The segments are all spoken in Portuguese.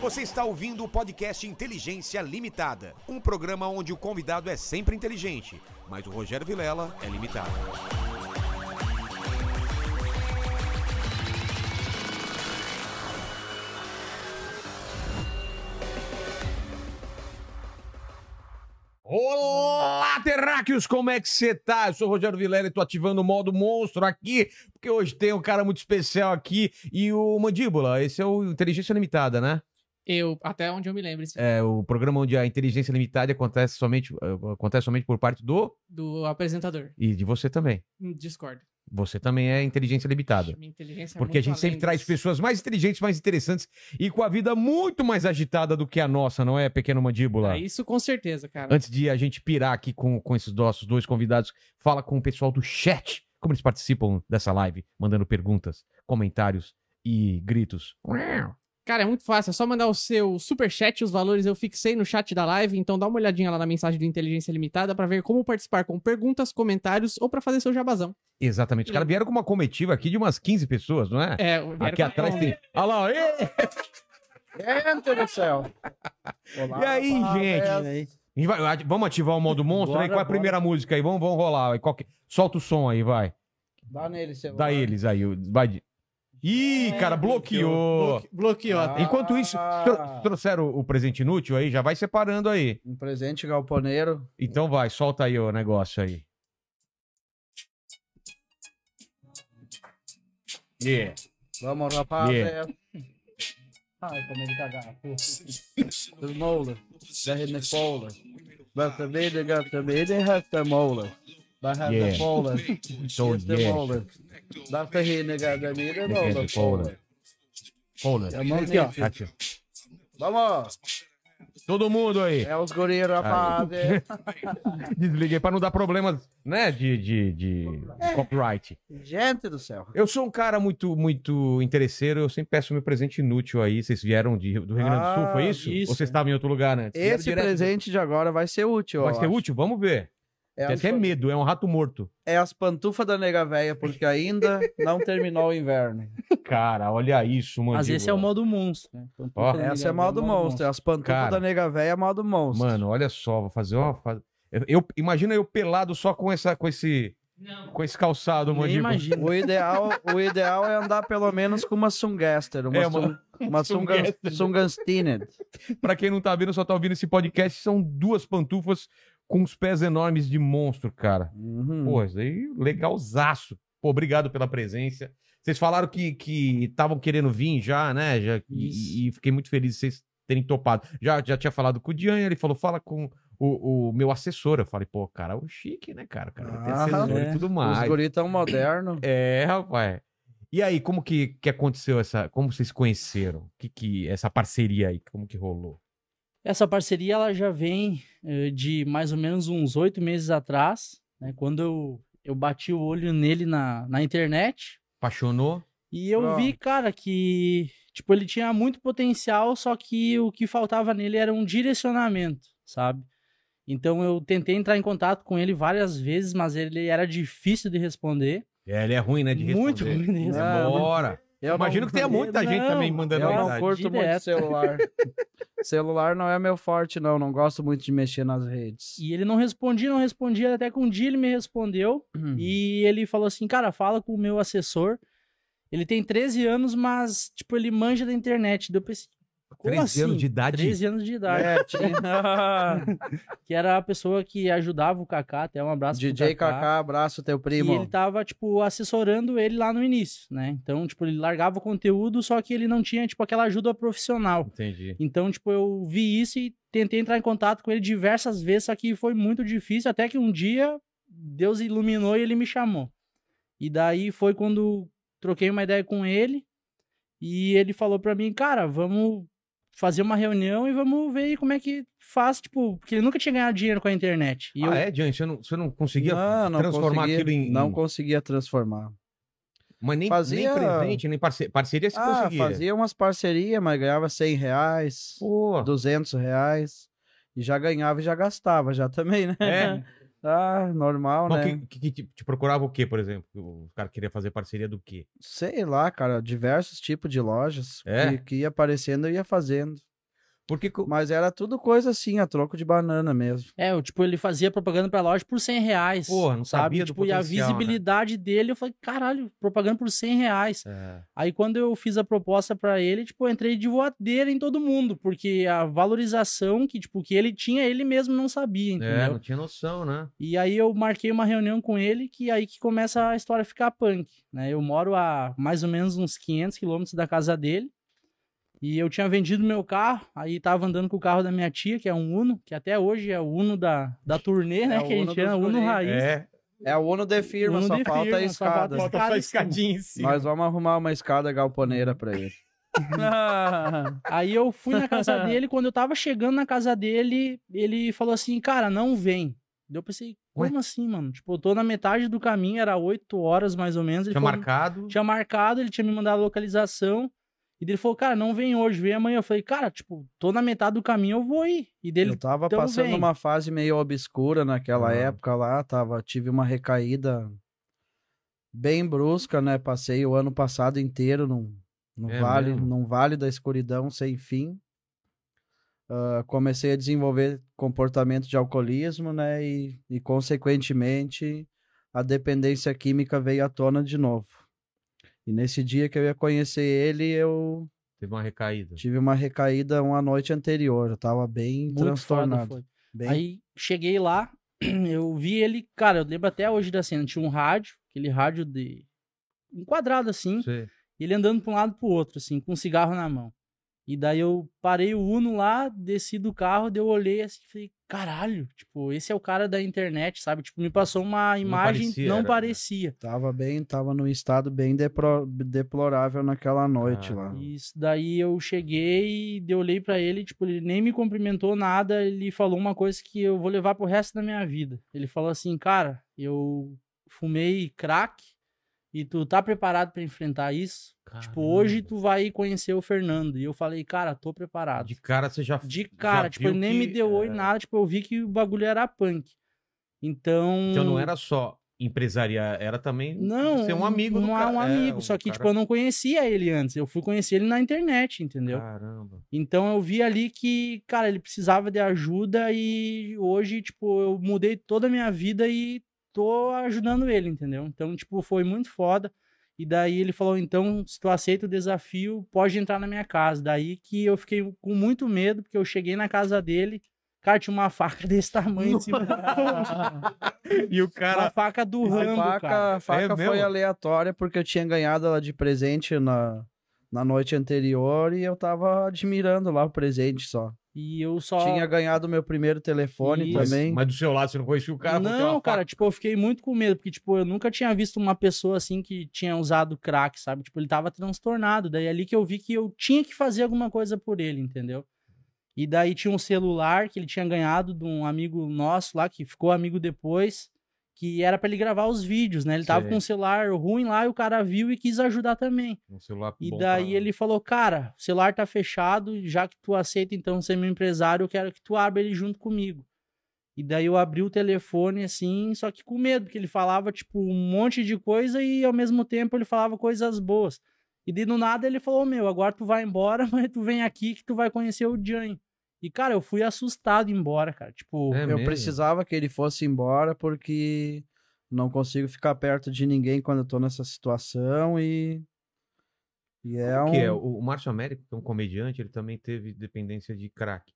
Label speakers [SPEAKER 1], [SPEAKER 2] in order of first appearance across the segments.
[SPEAKER 1] Você está ouvindo o podcast Inteligência Limitada, um programa onde o convidado é sempre inteligente, mas o Rogério Vilela é limitado. Olá, terráqueos, como é que você tá? Eu sou o Rogério Vilela e tô ativando o modo monstro aqui, porque hoje tem um cara muito especial aqui e o Mandíbula, esse é o Inteligência Limitada, né?
[SPEAKER 2] Eu, até onde eu me lembro, esse-
[SPEAKER 1] É o programa onde a inteligência limitada acontece somente, eh, acontece somente por parte do
[SPEAKER 2] do apresentador.
[SPEAKER 1] e de você também.
[SPEAKER 2] Hum, Discordo.
[SPEAKER 1] Você também é inteligência limitada.
[SPEAKER 2] Minha inteligência é
[SPEAKER 1] Porque a
[SPEAKER 2] muito
[SPEAKER 1] gente sempre
[SPEAKER 2] além
[SPEAKER 1] traz
[SPEAKER 2] disso.
[SPEAKER 1] pessoas mais inteligentes, mais interessantes e com a vida muito mais agitada do que a nossa, não é, pequeno mandíbula?
[SPEAKER 2] Ah, isso com certeza, cara.
[SPEAKER 1] Antes de a gente pirar aqui com, com esses nossos dois convidados, fala com o pessoal do chat, como eles participam dessa live, mandando perguntas, comentários e gritos.
[SPEAKER 2] Cara, é muito fácil. É só mandar o seu superchat. Os valores eu fixei no chat da live. Então dá uma olhadinha lá na mensagem do Inteligência Limitada pra ver como participar com perguntas, comentários ou pra fazer seu jabazão.
[SPEAKER 1] Exatamente. Os caras vieram com uma comitiva aqui de umas 15 pessoas, não é?
[SPEAKER 2] É, vieram
[SPEAKER 1] Aqui
[SPEAKER 2] com-
[SPEAKER 1] atrás tem. Olha lá, ê!
[SPEAKER 3] Gente do céu. Olá,
[SPEAKER 1] E aí,
[SPEAKER 3] rapaz.
[SPEAKER 1] A gente vai- ati- vamos ativar o modo monstro
[SPEAKER 3] Bora,
[SPEAKER 1] aí. Qual é a
[SPEAKER 3] bora.
[SPEAKER 1] primeira música aí? Vamos, vamos rolar. aí, Qual que- Solta o som aí, vai.
[SPEAKER 3] Dá nele, seu.
[SPEAKER 1] Dá eles aí. o- Vai. de- Ih, cara, bloqueou.
[SPEAKER 2] Bloque- Bloqueou.
[SPEAKER 3] É, Ah.
[SPEAKER 2] até.
[SPEAKER 1] Enquanto isso, tro- trouxeram o presente inútil aí, já vai separando aí.
[SPEAKER 3] Um presente galponeiro.
[SPEAKER 1] Então vai, solta aí o negócio aí. Yeah.
[SPEAKER 3] Vamos, rapaz.
[SPEAKER 1] Yeah.
[SPEAKER 3] Ai, como ele tá gato. Smola. Da Renefola. Basta vida, gasta vida, resta mola. Da
[SPEAKER 1] Yeah.
[SPEAKER 3] Renefola.
[SPEAKER 1] So, yeah.
[SPEAKER 3] Basta rina, gasta vida, mola.
[SPEAKER 1] Renefola. Foda.
[SPEAKER 3] É a mão aqui, ó.
[SPEAKER 1] Aqui.
[SPEAKER 3] Vamos.
[SPEAKER 1] Tá Todo mundo aí.
[SPEAKER 3] É os guris, rapaz.
[SPEAKER 1] Desliguei pra não dar problema, né? De, de, de
[SPEAKER 3] É.
[SPEAKER 1] copyright.
[SPEAKER 3] Gente do céu.
[SPEAKER 1] Eu sou um cara muito, muito interesseiro, eu sempre peço meu presente inútil aí. Vocês vieram de- do Rio Grande do Sul,
[SPEAKER 3] Ah,
[SPEAKER 1] foi isso?
[SPEAKER 3] isso.
[SPEAKER 1] Ou vocês estavam em outro lugar antes? Vieram
[SPEAKER 3] Esse
[SPEAKER 1] direto-
[SPEAKER 3] presente de agora vai ser útil,
[SPEAKER 1] Vai
[SPEAKER 3] ó.
[SPEAKER 1] ser útil? Vamos ver.
[SPEAKER 3] É
[SPEAKER 1] Tem
[SPEAKER 3] as
[SPEAKER 1] até
[SPEAKER 3] pan-
[SPEAKER 1] medo, é um rato morto.
[SPEAKER 3] É as pantufas da nega véia, porque ainda não terminou o inverno.
[SPEAKER 1] Cara, olha isso, mano.
[SPEAKER 4] Mas esse é o modo monstro, né? Quando
[SPEAKER 1] Ó.
[SPEAKER 4] tu tá
[SPEAKER 3] Essa é
[SPEAKER 4] ligado,
[SPEAKER 3] mal do monstro. As pantufas
[SPEAKER 1] Cara.
[SPEAKER 3] da nega véia é mal do monstro.
[SPEAKER 1] Mano, olha só, vou fazer uma. fa- Eu, eu- imagina eu pelado só com, essa, com, esse, com esse calçado,
[SPEAKER 4] Nem
[SPEAKER 1] mandíbula.
[SPEAKER 4] imagina.
[SPEAKER 3] O ideal, o ideal é andar pelo menos com uma sungaster, uma,
[SPEAKER 1] É, uma-
[SPEAKER 3] sun, uma sungan-
[SPEAKER 1] sungaster.
[SPEAKER 3] sunganstine.
[SPEAKER 1] Pra quem não tá vendo, só tá ouvindo esse podcast, são duas pantufas com os pés enormes de monstro, cara.
[SPEAKER 3] Uhum.
[SPEAKER 4] Hum.
[SPEAKER 1] Pô, isso aí legalzaço. Pô, obrigado pela presença. Vocês falaram que que estavam querendo vir já, né? Já, e,
[SPEAKER 4] Isso.
[SPEAKER 1] e fiquei muito feliz de vocês terem topado. Já, já tinha falado com o Dian, ele falou, fala com o, o meu assessor. Eu falei, pô, cara, o chique, né, cara? O cara vai ter
[SPEAKER 3] Ah,
[SPEAKER 1] assessor e
[SPEAKER 4] é.
[SPEAKER 1] tudo
[SPEAKER 3] Os
[SPEAKER 1] mais.
[SPEAKER 3] guris tão modernos.
[SPEAKER 1] É, rapaz. E aí, como que, que aconteceu essa... Como vocês se conheceram? Que que... Essa parceria aí, como que rolou?
[SPEAKER 4] Essa parceria ela já vem eh, de mais ou menos uns oito meses atrás, né? Quando eu, eu bati o olho nele na, na internet
[SPEAKER 1] Apaixonou?
[SPEAKER 4] e eu vi, cara, que tipo ele tinha muito potencial, só que o que faltava nele era um direcionamento, sabe? Então eu tentei entrar em contato com ele várias vezes, mas ele era difícil de responder.
[SPEAKER 1] É, ele é ruim, né, de responder.
[SPEAKER 4] Muito ruim de responder.
[SPEAKER 1] Demora.
[SPEAKER 3] Eu
[SPEAKER 1] Imagino
[SPEAKER 3] não,
[SPEAKER 1] que tenha É né? muita gente
[SPEAKER 4] Não,
[SPEAKER 1] também mandando
[SPEAKER 3] Eu não
[SPEAKER 1] mensagem.
[SPEAKER 3] curto muito
[SPEAKER 4] Direto.
[SPEAKER 3] celular. celular não é meu forte, não. Não gosto muito de mexer nas redes.
[SPEAKER 4] E ele não respondia, não respondia, até que um dia ele me respondeu.
[SPEAKER 1] Uhum.
[SPEAKER 4] E ele falou assim, cara, fala com o meu assessor. Ele tem 13 anos, mas, tipo, ele manja da internet. Daí eu pensei, como
[SPEAKER 1] 13
[SPEAKER 4] assim?
[SPEAKER 1] anos de idade?
[SPEAKER 4] 13 anos de idade.
[SPEAKER 3] É, tinha-
[SPEAKER 4] que era a pessoa que ajudava o Kaká, até um abraço pro
[SPEAKER 3] DJ Kaká, abraço teu
[SPEAKER 4] E
[SPEAKER 3] primo.
[SPEAKER 4] ele tava, tipo, assessorando ele lá no início, né? Então, tipo, ele largava o conteúdo, só que ele não tinha, tipo, aquela ajuda profissional.
[SPEAKER 1] Entendi.
[SPEAKER 4] Então, tipo, eu vi isso e tentei entrar em contato com ele diversas vezes, só que foi muito difícil, até que um dia Deus iluminou e ele me chamou. E daí foi quando troquei uma ideia com ele e ele falou pra mim, cara, vamos fazer uma reunião e vamos ver aí como é que faz, tipo, porque ele nunca tinha ganhado dinheiro com a internet. E
[SPEAKER 1] ah,
[SPEAKER 4] eu,
[SPEAKER 1] é, Jan? Você não, você não conseguia
[SPEAKER 3] Não, não
[SPEAKER 1] transformar
[SPEAKER 3] conseguia-
[SPEAKER 1] aquilo em.
[SPEAKER 3] Não
[SPEAKER 1] em-
[SPEAKER 3] conseguia transformar.
[SPEAKER 1] mas nem,
[SPEAKER 3] fazia-
[SPEAKER 1] nem presente, nem parce... parceria se
[SPEAKER 3] Ah,
[SPEAKER 1] conseguia.
[SPEAKER 3] fazia umas parcerias, mas ganhava 100 reais,
[SPEAKER 1] Pô,
[SPEAKER 3] 200 reais. E já ganhava e já gastava, já também, né?
[SPEAKER 1] É.
[SPEAKER 3] Ah, normal,
[SPEAKER 1] mas
[SPEAKER 3] né?
[SPEAKER 1] que, que- que te, te procurava o quê, por exemplo? O cara queria fazer parceria do quê?
[SPEAKER 3] Sei lá, cara, diversos tipos de lojas
[SPEAKER 1] É?
[SPEAKER 3] que, que ia aparecendo eu ia fazendo.
[SPEAKER 1] Porque. co-
[SPEAKER 3] Mas era tudo coisa assim, a troco de banana mesmo.
[SPEAKER 4] É, eu, tipo, ele fazia propaganda pra loja por 100 reais.
[SPEAKER 1] Porra, não
[SPEAKER 4] sabe?
[SPEAKER 1] sabia do
[SPEAKER 4] tipo, e a
[SPEAKER 1] potencial, né?
[SPEAKER 4] visibilidade dele, eu falei, caralho, propaganda por 100 reais.
[SPEAKER 1] É.
[SPEAKER 4] Aí quando eu fiz a proposta pra ele, tipo, eu entrei de voadeira em todo mundo, porque a valorização que, tipo, que ele tinha, ele mesmo não sabia,
[SPEAKER 1] É,
[SPEAKER 4] entendeu?
[SPEAKER 1] não tinha noção, né?
[SPEAKER 4] E aí eu marquei uma reunião com ele, que é aí que começa a história ficar punk, né? Eu moro a mais ou menos uns 500 quilômetros da casa dele, e eu tinha vendido meu carro, aí tava andando com o carro da minha tia, que é um Uno, que até hoje é o Uno da, da turnê, né?
[SPEAKER 3] É o
[SPEAKER 4] que a
[SPEAKER 3] Uno
[SPEAKER 4] gente era
[SPEAKER 3] dos
[SPEAKER 4] Uno
[SPEAKER 3] guri.
[SPEAKER 4] raiz.
[SPEAKER 1] É.
[SPEAKER 3] É o Uno de firma,
[SPEAKER 4] Uno
[SPEAKER 3] só
[SPEAKER 4] de
[SPEAKER 3] falta
[SPEAKER 4] firma,
[SPEAKER 3] a
[SPEAKER 4] só
[SPEAKER 3] escada.
[SPEAKER 4] falta-
[SPEAKER 1] Bota Tá só
[SPEAKER 4] Escada em
[SPEAKER 1] escadinha em
[SPEAKER 2] assim.
[SPEAKER 1] cima.
[SPEAKER 3] Nós vamos arrumar uma escada galponeira pra ele.
[SPEAKER 4] Aí eu fui na casa dele, quando eu tava chegando na casa dele, ele falou assim, cara, não vem. Daí Eu pensei,
[SPEAKER 1] Ué?
[SPEAKER 4] como assim, mano? Tipo, eu tô na metade do caminho, era 8 horas mais ou menos. Ele
[SPEAKER 1] Tinha
[SPEAKER 4] falou,
[SPEAKER 1] marcado.
[SPEAKER 4] tinha marcado, ele tinha me mandado a localização. E daí ele falou, cara, não vem hoje, vem amanhã. Eu falei, cara, tipo, tô na metade do caminho, eu vou ir. E dele,
[SPEAKER 3] Eu tava
[SPEAKER 4] então
[SPEAKER 3] passando
[SPEAKER 4] vem.
[SPEAKER 3] uma fase meio obscura naquela
[SPEAKER 1] Ah.
[SPEAKER 3] época lá, tava, tive uma recaída bem brusca, né? Passei o ano passado inteiro num, num,
[SPEAKER 1] É
[SPEAKER 3] vale,
[SPEAKER 1] mesmo?
[SPEAKER 3] num vale da escuridão sem fim. Ah, comecei a desenvolver comportamento de alcoolismo, né? E, e, consequentemente, a dependência química veio à tona de novo. E nesse dia que eu ia conhecer ele, eu
[SPEAKER 1] Teve uma recaída.
[SPEAKER 3] tive uma recaída uma noite anterior. Eu tava bem
[SPEAKER 4] muito foda
[SPEAKER 3] transtornado.
[SPEAKER 4] foi.
[SPEAKER 3] Bem
[SPEAKER 4] Aí cheguei lá, eu vi ele, cara, eu lembro até hoje da cena, tinha um rádio, aquele rádio de... Enquadrado assim,
[SPEAKER 1] Você-
[SPEAKER 4] E ele andando pra um lado e pro outro, assim, com um cigarro na mão. E daí eu parei o Uno lá, desci do carro, daí eu olhei assim e falei, caralho, tipo, esse é o cara da internet, sabe? Tipo, me passou uma imagem, não
[SPEAKER 1] parecia,
[SPEAKER 4] parecia.
[SPEAKER 1] era, né?
[SPEAKER 3] Tava bem, tava num estado bem depro- deplorável naquela noite
[SPEAKER 1] Ah,
[SPEAKER 3] lá.
[SPEAKER 4] E Isso, daí eu cheguei, daí eu olhei pra ele, tipo, ele nem me cumprimentou nada, ele falou uma coisa que eu vou levar pro resto da minha vida. Ele falou assim, cara, eu fumei crack e tu tá preparado pra enfrentar isso? Tipo, hoje
[SPEAKER 1] Caramba.
[SPEAKER 4] tu vai conhecer o Fernando. E eu falei, cara, tô preparado.
[SPEAKER 1] De cara você já.
[SPEAKER 4] De
[SPEAKER 1] já
[SPEAKER 4] cara, tipo,
[SPEAKER 1] viu
[SPEAKER 4] ele nem
[SPEAKER 1] que-
[SPEAKER 4] me deu oi,
[SPEAKER 1] é.
[SPEAKER 4] nada, tipo, eu vi que o bagulho era punk. Então.
[SPEAKER 1] Então não era só empresaria, era também
[SPEAKER 4] Não,
[SPEAKER 1] ser um amigo do
[SPEAKER 4] um,
[SPEAKER 1] cara.
[SPEAKER 4] um
[SPEAKER 1] É,
[SPEAKER 4] amigo,
[SPEAKER 1] um
[SPEAKER 4] só que,
[SPEAKER 1] cara-
[SPEAKER 4] tipo, eu não conhecia ele antes. Eu fui conhecer ele na internet, entendeu?
[SPEAKER 1] Caramba.
[SPEAKER 4] Então eu vi ali que, cara, ele precisava de ajuda e hoje, tipo, eu mudei toda a minha vida e tô ajudando ele, entendeu? Então, tipo, foi muito foda. E daí ele falou, então, se tu aceita o desafio, pode entrar na minha casa. Daí que eu fiquei com muito medo, porque eu cheguei na casa dele, cara, tinha uma faca desse tamanho, assim,
[SPEAKER 1] E o
[SPEAKER 4] uma
[SPEAKER 1] cara.
[SPEAKER 4] faca do
[SPEAKER 3] A
[SPEAKER 4] Rambo, cara.
[SPEAKER 3] faca, a faca foi
[SPEAKER 1] É mesmo?
[SPEAKER 3] aleatória porque eu tinha ganhado ela de presente na, na noite anterior e eu tava admirando lá o presente só.
[SPEAKER 4] E eu só...
[SPEAKER 3] Tinha ganhado meu primeiro telefone
[SPEAKER 4] Isso.
[SPEAKER 3] também.
[SPEAKER 1] Mas do seu lado você não conhecia o cara? porque é
[SPEAKER 4] não,
[SPEAKER 1] uma
[SPEAKER 4] cara,
[SPEAKER 1] faca-
[SPEAKER 4] tipo, eu fiquei muito com medo, porque, tipo, eu nunca tinha visto uma pessoa assim que tinha usado crack, sabe? Tipo, ele tava transtornado. Daí é ali que eu vi que eu tinha que fazer alguma coisa por ele, entendeu? E daí tinha um celular que ele tinha ganhado de um amigo nosso lá, que ficou amigo depois, que era pra ele gravar os vídeos, né? Ele tava
[SPEAKER 1] Sei.
[SPEAKER 4] com um celular ruim lá e o cara viu e quis ajudar também.
[SPEAKER 1] Um celular
[SPEAKER 4] E
[SPEAKER 1] bom
[SPEAKER 4] daí
[SPEAKER 1] pra-
[SPEAKER 4] ele falou, cara, o celular tá fechado, já que tu aceita então ser meu empresário, eu quero que tu abra ele junto comigo. E daí eu abri o telefone assim, só que com medo, porque ele falava tipo um monte de coisa e ao mesmo tempo ele falava coisas boas. E daí do nada ele falou, meu, agora tu vai embora, mas tu vem aqui que tu vai conhecer o Jan. E cara, eu fui assustado embora, cara, tipo...
[SPEAKER 1] É
[SPEAKER 3] eu
[SPEAKER 1] mesmo?
[SPEAKER 3] precisava que ele fosse embora porque não consigo ficar perto de ninguém quando eu tô nessa situação e... E é
[SPEAKER 1] O
[SPEAKER 3] um...
[SPEAKER 1] que é? O o Márcio Américo, que é um comediante, ele também teve dependência de crack. é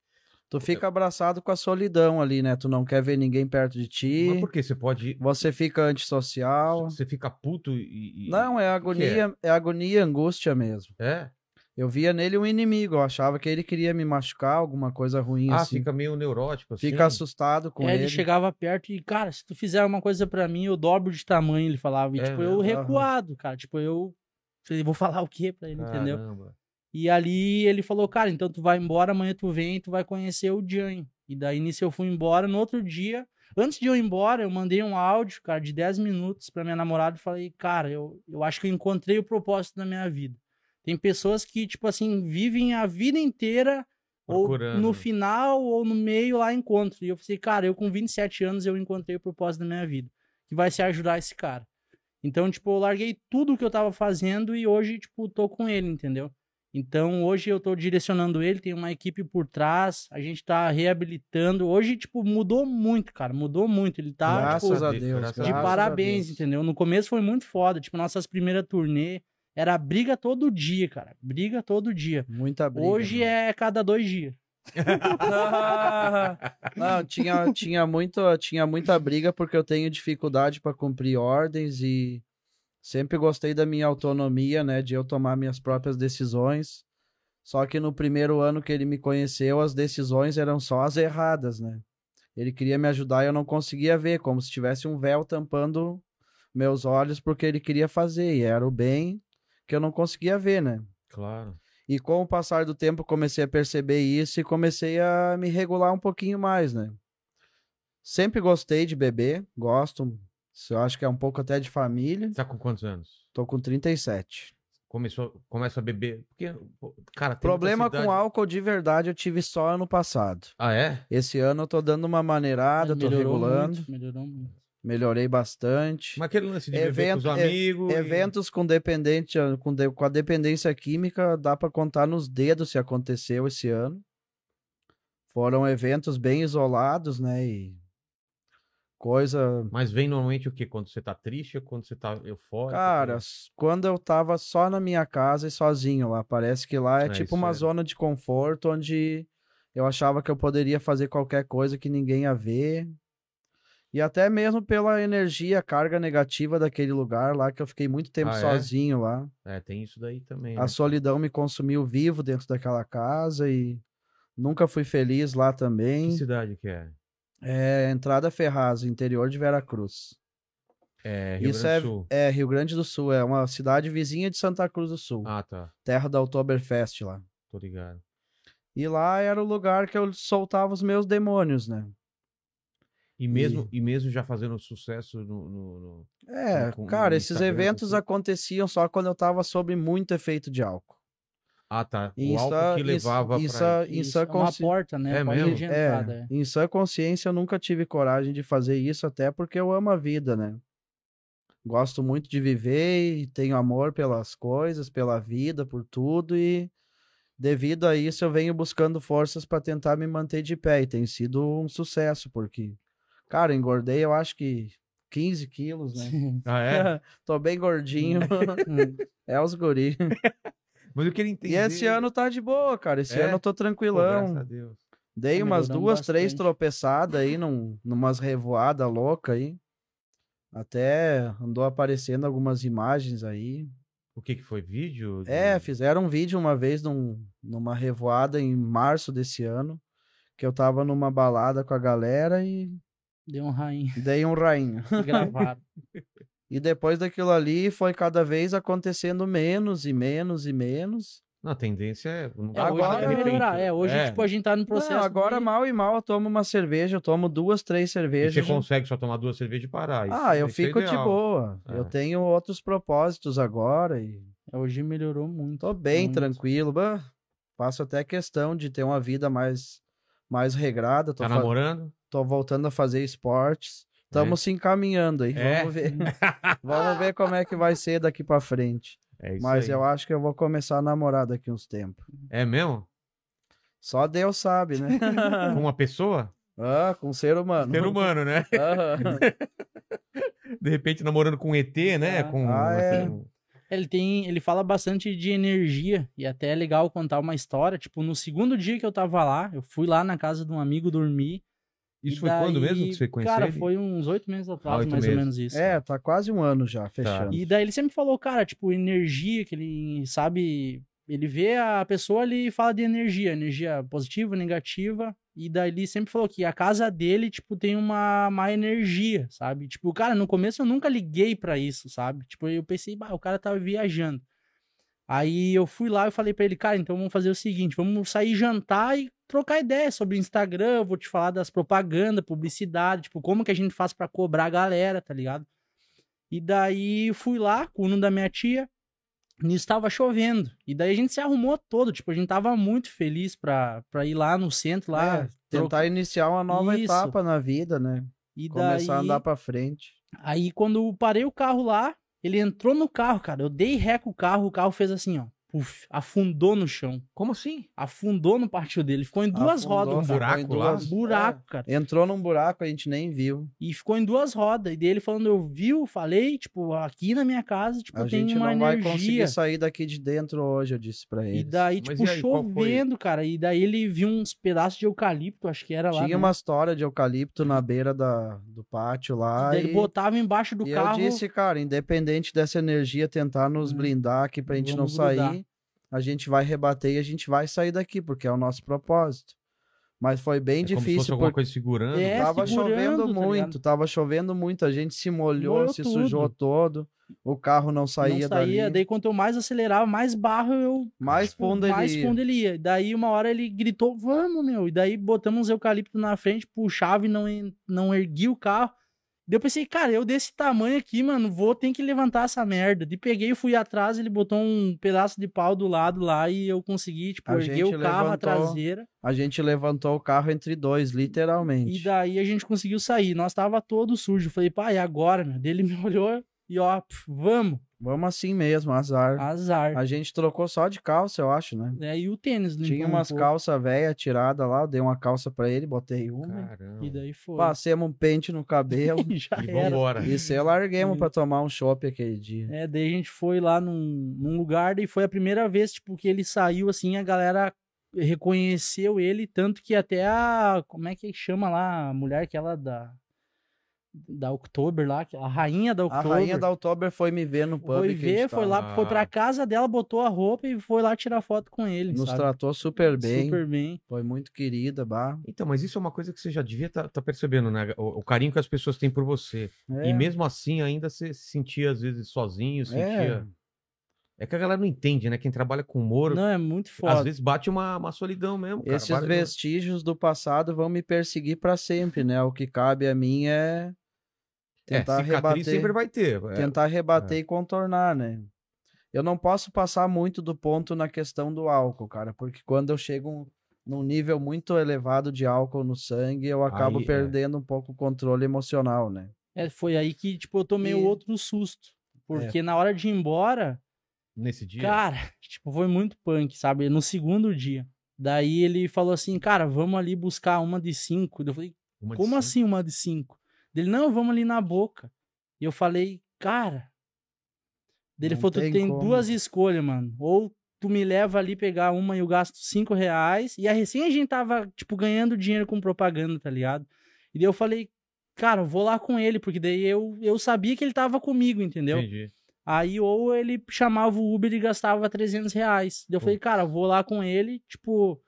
[SPEAKER 3] Tu fica abraçado com a solidão ali, né? Tu não quer ver ninguém perto de ti.
[SPEAKER 1] Mas por que? Você pode.
[SPEAKER 3] Você fica antissocial.
[SPEAKER 1] Você fica puto e. e-
[SPEAKER 3] Não, é
[SPEAKER 1] O
[SPEAKER 3] um
[SPEAKER 1] que que
[SPEAKER 3] agonia, é? agonia e angústia mesmo.
[SPEAKER 1] É?
[SPEAKER 3] Eu via nele um inimigo, eu achava que ele queria me machucar, alguma coisa ruim
[SPEAKER 1] Ah,
[SPEAKER 3] assim. Fica,
[SPEAKER 1] fica meio neurótico assim.
[SPEAKER 3] assustado com
[SPEAKER 4] é, ele.
[SPEAKER 3] ele.
[SPEAKER 4] chegava perto e, cara, se tu fizer uma coisa pra mim, eu dobro de tamanho, ele falava. E,
[SPEAKER 1] É
[SPEAKER 4] tipo,
[SPEAKER 1] mesmo?
[SPEAKER 4] eu
[SPEAKER 3] Aham.
[SPEAKER 4] recuado, cara. Tipo, eu. Falei, vou falar o quê pra ele,
[SPEAKER 1] Ah,
[SPEAKER 4] entendeu?
[SPEAKER 1] Caramba.
[SPEAKER 4] E ali ele falou, cara, então tu vai embora, amanhã tu vem, tu vai conhecer o Jan. E daí nisso eu fui embora. No outro dia, antes de eu ir embora, eu mandei um áudio, cara, de 10 minutos pra minha namorada e falei, cara, eu, eu acho que eu encontrei o propósito da minha vida. Tem pessoas que, tipo assim, vivem a vida inteira ou
[SPEAKER 1] Procurando.
[SPEAKER 4] no final ou no meio lá encontro. E eu pensei, cara, eu com 27 anos eu encontrei o propósito da minha vida, que vai ser ajudar esse cara. Então, tipo, eu larguei tudo que eu tava fazendo e hoje, tipo, tô com ele, entendeu? Então, hoje eu tô direcionando ele, tem uma equipe por trás, a gente tá reabilitando. Hoje, tipo, mudou muito, cara, mudou muito. Ele tá,
[SPEAKER 3] graças
[SPEAKER 4] tipo,
[SPEAKER 3] a
[SPEAKER 1] de-
[SPEAKER 3] Deus.
[SPEAKER 1] graças
[SPEAKER 4] de
[SPEAKER 3] graças a
[SPEAKER 4] parabéns,
[SPEAKER 3] Deus.
[SPEAKER 4] entendeu? No começo foi muito foda, tipo, nossas primeiras turnê era briga todo dia, cara, briga todo dia.
[SPEAKER 3] Muita briga. né?
[SPEAKER 4] hoje é cada dois dias.
[SPEAKER 3] Não, tinha, tinha, muito, tinha muita briga porque eu tenho dificuldade para cumprir ordens e sempre gostei da minha autonomia, né? De eu tomar minhas próprias decisões. Só que no primeiro ano que ele me conheceu, as decisões eram só as erradas, né? Ele queria me ajudar e eu não conseguia ver, como se tivesse um véu tampando meus olhos porque ele queria fazer. E era o bem que eu não conseguia ver, né?
[SPEAKER 1] Claro.
[SPEAKER 3] E com o passar do tempo comecei a perceber isso e comecei a me regular um pouquinho mais, né? Sempre gostei de beber, gosto. isso Eu acho que é um pouco até de família.
[SPEAKER 1] Tá com quantos anos?
[SPEAKER 3] Tô com 37.
[SPEAKER 1] Começou, começa a beber. Porque, pô, cara, tem
[SPEAKER 3] Problema
[SPEAKER 1] muita
[SPEAKER 3] com
[SPEAKER 1] cidade-
[SPEAKER 3] álcool de verdade eu tive só ano passado.
[SPEAKER 1] Ah, é?
[SPEAKER 3] Esse ano eu tô dando uma maneirada, tô regulando,
[SPEAKER 4] muito, melhorou muito.
[SPEAKER 3] melhorei bastante.
[SPEAKER 1] Mas aquele lance de beber com os
[SPEAKER 3] Evento- e-
[SPEAKER 1] amigos. e-
[SPEAKER 3] Eventos com dependente, ah, com, de- com a dependência química, dá para contar nos dedos se aconteceu esse ano. Foram eventos bem isolados, né? E coisa.
[SPEAKER 1] Mas vem normalmente o quê? Quando você tá triste ou quando você tá eufórico?
[SPEAKER 3] Cara, s- quando eu tava só na minha casa e sozinho lá, parece que lá
[SPEAKER 1] É,
[SPEAKER 3] é,
[SPEAKER 1] isso
[SPEAKER 3] tipo uma
[SPEAKER 1] é.
[SPEAKER 3] zona de conforto onde eu achava que eu poderia fazer qualquer coisa que ninguém ia ver. E até mesmo pela energia, carga negativa daquele lugar lá, que eu fiquei muito tempo
[SPEAKER 1] Ah, é?
[SPEAKER 3] sozinho lá.
[SPEAKER 1] É, tem isso daí também.
[SPEAKER 3] A
[SPEAKER 1] né?
[SPEAKER 3] solidão me consumiu vivo dentro daquela casa e nunca fui feliz lá
[SPEAKER 1] Que
[SPEAKER 3] também.
[SPEAKER 1] cidade que é?
[SPEAKER 3] É entrada Ferraz, interior de Veracruz.
[SPEAKER 1] É, Rio
[SPEAKER 3] Isso
[SPEAKER 1] Grande do Sul.
[SPEAKER 3] É, Rio Grande do Sul, é uma cidade vizinha de Santa Cruz do Sul,
[SPEAKER 1] Ah, tá.
[SPEAKER 3] terra da Oktoberfest lá.
[SPEAKER 1] Tô ligado.
[SPEAKER 3] E lá era o lugar que eu soltava os meus demônios, né?
[SPEAKER 1] E mesmo, e... mesmo já fazendo sucesso no. no- no-
[SPEAKER 3] É,
[SPEAKER 1] Com- com
[SPEAKER 3] cara,
[SPEAKER 1] o
[SPEAKER 3] esses
[SPEAKER 1] Instagram,
[SPEAKER 3] eventos
[SPEAKER 1] assim.
[SPEAKER 3] aconteciam só quando eu tava sob muito efeito de álcool.
[SPEAKER 1] Ah, tá. O
[SPEAKER 3] Isso- é,
[SPEAKER 1] álcool que
[SPEAKER 3] isso-
[SPEAKER 1] levava
[SPEAKER 3] isso-
[SPEAKER 1] pra.
[SPEAKER 3] Em
[SPEAKER 4] Isso,
[SPEAKER 3] sã
[SPEAKER 4] é uma
[SPEAKER 3] consci-
[SPEAKER 4] porta, né?
[SPEAKER 1] É
[SPEAKER 4] porta
[SPEAKER 1] mesmo?
[SPEAKER 4] de
[SPEAKER 3] É,
[SPEAKER 4] entrada. é.
[SPEAKER 3] em sã consciência eu nunca tive coragem de fazer isso, até porque eu amo a vida, né? Gosto muito de viver e tenho amor pelas coisas, pela vida, por tudo e devido a isso eu venho buscando forças para tentar me manter de pé e tem sido um sucesso porque cara, engordei eu acho que 15 quilos, né?
[SPEAKER 1] Ah, é?
[SPEAKER 3] Tô bem gordinho,
[SPEAKER 4] Hum,
[SPEAKER 3] é os guri.
[SPEAKER 1] Mas eu queria entender.
[SPEAKER 3] E esse ano tá de boa, cara. Esse
[SPEAKER 1] É?
[SPEAKER 3] ano eu tô
[SPEAKER 1] Pô,
[SPEAKER 3] tranquilão.
[SPEAKER 1] graças a Deus.
[SPEAKER 3] Dei
[SPEAKER 4] Tá
[SPEAKER 3] umas
[SPEAKER 4] melhorando
[SPEAKER 3] duas, três
[SPEAKER 4] bastante.
[SPEAKER 3] tropeçadas aí, num, numas revoadas loucas aí. Até andou aparecendo algumas imagens aí.
[SPEAKER 1] O que que foi? Vídeo? de-
[SPEAKER 4] Hum.
[SPEAKER 3] É, fizeram um vídeo uma vez num, numa revoada em março desse ano, que eu tava numa balada com a galera e
[SPEAKER 4] Deu um rainho
[SPEAKER 3] dei um rainho.
[SPEAKER 4] gravado.
[SPEAKER 3] E depois daquilo ali foi cada vez acontecendo menos e menos e menos.
[SPEAKER 1] Não, a tendência é. não
[SPEAKER 4] É,
[SPEAKER 1] dá
[SPEAKER 4] hoje
[SPEAKER 1] pra
[SPEAKER 3] Agora-
[SPEAKER 4] vai
[SPEAKER 1] de
[SPEAKER 4] melhorar.
[SPEAKER 1] repente.
[SPEAKER 4] É, hoje, tipo, a gente tá no
[SPEAKER 3] Não,
[SPEAKER 4] processo.
[SPEAKER 3] agora
[SPEAKER 4] de-
[SPEAKER 3] mal e mal eu tomo uma cerveja, eu tomo duas, três
[SPEAKER 1] E você
[SPEAKER 3] cervejas.
[SPEAKER 1] consegue só tomar duas cervejas e parar. Isso-
[SPEAKER 3] Ah, eu
[SPEAKER 1] isso é
[SPEAKER 3] fico de
[SPEAKER 1] ideal.
[SPEAKER 3] boa. Eu
[SPEAKER 1] É.
[SPEAKER 3] tenho outros propósitos agora e
[SPEAKER 4] Hoje melhorou muito.
[SPEAKER 3] tô
[SPEAKER 1] Hum.
[SPEAKER 3] bem
[SPEAKER 4] Muito.
[SPEAKER 3] tranquilo. bah. Faço até questão de ter uma vida mais, mais regrada. Tô,
[SPEAKER 1] Tá
[SPEAKER 3] fa-
[SPEAKER 1] namorando?
[SPEAKER 3] tô voltando a fazer esportes. Estamos se encaminhando aí.
[SPEAKER 1] É?
[SPEAKER 3] Vamos ver. Vamos ver como é que vai ser daqui pra frente.
[SPEAKER 1] É isso
[SPEAKER 3] Mas
[SPEAKER 1] aí.
[SPEAKER 3] eu acho que eu vou começar a namorar daqui uns tempos.
[SPEAKER 1] É mesmo?
[SPEAKER 3] Só Deus sabe, né?
[SPEAKER 1] Com uma pessoa?
[SPEAKER 3] ah, com ser humano.
[SPEAKER 1] Ser humano, né?
[SPEAKER 3] Aham.
[SPEAKER 1] De repente namorando com um ET, né?
[SPEAKER 4] Ah.
[SPEAKER 1] Com
[SPEAKER 3] Ah, é.
[SPEAKER 1] assim,
[SPEAKER 4] Ele tem, ele fala bastante de energia e até é legal contar uma história. Tipo, no segundo dia que eu tava lá, eu fui lá na casa de um amigo dormir.
[SPEAKER 1] Isso
[SPEAKER 4] e
[SPEAKER 1] foi quando
[SPEAKER 4] daí-
[SPEAKER 1] mesmo que você conheceu
[SPEAKER 4] Cara,
[SPEAKER 1] ele? Ah,
[SPEAKER 4] foi uns oito meses atrás,
[SPEAKER 1] oito
[SPEAKER 4] mais ou
[SPEAKER 1] meses.
[SPEAKER 4] menos isso.
[SPEAKER 3] É, tá quase um ano já fechando.
[SPEAKER 4] E daí ele sempre falou, cara, tipo, energia, que ele sabe. Ele vê a pessoa ele fala de energia, energia positiva, negativa. E daí ele sempre falou que a casa dele, tipo, tem uma má energia, sabe? Tipo, cara, no começo eu nunca liguei pra isso, sabe? Tipo, eu pensei, bah, o cara tava viajando. Aí eu fui lá e falei pra ele, cara, então vamos fazer o seguinte, vamos sair jantar e trocar ideia sobre Instagram, eu vou te falar das propagandas, publicidade, tipo, como que a gente faz pra cobrar a galera, tá ligado? E daí fui lá com o Uno da minha tia. Nisso tava chovendo. E daí a gente se arrumou todo. Tipo, a gente tava muito feliz pra, pra ir lá no centro, lá.
[SPEAKER 3] É, tentar iniciar uma nova
[SPEAKER 4] Isso.
[SPEAKER 3] etapa na vida, né?
[SPEAKER 4] E
[SPEAKER 3] Começar a
[SPEAKER 4] daí-
[SPEAKER 3] andar pra frente.
[SPEAKER 4] Aí quando eu parei o carro lá, ele entrou no carro, cara. Eu dei ré com o carro, o carro fez assim, ó. puf, afundou no chão.
[SPEAKER 1] Como assim?
[SPEAKER 4] Afundou no pátio dele. Ficou em duas
[SPEAKER 3] Afundou,
[SPEAKER 4] rodas.
[SPEAKER 1] Um
[SPEAKER 4] cara.
[SPEAKER 1] buraco
[SPEAKER 3] em
[SPEAKER 1] lá?
[SPEAKER 3] duas-
[SPEAKER 4] Buraco, cara.
[SPEAKER 3] é, entrou num buraco, a gente nem viu.
[SPEAKER 4] E ficou em duas rodas. E daí ele falando, eu vi, eu falei, tipo, aqui na minha casa, tipo,
[SPEAKER 3] A
[SPEAKER 4] tem
[SPEAKER 3] gente
[SPEAKER 4] uma
[SPEAKER 3] não vai
[SPEAKER 4] energia.
[SPEAKER 3] conseguir sair daqui de dentro hoje, eu disse pra
[SPEAKER 4] E
[SPEAKER 3] ele.
[SPEAKER 4] daí,
[SPEAKER 1] Mas
[SPEAKER 4] tipo,
[SPEAKER 1] e aí, qual foi?
[SPEAKER 4] chovendo, cara. E daí ele viu uns pedaços de eucalipto, acho que era lá.
[SPEAKER 3] Tinha
[SPEAKER 4] né?
[SPEAKER 3] uma história de eucalipto na beira da, do pátio lá.
[SPEAKER 4] Daí
[SPEAKER 3] E,
[SPEAKER 4] ele botava embaixo do
[SPEAKER 3] e eu
[SPEAKER 4] carro.
[SPEAKER 3] disse, cara, independente dessa energia, tentar nos
[SPEAKER 4] Hum.
[SPEAKER 3] blindar aqui pra gente
[SPEAKER 4] Vamos
[SPEAKER 3] não sair,
[SPEAKER 4] grudar.
[SPEAKER 3] a gente vai rebater e a gente vai sair daqui, porque é o nosso propósito. Mas foi bem
[SPEAKER 1] É como se fosse
[SPEAKER 3] difícil,
[SPEAKER 1] alguma
[SPEAKER 3] porque
[SPEAKER 1] coisa segurando.
[SPEAKER 4] É,
[SPEAKER 3] tava
[SPEAKER 4] segurando,
[SPEAKER 3] chovendo
[SPEAKER 4] tá
[SPEAKER 3] muito,
[SPEAKER 4] ligado?
[SPEAKER 3] tava chovendo muito, a gente se molhou,
[SPEAKER 4] Molhou
[SPEAKER 3] se sujou todo, o carro não saía,
[SPEAKER 4] não saía.
[SPEAKER 3] dali.
[SPEAKER 4] Daí quanto eu mais acelerava, mais barro eu...
[SPEAKER 3] Mais
[SPEAKER 4] tipo,
[SPEAKER 3] fundo
[SPEAKER 4] mais
[SPEAKER 3] ele ia.
[SPEAKER 4] fundo ele ia. E Daí uma hora ele gritou, vamos, meu. E daí botamos uns eucalipto na frente, puxava e não, en- não erguia o carro. Daí eu pensei, cara, eu desse tamanho aqui, mano, vou ter que levantar essa merda. De peguei e fui atrás, ele botou um pedaço de pau do lado lá e eu consegui, tipo,
[SPEAKER 3] A
[SPEAKER 4] erguer
[SPEAKER 3] gente
[SPEAKER 4] o carro, a
[SPEAKER 3] levantou.
[SPEAKER 4] traseira.
[SPEAKER 3] A gente levantou o carro entre dois, literalmente.
[SPEAKER 4] E daí a gente conseguiu sair. Nós tava todo sujo. Falei, pá, e agora, meu? Daí ele me olhou e ó, pf, vamos.
[SPEAKER 3] Vamos assim mesmo, azar.
[SPEAKER 4] Azar.
[SPEAKER 3] A gente trocou só de calça, eu acho, né?
[SPEAKER 4] Né? E o tênis limpou
[SPEAKER 3] Tinha
[SPEAKER 4] um
[SPEAKER 3] umas
[SPEAKER 4] pouco.
[SPEAKER 3] calças velhas tiradas lá, eu dei uma calça pra ele, botei uma.
[SPEAKER 1] Caramba.
[SPEAKER 4] E daí foi.
[SPEAKER 3] Passemos um pente no cabelo.
[SPEAKER 4] E já
[SPEAKER 1] E
[SPEAKER 4] era.
[SPEAKER 1] vambora.
[SPEAKER 3] e se larguemos
[SPEAKER 4] E-
[SPEAKER 3] pra tomar um chopp aquele dia.
[SPEAKER 4] É, daí a gente foi lá num, num lugar e foi a primeira vez, tipo, que ele saiu assim, a galera reconheceu ele, tanto que até a. Como é que chama lá? A mulher aquela da. Da October lá, a rainha da
[SPEAKER 3] A
[SPEAKER 4] October.
[SPEAKER 3] rainha da Oktober foi me ver no pub.
[SPEAKER 4] Foi
[SPEAKER 3] que a gente
[SPEAKER 4] ver, foi
[SPEAKER 3] tava.
[SPEAKER 1] tava.
[SPEAKER 4] lá, foi pra casa dela, botou a roupa e foi lá tirar foto com ele.
[SPEAKER 3] Nos
[SPEAKER 4] sabe?
[SPEAKER 3] tratou super bem.
[SPEAKER 4] Super bem.
[SPEAKER 3] Foi muito querida, bah.
[SPEAKER 1] Então, mas isso é uma coisa que você já devia estar percebendo, né? O, o carinho que as pessoas têm por você.
[SPEAKER 3] É,
[SPEAKER 1] E mesmo assim, ainda você se sentia, às vezes, sozinho,
[SPEAKER 3] é,
[SPEAKER 1] sentia... É. que a galera não entende, né? Quem trabalha com humor,
[SPEAKER 4] Não, é muito
[SPEAKER 1] às
[SPEAKER 4] foda.
[SPEAKER 1] vezes bate uma, uma solidão mesmo, cara.
[SPEAKER 3] Esses
[SPEAKER 1] Várias-
[SPEAKER 3] vestígios do passado vão me perseguir pra sempre, né? O que cabe a mim é
[SPEAKER 1] É,
[SPEAKER 3] tentar
[SPEAKER 1] cicatriz
[SPEAKER 3] rebater.
[SPEAKER 1] sempre vai ter. é.
[SPEAKER 3] tentar rebater e contornar, né? Eu não posso passar muito do ponto na questão do álcool, cara, porque quando eu chego num nível muito elevado de álcool no sangue, eu acabo
[SPEAKER 1] Aí, é.
[SPEAKER 3] perdendo um pouco o controle emocional, né?
[SPEAKER 4] É, foi aí que, tipo, eu tomei
[SPEAKER 3] E- É.
[SPEAKER 4] outro susto. Porque na hora de ir embora,
[SPEAKER 1] Nesse dia.
[SPEAKER 4] cara, tipo, foi muito punk, sabe? No segundo dia. Daí ele falou assim, cara, vamos ali buscar uma de cinco. Eu falei,
[SPEAKER 1] uma de
[SPEAKER 4] como
[SPEAKER 1] cinco.
[SPEAKER 4] assim uma de cinco? Ele, não, vamos ali na boca. E eu falei, cara. Daí Ele
[SPEAKER 3] Não
[SPEAKER 4] falou, tu
[SPEAKER 3] tem
[SPEAKER 4] tem
[SPEAKER 3] como.
[SPEAKER 4] duas escolhas, mano. Ou tu me leva ali pegar uma e eu gasto cinco reais. E a recém a gente tava, tipo, ganhando dinheiro com propaganda, tá ligado? E daí eu falei, cara, eu vou lá com ele, porque daí eu, eu sabia que ele tava comigo, entendeu?
[SPEAKER 1] Entendi.
[SPEAKER 4] Aí ou ele chamava o Uber e gastava 300 reais. Daí Eu falei, cara, vou lá com ele, tipo...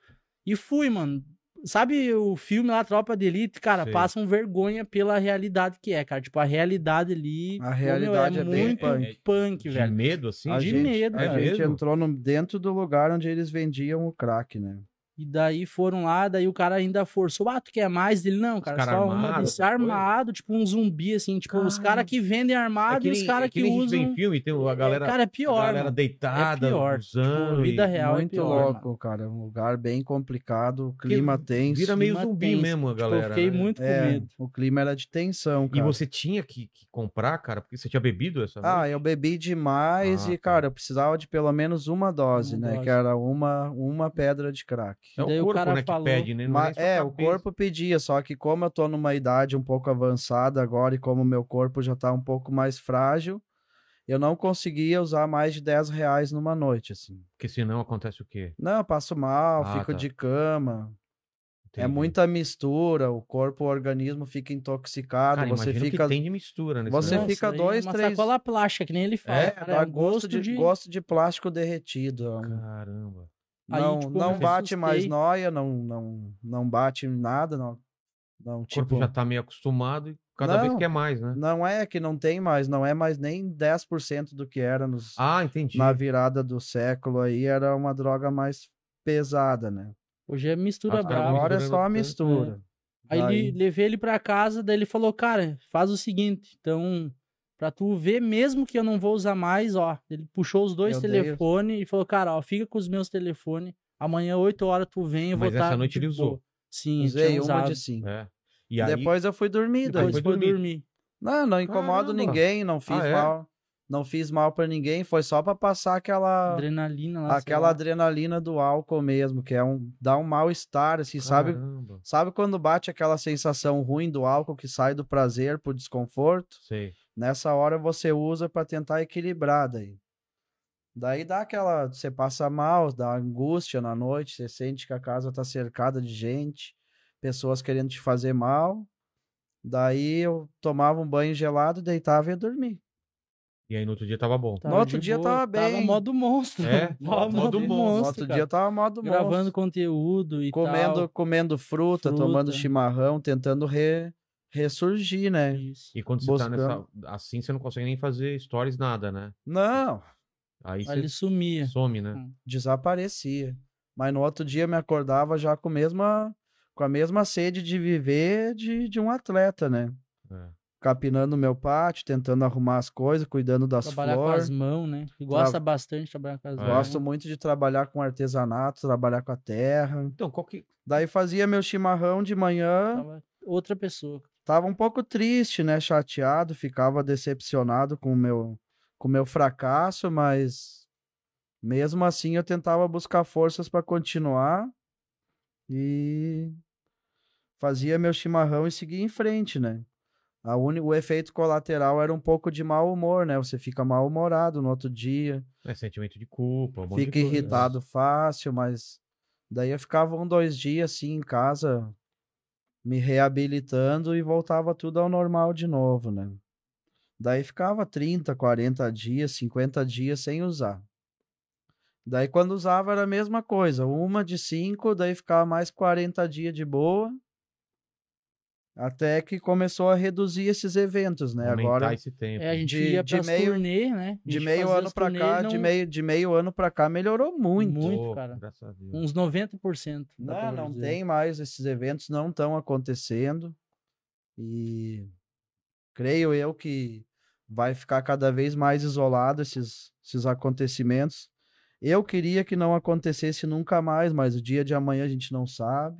[SPEAKER 4] E fui, mano. Sabe o filme lá, Tropa de Elite? Cara,
[SPEAKER 1] Sei.
[SPEAKER 4] passam vergonha pela realidade que é, cara. Tipo, a realidade ali...
[SPEAKER 3] A
[SPEAKER 4] pô, meu,
[SPEAKER 3] realidade é bem
[SPEAKER 4] muito
[SPEAKER 1] punk.
[SPEAKER 4] punk,
[SPEAKER 1] de
[SPEAKER 4] velho.
[SPEAKER 1] medo, assim?
[SPEAKER 3] a
[SPEAKER 4] de
[SPEAKER 3] gente,
[SPEAKER 4] medo,
[SPEAKER 3] a
[SPEAKER 1] é
[SPEAKER 3] gente
[SPEAKER 1] mesmo?
[SPEAKER 3] entrou no- dentro do lugar onde eles vendiam o crack, né?
[SPEAKER 4] E daí foram lá, daí o cara ainda forçou. Ah, tu quer mais dele? Não, cara,
[SPEAKER 1] cara
[SPEAKER 4] só uma
[SPEAKER 1] armado,
[SPEAKER 4] desse
[SPEAKER 1] essas coisas?
[SPEAKER 4] armado, tipo um zumbi, assim. Tipo, os
[SPEAKER 1] Cara.
[SPEAKER 4] caras que vendem armado
[SPEAKER 1] É que
[SPEAKER 4] e os
[SPEAKER 1] nem-
[SPEAKER 4] caras
[SPEAKER 1] é
[SPEAKER 4] que,
[SPEAKER 1] nem a gente vê
[SPEAKER 4] usam...
[SPEAKER 1] em filme, tem a galera,
[SPEAKER 4] cara, é pior,
[SPEAKER 1] a galera
[SPEAKER 4] mano.
[SPEAKER 1] deitada,
[SPEAKER 4] É pior.
[SPEAKER 1] usando.
[SPEAKER 4] Tipo, vida
[SPEAKER 1] e
[SPEAKER 4] real é
[SPEAKER 3] muito
[SPEAKER 4] pior,
[SPEAKER 3] louco, cara. Um lugar bem complicado, o clima tenso.
[SPEAKER 1] Vira meio
[SPEAKER 4] clima
[SPEAKER 1] zumbi
[SPEAKER 4] tenso.
[SPEAKER 1] mesmo a
[SPEAKER 4] Tipo,
[SPEAKER 1] galera.
[SPEAKER 4] eu fiquei
[SPEAKER 1] né?
[SPEAKER 4] muito com
[SPEAKER 3] É,
[SPEAKER 4] medo.
[SPEAKER 3] o clima era de tensão,
[SPEAKER 1] E
[SPEAKER 3] cara.
[SPEAKER 1] você tinha que, que comprar, cara, porque você tinha bebido essa
[SPEAKER 3] Ah,
[SPEAKER 1] noite?
[SPEAKER 3] eu bebi demais
[SPEAKER 1] Ah,
[SPEAKER 3] e,
[SPEAKER 1] tá.
[SPEAKER 3] cara, eu precisava de pelo menos uma dose,
[SPEAKER 4] Uma
[SPEAKER 3] né?
[SPEAKER 4] dose.
[SPEAKER 3] Que era uma, uma pedra de crack.
[SPEAKER 1] É
[SPEAKER 4] daí
[SPEAKER 1] o
[SPEAKER 4] o
[SPEAKER 1] corpo,
[SPEAKER 4] cara
[SPEAKER 1] né,
[SPEAKER 4] falou-
[SPEAKER 1] que pede, né? Não
[SPEAKER 3] Mas,
[SPEAKER 1] nem sua
[SPEAKER 3] é, o
[SPEAKER 1] cabeça.
[SPEAKER 3] corpo pedia, só que como eu tô numa idade um pouco avançada agora e como meu corpo já tá um pouco mais frágil, eu não conseguia usar mais de 10 reais numa noite, assim.
[SPEAKER 1] Porque senão acontece o quê?
[SPEAKER 3] Não, eu passo mal,
[SPEAKER 1] Ah,
[SPEAKER 3] fico
[SPEAKER 1] tá.
[SPEAKER 3] de cama. É
[SPEAKER 1] Entendi.
[SPEAKER 3] muita mistura, o corpo, o organismo fica intoxicado,
[SPEAKER 1] Cara,
[SPEAKER 3] você
[SPEAKER 1] imagina o
[SPEAKER 3] fica
[SPEAKER 1] que tem de mistura nesse
[SPEAKER 3] você
[SPEAKER 1] negócio.
[SPEAKER 3] fica
[SPEAKER 4] isso daí é
[SPEAKER 3] dois,
[SPEAKER 4] uma
[SPEAKER 3] três-
[SPEAKER 4] sacola plástica, que nem ele fala.
[SPEAKER 3] é,
[SPEAKER 1] né,
[SPEAKER 4] cara,
[SPEAKER 3] dá
[SPEAKER 4] um
[SPEAKER 3] gosto de, gosto de plástico derretido. é um-
[SPEAKER 1] Caramba.
[SPEAKER 4] Aí,
[SPEAKER 3] não,
[SPEAKER 4] tipo,
[SPEAKER 3] não
[SPEAKER 4] eu
[SPEAKER 3] bate mais
[SPEAKER 4] assustei.
[SPEAKER 3] noia, não, não, não bate em nada, não, não
[SPEAKER 1] O corpo
[SPEAKER 3] tipo,
[SPEAKER 1] já tá meio acostumado e cada vez
[SPEAKER 3] Não.
[SPEAKER 1] quer mais, né?
[SPEAKER 3] não é que não tem mais, não é mais nem 10% do que era nos,
[SPEAKER 1] Ah, entendi.
[SPEAKER 3] na virada do século aí, era uma droga mais pesada, né?
[SPEAKER 4] Hoje é
[SPEAKER 1] Ah,
[SPEAKER 4] mistura
[SPEAKER 1] os caras
[SPEAKER 4] brava.
[SPEAKER 3] Agora é
[SPEAKER 1] misturando
[SPEAKER 3] só a
[SPEAKER 1] tanto, né?
[SPEAKER 3] mistura.
[SPEAKER 4] Aí
[SPEAKER 3] Daí-
[SPEAKER 4] ele- levei ele pra casa, daí ele falou, cara, faz o seguinte, então, pra tu ver mesmo que eu não vou usar mais, ó. Ele puxou os dois
[SPEAKER 3] Meu Deus.
[SPEAKER 4] telefones e falou, cara, ó, fica com os meus telefones, amanhã 8 horas tu vem, eu vou
[SPEAKER 1] Mas
[SPEAKER 4] estar...
[SPEAKER 1] essa noite ele usou.
[SPEAKER 4] Sim, eu
[SPEAKER 3] Usei
[SPEAKER 4] tinha
[SPEAKER 3] uma
[SPEAKER 4] usado.
[SPEAKER 3] de cinco.
[SPEAKER 1] É. E aí,
[SPEAKER 3] Depois eu fui dormir.
[SPEAKER 1] Depois
[SPEAKER 3] Daí.
[SPEAKER 4] Depois foi
[SPEAKER 1] dormir.
[SPEAKER 4] dormir.
[SPEAKER 3] Não, não
[SPEAKER 1] Caramba.
[SPEAKER 3] incomodo ninguém, não fiz
[SPEAKER 1] Ah, é?
[SPEAKER 3] mal. Não fiz mal pra ninguém, foi só pra passar aquela
[SPEAKER 4] Adrenalina lá. sei
[SPEAKER 3] Ah, aquela
[SPEAKER 1] assim,
[SPEAKER 4] lá.
[SPEAKER 1] né?
[SPEAKER 3] adrenalina do álcool mesmo, que é um dá um mal-estar, assim, sabe?
[SPEAKER 1] Caramba.
[SPEAKER 3] Sabe quando bate aquela sensação ruim do álcool que sai do prazer pro desconforto?
[SPEAKER 1] Sei.
[SPEAKER 3] Nessa hora você usa pra tentar equilibrar daí. Daí dá aquela, você passa mal, dá angústia na noite, você sente que a casa tá cercada de gente, pessoas querendo te fazer mal. Daí eu tomava um banho gelado, deitava e ia dormir.
[SPEAKER 1] E aí no outro dia tava bom.
[SPEAKER 4] Tava
[SPEAKER 3] No outro
[SPEAKER 4] de
[SPEAKER 3] dia tava
[SPEAKER 4] Tava
[SPEAKER 3] bem.
[SPEAKER 4] modo monstro.
[SPEAKER 1] É? Modo
[SPEAKER 4] Tava
[SPEAKER 1] monstro,
[SPEAKER 4] modo
[SPEAKER 3] No
[SPEAKER 4] monstro.
[SPEAKER 3] outro
[SPEAKER 4] cara.
[SPEAKER 3] dia eu tava modo
[SPEAKER 4] gravando
[SPEAKER 3] monstro.
[SPEAKER 4] conteúdo e
[SPEAKER 3] comendo,
[SPEAKER 4] tal.
[SPEAKER 3] comendo fruta, tomando
[SPEAKER 4] Fruta.
[SPEAKER 3] chimarrão, tentando re- ressurgir, né?
[SPEAKER 4] Isso.
[SPEAKER 1] E quando você tá
[SPEAKER 3] Buscando.
[SPEAKER 1] nessa. Assim você não consegue nem fazer stories, nada, né?
[SPEAKER 3] Não,
[SPEAKER 1] Aí
[SPEAKER 4] Aí ele
[SPEAKER 1] você
[SPEAKER 4] sumia.
[SPEAKER 1] some, né?
[SPEAKER 3] desaparecia. Mas no outro dia eu me acordava já com, mesma, com a mesma sede de viver de, de um atleta, né?
[SPEAKER 1] É.
[SPEAKER 3] Capinando meu pátio, tentando arrumar as coisas, cuidando das
[SPEAKER 4] Trabalhar com as
[SPEAKER 3] flores.
[SPEAKER 4] mãos, né? E gosta bastante de trabalhar com as
[SPEAKER 1] É.
[SPEAKER 4] mãos.
[SPEAKER 3] Gosto muito de trabalhar com artesanato, trabalhar com a terra.
[SPEAKER 1] Então, qual que.
[SPEAKER 3] Daí fazia meu chimarrão de manhã.
[SPEAKER 4] Tava Outra pessoa.
[SPEAKER 3] tava um pouco triste, né? Chateado, ficava decepcionado com o meu, com o meu fracasso, mas mesmo assim eu tentava buscar forças para continuar e fazia meu chimarrão e seguia em frente, né? A uni- O efeito colateral era um pouco de mau humor, né? Você fica mal-humorado no outro dia,
[SPEAKER 1] É sentimento de culpa. Um monte
[SPEAKER 3] fica
[SPEAKER 1] de coisa.
[SPEAKER 3] irritado fácil, mas daí eu ficava um, dois dias assim em casa, me reabilitando e voltava tudo ao normal de novo, né? Daí ficava 30, 40 dias, 50 dias sem usar. Daí quando usava era a mesma coisa, uma de cinco, daí ficava mais 40 dias de boa. Até que começou a reduzir esses eventos, né?
[SPEAKER 1] Aumentar
[SPEAKER 3] Agora
[SPEAKER 1] esse tempo.
[SPEAKER 4] É, a gente
[SPEAKER 3] De-
[SPEAKER 4] ia
[SPEAKER 3] de
[SPEAKER 4] pras
[SPEAKER 3] meio-
[SPEAKER 4] turnê, né? A
[SPEAKER 3] de
[SPEAKER 4] gente
[SPEAKER 3] meio
[SPEAKER 4] fazia
[SPEAKER 3] ano
[SPEAKER 4] as
[SPEAKER 3] pra
[SPEAKER 4] turnê,
[SPEAKER 3] cá,
[SPEAKER 4] não-
[SPEAKER 3] de meio de meio ano pra cá melhorou muito.
[SPEAKER 1] Pô,
[SPEAKER 4] muito, cara. Hum.
[SPEAKER 1] graças a Deus.
[SPEAKER 4] Uns 90%. dá pra
[SPEAKER 3] Não, Né, não
[SPEAKER 4] dizer.
[SPEAKER 3] tem mais esses eventos, não estão acontecendo. E creio eu que vai ficar cada vez mais isolado esses, esses acontecimentos. Eu queria que não acontecesse nunca mais, mas o dia de amanhã a gente não sabe.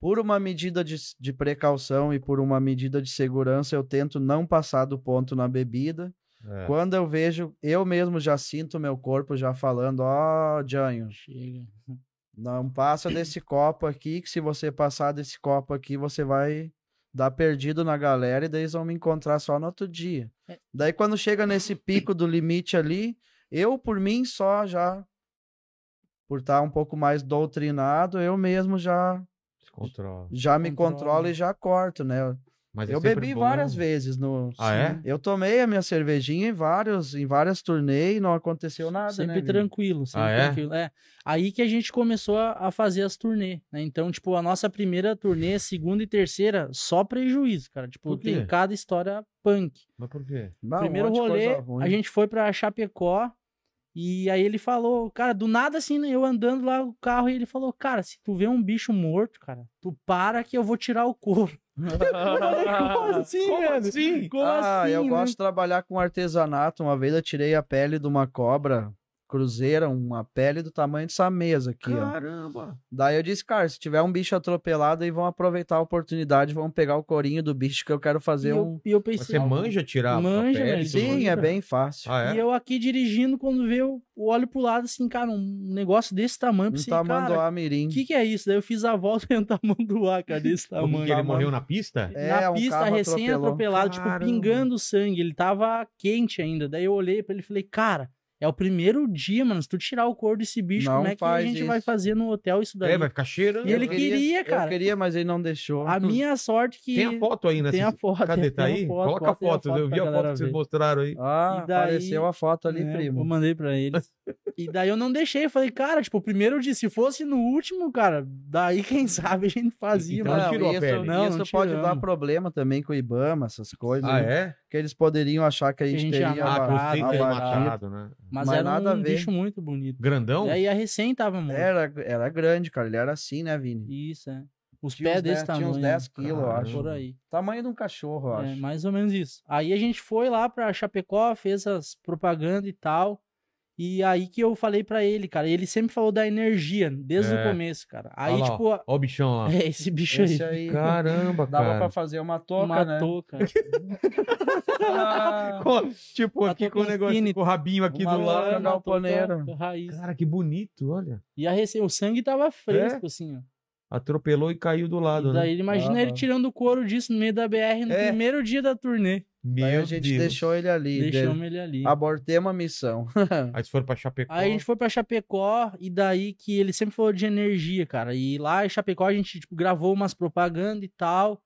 [SPEAKER 3] Por uma medida de, s- de precaução e por uma medida de segurança, eu tento não passar do ponto na bebida.
[SPEAKER 1] É.
[SPEAKER 3] Quando eu vejo, eu mesmo já sinto meu corpo já falando: Ó, Janho,
[SPEAKER 4] Chega.
[SPEAKER 3] não passa desse copo aqui, que se você passar desse copo aqui, você vai dar perdido na galera e daí eles vão me encontrar só no outro dia.
[SPEAKER 4] É.
[SPEAKER 3] Daí quando chega nesse pico do limite ali, eu por mim só já por estar um pouco mais doutrinado, eu mesmo já
[SPEAKER 1] Descontrola.
[SPEAKER 3] já me
[SPEAKER 4] Controla.
[SPEAKER 3] controlo e já corto, né?
[SPEAKER 1] Mas é
[SPEAKER 3] eu
[SPEAKER 1] sempre
[SPEAKER 3] bebi
[SPEAKER 1] bom.
[SPEAKER 3] várias vezes no
[SPEAKER 1] Ah, é?
[SPEAKER 4] Sim.
[SPEAKER 3] Eu tomei a minha cervejinha em vários em várias turnês e não aconteceu nada, né?
[SPEAKER 4] Sempre
[SPEAKER 3] Lino?
[SPEAKER 4] tranquilo, sempre
[SPEAKER 1] Ah, é?
[SPEAKER 4] tranquilo. É. Aí que a gente começou a, a fazer as turnê, né? Então, tipo, a nossa primeira turnê, segunda e terceira, só prejuízo, cara. Tipo,
[SPEAKER 1] Por quê?
[SPEAKER 4] tem cada história punk.
[SPEAKER 1] Mas por quê?
[SPEAKER 3] Bah, um
[SPEAKER 4] Primeiro
[SPEAKER 3] monte de coisa
[SPEAKER 4] rolê,
[SPEAKER 3] ruim.
[SPEAKER 4] a gente foi pra Chapecó e aí ele falou, cara, do nada assim, né, eu andando lá o carro e ele falou, cara, se tu vê um bicho morto, cara, tu para que eu vou tirar o couro. Como assim,
[SPEAKER 1] Como
[SPEAKER 4] velho?
[SPEAKER 1] assim?
[SPEAKER 4] Como
[SPEAKER 3] ah,
[SPEAKER 4] assim,
[SPEAKER 3] eu
[SPEAKER 4] né?
[SPEAKER 3] gosto de trabalhar com artesanato. Uma vez eu tirei a pele de uma cobra cruzeira, uma pele do tamanho dessa mesa aqui, ó.
[SPEAKER 1] Caramba.
[SPEAKER 3] Daí eu disse, cara, se tiver um bicho atropelado, aí vão aproveitar a oportunidade, vão pegar o corinho do bicho que eu quero
[SPEAKER 4] E
[SPEAKER 3] fazer um.
[SPEAKER 4] eu, né? e eu
[SPEAKER 1] Mas
[SPEAKER 4] pensei,
[SPEAKER 1] você manja tirar
[SPEAKER 4] Manja,
[SPEAKER 1] a pele?
[SPEAKER 4] velho.
[SPEAKER 1] tu manja?
[SPEAKER 3] Sim, é bem fácil.
[SPEAKER 1] Ah, é?
[SPEAKER 4] E eu aqui dirigindo, quando vê, eu olho pro lado assim, cara, um negócio desse tamanho, eu
[SPEAKER 3] um
[SPEAKER 4] pensei, cara,
[SPEAKER 3] tamanduá mirim.
[SPEAKER 4] o que que é isso? Daí eu fiz a volta e um tamanduá, cara, desse
[SPEAKER 1] Por que que
[SPEAKER 4] tamanho.
[SPEAKER 1] ele morreu na pista?
[SPEAKER 3] É,
[SPEAKER 4] na
[SPEAKER 3] um
[SPEAKER 4] pista,
[SPEAKER 3] carro
[SPEAKER 4] recém
[SPEAKER 3] atropelou.
[SPEAKER 4] atropelado, tipo,
[SPEAKER 1] Caramba.
[SPEAKER 4] pingando sangue. Ele tava quente ainda. Daí eu olhei pra ele e falei, cara, é o primeiro dia, mano. Se tu tirar o couro desse bicho,
[SPEAKER 3] Não
[SPEAKER 4] como é que a
[SPEAKER 3] faz
[SPEAKER 4] gente
[SPEAKER 3] isso.
[SPEAKER 4] vai fazer no hotel isso daí?
[SPEAKER 1] É, vai ficar cheirando.
[SPEAKER 4] E ele
[SPEAKER 3] Eu
[SPEAKER 4] queria, cara.
[SPEAKER 3] Eu queria, mas ele não deixou.
[SPEAKER 4] A minha sorte que...
[SPEAKER 1] Tem a foto aí, né?
[SPEAKER 4] Tem a foto,
[SPEAKER 1] Cadê?
[SPEAKER 4] tem
[SPEAKER 1] Tá
[SPEAKER 4] a
[SPEAKER 1] aí?
[SPEAKER 4] foto,
[SPEAKER 1] Coloca a
[SPEAKER 4] bota aí a
[SPEAKER 1] foto.
[SPEAKER 4] foto
[SPEAKER 1] Eu vi
[SPEAKER 4] pra
[SPEAKER 1] a foto
[SPEAKER 4] galera
[SPEAKER 1] que vocês
[SPEAKER 4] ver.
[SPEAKER 1] mostraram aí.
[SPEAKER 3] Ah,
[SPEAKER 4] E daí-
[SPEAKER 3] apareceu a foto ali,
[SPEAKER 4] né, Eu
[SPEAKER 3] primo.
[SPEAKER 4] mandei pra ele. E daí eu não deixei, eu falei, cara, tipo, o primeiro dia, se fosse no último, cara, daí quem sabe a gente fazia,
[SPEAKER 1] Então,
[SPEAKER 4] mano.
[SPEAKER 1] não tirou a
[SPEAKER 3] isso,
[SPEAKER 1] pele.
[SPEAKER 4] Não,
[SPEAKER 3] isso
[SPEAKER 4] não
[SPEAKER 3] pode dar
[SPEAKER 4] tiramos.
[SPEAKER 3] problema também com o Ibama, essas coisas.
[SPEAKER 1] Ah,
[SPEAKER 3] né?
[SPEAKER 1] é?
[SPEAKER 3] Que eles poderiam achar que a
[SPEAKER 4] Que a
[SPEAKER 3] gente,
[SPEAKER 4] gente ia
[SPEAKER 3] teria
[SPEAKER 4] matar,
[SPEAKER 3] uma-
[SPEAKER 1] Ah,
[SPEAKER 4] Abarato,
[SPEAKER 1] conceito de
[SPEAKER 4] abarato.
[SPEAKER 1] machado, né?
[SPEAKER 4] Mas,
[SPEAKER 3] mas
[SPEAKER 4] era
[SPEAKER 3] nada a
[SPEAKER 4] um
[SPEAKER 3] ver. É,
[SPEAKER 4] bicho muito bonito.
[SPEAKER 1] Grandão?
[SPEAKER 4] E aí a recém tava morto.
[SPEAKER 3] Era, era grande, cara. Ele era assim, né, Vini?
[SPEAKER 4] Isso, é. Os
[SPEAKER 3] Tinha
[SPEAKER 4] pés
[SPEAKER 3] uns
[SPEAKER 4] desse
[SPEAKER 3] 10 tinha
[SPEAKER 4] tamanho.
[SPEAKER 3] uns 10 quilos, eu
[SPEAKER 1] Caramba.
[SPEAKER 3] acho.
[SPEAKER 4] Por aí.
[SPEAKER 3] Tamanho de um cachorro, eu
[SPEAKER 4] É,
[SPEAKER 3] acho.
[SPEAKER 4] mais ou menos isso. Aí a gente foi lá pra Chapecó, fez as propagandas e tal. E aí que eu falei pra ele, cara. Ele sempre falou da energia, desde
[SPEAKER 1] É.
[SPEAKER 4] o começo, cara. Aí,
[SPEAKER 1] Olha lá,
[SPEAKER 4] tipo,
[SPEAKER 1] ó. Ó o bichão lá.
[SPEAKER 4] é esse bicho
[SPEAKER 3] Esse
[SPEAKER 4] aí.
[SPEAKER 3] aí né?
[SPEAKER 1] Caramba,
[SPEAKER 3] dava
[SPEAKER 1] cara.
[SPEAKER 3] pra fazer uma toca, né?
[SPEAKER 4] matou, cara.
[SPEAKER 3] Ah,
[SPEAKER 1] com, tipo,
[SPEAKER 4] Tá
[SPEAKER 1] aqui com o
[SPEAKER 4] tocando
[SPEAKER 1] negócio,
[SPEAKER 4] fine.
[SPEAKER 1] com o rabinho aqui do lado. é
[SPEAKER 3] malandro. galponeira.
[SPEAKER 4] Raiz.
[SPEAKER 1] Cara, que bonito, olha.
[SPEAKER 4] E a rece... o sangue tava fresco, assim, ó.
[SPEAKER 1] Atropelou e caiu do
[SPEAKER 4] E
[SPEAKER 1] lado,
[SPEAKER 4] daí
[SPEAKER 1] né?
[SPEAKER 4] ele imagina ele
[SPEAKER 3] Aham.
[SPEAKER 4] tirando o couro disso no meio da BR no
[SPEAKER 1] É.
[SPEAKER 4] primeiro dia da turnê.
[SPEAKER 1] Meu
[SPEAKER 3] Daí a gente
[SPEAKER 1] Deus.
[SPEAKER 3] deixou ele ali.
[SPEAKER 4] Deixamos
[SPEAKER 3] de-
[SPEAKER 4] ele ali.
[SPEAKER 3] Abortemos a missão.
[SPEAKER 1] Aí se for pra Chapecó.
[SPEAKER 4] Aí a gente foi pra Chapecó e daí que ele sempre falou de energia, cara. E lá em Chapecó a gente tipo, gravou umas propagandas e tal.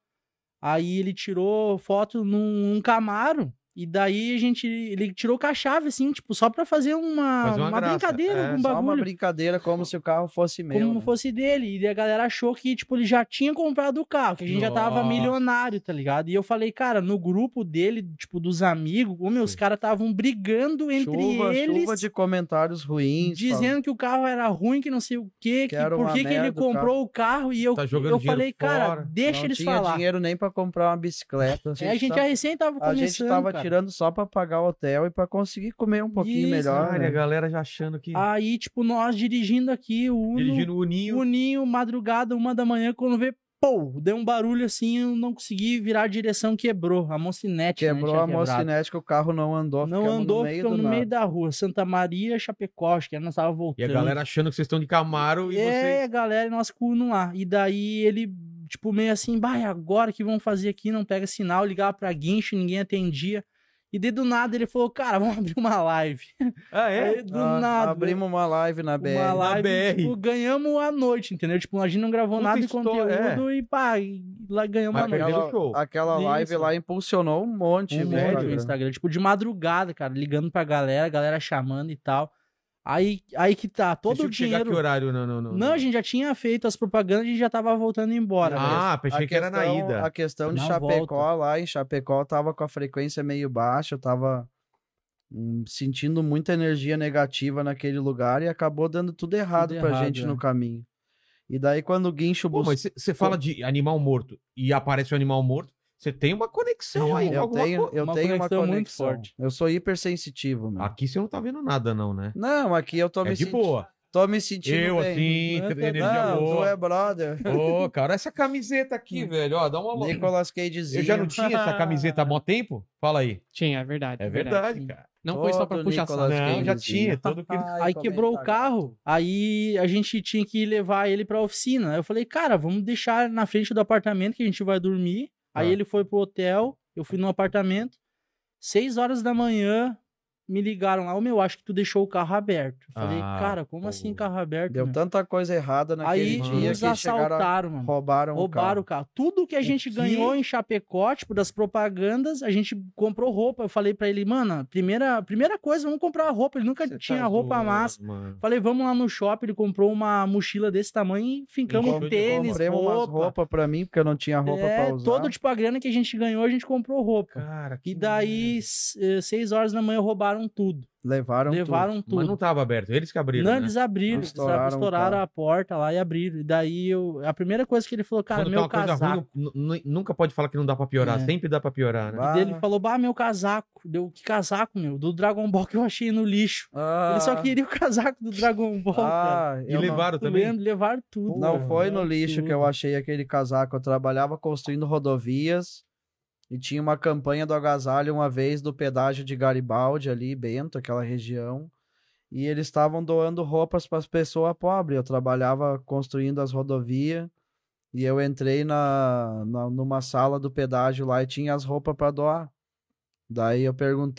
[SPEAKER 4] Aí ele tirou foto num, num Camaro. E daí a gente. Ele tirou com a chave, assim, tipo, só pra fazer uma,
[SPEAKER 1] Fazer uma
[SPEAKER 4] uma,
[SPEAKER 1] graça,
[SPEAKER 4] brincadeira,
[SPEAKER 1] é,
[SPEAKER 4] um
[SPEAKER 3] Só uma
[SPEAKER 4] bagulho.
[SPEAKER 3] brincadeira, como se o carro fosse meu.
[SPEAKER 4] como
[SPEAKER 3] né?
[SPEAKER 4] fosse dele. E a galera achou que, tipo, ele já tinha comprado o carro, que a gente já tava
[SPEAKER 1] Nossa.
[SPEAKER 4] milionário, tá ligado? E eu falei, cara, no grupo dele, tipo, dos amigos, ô, meu, os
[SPEAKER 1] Sim.
[SPEAKER 4] caras estavam brigando entre
[SPEAKER 3] chuva,
[SPEAKER 4] eles.
[SPEAKER 3] chuva de comentários ruins.
[SPEAKER 4] Dizendo que o carro era ruim, que não sei o quê, que
[SPEAKER 3] Era
[SPEAKER 4] por
[SPEAKER 3] uma
[SPEAKER 4] que, que ele
[SPEAKER 3] merda o carro.
[SPEAKER 4] comprou o carro e eu,
[SPEAKER 1] Tá jogando
[SPEAKER 4] eu
[SPEAKER 1] dinheiro
[SPEAKER 4] falei,
[SPEAKER 1] fora.
[SPEAKER 4] cara,
[SPEAKER 3] falando,
[SPEAKER 4] deixa
[SPEAKER 3] não
[SPEAKER 4] eles
[SPEAKER 3] tinha
[SPEAKER 4] falar.
[SPEAKER 3] dinheiro nem pra comprar uma bicicleta.
[SPEAKER 4] É, a gente
[SPEAKER 3] tava,
[SPEAKER 4] recém tava
[SPEAKER 3] a
[SPEAKER 4] começando,
[SPEAKER 3] gente tava
[SPEAKER 4] cara.
[SPEAKER 3] tirando só pra pagar o hotel e pra conseguir comer um pouquinho
[SPEAKER 4] Isso,
[SPEAKER 3] melhor.
[SPEAKER 1] Olha,
[SPEAKER 3] né?
[SPEAKER 1] a galera já achando que.
[SPEAKER 4] Aí, tipo, nós dirigindo aqui o Uno,
[SPEAKER 1] Dirigindo o
[SPEAKER 4] o
[SPEAKER 1] Uninho.
[SPEAKER 4] Uninho, madrugada, uma da manhã, quando vê, pô, deu um barulho assim, eu não consegui virar a direção, quebrou a mocinete. né,
[SPEAKER 3] Quebrou
[SPEAKER 4] tinha
[SPEAKER 3] a
[SPEAKER 4] quebrado.
[SPEAKER 3] mocinete que o carro não andou.
[SPEAKER 4] Não
[SPEAKER 3] ficamos
[SPEAKER 4] andou,
[SPEAKER 3] no meio
[SPEAKER 4] ficamos
[SPEAKER 3] do
[SPEAKER 4] no meio
[SPEAKER 3] nada.
[SPEAKER 4] da rua, Santa Maria, Chapecó, acho que nós tava
[SPEAKER 1] E a
[SPEAKER 4] voltando.
[SPEAKER 1] galera achando que vocês estão de Camaro e
[SPEAKER 4] É,
[SPEAKER 1] vocês.
[SPEAKER 4] a galera, e nós com o Uno lá. E daí ele, tipo, meio assim, bah, e agora que vão fazer aqui? Não pega sinal, ligava pra guincho, ninguém atendia. E daí do nada ele falou, cara, vamos abrir uma live.
[SPEAKER 1] Ah,
[SPEAKER 4] Aí, do
[SPEAKER 3] Ah,
[SPEAKER 4] nada.
[SPEAKER 3] Abrimos uma live na BR.
[SPEAKER 4] Uma live,
[SPEAKER 1] BR.
[SPEAKER 4] tipo, ganhamos a noite, entendeu? Tipo, a gente não gravou
[SPEAKER 1] Puta é.
[SPEAKER 4] nada de
[SPEAKER 1] história,
[SPEAKER 4] conteúdo e pá, e lá ganhamos
[SPEAKER 1] Mas
[SPEAKER 4] a noite.
[SPEAKER 1] Ah, perdeu o show.
[SPEAKER 3] Aquela live
[SPEAKER 4] Isso.
[SPEAKER 3] lá impulsionou um monte.
[SPEAKER 4] Um
[SPEAKER 3] o
[SPEAKER 4] monte
[SPEAKER 1] Instagram.
[SPEAKER 4] no Instagram. Tipo, de madrugada, cara, ligando pra galera, galera chamando e tal. Aí, aí que tá, todo o
[SPEAKER 1] Vocês tinham que chegar
[SPEAKER 4] dinheiro...
[SPEAKER 1] tipo que horário? Não, não, não.
[SPEAKER 4] Não, a gente já tinha feito as propagandas, a gente já tava voltando embora. né?
[SPEAKER 1] Ah,
[SPEAKER 3] A
[SPEAKER 1] pensei que era na
[SPEAKER 3] questão-
[SPEAKER 1] ida.
[SPEAKER 3] A questão de
[SPEAKER 4] Na
[SPEAKER 3] Chapecó lá, em Chapecó tava com a frequência meio baixa, eu tava hum, sentindo muita energia negativa naquele lugar e acabou dando tudo errado pra
[SPEAKER 4] errado,
[SPEAKER 3] gente
[SPEAKER 4] é.
[SPEAKER 3] no caminho. E daí quando o guincho
[SPEAKER 1] Pô,
[SPEAKER 3] buscou...
[SPEAKER 1] mas você fala de animal morto e aparece o animal morto, você tem uma conexão
[SPEAKER 4] Tem
[SPEAKER 1] aí,
[SPEAKER 4] uma-
[SPEAKER 1] eu
[SPEAKER 3] Eu
[SPEAKER 1] alguma
[SPEAKER 3] tenho,
[SPEAKER 1] coisa.
[SPEAKER 3] eu
[SPEAKER 4] uma
[SPEAKER 3] tenho uma
[SPEAKER 4] conexão muito
[SPEAKER 3] conexão.
[SPEAKER 4] forte.
[SPEAKER 3] Eu sou hipersensitivo, mano.
[SPEAKER 1] Aqui você não tá vendo nada, não, né?
[SPEAKER 3] Não, aqui eu tô
[SPEAKER 1] é
[SPEAKER 3] me
[SPEAKER 1] de
[SPEAKER 3] sentindo...
[SPEAKER 1] boa.
[SPEAKER 3] Tô me sentindo
[SPEAKER 1] Eu,
[SPEAKER 3] bem.
[SPEAKER 1] assim,
[SPEAKER 4] Não,
[SPEAKER 1] entre energia
[SPEAKER 3] Não, tu é
[SPEAKER 1] boa.
[SPEAKER 3] brother.
[SPEAKER 1] Ô, cara, essa camiseta aqui, velho, ó, dá uma olhada.
[SPEAKER 3] Nicolas Cagezinho.
[SPEAKER 1] Eu já não tinha essa camiseta há bom tempo? Fala aí.
[SPEAKER 2] Tinha, é verdade.
[SPEAKER 1] É verdade, cara.
[SPEAKER 2] Não foi só pra
[SPEAKER 3] Todo
[SPEAKER 2] puxar saco.
[SPEAKER 3] Nicolas
[SPEAKER 2] né?
[SPEAKER 1] Não,
[SPEAKER 3] Cagezinho.
[SPEAKER 1] já tinha, todo que-
[SPEAKER 3] Ai,
[SPEAKER 4] Aí
[SPEAKER 3] como
[SPEAKER 4] quebrou
[SPEAKER 3] ele
[SPEAKER 4] o
[SPEAKER 3] tá
[SPEAKER 4] carro, aí a gente tinha que levar ele pra oficina. Eu falei, cara, vamos deixar na frente do apartamento que a gente vai dormir. Aí
[SPEAKER 1] Tá.
[SPEAKER 4] ele foi pro hotel, eu fui no apartamento. Seis horas da manhã, me ligaram lá, ô meu, acho que tu deixou o carro aberto. Eu falei,
[SPEAKER 1] Ah,
[SPEAKER 4] cara, como assim
[SPEAKER 1] pô.
[SPEAKER 4] carro aberto?
[SPEAKER 3] Deu
[SPEAKER 4] meu?"
[SPEAKER 3] tanta coisa errada naquele
[SPEAKER 4] Aí
[SPEAKER 3] dia
[SPEAKER 4] nos
[SPEAKER 3] que chegaram, um
[SPEAKER 4] assaltaram, mano.
[SPEAKER 3] roubaram,
[SPEAKER 4] Roubaram
[SPEAKER 3] o
[SPEAKER 4] o carro. Tudo que a gente
[SPEAKER 1] quê?
[SPEAKER 4] ganhou em Chapecó, tipo, das propagandas, a gente comprou roupa. Eu falei pra ele, mano, primeira, primeira coisa, vamos comprar roupa. Ele nunca
[SPEAKER 1] Cê
[SPEAKER 4] tinha
[SPEAKER 1] tá
[SPEAKER 4] roupa
[SPEAKER 1] zoando,
[SPEAKER 4] massa.
[SPEAKER 1] mano.
[SPEAKER 4] Falei, vamos lá no shopping. Ele comprou uma mochila desse tamanho e
[SPEAKER 1] Encheu
[SPEAKER 4] fincamos
[SPEAKER 1] de
[SPEAKER 4] tênis,
[SPEAKER 3] Comprei umas
[SPEAKER 4] roupa.
[SPEAKER 3] roupas pra mim, porque eu não tinha roupa
[SPEAKER 4] é,
[SPEAKER 3] pra usar.
[SPEAKER 4] todo tipo a grana que a gente ganhou, a gente comprou roupa.
[SPEAKER 1] Cara, que
[SPEAKER 4] E daí,
[SPEAKER 1] merda.
[SPEAKER 4] s- eh, seis horas da manhã, roubaram tudo.
[SPEAKER 3] Levaram, tudo.
[SPEAKER 4] levaram
[SPEAKER 1] Mas
[SPEAKER 4] tudo.
[SPEAKER 1] não tava aberto, eles que abriram,
[SPEAKER 4] Não,
[SPEAKER 1] né?
[SPEAKER 4] eles abriram,
[SPEAKER 3] Não,
[SPEAKER 4] eles
[SPEAKER 3] estouraram
[SPEAKER 4] estouraram,
[SPEAKER 3] o carro.
[SPEAKER 4] a porta lá e abriram. E daí, eu, a primeira coisa que ele falou, cara,
[SPEAKER 1] Quando tá
[SPEAKER 4] meu
[SPEAKER 1] uma coisa
[SPEAKER 4] casaco.
[SPEAKER 1] ruim, nu- nu- nunca pode falar que não dá pra piorar,
[SPEAKER 4] É.
[SPEAKER 1] sempre dá pra piorar, né?
[SPEAKER 3] Bah.
[SPEAKER 4] E daí ele falou, bah, meu casaco. Deu, que casaco, meu? Do Dragon Ball que eu achei no lixo.
[SPEAKER 3] Ah,
[SPEAKER 4] Ele só queria o casaco do Dragon Ball, cara.
[SPEAKER 3] Ah,
[SPEAKER 1] E
[SPEAKER 3] eu não-
[SPEAKER 1] levaram
[SPEAKER 4] Tu
[SPEAKER 1] também?
[SPEAKER 4] lembra? Levaram tudo. né?
[SPEAKER 3] Não,
[SPEAKER 4] cara.
[SPEAKER 3] foi no
[SPEAKER 4] Levaram
[SPEAKER 3] lixo que eu
[SPEAKER 4] tudo.
[SPEAKER 3] achei aquele casaco. Eu trabalhava construindo rodovias e tinha uma campanha do agasalho uma vez do pedágio de Garibaldi ali, Bento, aquela região. E eles estavam doando roupas para as pessoas pobres. Eu trabalhava construindo as rodovias e eu entrei na, na- numa sala do pedágio lá e tinha as roupas para doar. Daí eu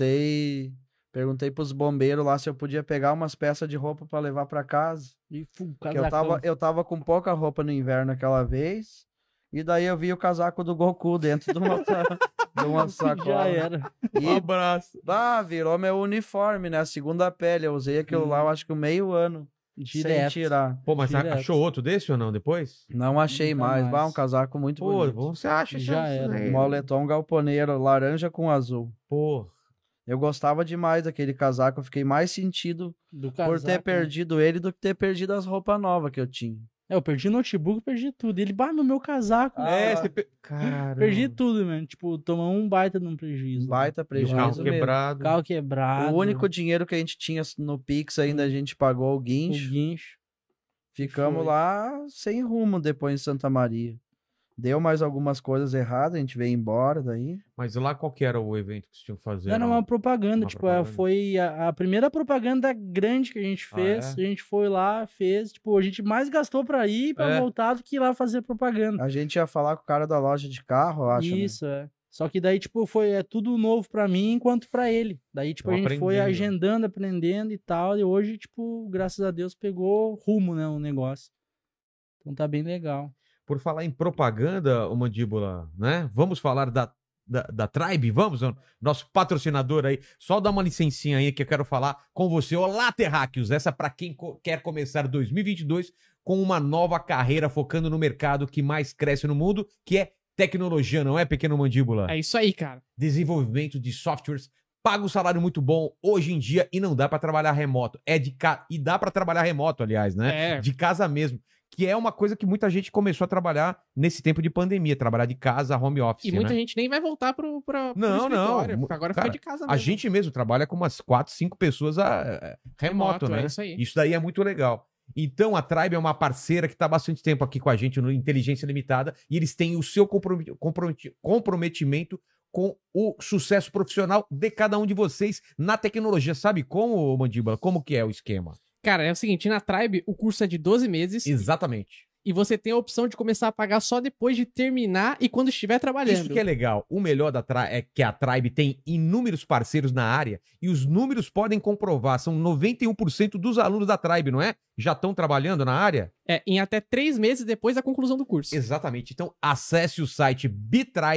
[SPEAKER 3] perguntei, perguntei pros bombeiros lá se eu podia pegar umas peças de roupa para levar para casa.
[SPEAKER 4] E fum,
[SPEAKER 3] Que eu
[SPEAKER 4] casacão.
[SPEAKER 3] tava, eu tava com pouca roupa no inverno aquela vez. E daí eu vi o casaco do Goku dentro de uma, sa- de uma
[SPEAKER 4] assim, Já
[SPEAKER 3] sacola.
[SPEAKER 4] era.
[SPEAKER 1] Um
[SPEAKER 3] E
[SPEAKER 1] abraço.
[SPEAKER 3] bah, virou meu uniforme, né? A segunda pele. Eu usei aquilo lá, eu acho que um meio ano.
[SPEAKER 4] Direto.
[SPEAKER 3] Sem tirar.
[SPEAKER 1] Pô, mas
[SPEAKER 4] Direto.
[SPEAKER 1] achou outro desse ou não depois?
[SPEAKER 3] Não achei
[SPEAKER 4] Nunca
[SPEAKER 3] mais.
[SPEAKER 4] mais.
[SPEAKER 3] Bah, um casaco muito
[SPEAKER 1] Pô,
[SPEAKER 3] bonito.
[SPEAKER 1] você acha isso
[SPEAKER 4] Já
[SPEAKER 1] aí?
[SPEAKER 4] era. é
[SPEAKER 3] Um moletom galponeiro, laranja com azul.
[SPEAKER 1] Pô,
[SPEAKER 3] Eu gostava demais daquele casaco. Eu fiquei mais sentido
[SPEAKER 4] Do né?
[SPEAKER 3] por ter perdido ele do que ter perdido as roupas novas que eu tinha. Um
[SPEAKER 4] É, eu perdi notebook, perdi tudo. Ele, bah, no meu casaco.
[SPEAKER 3] Ah,
[SPEAKER 1] é,
[SPEAKER 3] lá.
[SPEAKER 1] você... pe- Caramba.
[SPEAKER 4] Perdi tudo, mano. Tipo, tomou um baita de um prejuízo.
[SPEAKER 3] Um
[SPEAKER 1] E
[SPEAKER 3] baita
[SPEAKER 1] o
[SPEAKER 3] prejuízo.
[SPEAKER 1] carro
[SPEAKER 3] mesmo.
[SPEAKER 1] quebrado.
[SPEAKER 4] Carro quebrado.
[SPEAKER 3] O único dinheiro que a gente tinha no Pix ainda a
[SPEAKER 1] Hum.
[SPEAKER 3] gente pagou o
[SPEAKER 4] o
[SPEAKER 3] guincho.
[SPEAKER 4] guincho.
[SPEAKER 3] Ficamos
[SPEAKER 4] Foi.
[SPEAKER 3] lá sem rumo depois em Santa Maria. Deu mais algumas coisas erradas, a gente veio embora daí.
[SPEAKER 1] Mas lá qual que era o evento que vocês tinham que fazer?
[SPEAKER 4] Era uma propaganda,
[SPEAKER 1] um. Uma
[SPEAKER 4] tipo,
[SPEAKER 1] propaganda.
[SPEAKER 4] é, foi a, a primeira propaganda grande que a gente
[SPEAKER 1] Ah,
[SPEAKER 4] fez.
[SPEAKER 1] é?
[SPEAKER 4] A gente foi lá, fez, tipo, a gente mais gastou pra ir e pra
[SPEAKER 1] É.
[SPEAKER 4] voltar do que ir lá fazer propaganda.
[SPEAKER 3] A gente ia falar com o cara da loja de carro, eu acho. né?
[SPEAKER 4] Isso, é. Só que daí, tipo, foi é tudo novo pra mim enquanto pra ele. Daí, tipo,
[SPEAKER 1] Tão
[SPEAKER 4] a gente foi
[SPEAKER 1] aprendendo.
[SPEAKER 4] agendando, aprendendo e tal. E hoje, tipo, graças a Deus, pegou rumo, né, o negócio. Então tá bem legal.
[SPEAKER 1] Por falar em propaganda, ô mandíbula, né? Vamos falar da, da, da Tribe, vamos? ô? Nosso patrocinador aí. Só dá uma licencinha aí que eu quero falar com você. Olá, Terráqueos! Essa para quem co- quer começar 2022 com uma nova carreira focando no mercado que mais cresce no mundo, que é tecnologia, não é, pequeno mandíbula?
[SPEAKER 2] É isso aí, cara.
[SPEAKER 1] desenvolvimento de softwares, paga um salário muito bom hoje em dia e não dá pra trabalhar remoto. É de ca... e dá pra trabalhar remoto, aliás, né?
[SPEAKER 2] É.
[SPEAKER 1] De casa mesmo, que é uma coisa que muita gente começou a trabalhar nesse tempo de pandemia, trabalhar de casa, home office,
[SPEAKER 2] E muita
[SPEAKER 1] né?
[SPEAKER 2] gente nem vai voltar pro, pra, pro
[SPEAKER 1] Não, não.
[SPEAKER 2] escritório, porque Agora
[SPEAKER 1] Cara,
[SPEAKER 2] fica de casa mesmo. né?
[SPEAKER 1] A gente mesmo trabalha com umas 4, 5 pessoas a- a- remoto, né?
[SPEAKER 2] É isso aí.
[SPEAKER 1] Isso daí é muito legal. Então, a Tribe é uma parceira que está bastante tempo aqui com a gente no Inteligência Limitada e eles têm o seu comprometi- comprometi- comprometimento com o sucesso profissional de cada um de vocês na tecnologia. Sabe como, ô Mandíbula? Como que é o esquema?
[SPEAKER 2] Cara, é o seguinte, na Tribe o curso é de 12 meses
[SPEAKER 1] Exatamente.
[SPEAKER 2] e você tem a opção de começar a pagar só depois de terminar e quando estiver trabalhando.
[SPEAKER 1] Isso que é legal. O melhor da Tri- é que a Tribe tem inúmeros parceiros na área e os números podem comprovar. São 91% dos alunos da Tribe, não é? Já estão trabalhando na área?
[SPEAKER 2] É, em até três meses depois da conclusão do curso.
[SPEAKER 1] Exatamente. Então, acesse o site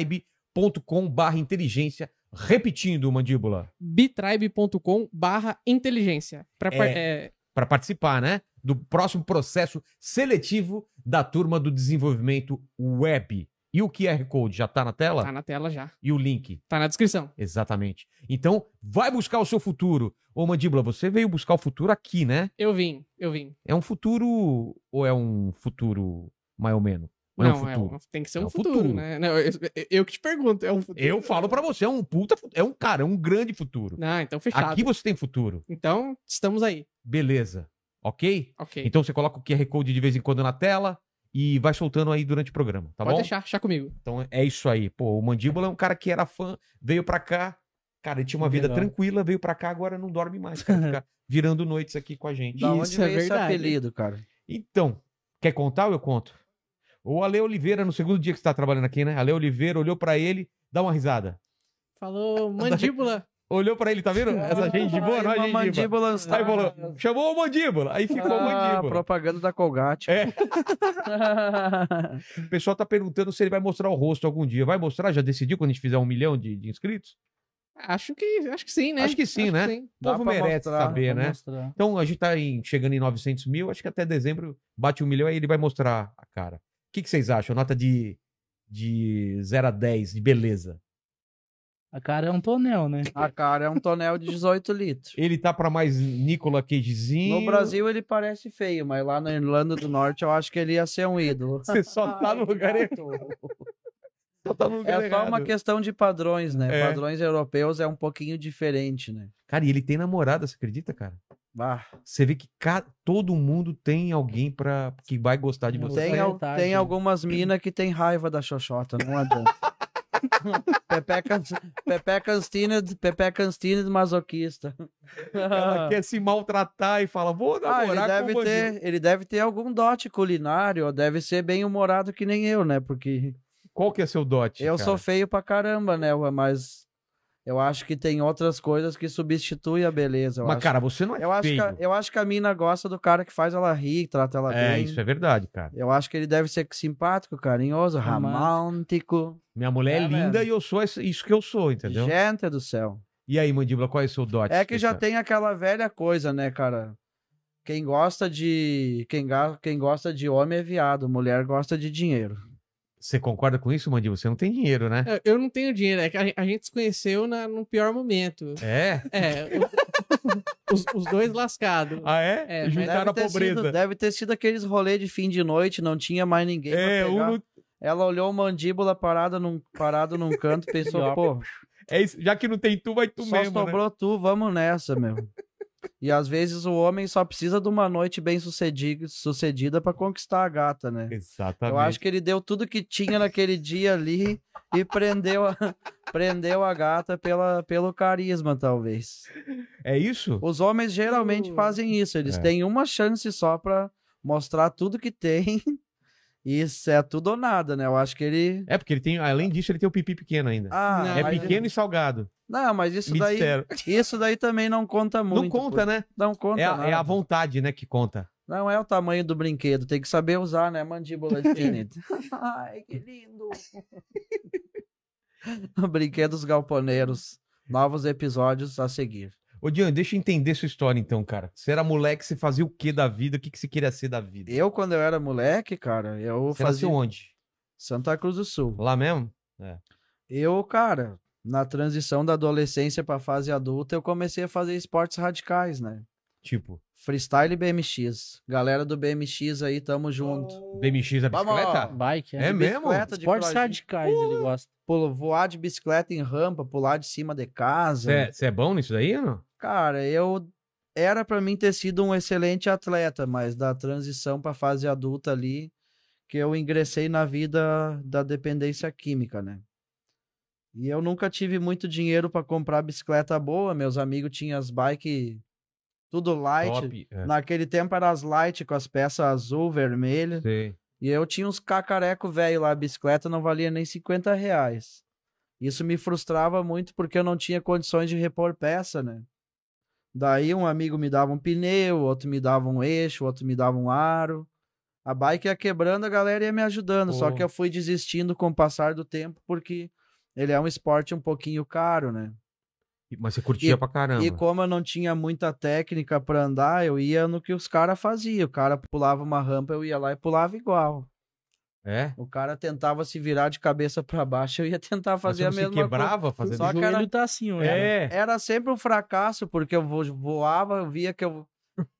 [SPEAKER 1] bitribe.com inteligência. Repetindo, Mandíbula,
[SPEAKER 2] bitribe.com barra inteligência. Pra par- é,
[SPEAKER 1] para participar, né? Do próximo processo seletivo da turma do desenvolvimento web. E o QR Code já tá na tela?
[SPEAKER 2] tá na tela já.
[SPEAKER 1] E o link?
[SPEAKER 2] Tá na descrição.
[SPEAKER 1] Exatamente. Então, vai buscar o seu futuro. Ô, Mandíbula, você veio buscar o futuro aqui, né?
[SPEAKER 2] Eu vim, eu vim.
[SPEAKER 1] É um futuro ou é um futuro mais ou menos? Ou é um
[SPEAKER 2] não, é
[SPEAKER 1] futuro?
[SPEAKER 2] um- tem que ser
[SPEAKER 1] É
[SPEAKER 2] um
[SPEAKER 1] um
[SPEAKER 2] futuro,
[SPEAKER 1] futuro.
[SPEAKER 2] né? Não, eu, eu- eu que te pergunto, é um futuro.
[SPEAKER 1] Eu falo pra você, é um puta, fu- é um cara, é um grande futuro.
[SPEAKER 2] Não, então fechado.
[SPEAKER 1] Aqui você tem futuro.
[SPEAKER 2] Então, estamos aí.
[SPEAKER 1] Beleza. Ok?
[SPEAKER 2] Ok.
[SPEAKER 1] Então você coloca o QR Code de vez em quando na tela e vai soltando aí durante o programa, tá
[SPEAKER 2] Pode
[SPEAKER 1] bom?
[SPEAKER 2] deixar, deixar comigo.
[SPEAKER 1] Então é isso aí. Pô, o Mandíbula é um cara que era fã, veio pra cá. Cara, ele tinha uma vida
[SPEAKER 4] Legal.
[SPEAKER 1] tranquila, veio pra cá, agora não dorme mais, cara. Fica virando noites aqui com a gente.
[SPEAKER 3] Da
[SPEAKER 2] Isso
[SPEAKER 3] onde
[SPEAKER 2] é
[SPEAKER 3] veio esse
[SPEAKER 2] verdade.
[SPEAKER 3] apelido, cara?
[SPEAKER 1] Então, quer contar ou eu conto? O Ale Oliveira, no segundo dia que você tá trabalhando aqui, né? Ale Oliveira olhou pra ele, dá uma risada.
[SPEAKER 2] Falou, mandíbula.
[SPEAKER 1] Olhou pra ele, tá vendo? Essa gente de boa,
[SPEAKER 3] Aí
[SPEAKER 1] não é
[SPEAKER 3] uma
[SPEAKER 1] gente de boa.
[SPEAKER 3] mandíbula
[SPEAKER 1] Aí falou, chamou o mandíbula. Aí ficou o
[SPEAKER 3] Ah,
[SPEAKER 1] mandíbula.
[SPEAKER 3] propaganda da Colgate.
[SPEAKER 1] É. O pessoal tá perguntando se ele vai mostrar o rosto algum dia. Vai mostrar? Já decidiu quando a gente fizer um milhão de, de inscritos?
[SPEAKER 2] Acho que, acho que sim, né?
[SPEAKER 1] Acho que sim, né? O
[SPEAKER 3] Dá
[SPEAKER 1] povo
[SPEAKER 3] pra
[SPEAKER 1] merece
[SPEAKER 3] mostrar,
[SPEAKER 1] saber, né? Então a gente tá em- chegando em 900 mil. Acho que até dezembro bate um milhão. Aí ele vai mostrar a cara. O que, que vocês acham? Nota de, de 0 a 10, de beleza.
[SPEAKER 4] A cara é um tonel, né?
[SPEAKER 3] A cara é um tonel de 18 litros.
[SPEAKER 1] Ele tá pra mais Nicolas Cagezinho.
[SPEAKER 3] No Brasil ele parece feio, mas lá na Irlanda do Norte eu acho que ele ia ser um ídolo.
[SPEAKER 1] Você só tá no lugar errado. Só tá no lugar
[SPEAKER 3] É só uma
[SPEAKER 1] errado.
[SPEAKER 3] questão de padrões, né?
[SPEAKER 1] É.
[SPEAKER 3] Padrões europeus é um pouquinho diferente, né?
[SPEAKER 1] Cara, e ele tem namorada, você acredita, cara?
[SPEAKER 3] Bah,
[SPEAKER 1] Você vê que ca- todo mundo tem alguém pra... que vai gostar de
[SPEAKER 4] Não
[SPEAKER 1] você.
[SPEAKER 3] tem,
[SPEAKER 4] é
[SPEAKER 3] al-
[SPEAKER 4] verdade,
[SPEAKER 3] tem
[SPEAKER 4] né?
[SPEAKER 3] algumas minas que tem raiva da Xoxota, não adianta. Pepecas- Pepecas Tined- Pepecas Tined masoquista.
[SPEAKER 1] Ela quer se maltratar e fala, vou
[SPEAKER 3] Ah, ele
[SPEAKER 1] namorar com o
[SPEAKER 3] deve,
[SPEAKER 1] bandido.
[SPEAKER 3] ter, ele deve ter algum dote culinário, ou deve ser bem humorado que nem eu, né? Porque
[SPEAKER 1] Qual que é seu dote?
[SPEAKER 3] eu
[SPEAKER 1] cara?
[SPEAKER 3] sou feio pra caramba, né? ué, Mas eu acho que tem outras coisas que substituem a beleza. Eu
[SPEAKER 1] Mas,
[SPEAKER 3] acho.
[SPEAKER 1] cara, você não é
[SPEAKER 3] eu acho, que
[SPEAKER 1] feio.
[SPEAKER 3] a, eu acho que a mina gosta do cara que faz ela rir, trata ela
[SPEAKER 1] É,
[SPEAKER 3] bem.
[SPEAKER 1] isso é verdade, cara.
[SPEAKER 3] Eu acho que ele deve ser simpático, carinhoso,
[SPEAKER 4] Romântico.
[SPEAKER 3] romântico.
[SPEAKER 1] Minha mulher é,
[SPEAKER 3] É,
[SPEAKER 1] linda
[SPEAKER 3] velho.
[SPEAKER 1] e eu sou esse- isso que eu sou, entendeu?
[SPEAKER 3] Gente do céu.
[SPEAKER 1] E aí, Mandíbula, qual é o seu dote?
[SPEAKER 3] É que já
[SPEAKER 1] cara?
[SPEAKER 3] tem aquela velha coisa, né, cara? Quem gosta de. Quem, ga- quem gosta de homem é viado, mulher gosta de dinheiro.
[SPEAKER 1] Você concorda com isso, Mandíbula? Você não tem dinheiro, né?
[SPEAKER 2] Eu- Eu não tenho dinheiro, é que a- a gente se conheceu na, no pior momento.
[SPEAKER 1] É?
[SPEAKER 2] É, o- os, os dois lascados.
[SPEAKER 1] Ah, é?
[SPEAKER 2] É,
[SPEAKER 1] é
[SPEAKER 2] mas-
[SPEAKER 1] Juntaram a
[SPEAKER 3] ter sido,
[SPEAKER 1] pobreza.
[SPEAKER 3] deve ter sido aqueles rolê de fim de noite, não tinha mais ninguém. pra
[SPEAKER 1] É, um
[SPEAKER 3] pegar.
[SPEAKER 1] não-
[SPEAKER 3] Ela olhou o mandíbula parada num, parado num canto e pensou,
[SPEAKER 4] Pior.
[SPEAKER 3] pô,
[SPEAKER 1] é isso, já que não tem tu, vai tu
[SPEAKER 3] só
[SPEAKER 1] mesmo. né?
[SPEAKER 3] sobrou tu, vamos nessa, meu. E às vezes o homem só precisa de uma noite bem sucedi- sucedida para conquistar a gata, né?
[SPEAKER 1] Exatamente.
[SPEAKER 3] Eu acho que ele deu tudo que tinha naquele dia ali e prendeu a, prendeu a gata pela, pelo carisma, talvez.
[SPEAKER 1] É isso?
[SPEAKER 3] Os homens geralmente
[SPEAKER 2] Uh.
[SPEAKER 3] fazem isso, eles
[SPEAKER 1] É.
[SPEAKER 3] têm uma chance só pra mostrar tudo que tem. E isso é tudo ou nada, né? Eu acho que ele.
[SPEAKER 1] É, porque ele tem, além disso, ele tem o pipi pequeno ainda.
[SPEAKER 3] Ah,
[SPEAKER 2] Não,
[SPEAKER 1] é
[SPEAKER 3] mas-
[SPEAKER 1] pequeno e salgado.
[SPEAKER 3] Não, mas isso daí,
[SPEAKER 1] Mistério.
[SPEAKER 3] isso daí também não conta muito.
[SPEAKER 1] Não conta, né?
[SPEAKER 3] pô. Não conta.
[SPEAKER 1] É a, é a
[SPEAKER 3] nada.
[SPEAKER 1] vontade, né, que conta.
[SPEAKER 3] Não é o tamanho do brinquedo, tem que saber usar, né? Mandíbula infinita. Ai, que lindo! Brinquedos galponeiros. Novos episódios a seguir.
[SPEAKER 1] Ô, Dian, deixa eu entender sua história então, cara. Você era moleque, você fazia o que da vida? O que, que você queria ser da vida?
[SPEAKER 3] Eu, quando eu era moleque, cara, eu
[SPEAKER 1] Você
[SPEAKER 3] fazia
[SPEAKER 1] nasceu onde?
[SPEAKER 3] Santa Cruz do Sul.
[SPEAKER 1] Lá mesmo?
[SPEAKER 3] Eu, cara, na transição da adolescência pra fase adulta, eu comecei a fazer esportes radicais, né?
[SPEAKER 1] Tipo,
[SPEAKER 3] Freestyle e BMX. Galera do BMX aí, tamo junto.
[SPEAKER 1] BMX a
[SPEAKER 3] Vamos!
[SPEAKER 1] bicicleta?
[SPEAKER 4] Bike,
[SPEAKER 1] É mesmo?
[SPEAKER 3] Bicicleta de
[SPEAKER 4] Esportes
[SPEAKER 3] cross-
[SPEAKER 4] radicais ele gosta.
[SPEAKER 3] pulo- voar de bicicleta em rampa, pular de cima de casa.
[SPEAKER 1] Você é, você é bom nisso daí ou não?
[SPEAKER 3] Cara, eu era pra mim ter sido um excelente atleta, mas da transição pra fase adulta ali, que eu ingressei na vida da dependência química, né? E eu nunca tive muito dinheiro pra comprar bicicleta boa, meus amigos tinham as bike tudo light.
[SPEAKER 1] Top. É.
[SPEAKER 3] Naquele tempo era as light com as peças azul, vermelha.
[SPEAKER 1] Sei.
[SPEAKER 3] E eu tinha uns cacareco velho lá, a bicicleta não valia nem 50 reais. Isso me frustrava muito porque eu não tinha condições de repor peça, né? Daí um amigo me dava um pneu, outro me dava um eixo, outro me dava um aro. A bike ia quebrando, a galera ia me ajudando, só
[SPEAKER 1] Pô.
[SPEAKER 3] que eu fui desistindo com o passar do tempo porque ele é um esporte um pouquinho caro, né?
[SPEAKER 1] E- Mas você curtia
[SPEAKER 3] E-
[SPEAKER 1] pra caramba.
[SPEAKER 3] E como eu não tinha muita técnica pra andar, eu ia no que os caras faziam. O cara pulava uma rampa, eu ia lá e pulava igual.
[SPEAKER 1] É?
[SPEAKER 3] O cara tentava se virar de cabeça pra baixo, eu ia tentar
[SPEAKER 1] Mas
[SPEAKER 3] fazer a
[SPEAKER 1] você não se
[SPEAKER 3] mesma
[SPEAKER 1] quebrava fazendo
[SPEAKER 3] Só
[SPEAKER 4] Só
[SPEAKER 3] que
[SPEAKER 4] que
[SPEAKER 3] era-
[SPEAKER 4] o joelho tá assim,
[SPEAKER 1] isso?
[SPEAKER 4] olha.
[SPEAKER 1] É.
[SPEAKER 3] coisa. Era sempre um fracasso, porque eu vo- voava, eu via que eu.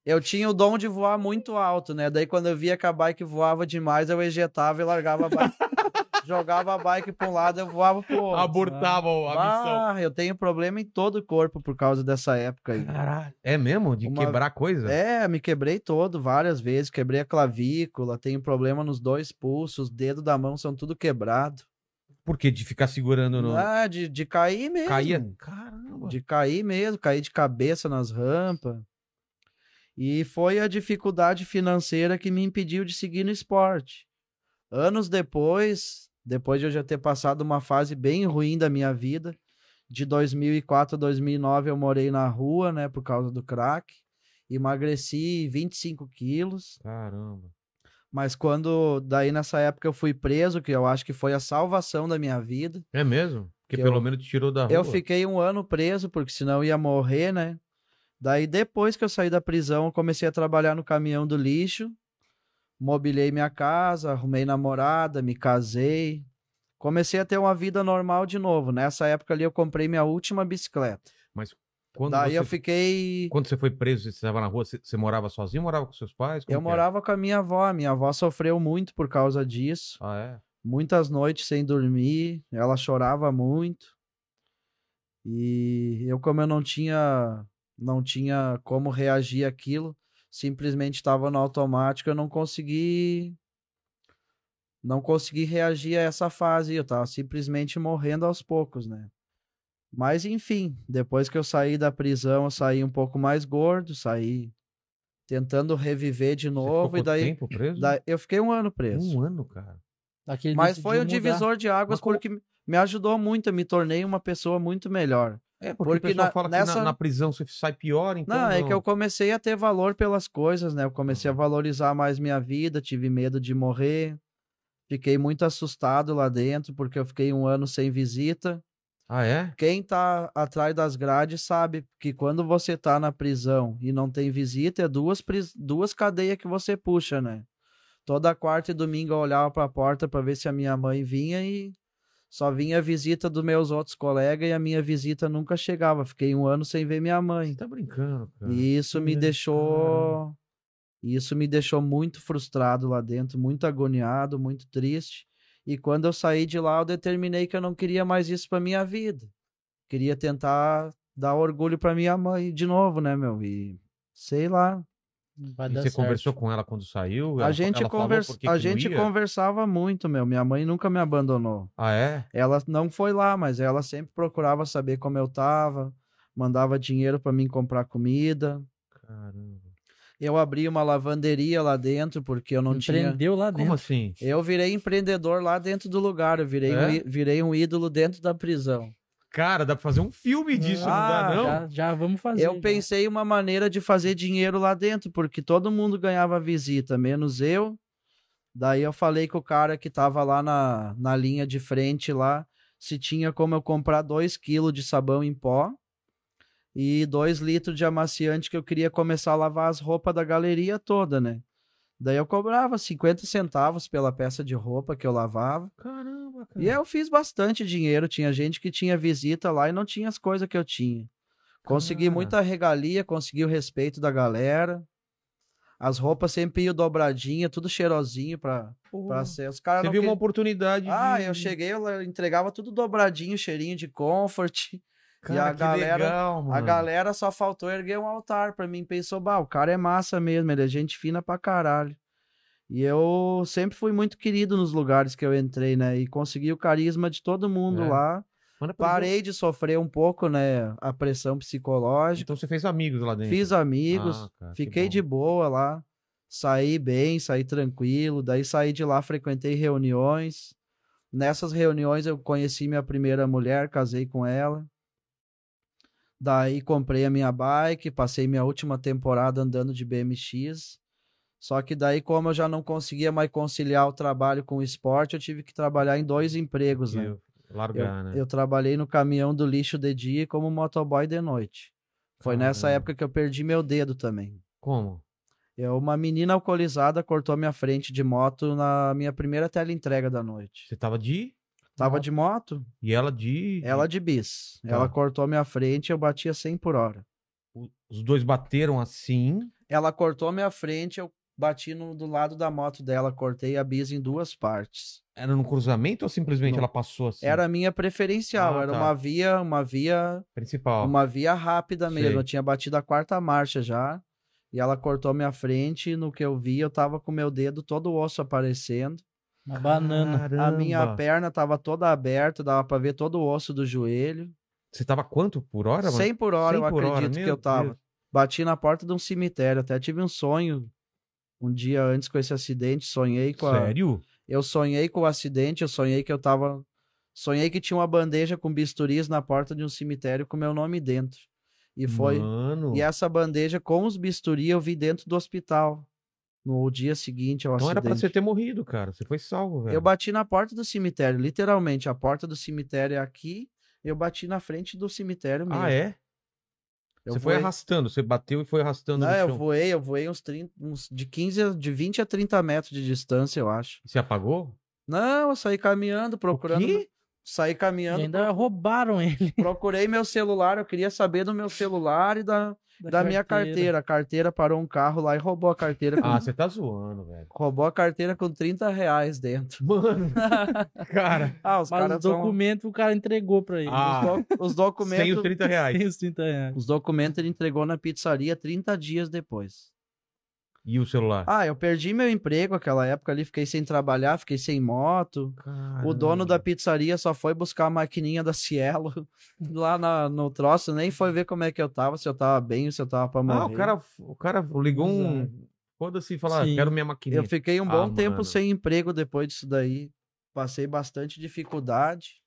[SPEAKER 3] Eu tinha o dom de voar muito alto, né? Daí quando eu via que a bike voava demais, eu ejetava e largava a bike. Jogava a bike pra um lado, eu voava pro outro.
[SPEAKER 1] Abortava a
[SPEAKER 3] Ah, eu tenho problema em todo o corpo por causa dessa época aí.
[SPEAKER 1] missão. Caralho. É mesmo? De
[SPEAKER 3] Uma-
[SPEAKER 1] quebrar coisa?
[SPEAKER 3] É, me quebrei todo várias vezes, quebrei a clavícula, tenho problema nos dois pulsos, os dedos da mão são tudo quebrado.
[SPEAKER 1] Por quê? De ficar segurando no.
[SPEAKER 3] Ah, de, de cair mesmo.
[SPEAKER 1] Caía. Caramba.
[SPEAKER 3] De cair mesmo, cair de cabeça nas rampas. E foi a dificuldade financeira que me impediu de seguir no esporte. Anos depois, depois de eu já ter passado uma fase bem ruim da minha vida, de 2004 a 2009 eu morei na rua, né, por causa do crack. Emagreci 25 quilos,
[SPEAKER 1] Caramba.
[SPEAKER 3] mas quando daí nessa época eu fui preso, que eu acho que foi a salvação da minha vida,
[SPEAKER 1] É mesmo? Porque
[SPEAKER 3] Que
[SPEAKER 1] pelo
[SPEAKER 3] eu-
[SPEAKER 1] menos te tirou da rua.
[SPEAKER 3] eu fiquei um ano preso, porque senão eu ia morrer, né? Daí, depois que eu saí da prisão, eu comecei a trabalhar no caminhão do lixo. Mobilei minha casa, arrumei namorada, me casei. Comecei a ter uma vida normal de novo. Nessa época ali, eu comprei minha última bicicleta.
[SPEAKER 1] Quando
[SPEAKER 3] Daí
[SPEAKER 1] você...
[SPEAKER 3] eu fiquei.
[SPEAKER 1] Quando você foi preso, você estava na rua, você, você morava sozinho, morava com seus pais? Como
[SPEAKER 3] Eu
[SPEAKER 1] que é? era?
[SPEAKER 3] morava com a minha avó. Minha avó sofreu muito por causa disso.
[SPEAKER 1] Ah, é?
[SPEAKER 3] muitas noites sem dormir, ela chorava muito. E eu como eu não tinha não tinha como reagir àquilo, simplesmente estava no automático, eu não consegui não consegui reagir a essa fase, eu tava simplesmente morrendo aos poucos, né? Mas enfim, depois que eu saí da prisão, eu saí um pouco mais gordo, saí tentando reviver de
[SPEAKER 1] Você
[SPEAKER 3] novo
[SPEAKER 1] ficou
[SPEAKER 3] e
[SPEAKER 1] quanto
[SPEAKER 3] daí,
[SPEAKER 1] tempo preso?
[SPEAKER 3] daí eu fiquei um ano preso.
[SPEAKER 1] Um ano, cara.
[SPEAKER 4] Daquele
[SPEAKER 3] Mas
[SPEAKER 4] decidiu
[SPEAKER 3] foi um
[SPEAKER 4] mudar.
[SPEAKER 3] divisor de águas
[SPEAKER 1] Mas como-
[SPEAKER 3] porque me ajudou muito, eu me tornei uma pessoa muito melhor.
[SPEAKER 1] É, porque,
[SPEAKER 3] Porque
[SPEAKER 1] o pessoal
[SPEAKER 3] na-
[SPEAKER 1] fala que
[SPEAKER 3] nessa-
[SPEAKER 1] na, na prisão você sai pior, então.
[SPEAKER 3] Não, é que eu comecei a ter valor pelas coisas, né? Eu comecei
[SPEAKER 1] Uhum.
[SPEAKER 3] a valorizar mais minha vida, tive medo de morrer. Fiquei muito assustado lá dentro porque eu fiquei um ano sem visita.
[SPEAKER 1] Ah, é?
[SPEAKER 3] Quem tá atrás das grades sabe que quando você tá na prisão e não tem visita, é duas, pris- duas cadeias que você puxa, né? Toda quarta e domingo eu olhava pra porta pra ver se a minha mãe vinha e só vinha a visita dos meus outros colegas e a minha visita nunca chegava. Fiquei um ano sem ver minha mãe.
[SPEAKER 1] Você tá brincando, cara.
[SPEAKER 3] E isso me
[SPEAKER 1] Olha,
[SPEAKER 3] deixou. Isso me deixou muito frustrado lá dentro, muito agoniado, muito triste. E quando eu saí de lá, eu determinei que eu não queria mais isso pra minha vida. Queria tentar dar orgulho pra minha mãe de novo, né, meu? E Sei lá.
[SPEAKER 4] Vai
[SPEAKER 1] E
[SPEAKER 4] dar
[SPEAKER 1] você
[SPEAKER 4] certo.
[SPEAKER 1] conversou com ela quando saiu?
[SPEAKER 3] A
[SPEAKER 1] Ela-
[SPEAKER 3] gente,
[SPEAKER 1] ela falou
[SPEAKER 3] convers...
[SPEAKER 1] por que
[SPEAKER 3] a
[SPEAKER 1] que não
[SPEAKER 3] gente
[SPEAKER 1] ia?
[SPEAKER 3] conversava muito, meu. Minha mãe nunca me abandonou.
[SPEAKER 1] Ah, é?
[SPEAKER 3] Ela não foi lá, mas ela sempre procurava saber como eu tava, mandava dinheiro pra mim comprar comida.
[SPEAKER 1] Caramba.
[SPEAKER 3] Eu abri uma lavanderia lá dentro porque eu não tinha.
[SPEAKER 4] Empreendeu lá
[SPEAKER 1] Como
[SPEAKER 4] dentro.
[SPEAKER 1] assim?
[SPEAKER 3] Eu virei empreendedor lá dentro do lugar, eu virei,
[SPEAKER 1] É?
[SPEAKER 3] um, í- virei um ídolo dentro da prisão. Cara,
[SPEAKER 1] dá pra fazer um filme
[SPEAKER 3] disso, não dá,
[SPEAKER 1] assim?
[SPEAKER 3] Ah, não?
[SPEAKER 4] Já, já vamos fazer.
[SPEAKER 3] Eu
[SPEAKER 4] já.
[SPEAKER 3] pensei uma maneira de fazer dinheiro lá dentro, porque todo mundo ganhava visita, menos eu. Daí eu falei com o cara que tava lá na, na linha de frente lá, se tinha como eu comprar 2 quilos de sabão em pó e 2 litros de amaciante que eu queria começar a lavar as roupas da galeria toda, né? Daí eu cobrava 50 centavos pela peça de roupa que eu lavava.
[SPEAKER 1] Caramba, cara.
[SPEAKER 3] E é eu fiz bastante dinheiro. Tinha gente que tinha visita lá e não tinha as coisas que eu tinha. Consegui
[SPEAKER 1] Cara.
[SPEAKER 3] muita regalia, consegui o respeito da galera. As roupas sempre iam dobradinha, tudo cheirosinho pra, pra ser. Os caras
[SPEAKER 1] Você
[SPEAKER 3] não
[SPEAKER 1] viu uma
[SPEAKER 3] queriam-
[SPEAKER 1] oportunidade.
[SPEAKER 3] Ah,
[SPEAKER 1] de-
[SPEAKER 3] eu cheguei, eu entregava tudo dobradinho, cheirinho de comfort.
[SPEAKER 1] Cara,
[SPEAKER 3] e a
[SPEAKER 1] que
[SPEAKER 3] galera-
[SPEAKER 1] legal,
[SPEAKER 3] A
[SPEAKER 1] mano.
[SPEAKER 3] galera só faltou erguer um altar pra mim. Pensou, bah, o cara é massa mesmo, ele é gente fina pra caralho. E eu sempre fui muito querido nos lugares que eu entrei, né? E consegui o carisma de todo mundo
[SPEAKER 1] É.
[SPEAKER 3] lá.
[SPEAKER 1] Mano, é pra-
[SPEAKER 3] Parei de sofrer um pouco, né? A pressão psicológica.
[SPEAKER 1] Então você fez amigos lá dentro.
[SPEAKER 3] Fiz amigos,
[SPEAKER 1] Ah, cara, que
[SPEAKER 3] fiquei
[SPEAKER 1] bom.
[SPEAKER 3] de boa lá. Saí bem, saí tranquilo. Daí saí de lá, frequentei reuniões. Nessas reuniões eu conheci minha primeira mulher, casei com ela. Daí comprei a minha bike, passei minha última temporada andando de BMX. Só que daí, como eu já não conseguia mais conciliar o trabalho com o esporte, eu tive que trabalhar em dois empregos, né?
[SPEAKER 1] Eu- Largar,
[SPEAKER 3] Eu,
[SPEAKER 1] né?
[SPEAKER 3] eu trabalhei no caminhão do lixo de dia e como motoboy de noite. Foi nessa
[SPEAKER 1] Caramba.
[SPEAKER 3] época que eu perdi meu dedo também.
[SPEAKER 1] Como?
[SPEAKER 3] Eu, uma menina alcoolizada cortou minha frente de moto na minha primeira tela entrega da noite.
[SPEAKER 1] Você tava de.
[SPEAKER 3] Tava
[SPEAKER 4] Moto?
[SPEAKER 3] de moto,
[SPEAKER 1] E ela de.
[SPEAKER 3] ela de bis.
[SPEAKER 1] Tá.
[SPEAKER 3] Ela cortou minha frente e eu batia 100 por hora.
[SPEAKER 1] O- Os dois bateram assim.
[SPEAKER 3] Ela cortou minha frente, eu bati no, do lado da moto dela, cortei a bis em duas partes.
[SPEAKER 1] Era no cruzamento ou simplesmente
[SPEAKER 3] Não.
[SPEAKER 1] ela passou assim?
[SPEAKER 3] Era a minha preferencial,
[SPEAKER 1] Ah,
[SPEAKER 3] era
[SPEAKER 1] tá.
[SPEAKER 3] uma via, uma via
[SPEAKER 1] Principal.
[SPEAKER 3] Uma via rápida mesmo.
[SPEAKER 1] Sei.
[SPEAKER 3] Eu tinha batido a quarta marcha já. E ela cortou minha frente. E no que eu vi, eu tava com meu dedo todo o osso aparecendo.
[SPEAKER 4] Uma banana.
[SPEAKER 1] Caramba.
[SPEAKER 3] A minha perna tava toda aberta, dava pra ver todo o osso do joelho.
[SPEAKER 1] Você tava quanto por hora, mano?
[SPEAKER 3] 100 por hora,
[SPEAKER 1] 100
[SPEAKER 3] eu
[SPEAKER 1] por hora,
[SPEAKER 3] acredito que
[SPEAKER 1] meu
[SPEAKER 3] eu tava.
[SPEAKER 1] Deus.
[SPEAKER 3] Bati na porta de um cemitério. Até tive um sonho um dia antes com esse acidente. Sonhei com a.
[SPEAKER 1] Sério?
[SPEAKER 3] Eu sonhei com o acidente, eu sonhei que eu tava. Sonhei que tinha uma bandeja com bisturis na porta de um cemitério com meu nome dentro. E foi.
[SPEAKER 1] Mano.
[SPEAKER 3] E essa bandeja com os bisturi eu vi dentro do hospital. No dia seguinte ao
[SPEAKER 1] Então era
[SPEAKER 3] acidente.
[SPEAKER 1] pra você ter morrido, cara. Você foi salvo, velho.
[SPEAKER 3] Eu bati na porta do cemitério, literalmente. A porta do cemitério é aqui. Eu bati na frente do cemitério mesmo.
[SPEAKER 1] Ah, é?
[SPEAKER 3] Eu
[SPEAKER 1] você foi
[SPEAKER 3] voei-
[SPEAKER 1] arrastando. Você bateu e foi arrastando
[SPEAKER 3] Não,
[SPEAKER 1] no
[SPEAKER 3] eu
[SPEAKER 1] chão.
[SPEAKER 3] voei, eu voei uns 30, uns de 15, a- de 20 a 30 metros de distância, eu acho.
[SPEAKER 1] Você apagou?
[SPEAKER 3] Não, eu saí caminhando, procurando.
[SPEAKER 1] O quê?
[SPEAKER 3] Saí
[SPEAKER 4] E
[SPEAKER 3] caminhando,
[SPEAKER 4] ainda roubaram ele.
[SPEAKER 3] procurei meu celular, eu queria saber do meu celular e da, da, minha carteira. A carteira parou um carro lá e roubou a carteira com
[SPEAKER 1] Ah, você tá zoando, velho.
[SPEAKER 3] Roubou a carteira com 30 reais dentro.
[SPEAKER 1] Mano, cara.
[SPEAKER 3] Ah, os
[SPEAKER 4] Mas
[SPEAKER 3] caras
[SPEAKER 4] os
[SPEAKER 3] são-
[SPEAKER 4] documentos o cara entregou pra ele.
[SPEAKER 1] Ah,
[SPEAKER 3] os doc- Os documentos...
[SPEAKER 1] sem os 30 reais.
[SPEAKER 4] Tem os 30 reais.
[SPEAKER 3] Os documentos ele entregou na pizzaria 30 dias depois.
[SPEAKER 1] E o celular?
[SPEAKER 3] Ah, eu perdi meu emprego aquela época ali, fiquei sem trabalhar, fiquei sem moto. Ah, O dono da pizzaria só foi buscar a maquininha da Cielo lá na- no troço, nem foi ver como é que eu tava, se eu tava bem, se eu tava pra morrer.
[SPEAKER 1] Ah, o cara, o cara ligou um. Foda-se e falou: ah,
[SPEAKER 4] Sim.
[SPEAKER 1] quero minha maquininha.
[SPEAKER 3] Eu fiquei um
[SPEAKER 1] Ah,
[SPEAKER 3] bom tempo
[SPEAKER 1] mano.
[SPEAKER 3] sem emprego depois disso daí. Passei bastante dificuldade.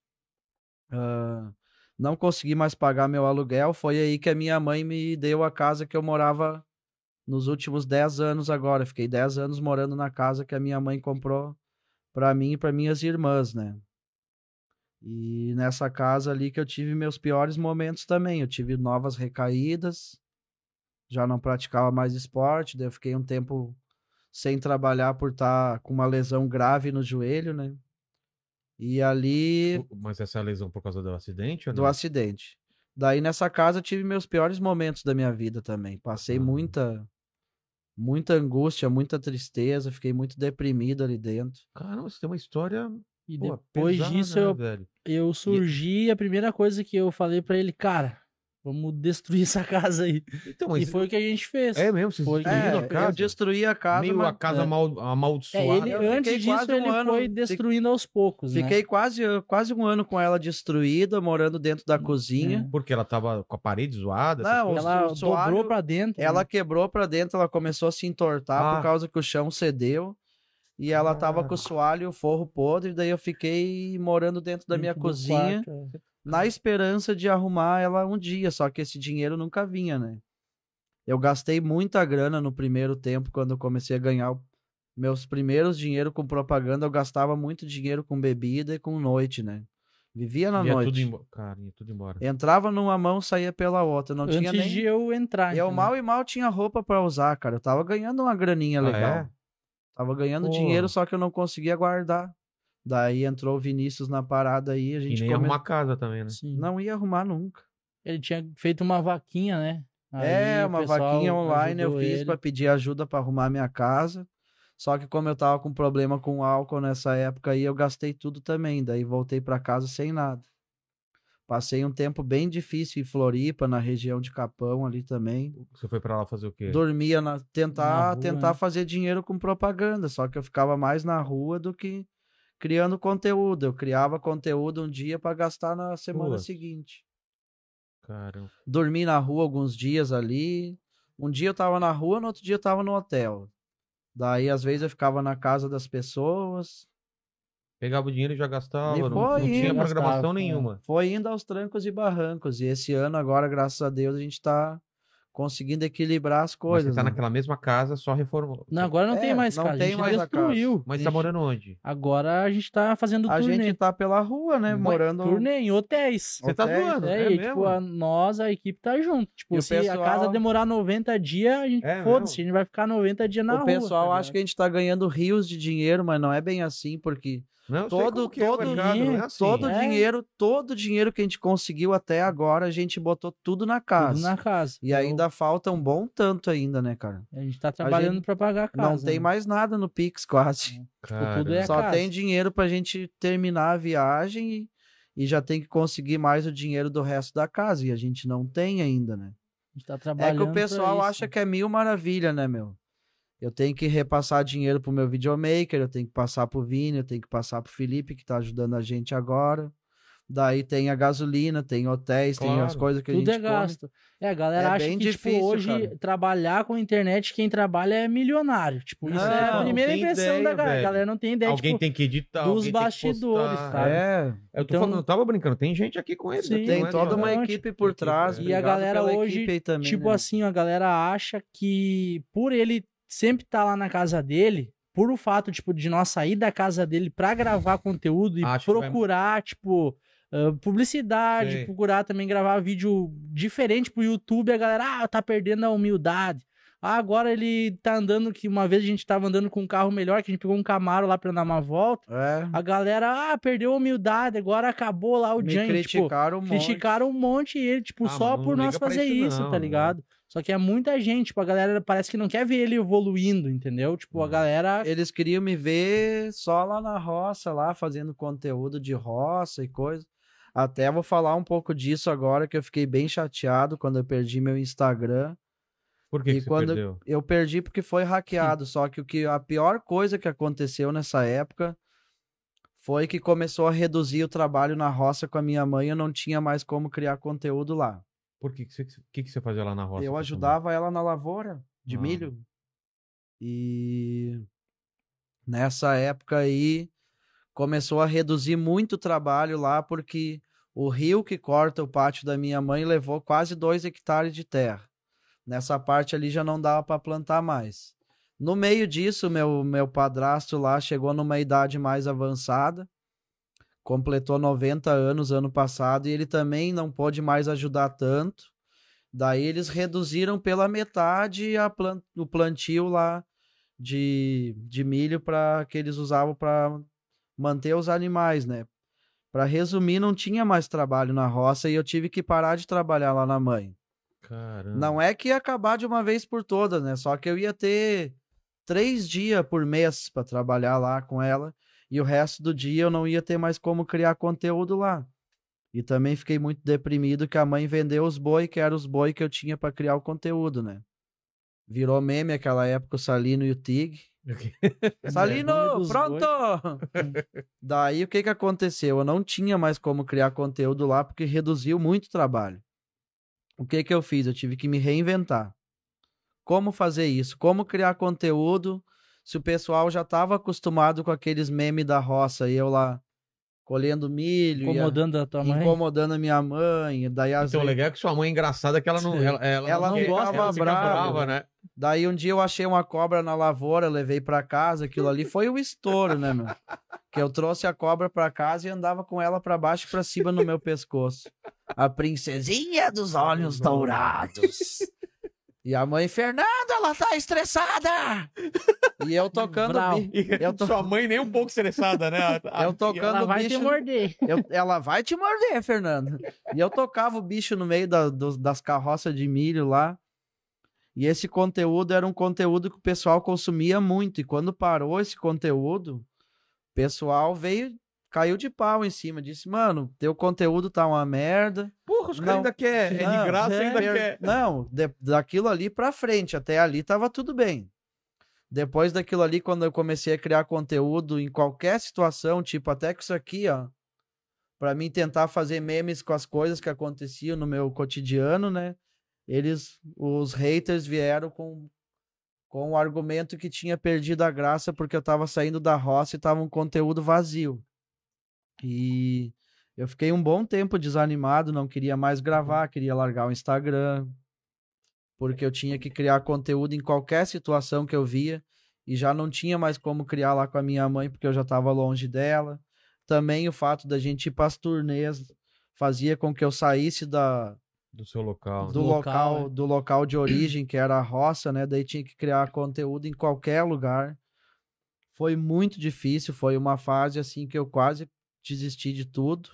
[SPEAKER 3] Ah, não consegui mais pagar meu aluguel. Foi aí que a minha mãe me deu a casa que eu morava nos últimos 10 anos agora. Fiquei 10 anos morando na casa que a minha mãe comprou para mim e para minhas irmãs, né? E nessa casa ali que eu tive meus piores momentos também. Eu tive novas recaídas, já não praticava mais esporte, daí eu fiquei um tempo sem trabalhar por estar com uma lesão grave no joelho, né? E ali
[SPEAKER 1] O- Mas essa é lesão por causa do acidente ou não?
[SPEAKER 3] do acidente. Daí nessa casa eu tive meus piores momentos da minha vida também. Passei
[SPEAKER 1] Ah.
[SPEAKER 3] muita muita angústia, muita tristeza, fiquei muito deprimido ali dentro.
[SPEAKER 1] Caramba, você tem uma história.
[SPEAKER 4] E
[SPEAKER 1] pô,
[SPEAKER 4] depois
[SPEAKER 1] pesada,
[SPEAKER 4] disso
[SPEAKER 1] né,
[SPEAKER 4] eu,
[SPEAKER 1] velho?
[SPEAKER 4] eu surgi, a primeira coisa que eu falei pra ele, cara, Vamos destruir essa casa aí.
[SPEAKER 1] Então, mas
[SPEAKER 4] E foi o que a gente fez.
[SPEAKER 1] é mesmo, vocês
[SPEAKER 4] Foi-
[SPEAKER 1] destruíram
[SPEAKER 4] É,
[SPEAKER 1] a
[SPEAKER 4] eu
[SPEAKER 1] casa.
[SPEAKER 3] eu destruí a casa.
[SPEAKER 1] Meio
[SPEAKER 3] mas-
[SPEAKER 1] a casa
[SPEAKER 3] é.
[SPEAKER 1] amal-
[SPEAKER 4] É,
[SPEAKER 1] amaldiçoada.
[SPEAKER 4] ele,
[SPEAKER 3] Eu fiquei
[SPEAKER 4] antes
[SPEAKER 3] quase
[SPEAKER 4] disso,
[SPEAKER 3] um
[SPEAKER 4] ele
[SPEAKER 3] ano-
[SPEAKER 4] foi destruindo aos poucos, né?
[SPEAKER 3] Fiquei quase, quase um ano com ela destruída, morando dentro
[SPEAKER 1] Hum,
[SPEAKER 3] da cozinha.
[SPEAKER 1] Porque ela tava com a parede zoada. essas
[SPEAKER 3] Não,
[SPEAKER 1] coisas.
[SPEAKER 4] Ela
[SPEAKER 3] o suário-
[SPEAKER 4] dobrou pra dentro. né?
[SPEAKER 3] Ela quebrou pra dentro, ela começou a se entortar
[SPEAKER 1] é. Hum. Ah.
[SPEAKER 3] por causa que o chão cedeu. E ela tava com o soalho e o forro podre, daí eu fiquei morando dentro da minha cozinha,
[SPEAKER 1] Uhum.
[SPEAKER 3] na esperança de arrumar ela um dia, só que esse dinheiro nunca vinha, né? Eu gastei muita grana no primeiro tempo, quando eu comecei a ganhar o- meus primeiros dinheiro com propaganda, eu gastava muito dinheiro com bebida e com noite, né? Vivia na
[SPEAKER 1] Ia
[SPEAKER 3] noite.
[SPEAKER 1] tudo embora. Cara, ia tudo embora.
[SPEAKER 3] Entrava numa mão, saía pela outra. Não
[SPEAKER 4] é. Antes
[SPEAKER 3] tinha nem...
[SPEAKER 4] de eu entrar.
[SPEAKER 3] Eu
[SPEAKER 1] né?
[SPEAKER 4] entendeu?
[SPEAKER 3] mal e mal tinha roupa pra usar, cara. Eu tava ganhando uma graninha
[SPEAKER 1] Ah,
[SPEAKER 3] legal.
[SPEAKER 1] é?
[SPEAKER 3] Tava ganhando
[SPEAKER 1] Pô.
[SPEAKER 3] dinheiro, só que eu não conseguia guardar. Daí entrou o Vinícius na parada aí, a
[SPEAKER 1] E
[SPEAKER 3] gente
[SPEAKER 1] nem
[SPEAKER 3] come-
[SPEAKER 1] arrumar casa também, né?
[SPEAKER 4] Sim.
[SPEAKER 3] não ia arrumar nunca.
[SPEAKER 4] Ele tinha feito uma vaquinha, né? Aí
[SPEAKER 3] é,
[SPEAKER 4] o
[SPEAKER 3] uma
[SPEAKER 4] pessoal
[SPEAKER 3] vaquinha online eu
[SPEAKER 4] ajudou
[SPEAKER 3] fiz
[SPEAKER 4] ele.
[SPEAKER 3] pra pedir ajuda pra arrumar minha casa. Só que como eu tava com problema com álcool nessa época aí, eu gastei tudo também. Daí voltei pra casa sem nada. Passei um tempo bem difícil em Floripa, na região de Capão ali também.
[SPEAKER 1] Você foi pra lá fazer o quê?
[SPEAKER 3] dormia na tentar
[SPEAKER 4] Na rua,
[SPEAKER 3] tentar
[SPEAKER 4] né?
[SPEAKER 3] fazer dinheiro com propaganda, só que eu ficava mais na rua do que criando conteúdo. Eu criava conteúdo um dia para gastar na semana
[SPEAKER 1] Putz.
[SPEAKER 3] seguinte.
[SPEAKER 1] Caramba.
[SPEAKER 3] Dormi na rua alguns dias ali. Um dia eu tava na rua, no outro dia eu tava no hotel. Daí às vezes eu ficava na casa das pessoas.
[SPEAKER 1] Pegava o dinheiro e já gastava.
[SPEAKER 3] E
[SPEAKER 1] Não,
[SPEAKER 3] foi
[SPEAKER 1] não tinha
[SPEAKER 3] indo,
[SPEAKER 1] programação
[SPEAKER 4] gastava, né?
[SPEAKER 1] nenhuma.
[SPEAKER 3] Foi indo aos trancos e barrancos. E esse ano agora, graças a Deus, a gente tá conseguindo equilibrar as
[SPEAKER 1] Mas
[SPEAKER 3] coisas.
[SPEAKER 1] você tá
[SPEAKER 3] né?
[SPEAKER 1] naquela mesma casa, só reformou.
[SPEAKER 4] Não, agora não
[SPEAKER 3] É,
[SPEAKER 4] tem mais
[SPEAKER 3] não
[SPEAKER 4] casa. a
[SPEAKER 3] tem
[SPEAKER 4] gente
[SPEAKER 3] mais a casa.
[SPEAKER 4] destruiu.
[SPEAKER 1] Mas tá morando onde?
[SPEAKER 4] Agora a gente tá fazendo
[SPEAKER 3] A
[SPEAKER 4] turnê.
[SPEAKER 3] gente tá pela rua, né?
[SPEAKER 4] Mas
[SPEAKER 3] Morando
[SPEAKER 4] Turnê em hotéis.
[SPEAKER 1] Você tá
[SPEAKER 3] Hotéis,
[SPEAKER 1] zoando,
[SPEAKER 4] É,
[SPEAKER 1] é,
[SPEAKER 4] e,
[SPEAKER 1] mesmo?
[SPEAKER 4] tipo, a, nós, a equipe tá junto. Tipo,
[SPEAKER 3] E o
[SPEAKER 4] se a
[SPEAKER 3] pessoal-
[SPEAKER 4] casa demorar 90 dias, a gente
[SPEAKER 1] É
[SPEAKER 4] foda-se, a gente vai ficar 90 dias na
[SPEAKER 3] o
[SPEAKER 4] rua.
[SPEAKER 3] pessoal
[SPEAKER 4] tá
[SPEAKER 3] acha que a gente tá ganhando rios de dinheiro, mas não é bem assim, porque
[SPEAKER 1] Não, eu sei
[SPEAKER 3] todo-
[SPEAKER 1] como que é o
[SPEAKER 3] todo
[SPEAKER 1] mercado, não é
[SPEAKER 4] dia,
[SPEAKER 1] assim.
[SPEAKER 3] todo
[SPEAKER 4] É.
[SPEAKER 3] dinheiro, todo dinheiro que a gente conseguiu até agora, a gente botou tudo na casa.
[SPEAKER 4] ligado? Tudo na casa.
[SPEAKER 3] E ainda falta um bom tanto ainda, né, cara?
[SPEAKER 4] A gente tá trabalhando pra pagar a casa.
[SPEAKER 3] não tem
[SPEAKER 4] né?
[SPEAKER 3] mais nada no Pix quase.
[SPEAKER 1] Cara,
[SPEAKER 4] tudo é
[SPEAKER 3] Só
[SPEAKER 4] casa.
[SPEAKER 3] tem dinheiro pra gente terminar a viagem e, e já tem que conseguir mais o dinheiro do resto da casa e a gente não tem ainda, né?
[SPEAKER 4] A gente tá
[SPEAKER 3] É
[SPEAKER 4] trabalhando
[SPEAKER 3] que o pessoal acha que é mil maravilha, né, meu? Eu tenho que repassar dinheiro pro meu videomaker, eu tenho que passar pro Vini, eu tenho que passar pro Felipe, que tá ajudando a gente agora. Daí tem a gasolina, tem hotéis, tem as
[SPEAKER 1] Claro.
[SPEAKER 3] coisas que a
[SPEAKER 4] Tudo
[SPEAKER 3] gente
[SPEAKER 4] é gasto. É, a galera
[SPEAKER 3] É
[SPEAKER 4] acha
[SPEAKER 3] bem
[SPEAKER 4] que,
[SPEAKER 3] difícil,
[SPEAKER 4] tipo, hoje
[SPEAKER 3] cara.
[SPEAKER 4] trabalhar com a internet, quem trabalha é milionário. Tipo, isso é
[SPEAKER 3] Não,
[SPEAKER 4] a
[SPEAKER 3] não
[SPEAKER 4] primeira
[SPEAKER 1] tem
[SPEAKER 4] impressão
[SPEAKER 1] ideia,
[SPEAKER 4] da galera.
[SPEAKER 1] velho.
[SPEAKER 4] A galera não tem ideia,
[SPEAKER 1] alguém
[SPEAKER 4] tipo,
[SPEAKER 1] tem que editar,
[SPEAKER 4] dos
[SPEAKER 1] alguém
[SPEAKER 4] bastidores,
[SPEAKER 1] tem que postar.
[SPEAKER 4] sabe?
[SPEAKER 3] É,
[SPEAKER 1] Eu, tô
[SPEAKER 4] Então-
[SPEAKER 1] falando, eu tava brincando, tem gente aqui com ele.
[SPEAKER 4] Sim.
[SPEAKER 1] não é
[SPEAKER 3] tem
[SPEAKER 1] só-
[SPEAKER 3] toda uma
[SPEAKER 4] Não,
[SPEAKER 3] equipe por
[SPEAKER 1] equipe, é.
[SPEAKER 3] trás.
[SPEAKER 4] E a
[SPEAKER 3] obrigado
[SPEAKER 4] galera
[SPEAKER 3] pela
[SPEAKER 4] hoje,
[SPEAKER 3] equipe aí também,
[SPEAKER 4] tipo
[SPEAKER 3] né?
[SPEAKER 4] assim, a galera acha que por ele sempre estar lá na casa dele, por o fato, tipo, de nós sair da casa dele pra gravar conteúdo e
[SPEAKER 1] Acho que vai-
[SPEAKER 4] procurar, tipo, ah, publicidade,
[SPEAKER 1] Sei.
[SPEAKER 4] procurar também gravar vídeo diferente pro YouTube, a galera, ah, tá perdendo a humildade. Ah, agora ele tá andando, que uma vez a gente tava andando com um carro melhor, que a gente pegou um Camaro lá pra dar uma volta.
[SPEAKER 3] É,
[SPEAKER 4] A galera, ah, perdeu a humildade, agora acabou lá o
[SPEAKER 3] me
[SPEAKER 4] Junk. Tipo,
[SPEAKER 3] criticaram um monte.
[SPEAKER 4] Criticaram um monte ele, tipo,
[SPEAKER 1] Ah,
[SPEAKER 4] só
[SPEAKER 1] mano,
[SPEAKER 4] por
[SPEAKER 1] não
[SPEAKER 4] nós
[SPEAKER 1] liga pra
[SPEAKER 4] fazer
[SPEAKER 1] isso
[SPEAKER 4] isso,
[SPEAKER 1] não,
[SPEAKER 4] tá
[SPEAKER 1] mano.
[SPEAKER 4] ligado? Só que é muita gente, tipo, a galera parece que não quer ver ele evoluindo, entendeu? Tipo, a
[SPEAKER 1] Hum.
[SPEAKER 4] galera.
[SPEAKER 3] Eles queriam me ver só lá na roça, lá fazendo conteúdo de roça e coisa. Até vou falar um pouco disso agora, que eu fiquei bem chateado quando eu perdi meu Instagram.
[SPEAKER 1] Por que,
[SPEAKER 3] E
[SPEAKER 1] que você
[SPEAKER 3] quando-
[SPEAKER 1] perdeu?
[SPEAKER 3] Eu perdi porque foi hackeado, só que o que a pior coisa que aconteceu nessa época foi que começou a reduzir o trabalho na roça com a minha mãe, eu não tinha mais como criar conteúdo lá.
[SPEAKER 1] Por que, que, você, que, que você fazia lá na roça?
[SPEAKER 3] eu
[SPEAKER 1] pessoal?
[SPEAKER 3] ajudava ela na lavoura de
[SPEAKER 1] Ah.
[SPEAKER 3] milho. E nessa época aí começou a reduzir muito o trabalho lá, porque o rio que corta o pátio da minha mãe levou quase dois hectares de terra. Nessa parte ali já não dava para plantar mais. No meio disso, meu, meu padrasto lá chegou numa idade mais avançada, completou 90 anos ano passado e ele também não pôde mais ajudar tanto. Daí eles reduziram pela metade a plan- o plantio lá de, de milho para que eles usavam para manter os animais, né? Para resumir, não tinha mais trabalho na roça e eu tive que parar de trabalhar lá na mãe.
[SPEAKER 1] Caramba.
[SPEAKER 3] Não é que ia acabar de uma vez por todas, né? Só que eu ia ter três dias por mês para trabalhar lá com ela e o resto do dia eu não ia ter mais como criar conteúdo lá. E também fiquei muito deprimido que a mãe vendeu os boi, que eram os boi que eu tinha para criar o conteúdo, né? Virou meme aquela época o Salino e o Tig.
[SPEAKER 4] nome
[SPEAKER 1] É
[SPEAKER 3] É, Salino,
[SPEAKER 4] dos
[SPEAKER 3] pronto! Daí o que que aconteceu? Eu não tinha mais como criar conteúdo lá porque reduziu muito o trabalho. O que que eu fiz? Eu tive que me reinventar. Como fazer isso? Como criar conteúdo se o pessoal já estava acostumado com aqueles memes da roça e eu lá colhendo milho, e a-
[SPEAKER 4] Incomodando a tua mãe.
[SPEAKER 3] incomodando a minha mãe, daí às
[SPEAKER 1] Então, o
[SPEAKER 3] vezes-
[SPEAKER 1] legal é que sua mãe é engraçada que ela não.
[SPEAKER 4] Sim.
[SPEAKER 1] Ela, ela,
[SPEAKER 3] Ela não
[SPEAKER 1] quer-
[SPEAKER 3] gosta,
[SPEAKER 1] ela fica
[SPEAKER 3] brava.
[SPEAKER 1] brava, né?
[SPEAKER 3] Daí um dia eu achei uma cobra na lavoura, levei pra casa, aquilo ali foi um estouro, né, meu? Que eu trouxe a cobra pra casa e andava com ela pra baixo e pra cima no meu pescoço. A princesinha dos olhos dourados. E a mãe, Fernanda, ela tá estressada! E eu tocando,
[SPEAKER 4] Brau.
[SPEAKER 3] bi-
[SPEAKER 1] E
[SPEAKER 3] Eu tô-
[SPEAKER 1] sua mãe nem um pouco estressada, né? A- a-
[SPEAKER 3] eu tocando
[SPEAKER 4] Ela
[SPEAKER 3] o
[SPEAKER 4] vai
[SPEAKER 3] bicho.
[SPEAKER 4] te morder.
[SPEAKER 3] Eu- ela vai te morder, Fernando. E eu tocava o bicho no meio da- dos- das carroças de milho lá. E esse conteúdo era um conteúdo que o pessoal consumia muito. E quando parou esse conteúdo, o pessoal veio, caiu de pau em cima. Disse, mano, teu conteúdo tá uma merda.
[SPEAKER 1] Porra, os caras
[SPEAKER 3] Não.
[SPEAKER 1] ainda quer. É de
[SPEAKER 3] Não,
[SPEAKER 1] graça,
[SPEAKER 4] é,
[SPEAKER 1] ainda
[SPEAKER 3] Per-
[SPEAKER 1] quer.
[SPEAKER 3] Não, de- daquilo ali pra frente, até ali tava tudo bem. Depois daquilo ali, quando eu comecei a criar conteúdo em qualquer situação, tipo até com isso aqui, ó, Pra mim tentar fazer memes com as coisas que aconteciam no meu cotidiano, né? Eles, os haters vieram com com o argumento que tinha perdido a graça porque eu tava saindo da roça e tava um conteúdo vazio. E eu fiquei um bom tempo desanimado, não queria mais gravar, queria largar o Instagram, porque eu tinha que criar conteúdo em qualquer situação que eu via e já não tinha mais como criar lá com a minha mãe porque eu já estava longe dela. Também o fato da gente ir para as turnês fazia com que eu saísse da,
[SPEAKER 1] Do seu local. né?
[SPEAKER 3] do
[SPEAKER 4] Do local,
[SPEAKER 3] local,
[SPEAKER 4] é.
[SPEAKER 3] do local de origem, que era a roça, né? Daí tinha que criar conteúdo em qualquer lugar. Foi muito difícil, foi uma fase assim que eu quase desisti de tudo.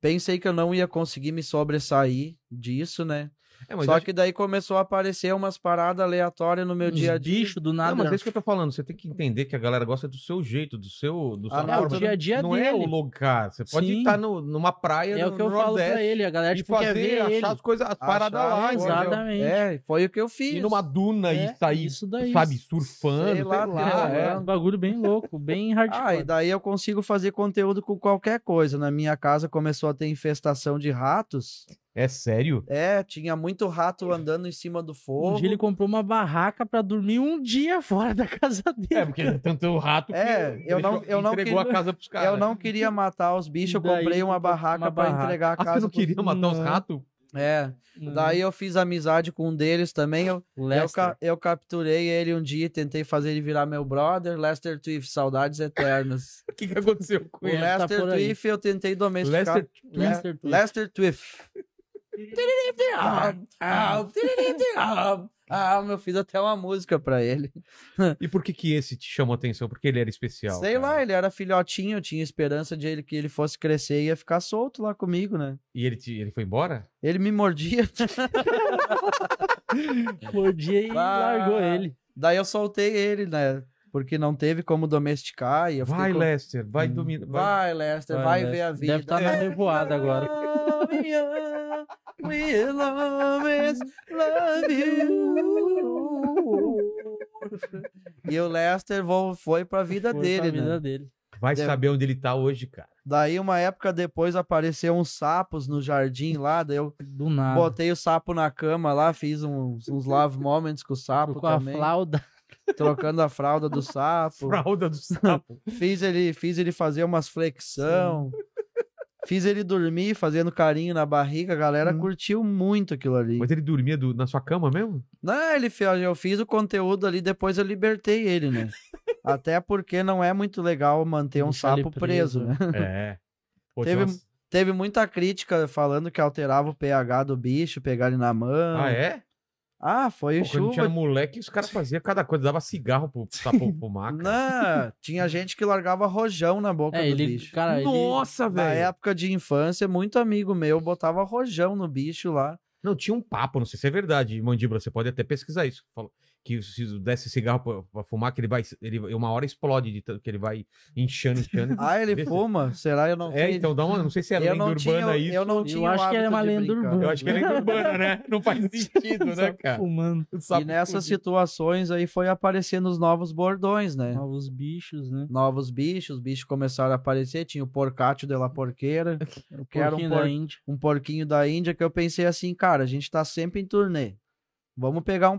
[SPEAKER 3] Pensei que eu não ia conseguir me sobressair disso, né?
[SPEAKER 1] É, mas
[SPEAKER 3] Só
[SPEAKER 1] acho-
[SPEAKER 3] que daí começou a aparecer umas paradas aleatórias no meu
[SPEAKER 4] Os
[SPEAKER 3] dia a dia.
[SPEAKER 4] bichos do nada.
[SPEAKER 1] Não, mas é isso que eu tô falando. Você tem que entender que a galera gosta do seu jeito, do seu. Do seu
[SPEAKER 3] Ah, não,
[SPEAKER 4] é o dia a dia
[SPEAKER 1] não é o
[SPEAKER 4] dele.
[SPEAKER 1] lugar. Você pode
[SPEAKER 4] Sim.
[SPEAKER 1] estar no- numa praia.
[SPEAKER 4] É,
[SPEAKER 1] no,
[SPEAKER 4] o que eu
[SPEAKER 1] no
[SPEAKER 4] falo
[SPEAKER 1] Nordeste,
[SPEAKER 4] pra ele. A galera
[SPEAKER 1] E
[SPEAKER 4] tipo, quer
[SPEAKER 1] fazer,
[SPEAKER 4] ver
[SPEAKER 1] achar
[SPEAKER 4] ele.
[SPEAKER 1] as coisas, as paradas
[SPEAKER 3] Achar,
[SPEAKER 1] lá.
[SPEAKER 3] entendeu?
[SPEAKER 1] entendeu?
[SPEAKER 4] Exatamente.
[SPEAKER 3] É, foi o que eu fiz.
[SPEAKER 1] Ir numa duna
[SPEAKER 4] É,
[SPEAKER 1] e sair,
[SPEAKER 4] isso daí.
[SPEAKER 1] sabe, surfando. né?
[SPEAKER 3] Sei lá,
[SPEAKER 4] Ah,
[SPEAKER 3] é.
[SPEAKER 4] é um bagulho bem louco, bem
[SPEAKER 3] Ah, e
[SPEAKER 4] hardcore.
[SPEAKER 3] daí eu consigo fazer conteúdo com qualquer coisa. Na minha casa começou a ter infestação de ratos.
[SPEAKER 1] É sério?
[SPEAKER 3] É, tinha muito rato andando em cima do
[SPEAKER 4] um
[SPEAKER 3] fogo.
[SPEAKER 4] dia ele comprou uma barraca pra dormir um dia fora da casa dele.
[SPEAKER 1] É, porque ele é tanto rato que
[SPEAKER 3] É, eu não-
[SPEAKER 1] deixou-
[SPEAKER 3] eu não
[SPEAKER 1] entregou
[SPEAKER 3] queria-
[SPEAKER 1] a casa pros caras.
[SPEAKER 3] Eu não queria matar os bichos, eu
[SPEAKER 4] Daí
[SPEAKER 3] comprei uma
[SPEAKER 4] comprou
[SPEAKER 3] barraca
[SPEAKER 4] uma
[SPEAKER 3] pra
[SPEAKER 4] barraca.
[SPEAKER 3] entregar a
[SPEAKER 1] Ah,
[SPEAKER 3] casa.
[SPEAKER 1] você não
[SPEAKER 3] pros-
[SPEAKER 1] queria matar os
[SPEAKER 4] Não.
[SPEAKER 1] ratos?
[SPEAKER 3] É, daí eu fiz amizade com um deles também. Eu, eu,
[SPEAKER 4] Lester.
[SPEAKER 3] ca- eu capturei ele um dia e tentei fazer ele virar meu brother. Lester Twiff, saudades eternas.
[SPEAKER 1] O que, que aconteceu com
[SPEAKER 3] o
[SPEAKER 1] ele?
[SPEAKER 4] Lester tá
[SPEAKER 3] Lester
[SPEAKER 4] por aí.
[SPEAKER 3] Twiff eu tentei domesticar.
[SPEAKER 1] Lester
[SPEAKER 3] Le-
[SPEAKER 4] Lester Twiff.
[SPEAKER 3] Lester Twiff. Ah, eu fiz até uma música pra ele.
[SPEAKER 1] E por que que esse te chamou a atenção? Porque ele era especial.
[SPEAKER 3] Sei
[SPEAKER 1] cara.
[SPEAKER 3] lá, ele era filhotinho, eu tinha esperança de ele que ele fosse crescer e ia ficar solto lá comigo, né?
[SPEAKER 1] E ele, te- ele foi embora?
[SPEAKER 3] Ele me mordia.
[SPEAKER 4] Mordia e
[SPEAKER 3] Ah.
[SPEAKER 4] largou ele.
[SPEAKER 3] Daí eu soltei ele, né? Porque não teve como domesticar. E eu fiquei
[SPEAKER 1] Vai,
[SPEAKER 3] com- Hum,
[SPEAKER 1] Lester, vai dominar. Vai.
[SPEAKER 3] Vai, Lester, vai, ver a vida.
[SPEAKER 4] Deve estar na nevoada agora.
[SPEAKER 3] Love you, we love is love you. E o Lester vo- foi pra vida
[SPEAKER 4] Foi
[SPEAKER 3] dele,
[SPEAKER 4] pra
[SPEAKER 3] né?
[SPEAKER 4] vida dele.
[SPEAKER 1] Vai
[SPEAKER 3] Deve-
[SPEAKER 1] saber onde ele tá hoje, cara.
[SPEAKER 3] Daí, uma época depois, apareceram uns sapos no jardim lá. Daí eu
[SPEAKER 4] Do nada.
[SPEAKER 3] botei o sapo na cama lá, fiz uns, uns love moments com o sapo
[SPEAKER 4] com a
[SPEAKER 3] também.
[SPEAKER 4] flauda.
[SPEAKER 3] Trocando a fralda do sapo.
[SPEAKER 1] Fralda do sapo.
[SPEAKER 3] Fiz ele, fiz ele fazer umas flexão. Fiz ele dormir fazendo carinho na barriga, a galera
[SPEAKER 4] Hum.
[SPEAKER 3] curtiu muito aquilo ali.
[SPEAKER 1] Mas ele dormia do- na sua cama mesmo?
[SPEAKER 3] Não, ele fez, eu fiz o conteúdo ali, depois eu libertei ele, né? Até porque não é muito legal manter um
[SPEAKER 4] Deixar ele
[SPEAKER 3] sapo preso,
[SPEAKER 4] preso.
[SPEAKER 3] né?
[SPEAKER 1] É. Pô,
[SPEAKER 3] Teve-
[SPEAKER 1] tinha umas-
[SPEAKER 3] Teve muita crítica falando que alterava o pH do bicho, pegar ele na mão.
[SPEAKER 1] Ah, é?
[SPEAKER 3] Ah,
[SPEAKER 1] Pô,
[SPEAKER 3] foi o
[SPEAKER 1] quando
[SPEAKER 3] chuva.
[SPEAKER 1] tinha moleque, os caras faziam cada coisa, dava cigarro pro sapo fumar. cara.
[SPEAKER 3] Não, tinha gente que largava rojão na boca
[SPEAKER 4] É,
[SPEAKER 3] do
[SPEAKER 4] ele,
[SPEAKER 3] bicho.
[SPEAKER 4] cara, ele...
[SPEAKER 1] Nossa,
[SPEAKER 3] Na
[SPEAKER 1] velho.
[SPEAKER 3] época de infância, muito amigo meu botava rojão no bicho lá.
[SPEAKER 1] Não, tinha um papo, não sei se é verdade, Mandíbula, você pode até pesquisar isso. Falou, que se desse cigarro pra, pra fumar, que ele vai. Ele, uma hora explode, de tanto que ele vai inchando, inchando.
[SPEAKER 3] Ah, ele
[SPEAKER 1] Vê se-
[SPEAKER 3] fuma? Será eu não
[SPEAKER 1] É,
[SPEAKER 3] vi?
[SPEAKER 1] então dá uma. Não sei se é
[SPEAKER 3] eu
[SPEAKER 1] lenda
[SPEAKER 3] não
[SPEAKER 1] urbana
[SPEAKER 3] tinha,
[SPEAKER 1] isso.
[SPEAKER 3] Eu não tinha o
[SPEAKER 4] acho que
[SPEAKER 3] hábito
[SPEAKER 4] é uma
[SPEAKER 3] de
[SPEAKER 4] lenda
[SPEAKER 3] brincar.
[SPEAKER 4] urbana.
[SPEAKER 1] Eu acho que é lenda urbana, né? Não faz sentido, né, cara?
[SPEAKER 4] Fumando.
[SPEAKER 1] Sapo
[SPEAKER 3] E nessas
[SPEAKER 1] fudido.
[SPEAKER 3] situações aí foi aparecendo os novos bordões, né?
[SPEAKER 4] Novos bichos, né?
[SPEAKER 3] Novos bichos, os bichos começaram a aparecer. Tinha o porcátio de la porqueira,
[SPEAKER 4] O
[SPEAKER 3] Que era um
[SPEAKER 4] porquinho
[SPEAKER 3] por-
[SPEAKER 4] da Índia.
[SPEAKER 3] um porquinho da Índia, que eu pensei assim, cara, a gente tá sempre em turnê. Vamos pegar um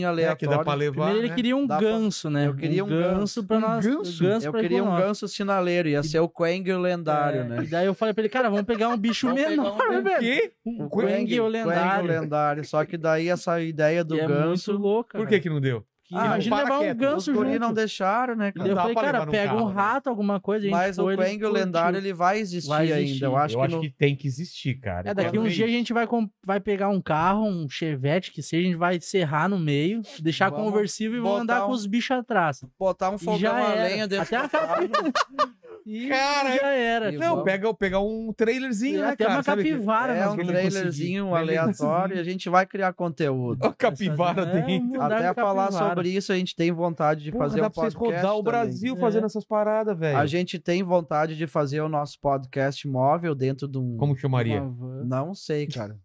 [SPEAKER 1] É, que
[SPEAKER 3] aleatório.
[SPEAKER 1] dá pra levar.
[SPEAKER 4] Primeiro ele
[SPEAKER 1] né?
[SPEAKER 4] queria um
[SPEAKER 3] Dá pra-
[SPEAKER 4] ganso, né?
[SPEAKER 3] Eu queria um ganso.
[SPEAKER 4] pra nós.
[SPEAKER 1] ganso?
[SPEAKER 3] eu
[SPEAKER 4] pra ir
[SPEAKER 3] queria
[SPEAKER 4] com
[SPEAKER 3] um
[SPEAKER 4] nós.
[SPEAKER 3] ganso sinaleiro, ia ser o Quang o lendário,
[SPEAKER 4] É,
[SPEAKER 3] né?
[SPEAKER 4] E daí eu falei pra ele, cara, vamos pegar um bicho
[SPEAKER 3] Vamos pegar
[SPEAKER 4] menor,
[SPEAKER 3] um-
[SPEAKER 1] O
[SPEAKER 4] velho.
[SPEAKER 1] quê?
[SPEAKER 4] Um
[SPEAKER 3] Quang-
[SPEAKER 4] Quang o
[SPEAKER 3] Quang
[SPEAKER 4] lendário.
[SPEAKER 3] lendário. Só que daí essa ideia do
[SPEAKER 4] E é
[SPEAKER 3] ganso.
[SPEAKER 4] muito louca.
[SPEAKER 1] Por que que não deu?
[SPEAKER 4] que
[SPEAKER 3] Ah,
[SPEAKER 4] imagina
[SPEAKER 1] para
[SPEAKER 4] levar um
[SPEAKER 1] quieto,
[SPEAKER 3] Os
[SPEAKER 4] ganso
[SPEAKER 3] guri
[SPEAKER 4] junto.
[SPEAKER 3] não deixaram, né,
[SPEAKER 4] E
[SPEAKER 3] cara?
[SPEAKER 4] daí eu
[SPEAKER 1] dá
[SPEAKER 4] falei,
[SPEAKER 1] pra
[SPEAKER 4] cara,
[SPEAKER 1] levar num
[SPEAKER 4] pega um
[SPEAKER 1] carro, né?
[SPEAKER 4] rato, alguma coisa. a gente
[SPEAKER 3] Mas o
[SPEAKER 4] foi, ele
[SPEAKER 3] Quang o
[SPEAKER 4] curtiu.
[SPEAKER 3] lendário ele vai existir,
[SPEAKER 4] Vai existir.
[SPEAKER 3] ainda. Eu acho
[SPEAKER 1] eu
[SPEAKER 3] que
[SPEAKER 1] acho
[SPEAKER 3] não- um
[SPEAKER 1] que tem que existir, cara.
[SPEAKER 4] É, daqui
[SPEAKER 1] Quero
[SPEAKER 4] uns
[SPEAKER 1] ver
[SPEAKER 4] dias a
[SPEAKER 1] isso.
[SPEAKER 4] gente vai, com- vai pegar um carro, um chevette, que seja, a gente vai serrar no meio, deixar
[SPEAKER 3] Vamos
[SPEAKER 4] conversível e vamos andar
[SPEAKER 3] botar
[SPEAKER 4] com
[SPEAKER 3] um-
[SPEAKER 4] os bichos atrás.
[SPEAKER 3] botar um
[SPEAKER 4] E
[SPEAKER 3] fogão
[SPEAKER 4] já
[SPEAKER 3] a
[SPEAKER 4] era.
[SPEAKER 3] lenha dentro
[SPEAKER 4] Até
[SPEAKER 3] do
[SPEAKER 4] a capivara.
[SPEAKER 3] carro. é
[SPEAKER 4] E
[SPEAKER 1] Cara,
[SPEAKER 4] já era.
[SPEAKER 3] e
[SPEAKER 1] Não,
[SPEAKER 3] Vamos.
[SPEAKER 1] pega, pega um trailerzinho, né,
[SPEAKER 4] até
[SPEAKER 1] cara?
[SPEAKER 4] uma
[SPEAKER 1] Sabe que-
[SPEAKER 4] capivara.
[SPEAKER 3] É
[SPEAKER 4] nós
[SPEAKER 3] um
[SPEAKER 1] ele
[SPEAKER 4] vamos
[SPEAKER 1] conseguir.
[SPEAKER 3] trailerzinho
[SPEAKER 1] Trailerzinho.
[SPEAKER 3] aleatório e a gente vai criar conteúdo.
[SPEAKER 1] Uma capivara
[SPEAKER 4] É,
[SPEAKER 1] dentro.
[SPEAKER 4] uma-
[SPEAKER 3] Até
[SPEAKER 4] Andar com
[SPEAKER 3] falar
[SPEAKER 4] capivara.
[SPEAKER 3] sobre isso, a gente tem vontade de
[SPEAKER 1] Porra,
[SPEAKER 3] fazer
[SPEAKER 1] dá
[SPEAKER 3] um
[SPEAKER 1] pra vocês
[SPEAKER 3] podcast.
[SPEAKER 1] rodar o
[SPEAKER 3] também.
[SPEAKER 1] Brasil
[SPEAKER 4] É.
[SPEAKER 1] fazendo essas paradas, velho.
[SPEAKER 3] A gente tem vontade de fazer o nosso podcast móvel dentro de um.
[SPEAKER 1] Como chamaria?
[SPEAKER 4] Uma van.
[SPEAKER 3] Não sei, cara.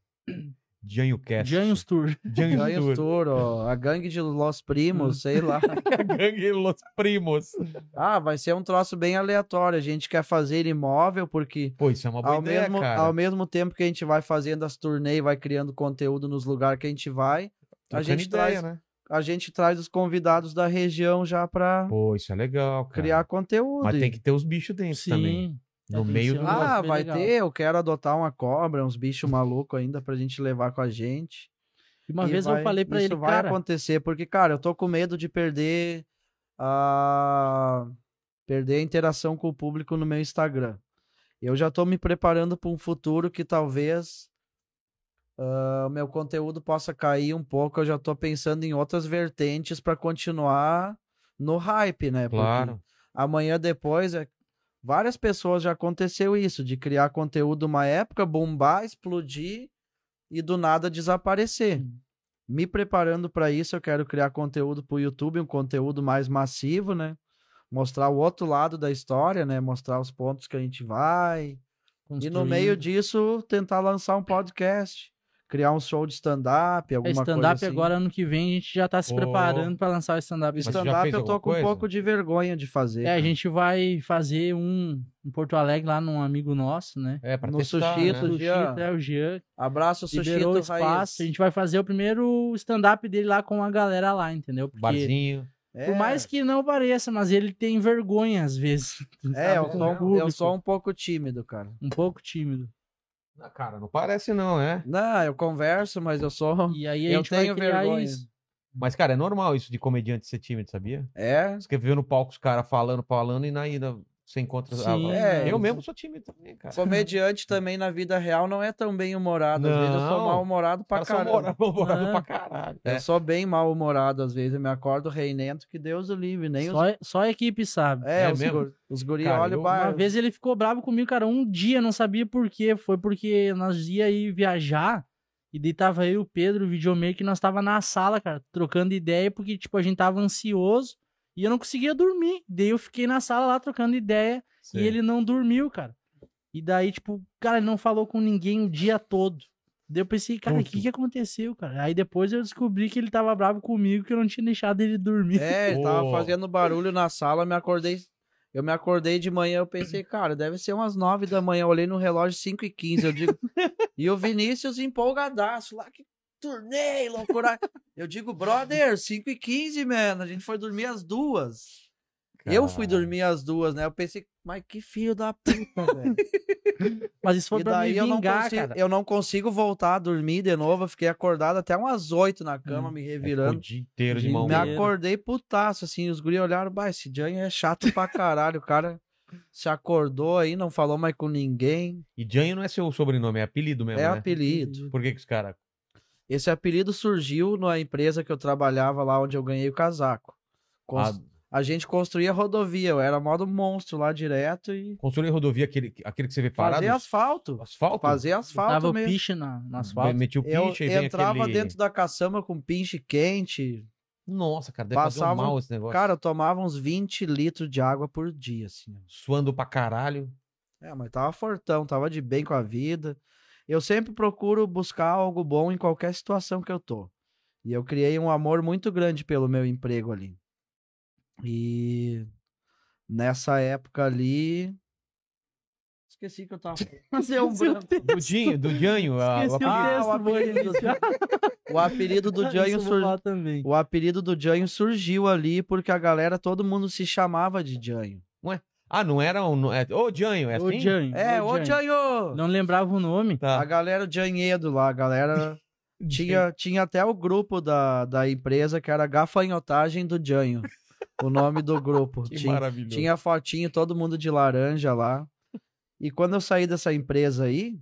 [SPEAKER 1] Janho Cast.
[SPEAKER 4] Janhos Tour.
[SPEAKER 1] Janho
[SPEAKER 3] Ganhos
[SPEAKER 1] Tour.
[SPEAKER 3] Tour, ó, a gangue de Los
[SPEAKER 1] Hum.
[SPEAKER 3] Primos, sei lá.
[SPEAKER 1] Gangue Los Primos.
[SPEAKER 3] Ah, vai ser um troço bem aleatório. A gente quer fazer ele móvel porque
[SPEAKER 1] Pô, isso é uma boa
[SPEAKER 3] ao,
[SPEAKER 1] ideia,
[SPEAKER 3] mesmo,
[SPEAKER 1] cara.
[SPEAKER 3] ao mesmo tempo que a gente vai fazendo as turnê e vai criando conteúdo nos lugares que a gente vai, a
[SPEAKER 1] Trocando
[SPEAKER 3] gente, traz,
[SPEAKER 1] né?
[SPEAKER 3] a gente traz os convidados da região já pra
[SPEAKER 1] Pô, isso é legal, cara.
[SPEAKER 3] criar conteúdo.
[SPEAKER 1] Mas
[SPEAKER 3] e-
[SPEAKER 1] tem que ter os bichos dentro
[SPEAKER 4] Sim.
[SPEAKER 1] também.
[SPEAKER 4] É,
[SPEAKER 1] No
[SPEAKER 4] tem que
[SPEAKER 1] meio
[SPEAKER 4] ser
[SPEAKER 1] do-
[SPEAKER 4] um
[SPEAKER 1] negócio
[SPEAKER 3] Ah,
[SPEAKER 4] bem
[SPEAKER 3] vai
[SPEAKER 4] legal.
[SPEAKER 3] ter. Eu quero adotar uma cobra, uns bichos malucos ainda pra gente levar com a gente.
[SPEAKER 4] E Uma
[SPEAKER 3] E
[SPEAKER 4] vez
[SPEAKER 3] vai-
[SPEAKER 4] eu falei pra
[SPEAKER 3] isso
[SPEAKER 4] ele,
[SPEAKER 3] vai
[SPEAKER 4] cara,
[SPEAKER 3] acontecer, porque, cara, eu tô com medo de perder a... perder a interação com o público no meu Instagram. Eu já tô me preparando para um futuro que talvez ah, o meu conteúdo possa cair um pouco. Eu já tô pensando em outras vertentes para continuar no hype, né? Porque
[SPEAKER 1] Claro.
[SPEAKER 3] amanhã depois é- várias pessoas já aconteceu isso de criar conteúdo uma época bombar explodir e do nada desaparecer
[SPEAKER 4] Uhum.
[SPEAKER 3] me preparando para isso eu quero criar conteúdo para o YouTube um conteúdo mais massivo né mostrar o outro lado da história né mostrar os pontos que a gente vai e no
[SPEAKER 4] construindo.
[SPEAKER 3] meio disso tentar lançar um podcast criar um show de stand-up
[SPEAKER 4] É,
[SPEAKER 3] alguma coisa
[SPEAKER 4] stand-up
[SPEAKER 3] assim.
[SPEAKER 4] agora ano que vem a gente já tá se
[SPEAKER 1] Pô.
[SPEAKER 4] preparando pra lançar o stand-up.
[SPEAKER 1] Mas já
[SPEAKER 3] stand-up
[SPEAKER 1] fez
[SPEAKER 3] eu
[SPEAKER 1] alguma
[SPEAKER 3] tô com
[SPEAKER 1] coisa?
[SPEAKER 3] um pouco de vergonha de fazer
[SPEAKER 4] É, a
[SPEAKER 3] cara.
[SPEAKER 4] gente vai fazer um em Porto Alegre lá num amigo nosso, né?
[SPEAKER 1] É, pra
[SPEAKER 3] No
[SPEAKER 1] testar,
[SPEAKER 3] sushi,
[SPEAKER 1] né?
[SPEAKER 3] tu-
[SPEAKER 4] O
[SPEAKER 3] Jean.
[SPEAKER 4] Chita, é o Jean,
[SPEAKER 3] abraço
[SPEAKER 4] liberou o
[SPEAKER 3] sushi
[SPEAKER 4] espaço. A gente vai fazer o primeiro stand-up dele lá com a galera lá, entendeu? Porque
[SPEAKER 1] Barzinho.
[SPEAKER 3] É,
[SPEAKER 4] por mais que não pareça, mas ele tem vergonha às vezes.
[SPEAKER 3] É, eu
[SPEAKER 4] sabe? Com o
[SPEAKER 3] sou, eu
[SPEAKER 4] público.
[SPEAKER 3] sou um pouco tímido, cara.
[SPEAKER 4] um pouco tímido.
[SPEAKER 1] Ah, cara, não parece não, é?
[SPEAKER 3] Não, eu converso, mas eu sou.
[SPEAKER 4] E aí a
[SPEAKER 3] Eu
[SPEAKER 4] gente vai
[SPEAKER 3] tenho
[SPEAKER 4] criar
[SPEAKER 3] vergonha.
[SPEAKER 4] isso.
[SPEAKER 1] Mas, cara, é normal isso de comediante ser tímido, sabia?
[SPEAKER 3] É.
[SPEAKER 1] Você vê no palco os caras falando, falando e na ida você encontra... ah,
[SPEAKER 4] Sim,
[SPEAKER 3] é,
[SPEAKER 1] eu
[SPEAKER 3] isso.
[SPEAKER 1] mesmo sou tímido também, cara.
[SPEAKER 3] Comediante também na vida real não é tão bem humorado. Às vezes eu sou
[SPEAKER 1] Não.
[SPEAKER 3] mal humorado pra
[SPEAKER 1] Os caras são
[SPEAKER 3] caramba.
[SPEAKER 1] mora- morados
[SPEAKER 4] Não.
[SPEAKER 1] pra caralho. É.
[SPEAKER 3] Eu sou bem mal humorado, às vezes eu me acordo reinento, que Deus o livre. Nem os...
[SPEAKER 4] Só, só a equipe sabe.
[SPEAKER 3] É,
[SPEAKER 1] É
[SPEAKER 3] os,
[SPEAKER 1] mesmo?
[SPEAKER 3] gu- os guri
[SPEAKER 1] Cara,
[SPEAKER 3] olham
[SPEAKER 1] eu-
[SPEAKER 3] e
[SPEAKER 4] Uma
[SPEAKER 3] baixo.
[SPEAKER 4] vez ele ficou bravo comigo, cara, um dia, não sabia por quê. Foi porque nós ia ir viajar e daí tava eu e o Pedro, o videomaker, e nós tava na sala, cara, trocando ideia, porque, tipo, a gente tava ansioso e eu não conseguia dormir. Daí eu fiquei na sala lá trocando ideia e ele não dormiu, cara. E daí, tipo, cara, ele não falou com ninguém o dia todo. Daí eu pensei, cara, o
[SPEAKER 1] Puto.
[SPEAKER 4] que que aconteceu, cara? Aí depois eu descobri que ele tava bravo comigo, que eu não tinha deixado ele dormir.
[SPEAKER 3] É, ele tava
[SPEAKER 1] Ô.
[SPEAKER 3] fazendo barulho na sala, me acordei. Eu me acordei de manhã, eu pensei, cara, deve ser umas 9 da manhã. Eu olhei no relógio 5 e 15, eu digo. e o Vinícius empolgadaço lá, que turnê, loucura. Eu digo, brother, 5 e 15, mano. A gente foi dormir às duas. Eu
[SPEAKER 1] É
[SPEAKER 3] fui dormir às duas, né? Eu pensei, mas que filho da puta, velho.
[SPEAKER 4] Mas isso foi
[SPEAKER 3] E
[SPEAKER 4] pra me
[SPEAKER 3] daí eu não,
[SPEAKER 4] vingar,
[SPEAKER 3] consigo,
[SPEAKER 4] cara.
[SPEAKER 3] eu não consigo voltar a dormir de novo. Eu fiquei acordado até umas 8 na cama,
[SPEAKER 4] Hum, é
[SPEAKER 3] me
[SPEAKER 1] virando.
[SPEAKER 3] revirando.
[SPEAKER 1] O dia inteiro de
[SPEAKER 4] Me
[SPEAKER 1] mão.
[SPEAKER 3] Me
[SPEAKER 4] Maneiro.
[SPEAKER 3] acordei putaço, assim, os guri olharam, bah, esse Jan é chato pra caralho, o cara se acordou aí, não falou mais com ninguém,
[SPEAKER 1] E Janho não é seu sobrenome, é apelido mesmo,
[SPEAKER 3] é
[SPEAKER 1] né?
[SPEAKER 3] apelido.
[SPEAKER 1] Por que que os caras...
[SPEAKER 3] Esse apelido surgiu na empresa que eu trabalhava lá onde eu ganhei o casaco. Cons-
[SPEAKER 1] Ah,
[SPEAKER 3] A gente construía rodovia, eu era modo monstro lá direto e
[SPEAKER 1] construir rodovia, aquele, aquele que você vê parado?
[SPEAKER 3] fazia asfalto,
[SPEAKER 1] Asfalto?
[SPEAKER 3] fazia
[SPEAKER 4] Tava
[SPEAKER 3] asfalto
[SPEAKER 4] o
[SPEAKER 3] mesmo.
[SPEAKER 4] piche na, no asfalto.
[SPEAKER 1] Metia o
[SPEAKER 3] Eu
[SPEAKER 1] pinche e vem
[SPEAKER 3] entrava
[SPEAKER 1] aquele...
[SPEAKER 3] dentro da caçamba com pinche quente,
[SPEAKER 1] Nossa, cara, deve fazer um
[SPEAKER 3] Passava-
[SPEAKER 1] mal esse negócio.
[SPEAKER 3] Cara, eu tomava uns 20 litros de água por dia, assim.
[SPEAKER 1] Suando pra caralho.
[SPEAKER 3] É, mas tava fortão, tava de bem com a vida. Eu sempre procuro buscar algo bom em qualquer situação que eu tô. E eu criei um amor muito grande pelo meu emprego ali. E nessa época ali. Esqueci que eu tava. Mas é um branco.
[SPEAKER 1] Do Dinho, do Dinho. a-
[SPEAKER 4] Esqueci
[SPEAKER 1] a-
[SPEAKER 4] o
[SPEAKER 3] Ah, o
[SPEAKER 4] texto, vou
[SPEAKER 3] apelido.
[SPEAKER 4] iniciar.
[SPEAKER 3] O apelido do
[SPEAKER 4] Isso
[SPEAKER 3] Janho
[SPEAKER 4] eu vou
[SPEAKER 3] surgiu.
[SPEAKER 4] falar também.
[SPEAKER 3] O apelido do Janho surgiu ali porque a galera, todo mundo se chamava de Janho.
[SPEAKER 1] Ah, não era um. não- É... Ô, Dinho, é assim?
[SPEAKER 4] O Janho.
[SPEAKER 3] É,
[SPEAKER 4] o
[SPEAKER 3] ô
[SPEAKER 4] Janho.
[SPEAKER 3] Janho!
[SPEAKER 4] Não lembrava o nome.
[SPEAKER 3] A
[SPEAKER 1] Tá.
[SPEAKER 3] galera Janhedo lá, a galera. tinha, tinha até o grupo da, da empresa que era Gafanhotagem do Janho. o nome do grupo.
[SPEAKER 1] Que
[SPEAKER 3] tinha,
[SPEAKER 1] maravilhoso.
[SPEAKER 3] tinha fotinho, todo mundo de laranja lá. E quando eu saí dessa empresa aí,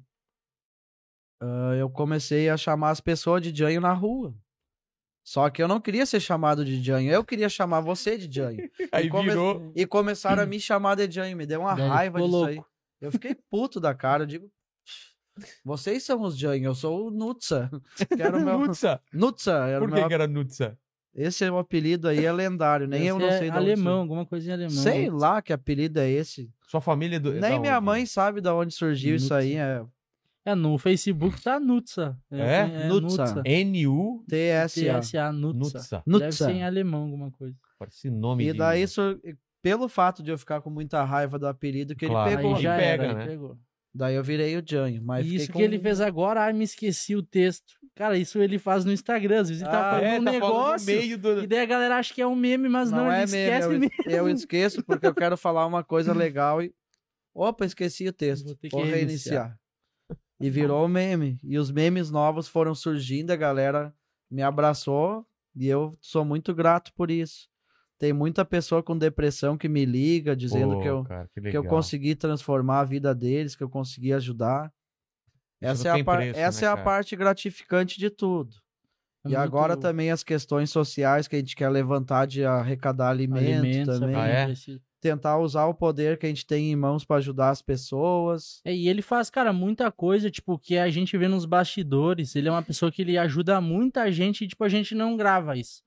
[SPEAKER 3] ah, eu comecei a chamar as pessoas de Janho na rua. Só que eu não queria ser chamado de Janho, eu queria chamar você de Janho.
[SPEAKER 1] Aí
[SPEAKER 3] come-
[SPEAKER 1] virou.
[SPEAKER 3] E começaram a me chamar de Jânio. Me deu uma
[SPEAKER 4] Daí
[SPEAKER 3] raiva disso
[SPEAKER 4] ficou
[SPEAKER 3] aí. Eu fiquei puto da cara. Eu digo, vocês são os Jânio, eu sou o Nutsa. Que era o meu...
[SPEAKER 1] Nutsa.
[SPEAKER 3] Nutsa. Era o
[SPEAKER 1] Por
[SPEAKER 3] meu...
[SPEAKER 1] que, que
[SPEAKER 3] ap-
[SPEAKER 1] era Nutsa?
[SPEAKER 3] Esse é um apelido aí é lendário. Nem eu
[SPEAKER 4] Esse
[SPEAKER 3] não
[SPEAKER 4] é
[SPEAKER 3] sei de onde
[SPEAKER 4] Alemão, alguma coisa em alemão.
[SPEAKER 3] surgiu. Sei lá que apelido é esse.
[SPEAKER 1] Sua família é do. é da
[SPEAKER 3] Nem minha
[SPEAKER 1] onde?
[SPEAKER 3] mãe sabe de onde surgiu isso
[SPEAKER 4] Nutsa.
[SPEAKER 3] aí. É
[SPEAKER 4] É, no Facebook tá Nutsa. assim,
[SPEAKER 1] É?
[SPEAKER 3] Nutsa.
[SPEAKER 1] N-U
[SPEAKER 3] TSA.
[SPEAKER 4] TSA, Nutsa.
[SPEAKER 1] Nutsa.
[SPEAKER 4] Deve
[SPEAKER 3] Nutsa.
[SPEAKER 4] ser em alemão alguma coisa.
[SPEAKER 1] Parece nome
[SPEAKER 3] E
[SPEAKER 1] de-
[SPEAKER 3] daí, sur- pelo fato de eu ficar com muita raiva do apelido que
[SPEAKER 1] Claro.
[SPEAKER 3] ele pegou.
[SPEAKER 1] Aí
[SPEAKER 4] já
[SPEAKER 1] pega,
[SPEAKER 4] era, aí
[SPEAKER 1] né?
[SPEAKER 4] pegou.
[SPEAKER 3] Daí eu virei o Jânio. Mas
[SPEAKER 4] E
[SPEAKER 3] fiquei
[SPEAKER 4] isso
[SPEAKER 3] com-
[SPEAKER 4] que ele fez agora, ai, me esqueci o texto. Cara, isso ele faz no Instagram. Às vezes ele tá
[SPEAKER 3] Ah,
[SPEAKER 4] falando
[SPEAKER 1] É,
[SPEAKER 4] um
[SPEAKER 1] tá falando no
[SPEAKER 4] negócio.
[SPEAKER 1] meio
[SPEAKER 4] E
[SPEAKER 1] do.
[SPEAKER 4] daí a galera acha que é um meme, mas não, ele
[SPEAKER 3] meme, é
[SPEAKER 4] esquece
[SPEAKER 3] eu,
[SPEAKER 4] mesmo.
[SPEAKER 3] eu esqueço porque eu quero falar uma coisa legal e. Opa, esqueci o texto.
[SPEAKER 4] Vou
[SPEAKER 3] Vou,
[SPEAKER 4] ter que
[SPEAKER 3] reiniciar. E virou um meme. E os memes novos foram surgindo, a galera me abraçou e eu sou muito grato por isso. Tem muita pessoa com depressão que me liga dizendo
[SPEAKER 1] Pô,
[SPEAKER 3] que, eu,
[SPEAKER 1] cara,
[SPEAKER 3] que eu
[SPEAKER 1] legal.
[SPEAKER 3] consegui transformar a vida deles, que eu consegui ajudar.
[SPEAKER 1] Isso
[SPEAKER 3] Essa
[SPEAKER 1] não
[SPEAKER 3] é, a,
[SPEAKER 1] tem
[SPEAKER 3] par-
[SPEAKER 1] preço,
[SPEAKER 3] essa
[SPEAKER 1] né,
[SPEAKER 3] é a
[SPEAKER 1] cara?
[SPEAKER 3] parte gratificante de tudo.
[SPEAKER 4] É
[SPEAKER 3] E
[SPEAKER 4] muito
[SPEAKER 3] agora tá também as questões sociais que a gente quer levantar de arrecadar alimento,
[SPEAKER 4] alimentos,
[SPEAKER 3] também.
[SPEAKER 1] Ah, é?
[SPEAKER 4] esse-
[SPEAKER 3] Tentar usar o poder que a gente tem em mãos para ajudar as pessoas.
[SPEAKER 4] É, e ele faz, cara, muita coisa, tipo, que a gente vê nos bastidores. Ele é uma pessoa que ele ajuda muita gente e, tipo, a gente não grava isso.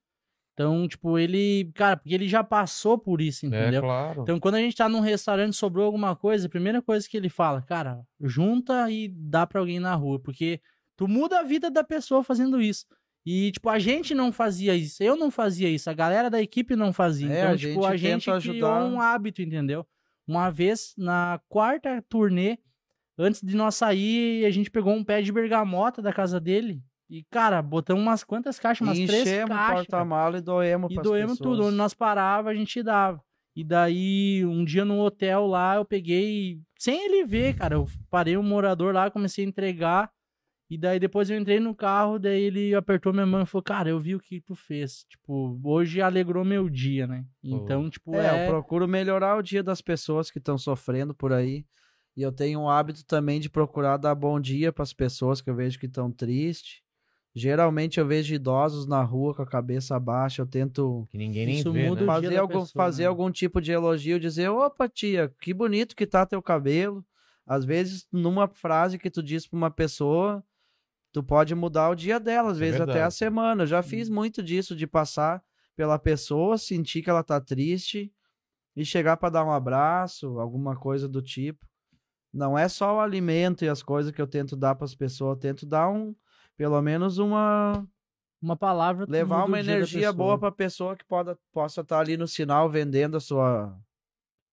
[SPEAKER 4] Então, tipo, ele, cara, porque ele já passou por isso,
[SPEAKER 1] É,
[SPEAKER 4] entendeu?
[SPEAKER 1] claro.
[SPEAKER 4] Então, quando a gente tá num restaurante, sobrou alguma coisa, a primeira coisa que ele fala, cara, junta e dá pra alguém na rua, porque tu muda a vida da pessoa fazendo isso. E, tipo, a gente não fazia isso, eu não fazia isso, a galera da equipe não fazia.
[SPEAKER 3] É,
[SPEAKER 4] então,
[SPEAKER 3] a
[SPEAKER 4] tipo, a
[SPEAKER 3] gente
[SPEAKER 4] gente
[SPEAKER 3] tenta
[SPEAKER 4] criou
[SPEAKER 3] ajudar.
[SPEAKER 4] um hábito, entendeu? Uma vez, na quarta turnê, antes de nós sair, a gente pegou um pé de bergamota da casa dele. E, cara, botamos umas quantas caixas, umas
[SPEAKER 3] E
[SPEAKER 4] três
[SPEAKER 3] enchemos o
[SPEAKER 4] caixas. cara.
[SPEAKER 3] porta-mala e doemos
[SPEAKER 4] E
[SPEAKER 3] pras
[SPEAKER 4] doemos
[SPEAKER 3] pessoas.
[SPEAKER 4] tudo. Onde nós parava, a gente dava. E daí, um dia num hotel lá, eu peguei. Sem ele ver, cara. Eu parei um morador lá, comecei a entregar. E daí depois eu entrei no carro, daí ele apertou minha mão e falou, cara, eu vi o que tu fez. Tipo, hoje alegrou meu dia, né? Então, tipo,
[SPEAKER 3] É,
[SPEAKER 4] é.
[SPEAKER 3] eu procuro melhorar o dia das pessoas que estão sofrendo por aí. E eu tenho um hábito também de procurar dar bom dia para as pessoas que eu vejo que estão tristes. Geralmente eu vejo idosos na rua com a cabeça baixa, eu tento
[SPEAKER 1] Que ninguém nem
[SPEAKER 4] Isso
[SPEAKER 1] vê,
[SPEAKER 4] muda
[SPEAKER 1] né?
[SPEAKER 4] o dia
[SPEAKER 3] fazer
[SPEAKER 4] da
[SPEAKER 3] algum,
[SPEAKER 4] pessoa,
[SPEAKER 3] fazer
[SPEAKER 4] né?
[SPEAKER 3] algum tipo de elogio, dizer, opa, tia, que bonito que tá teu cabelo. Às vezes, numa frase que tu diz pra uma pessoa, tu pode mudar o dia dela, às
[SPEAKER 1] É
[SPEAKER 3] vezes até a
[SPEAKER 1] verdade.
[SPEAKER 3] semana. Eu já fiz
[SPEAKER 4] Uhum.
[SPEAKER 3] muito disso, de passar pela pessoa, sentir que ela tá triste e chegar pra dar um abraço, alguma coisa do tipo. Não é só o alimento e as coisas que eu tento dar pras pessoas, eu tento dar um, pelo menos uma
[SPEAKER 4] Uma palavra. tu
[SPEAKER 3] levar
[SPEAKER 4] muda
[SPEAKER 3] uma
[SPEAKER 4] o dia da
[SPEAKER 3] energia
[SPEAKER 4] pessoa.
[SPEAKER 3] boa pra pessoa que poda, possa estar ali no sinal vendendo a sua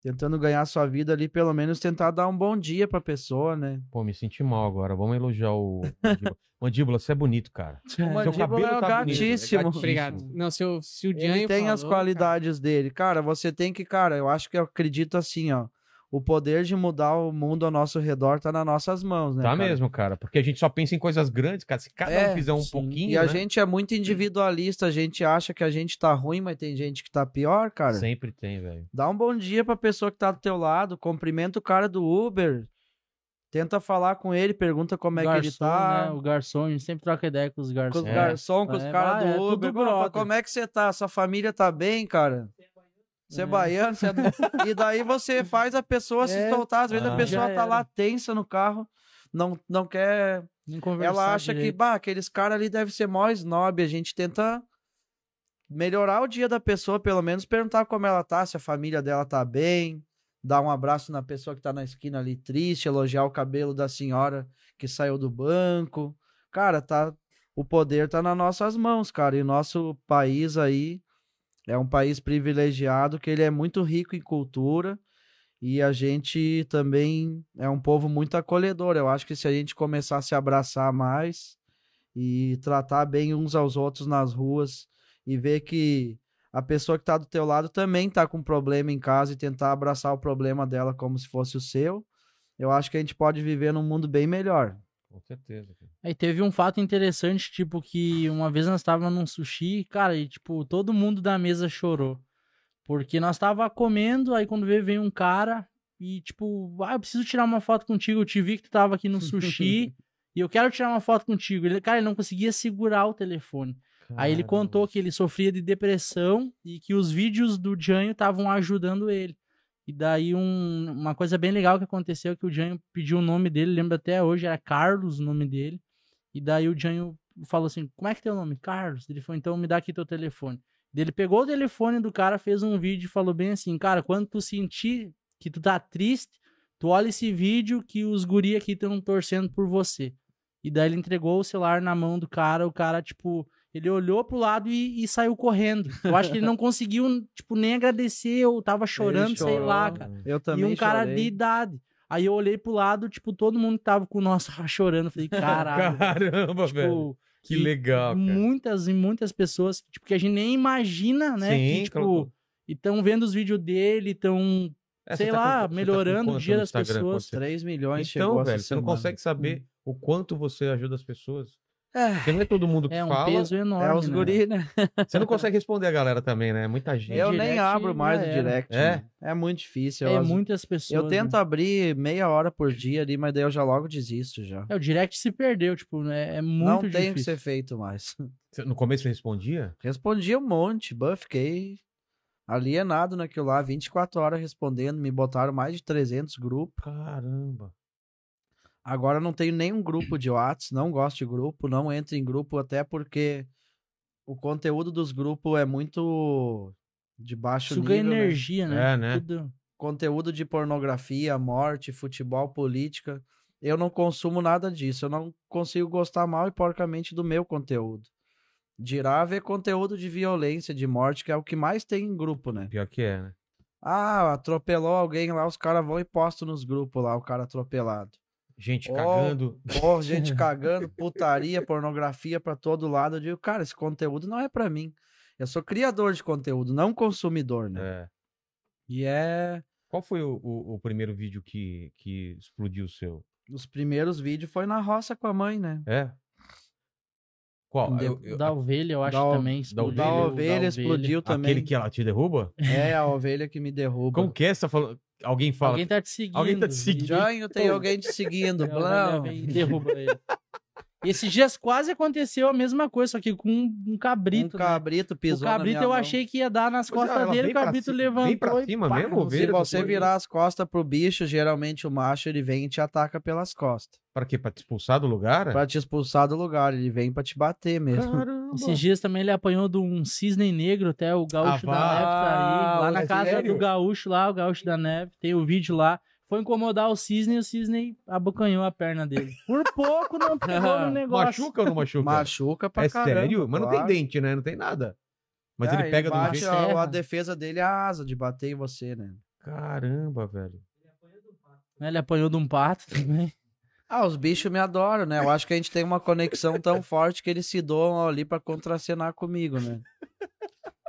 [SPEAKER 3] tentando ganhar a sua vida ali, pelo menos tentar dar um bom dia pra pessoa, né?
[SPEAKER 1] Pô, me senti mal agora. Vamos elogiar o. Mandíbula, Mandíbula você é bonito, cara.
[SPEAKER 3] O
[SPEAKER 1] Seu
[SPEAKER 3] mandíbula
[SPEAKER 1] cabelo
[SPEAKER 3] é
[SPEAKER 1] tá
[SPEAKER 3] gatíssimo.
[SPEAKER 1] bonito, é
[SPEAKER 2] Obrigado. Não, se, eu, se o Jean
[SPEAKER 3] Ele tem
[SPEAKER 2] falou,
[SPEAKER 3] as qualidades dele. Cara, você tem que, cara, eu acho que eu acredito assim, ó. O poder de mudar o mundo ao nosso redor tá nas nossas mãos, né?
[SPEAKER 1] Tá
[SPEAKER 3] cara?
[SPEAKER 1] mesmo, cara. Porque a gente só pensa em coisas grandes, cara. Se cada um
[SPEAKER 3] É,
[SPEAKER 1] fizer um
[SPEAKER 4] sim.
[SPEAKER 1] pouquinho.
[SPEAKER 3] E a
[SPEAKER 1] né?
[SPEAKER 3] gente é muito individualista, a gente acha que a gente tá ruim, mas tem gente que tá pior, cara.
[SPEAKER 1] Sempre tem, velho.
[SPEAKER 3] Dá um bom dia pra pessoa que tá do teu lado, cumprimenta o cara do Uber, tenta falar com ele, pergunta como é que ele
[SPEAKER 4] Garçom,
[SPEAKER 3] tá.
[SPEAKER 4] né? O garçom, a gente sempre troca ideia com os
[SPEAKER 3] Com os
[SPEAKER 4] garçons.
[SPEAKER 1] É.
[SPEAKER 3] garçom, com os
[SPEAKER 4] É,
[SPEAKER 3] caras
[SPEAKER 4] ah,
[SPEAKER 3] do
[SPEAKER 4] é, tudo
[SPEAKER 3] Uber. Pô, pô,
[SPEAKER 4] brother.
[SPEAKER 3] como é que você tá? Sua família tá bem, cara? Você é
[SPEAKER 4] É.
[SPEAKER 3] baiano, você é... E daí você faz a pessoa se
[SPEAKER 4] É.
[SPEAKER 3] soltar. Às vezes
[SPEAKER 1] Ah.
[SPEAKER 3] a pessoa
[SPEAKER 4] Já
[SPEAKER 3] tá lá
[SPEAKER 4] era.
[SPEAKER 3] tensa no carro, não, não quer...
[SPEAKER 4] Nem conversar
[SPEAKER 3] Ela acha
[SPEAKER 4] direito.
[SPEAKER 3] que, bah, aqueles caras ali devem ser mó snob. A gente tenta melhorar o dia da pessoa, pelo menos perguntar como ela tá, se a família dela tá bem, dar um abraço na pessoa que tá na esquina ali triste, elogiar o cabelo da senhora que saiu do banco. Cara, tá o poder tá nas nossas mãos, cara, e o nosso país aí é um país privilegiado que ele é muito rico em cultura. E a gente também é um povo muito acolhedor. Eu acho que se a gente começar a se abraçar mais e tratar bem uns aos outros nas ruas e ver que a pessoa que está do teu lado também está com um problema em casa e tentar abraçar o problema dela como se fosse o seu, eu acho que a gente pode viver num mundo bem melhor.
[SPEAKER 1] Com certeza. cara.
[SPEAKER 4] Aí teve um fato interessante, tipo, que uma vez nós estávamos num sushi, cara, e tipo, todo mundo da mesa chorou. Porque nós tava comendo, aí quando veio, veio um cara e tipo, ah, eu preciso tirar uma foto contigo, eu te vi que tu tava aqui no sushi e eu quero tirar uma foto contigo. Ele, cara, ele não conseguia segurar o telefone. Aí ele
[SPEAKER 1] Caramba.
[SPEAKER 4] contou que ele sofria de depressão e que os vídeos do Janho estavam ajudando ele. E daí um- uma coisa bem legal que aconteceu é que o Janho pediu o nome dele, lembro até hoje, era Carlos o nome dele. E daí o Janho falou assim, como é que é teu nome? Carlos. Ele falou, então me dá aqui teu telefone. Daí Ele pegou o telefone do cara, fez um vídeo e falou bem assim, cara, quando tu sentir que tu tá triste, tu olha esse vídeo que os guri aqui estão torcendo por você. E daí ele entregou o celular na mão do cara, o cara, tipo, ele olhou pro lado e, e saiu correndo. Eu acho que ele não conseguiu, tipo, nem agradecer ou tava chorando, sei
[SPEAKER 3] chorou.
[SPEAKER 4] lá, cara.
[SPEAKER 3] Eu
[SPEAKER 4] E
[SPEAKER 3] também
[SPEAKER 4] um cara
[SPEAKER 3] chorei.
[SPEAKER 4] de idade. Aí eu olhei pro lado, tipo, todo mundo que tava com nós tava chorando. Falei, caralho.
[SPEAKER 1] Caramba,
[SPEAKER 4] tipo,
[SPEAKER 1] velho. Que
[SPEAKER 4] que
[SPEAKER 1] legal, cara.
[SPEAKER 4] muitas e muitas pessoas, tipo, que a gente nem imagina, né? que,
[SPEAKER 1] Sim,
[SPEAKER 4] tipo,
[SPEAKER 1] colocou.
[SPEAKER 4] estão vendo os vídeos dele, estão
[SPEAKER 1] É,
[SPEAKER 4] sei
[SPEAKER 1] você
[SPEAKER 4] lá,
[SPEAKER 1] você com
[SPEAKER 4] melhorando o
[SPEAKER 1] quanto
[SPEAKER 4] dia
[SPEAKER 1] no
[SPEAKER 4] das
[SPEAKER 1] Instagram?
[SPEAKER 4] pessoas.
[SPEAKER 1] Quanto
[SPEAKER 3] 3 milhões
[SPEAKER 1] você- Então,
[SPEAKER 3] chegou
[SPEAKER 1] velho,
[SPEAKER 3] essa
[SPEAKER 1] você não
[SPEAKER 3] semana.
[SPEAKER 1] consegue saber o quanto você ajuda as pessoas. Porque não é todo mundo que
[SPEAKER 4] é um
[SPEAKER 1] fala.
[SPEAKER 4] peso enorme.
[SPEAKER 3] É os
[SPEAKER 4] né?
[SPEAKER 3] guri, né?
[SPEAKER 1] Você não consegue responder a galera também, né? É Muita gente.
[SPEAKER 3] Eu
[SPEAKER 4] direct
[SPEAKER 3] nem abro mais o
[SPEAKER 4] já era.
[SPEAKER 3] direct.
[SPEAKER 1] É?
[SPEAKER 3] né? É muito difícil.
[SPEAKER 4] É
[SPEAKER 3] eu, às-
[SPEAKER 4] muitas pessoas. né?
[SPEAKER 3] eu tento abrir meia hora por dia ali, mas daí eu já logo desisto já.
[SPEAKER 4] Né? É, o direct se perdeu, tipo, né? É muito
[SPEAKER 3] não
[SPEAKER 4] difícil.
[SPEAKER 3] tem o que ser feito mais.
[SPEAKER 1] Você- No começo você respondia?
[SPEAKER 3] Respondia um monte, bah, fiquei alienado naquilo lá, 24 horas respondendo, me botaram mais de 300 grupos.
[SPEAKER 1] Caramba.
[SPEAKER 3] Agora eu não tenho nenhum grupo de Whats, não gosto de grupo, não entro em grupo até porque o conteúdo dos grupos é muito de baixo
[SPEAKER 4] Suga
[SPEAKER 3] nível, né?
[SPEAKER 4] energia, né?
[SPEAKER 1] É, né?
[SPEAKER 4] Tudo.
[SPEAKER 3] Conteúdo de pornografia, morte, futebol, política. Eu não consumo nada disso, eu não consigo gostar mal e porcamente do meu conteúdo. Dirá ver conteúdo de violência, de morte, que é o que mais tem em grupo, né?
[SPEAKER 1] Pior que é, né?
[SPEAKER 3] Ah, atropelou alguém lá, os caras vão e postam nos grupos lá, o cara atropelado.
[SPEAKER 1] Gente
[SPEAKER 3] Oh.
[SPEAKER 1] cagando.
[SPEAKER 3] Porra, gente cagando, putaria, pornografia pra todo lado. Eu digo, cara, esse conteúdo não é pra mim. Eu sou criador de conteúdo, não consumidor, né?
[SPEAKER 1] É.
[SPEAKER 3] E é.
[SPEAKER 1] Qual foi o, o- o primeiro vídeo que, que explodiu o seu?
[SPEAKER 3] Os primeiros vídeos foi na roça com a mãe, né?
[SPEAKER 1] É? Qual?
[SPEAKER 3] De-
[SPEAKER 1] Eu- eu-
[SPEAKER 4] Da ovelha, eu acho
[SPEAKER 3] Da o-
[SPEAKER 4] também. explodiu,
[SPEAKER 3] Da
[SPEAKER 1] ovelha,
[SPEAKER 3] ovelha explodiu também.
[SPEAKER 1] Aquele que ela te derruba?
[SPEAKER 3] É a ovelha que me derruba.
[SPEAKER 1] Como que é? Você tá falando... Alguém fala.
[SPEAKER 4] Alguém tá te seguindo.
[SPEAKER 1] Alguém tá te
[SPEAKER 4] e-
[SPEAKER 1] seguindo.
[SPEAKER 3] Janho, tem alguém te seguindo.
[SPEAKER 1] É,
[SPEAKER 3] Um
[SPEAKER 4] Aí a ovelha
[SPEAKER 3] Blão.
[SPEAKER 4] vem E derruba ele. Esses dias quase aconteceu a mesma coisa, só que com um
[SPEAKER 3] Um
[SPEAKER 4] cabrito. né?
[SPEAKER 3] cabrito
[SPEAKER 4] o
[SPEAKER 3] pisou. na
[SPEAKER 4] cabrito
[SPEAKER 3] minha
[SPEAKER 4] eu
[SPEAKER 3] mão.
[SPEAKER 4] achei que ia dar nas
[SPEAKER 1] Pois é,
[SPEAKER 4] costas
[SPEAKER 1] ela
[SPEAKER 4] dele,
[SPEAKER 1] vem
[SPEAKER 4] o
[SPEAKER 1] pra
[SPEAKER 4] cabrito
[SPEAKER 1] cima-
[SPEAKER 4] levantou.
[SPEAKER 1] vem pra
[SPEAKER 4] e
[SPEAKER 1] cima
[SPEAKER 4] pá,
[SPEAKER 1] mesmo,
[SPEAKER 4] não
[SPEAKER 1] ovelha?
[SPEAKER 3] Se
[SPEAKER 4] sei.
[SPEAKER 3] você
[SPEAKER 1] depois-
[SPEAKER 3] virar as costas pro bicho, geralmente o macho ele vem e te ataca pelas costas.
[SPEAKER 1] Pra quê? Pra te expulsar do lugar?
[SPEAKER 3] Pra te expulsar do lugar, ele vem pra te bater mesmo.
[SPEAKER 1] É. Caramba.
[SPEAKER 4] Esses dias também ele apanhou de um cisne negro, até o gaúcho
[SPEAKER 1] Ah,
[SPEAKER 4] da
[SPEAKER 1] vá.
[SPEAKER 4] neve tá aí. Lá na
[SPEAKER 1] Ah,
[SPEAKER 4] casa
[SPEAKER 1] sério?
[SPEAKER 4] do gaúcho, lá, o gaúcho da neve, tem o vídeo lá. Foi incomodar o cisne e o cisne abocanhou a perna dele. Por pouco não pegou no negócio.
[SPEAKER 1] Machuca ou não machuca?
[SPEAKER 3] Machuca pra
[SPEAKER 1] É
[SPEAKER 3] caramba.
[SPEAKER 1] sério? Mas não tem
[SPEAKER 3] claro.
[SPEAKER 1] dente, né? Não tem nada. Mas
[SPEAKER 3] Ah,
[SPEAKER 1] ele pega do
[SPEAKER 3] bate
[SPEAKER 1] jeito.
[SPEAKER 3] a-
[SPEAKER 4] Serra.
[SPEAKER 3] a, defesa dele é a asa de bater em você, né?
[SPEAKER 1] Caramba, velho.
[SPEAKER 4] Ele apanhou de um pato também.
[SPEAKER 3] Ah, os bichos me adoram, né? Eu acho que a gente tem uma conexão tão forte que eles se doam ali pra contracenar comigo, né?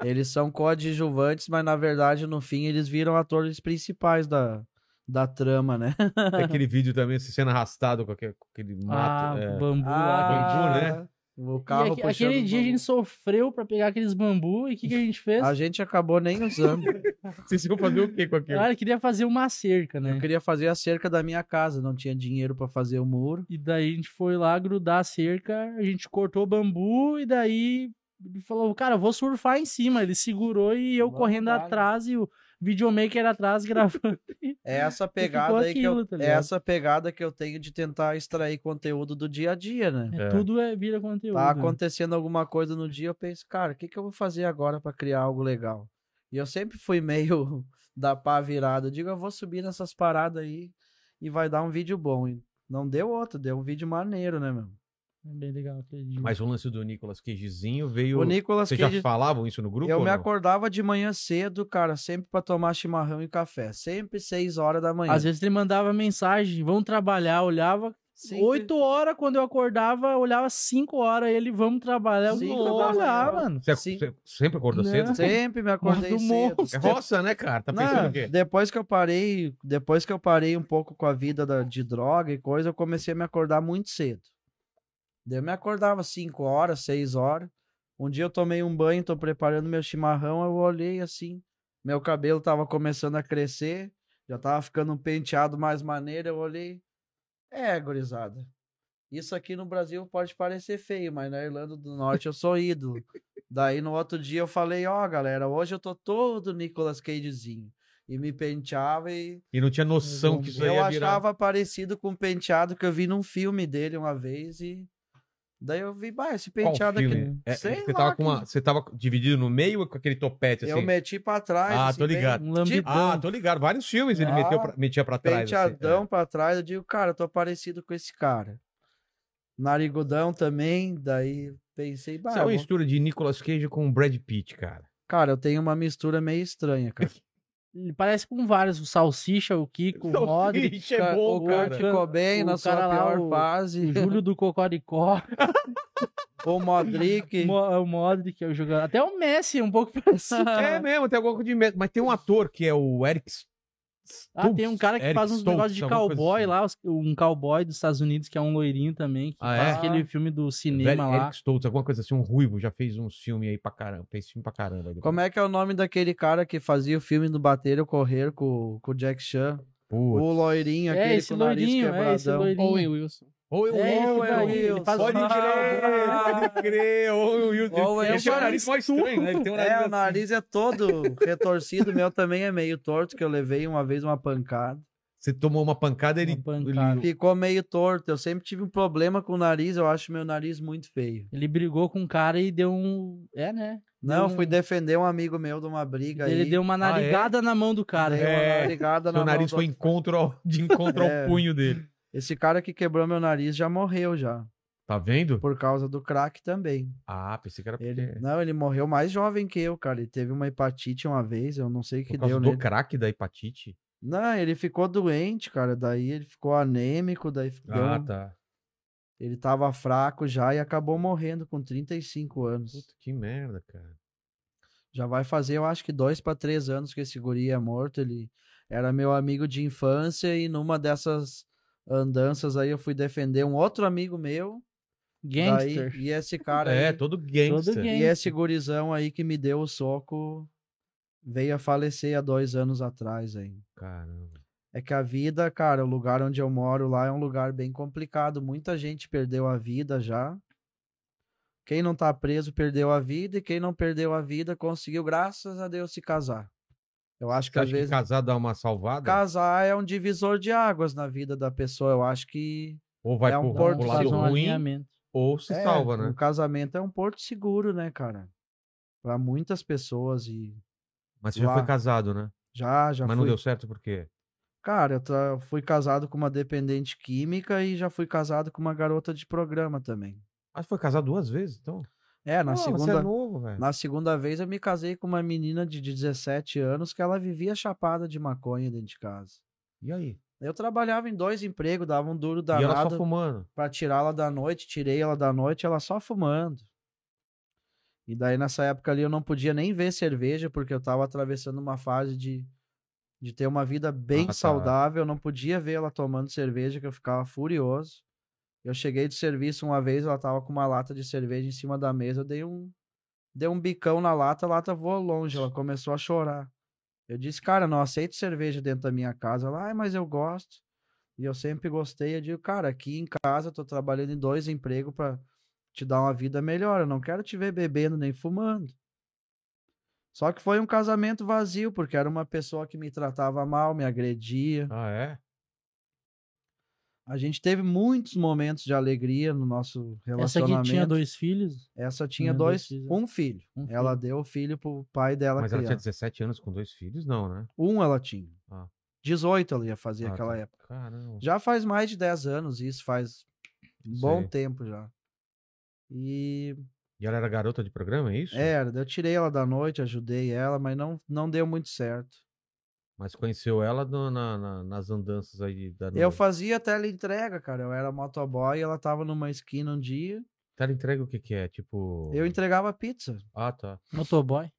[SPEAKER 3] Eles são coadjuvantes, mas na verdade, no fim, eles viram atores principais da, da trama, né?
[SPEAKER 1] Tem aquele vídeo também, esse sendo arrastado com aquele, com aquele mato.
[SPEAKER 4] ah,
[SPEAKER 1] é.
[SPEAKER 4] o bambu lá.
[SPEAKER 1] bambu, né?
[SPEAKER 3] Ah, O
[SPEAKER 4] E
[SPEAKER 3] carro
[SPEAKER 4] aque-
[SPEAKER 3] puxando
[SPEAKER 4] aquele
[SPEAKER 3] o
[SPEAKER 4] dia a
[SPEAKER 3] bambu.
[SPEAKER 4] gente sofreu pra pegar aqueles bambu e o que, que a gente fez?
[SPEAKER 3] A gente acabou nem usando.
[SPEAKER 1] Vocês iam fazer o quê com aquilo?
[SPEAKER 4] Cara, queria fazer uma cerca, né?
[SPEAKER 3] Eu queria fazer a cerca da minha casa, não tinha dinheiro pra fazer o muro.
[SPEAKER 4] E daí a gente foi lá grudar a cerca, a gente cortou o bambu e daí ele falou, cara, eu vou surfar em cima. Ele segurou e eu
[SPEAKER 3] Vamos
[SPEAKER 4] correndo
[SPEAKER 3] lá, né?
[SPEAKER 4] atrás e o- videomaker atrás gravando.
[SPEAKER 3] É essa pegada aí que
[SPEAKER 4] aquilo,
[SPEAKER 3] eu,
[SPEAKER 4] tá
[SPEAKER 3] é
[SPEAKER 4] ligado?
[SPEAKER 3] essa pegada que eu tenho de tentar extrair conteúdo do dia a dia, né?
[SPEAKER 1] É.
[SPEAKER 4] É, tudo é, vira conteúdo.
[SPEAKER 3] Tá
[SPEAKER 4] né?
[SPEAKER 3] acontecendo alguma coisa no dia, eu penso, cara, o que, que eu vou fazer agora pra criar algo legal? E eu sempre fui meio da pá virada. Eu digo, eu vou subir nessas paradas aí e vai dar um vídeo bom. E não deu outro, deu um vídeo maneiro, né, meu?
[SPEAKER 4] É bem legal aquele dia.
[SPEAKER 1] Mas o lance do Nicolas Queijizinho veio.
[SPEAKER 3] O Nicolas
[SPEAKER 1] Vocês
[SPEAKER 3] Cage.
[SPEAKER 1] já falavam isso no grupo?
[SPEAKER 3] Eu
[SPEAKER 1] ou
[SPEAKER 3] me
[SPEAKER 1] não?
[SPEAKER 3] acordava de manhã cedo, cara, sempre pra tomar chimarrão e café. Sempre seis horas da manhã.
[SPEAKER 4] Às vezes ele mandava mensagem, vamos trabalhar, olhava.
[SPEAKER 3] Cinco-
[SPEAKER 4] Oito horas quando eu acordava, olhava cinco horas ele, vamos trabalhar. Eu
[SPEAKER 3] Cinco
[SPEAKER 4] vou
[SPEAKER 3] da
[SPEAKER 4] trabalhar,
[SPEAKER 3] manhã.
[SPEAKER 4] mano.
[SPEAKER 1] Você, é
[SPEAKER 3] Sim.
[SPEAKER 1] você sempre acordou
[SPEAKER 4] Não.
[SPEAKER 1] cedo?
[SPEAKER 3] Sempre me acordei
[SPEAKER 4] Mas do
[SPEAKER 3] cedo.
[SPEAKER 1] É roça, né, cara? Tá pensando
[SPEAKER 3] Não,
[SPEAKER 1] o quê?
[SPEAKER 3] depois que eu parei, depois que eu parei um pouco com a vida da- de droga e coisa, eu comecei a me acordar muito cedo. Daí Eu me acordava 5 horas, 6 horas. Um dia eu tomei um banho, tô preparando meu chimarrão, eu olhei assim, meu cabelo tava começando a crescer, já tava ficando um penteado mais maneiro, eu olhei. É, gurizada. Isso aqui no Brasil pode parecer feio, mas na Irlanda do Norte eu sou ídolo. Daí no outro dia eu falei, ó, galera, hoje eu tô todo Nicolas Cagezinho. E me penteava e
[SPEAKER 1] E não tinha noção que isso aí
[SPEAKER 3] eu
[SPEAKER 1] ia virar.
[SPEAKER 3] achava parecido com o penteado que eu vi num filme dele uma vez e daí eu vi, bah, esse
[SPEAKER 1] Qual
[SPEAKER 3] penteado aqui.
[SPEAKER 1] filme? É,
[SPEAKER 3] Sei
[SPEAKER 1] você,
[SPEAKER 3] lá,
[SPEAKER 1] tava com
[SPEAKER 3] que-
[SPEAKER 1] uma- você tava dividido no meio ou com aquele topete
[SPEAKER 4] É
[SPEAKER 1] assim?
[SPEAKER 3] Eu meti pra trás. assim,
[SPEAKER 1] Ah, tô
[SPEAKER 3] bem tipo
[SPEAKER 1] ligado.
[SPEAKER 4] Um lambidão.
[SPEAKER 1] Ah, tô ligado. Vários filmes ele
[SPEAKER 3] Ah,
[SPEAKER 1] meteu pra, metia pra trás. assim.
[SPEAKER 3] penteadão pra trás, eu digo, cara, eu tô parecido com esse cara. Narigudão também, daí pensei,
[SPEAKER 1] É.
[SPEAKER 4] Ah,
[SPEAKER 3] bah,
[SPEAKER 1] Isso é uma
[SPEAKER 3] eu vou-
[SPEAKER 1] mistura de Nicolas Cage com Brad Pitt, cara.
[SPEAKER 3] cara, eu tenho uma mistura meio estranha, cara.
[SPEAKER 4] Ele parece com vários, o Salsicha, o Kiko, o Rodri,
[SPEAKER 1] Ixi, é bom,
[SPEAKER 3] o
[SPEAKER 1] cara.
[SPEAKER 3] Kurt Cobain
[SPEAKER 4] o
[SPEAKER 3] na sua
[SPEAKER 4] cara lá,
[SPEAKER 3] pior
[SPEAKER 4] o-
[SPEAKER 3] fase.
[SPEAKER 4] o Júlio do Cocoricó,
[SPEAKER 3] O Modric.
[SPEAKER 4] Mo- o Modric, que é o jogador. Até o Messi é um pouco parecido.
[SPEAKER 1] É mesmo, tem alguma coisa de medo. Mas tem um ator que é o Eric. S-
[SPEAKER 4] Ah, tem um cara que
[SPEAKER 1] Eric
[SPEAKER 4] faz uns
[SPEAKER 1] Stoltz,
[SPEAKER 4] negócios de
[SPEAKER 1] alguma coisa
[SPEAKER 4] cowboy
[SPEAKER 1] assim.
[SPEAKER 4] lá, os- um cowboy dos Estados Unidos, que é um loirinho também, que
[SPEAKER 1] Ah,
[SPEAKER 4] faz
[SPEAKER 1] é?
[SPEAKER 4] aquele filme do cinema
[SPEAKER 1] Velho,
[SPEAKER 4] lá.
[SPEAKER 1] Eric Stoltz, alguma coisa assim, um ruivo, já fez uns filmes aí pra caramba. Fez filme pra caramba.
[SPEAKER 3] Como é que é o nome daquele cara que fazia o filme do Bater e o Correr com, com o Jack Chan?
[SPEAKER 1] Pô.
[SPEAKER 3] O loirinho, aquele
[SPEAKER 4] É, esse
[SPEAKER 3] com o nariz
[SPEAKER 4] loirinho, é esse
[SPEAKER 3] quebradão.
[SPEAKER 4] loirinho.
[SPEAKER 2] Owen Wilson.
[SPEAKER 1] Ou eu,
[SPEAKER 4] É,
[SPEAKER 1] ou
[SPEAKER 4] esse
[SPEAKER 1] eu,
[SPEAKER 4] daí,
[SPEAKER 1] eu.
[SPEAKER 4] ele faz um
[SPEAKER 1] Pode
[SPEAKER 4] mal.
[SPEAKER 1] crer, pode crer. Ou eu,
[SPEAKER 3] Ou eu,
[SPEAKER 1] Ele tem um
[SPEAKER 3] cara,
[SPEAKER 1] nariz mais
[SPEAKER 4] tá
[SPEAKER 1] estranho, né? Ele tem um nariz
[SPEAKER 3] É, o
[SPEAKER 1] assim.
[SPEAKER 3] nariz é todo retorcido, o meu também é meio torto, que eu levei uma vez uma pancada.
[SPEAKER 1] Você tomou uma pancada, ele.
[SPEAKER 4] Uma pancada.
[SPEAKER 1] ele-
[SPEAKER 3] Ficou meio torto, eu sempre tive um problema com o nariz, eu acho meu nariz muito feio.
[SPEAKER 4] Ele brigou com um cara e deu um. É, né?
[SPEAKER 3] Não, eu
[SPEAKER 4] Hum.
[SPEAKER 3] fui defender um amigo meu de uma briga
[SPEAKER 4] Ele
[SPEAKER 3] aí.
[SPEAKER 4] deu
[SPEAKER 1] Ah,
[SPEAKER 4] uma narigada na mão do cara.
[SPEAKER 3] dei uma
[SPEAKER 1] É,
[SPEAKER 3] narigada na
[SPEAKER 1] Seu
[SPEAKER 3] mão
[SPEAKER 1] nariz
[SPEAKER 3] do-
[SPEAKER 1] foi encontro ao- de encontro
[SPEAKER 3] É.
[SPEAKER 1] ao punho dele.
[SPEAKER 3] Esse cara que quebrou meu nariz já morreu já,
[SPEAKER 1] Tá vendo?
[SPEAKER 3] por causa do crack também.
[SPEAKER 1] Ah, pensei que era porque...
[SPEAKER 3] Ele, não, ele morreu mais jovem que eu, cara. Ele teve uma hepatite uma vez, eu não sei o
[SPEAKER 1] Por
[SPEAKER 3] que
[SPEAKER 1] causa
[SPEAKER 3] deu né?
[SPEAKER 1] do
[SPEAKER 3] nele.
[SPEAKER 1] crack da hepatite?
[SPEAKER 3] Não, ele ficou doente, cara. Daí ele ficou anêmico, daí fi- deu
[SPEAKER 1] Ah,
[SPEAKER 3] um-
[SPEAKER 1] tá.
[SPEAKER 3] ele tava fraco já e acabou morrendo com 35 anos.
[SPEAKER 1] Puta, que merda, cara.
[SPEAKER 3] Já vai fazer, eu acho que dois pra três anos que esse guri é morto. Ele era meu amigo de infância e numa dessas andanças aí eu fui defender um outro amigo meu. daí-
[SPEAKER 4] Gangster.
[SPEAKER 3] e esse cara
[SPEAKER 1] é,
[SPEAKER 3] aí,
[SPEAKER 1] todo gangster.
[SPEAKER 4] Todo gang-
[SPEAKER 3] E esse gurizão aí que me deu o soco veio a falecer há dois anos atrás aí.
[SPEAKER 1] Caramba.
[SPEAKER 3] É que a vida, cara, o lugar onde eu moro lá é um lugar bem complicado. Muita gente perdeu a vida já. Quem não tá preso perdeu a vida e quem não perdeu a vida conseguiu, graças a Deus, se casar. Eu acho que
[SPEAKER 1] Você
[SPEAKER 3] às
[SPEAKER 1] acha que
[SPEAKER 3] vezes
[SPEAKER 1] casar dá uma salvada?
[SPEAKER 3] casar é um divisor de águas na vida da pessoa. Eu acho que
[SPEAKER 1] Ou vai
[SPEAKER 3] é um
[SPEAKER 1] pro,
[SPEAKER 3] porto
[SPEAKER 1] pro
[SPEAKER 4] Faz
[SPEAKER 1] lado
[SPEAKER 3] seguro.
[SPEAKER 4] um
[SPEAKER 1] ruim,
[SPEAKER 4] alinhamento.
[SPEAKER 1] ou se
[SPEAKER 3] É,
[SPEAKER 1] salva, né?
[SPEAKER 3] Um casamento é um porto seguro, né, cara? Pra muitas pessoas e
[SPEAKER 1] Mas você já
[SPEAKER 3] lá.
[SPEAKER 1] foi casado, né?
[SPEAKER 3] já, já
[SPEAKER 1] Mas não
[SPEAKER 3] fui
[SPEAKER 1] deu certo por quê?
[SPEAKER 3] Cara, eu tra- fui casado com uma dependente química e já fui casado com uma garota de programa também.
[SPEAKER 1] Ah, você foi casado duas vezes, então?
[SPEAKER 3] É, na
[SPEAKER 1] Pô, Você é
[SPEAKER 3] segunda,
[SPEAKER 1] novo, velho.
[SPEAKER 3] na segunda vez eu me casei com uma menina de 17 anos que ela vivia chapada de maconha dentro de casa.
[SPEAKER 1] E aí?
[SPEAKER 3] Eu trabalhava em dois empregos, dava um duro
[SPEAKER 1] E ela só
[SPEAKER 3] danado
[SPEAKER 1] fumando.
[SPEAKER 3] pra tirá-la da noite, tirei ela da noite, ela só fumando. E daí nessa época ali eu não podia nem ver cerveja porque eu tava atravessando uma fase de de ter uma vida bem
[SPEAKER 1] Ah, tá.
[SPEAKER 3] saudável, eu não podia ver ela tomando cerveja que eu ficava furioso. Eu cheguei do serviço uma vez, ela tava com uma lata de cerveja em cima da mesa, eu dei um dei um bicão na lata, a lata voou longe, ela começou a chorar. Eu disse: "Cara, não aceito cerveja dentro da minha casa". Ela: "Ai, mas eu gosto". E eu sempre gostei, eu digo, cara, aqui em casa eu tô trabalhando em dois empregos pra te dar uma vida melhor. Eu não quero te ver bebendo nem fumando. Só que foi um casamento vazio, porque era uma pessoa que me tratava mal, me agredia.
[SPEAKER 1] Ah, é?
[SPEAKER 3] A gente teve muitos momentos de alegria no nosso
[SPEAKER 4] Essa aqui
[SPEAKER 3] relacionamento.
[SPEAKER 4] tinha dois filhos.
[SPEAKER 3] Essa tinha
[SPEAKER 4] Tinha
[SPEAKER 3] dois,
[SPEAKER 4] dois filhos,
[SPEAKER 3] um filho.
[SPEAKER 4] Um
[SPEAKER 3] Ela deu o filho pro pai dela
[SPEAKER 1] Mas ela
[SPEAKER 3] criar.
[SPEAKER 1] tinha 17 anos com dois filhos? Não, né?
[SPEAKER 3] Um ela tinha.
[SPEAKER 1] Ah.
[SPEAKER 3] 18 ela ia fazer
[SPEAKER 1] Ah,
[SPEAKER 3] aquela
[SPEAKER 1] tá.
[SPEAKER 3] época.
[SPEAKER 1] Caramba.
[SPEAKER 3] Já faz mais de 10 anos isso, faz um
[SPEAKER 1] Sei.
[SPEAKER 3] bom tempo já. E
[SPEAKER 1] E ela era garota de programa, é isso?
[SPEAKER 3] era, eu tirei ela da noite, ajudei ela, mas não, não deu muito certo.
[SPEAKER 1] Mas conheceu ela no- na- na- nas andanças aí da
[SPEAKER 3] Eu
[SPEAKER 1] noite.
[SPEAKER 3] fazia teleentrega, cara. Eu era motoboy, ela tava numa esquina um dia.
[SPEAKER 1] Ela entrega o que que é? Tipo...
[SPEAKER 3] Eu entregava pizza.
[SPEAKER 1] Ah, tá.
[SPEAKER 4] Motoboy.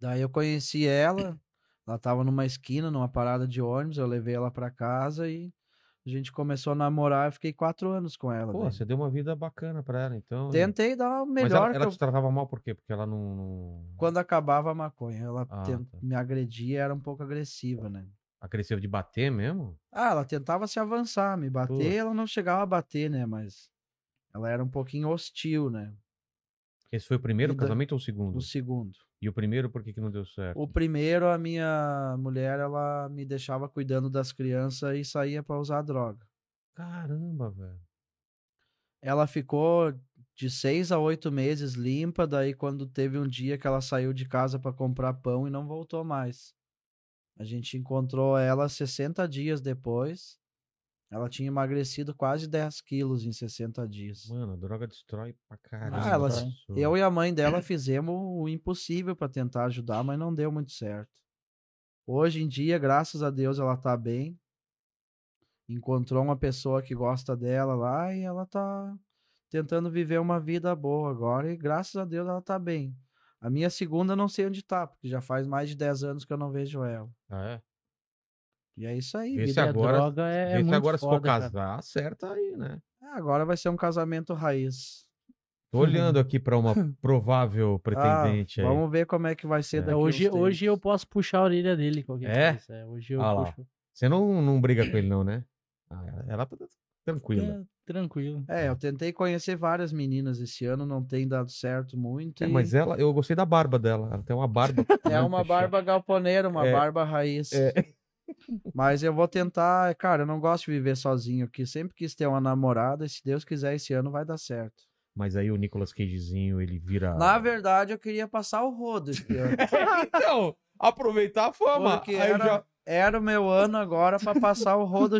[SPEAKER 3] Daí eu conheci ela, ela tava numa esquina, numa parada de ônibus, eu levei ela pra casa e a gente começou a namorar, eu fiquei quatro anos com ela.
[SPEAKER 1] Pô,
[SPEAKER 3] daí.
[SPEAKER 1] você deu uma vida bacana pra ela, então... hein?
[SPEAKER 3] Tentei dar o
[SPEAKER 1] Mas
[SPEAKER 3] melhor
[SPEAKER 1] ela, ela
[SPEAKER 3] que eu-
[SPEAKER 1] te tratava mal por quê? Porque ela não... não-
[SPEAKER 3] quando acabava a maconha. Ela
[SPEAKER 1] Ah,
[SPEAKER 3] ten-
[SPEAKER 1] tá.
[SPEAKER 3] me agredia, era um pouco agressiva, né?
[SPEAKER 1] Agressiva de bater mesmo?
[SPEAKER 3] Ah, ela tentava se avançar, me bater,
[SPEAKER 1] Putz.
[SPEAKER 3] ela não chegava a bater, né? Mas ela era um pouquinho hostil, né?
[SPEAKER 1] Esse foi o primeiro
[SPEAKER 3] E da-
[SPEAKER 1] casamento ou o segundo?
[SPEAKER 3] No segundo.
[SPEAKER 1] E o primeiro por que que não deu certo?
[SPEAKER 3] O primeiro, a minha mulher, ela me deixava cuidando das crianças e saía pra usar droga.
[SPEAKER 1] Caramba, velho.
[SPEAKER 3] ela ficou de seis a oito meses limpa. Daí, quando teve um dia que ela saiu de casa para comprar pão e não voltou mais. A gente encontrou ela 60 dias depois. Ela tinha emagrecido quase 10 quilos em 60 dias.
[SPEAKER 1] Mano, a droga destrói pra caramba.
[SPEAKER 3] ela-
[SPEAKER 1] isso.
[SPEAKER 3] Ah, Eu e a mãe dela fizemos o impossível para tentar ajudar, mas não deu muito certo. Hoje em dia, graças a Deus, ela tá bem. Encontrou uma pessoa que gosta dela lá e ela tá tentando viver uma vida boa agora e graças a Deus ela tá bem. A minha segunda eu não sei onde tá, porque já faz mais de 10 anos que eu não vejo ela.
[SPEAKER 1] Ah, é?
[SPEAKER 3] E é isso aí.
[SPEAKER 1] Esse
[SPEAKER 4] Vida é
[SPEAKER 1] agora-
[SPEAKER 4] droga é, é
[SPEAKER 1] Vê se
[SPEAKER 4] muito
[SPEAKER 1] agora se for
[SPEAKER 4] foda, cara.
[SPEAKER 1] casar, acerta aí, né?
[SPEAKER 3] Ah, Agora vai ser um casamento raiz.
[SPEAKER 1] Tô olhando aqui pra uma provável pretendente
[SPEAKER 3] ah,
[SPEAKER 1] aí.
[SPEAKER 3] vamos ver como é que vai ser
[SPEAKER 1] É.
[SPEAKER 3] daqui
[SPEAKER 4] É, hoje,
[SPEAKER 3] uns tempos.
[SPEAKER 4] hoje eu posso puxar a orelha dele. Qualquer
[SPEAKER 1] É?
[SPEAKER 4] coisa. hoje eu
[SPEAKER 1] Ah lá.
[SPEAKER 4] puxo.
[SPEAKER 1] Você não, não briga com ele, não, né? Ah, ela- ela tá tranquila.
[SPEAKER 4] É, tranquilo.
[SPEAKER 3] É, eu tentei conhecer várias meninas esse ano, não tem dado certo muito.
[SPEAKER 1] É,
[SPEAKER 3] e
[SPEAKER 1] mas ela, eu gostei da barba dela. Ela tem uma barba.
[SPEAKER 3] é
[SPEAKER 1] né,
[SPEAKER 3] uma
[SPEAKER 1] fechada.
[SPEAKER 3] barba galponeira, uma
[SPEAKER 1] É.
[SPEAKER 3] barba raiz. Mas eu vou tentar, é, cara, eu não gosto de viver sozinho aqui. Sempre quis ter uma namorada, e se Deus quiser, esse ano vai dar certo.
[SPEAKER 1] Mas aí o Nicolas Cagezinho, ele vira.
[SPEAKER 3] Na verdade, eu queria passar o rodo esse ano.
[SPEAKER 1] então, aproveitar a fama.
[SPEAKER 3] Porque
[SPEAKER 1] aí
[SPEAKER 3] era,
[SPEAKER 1] já
[SPEAKER 3] era o meu ano agora pra passar o rodo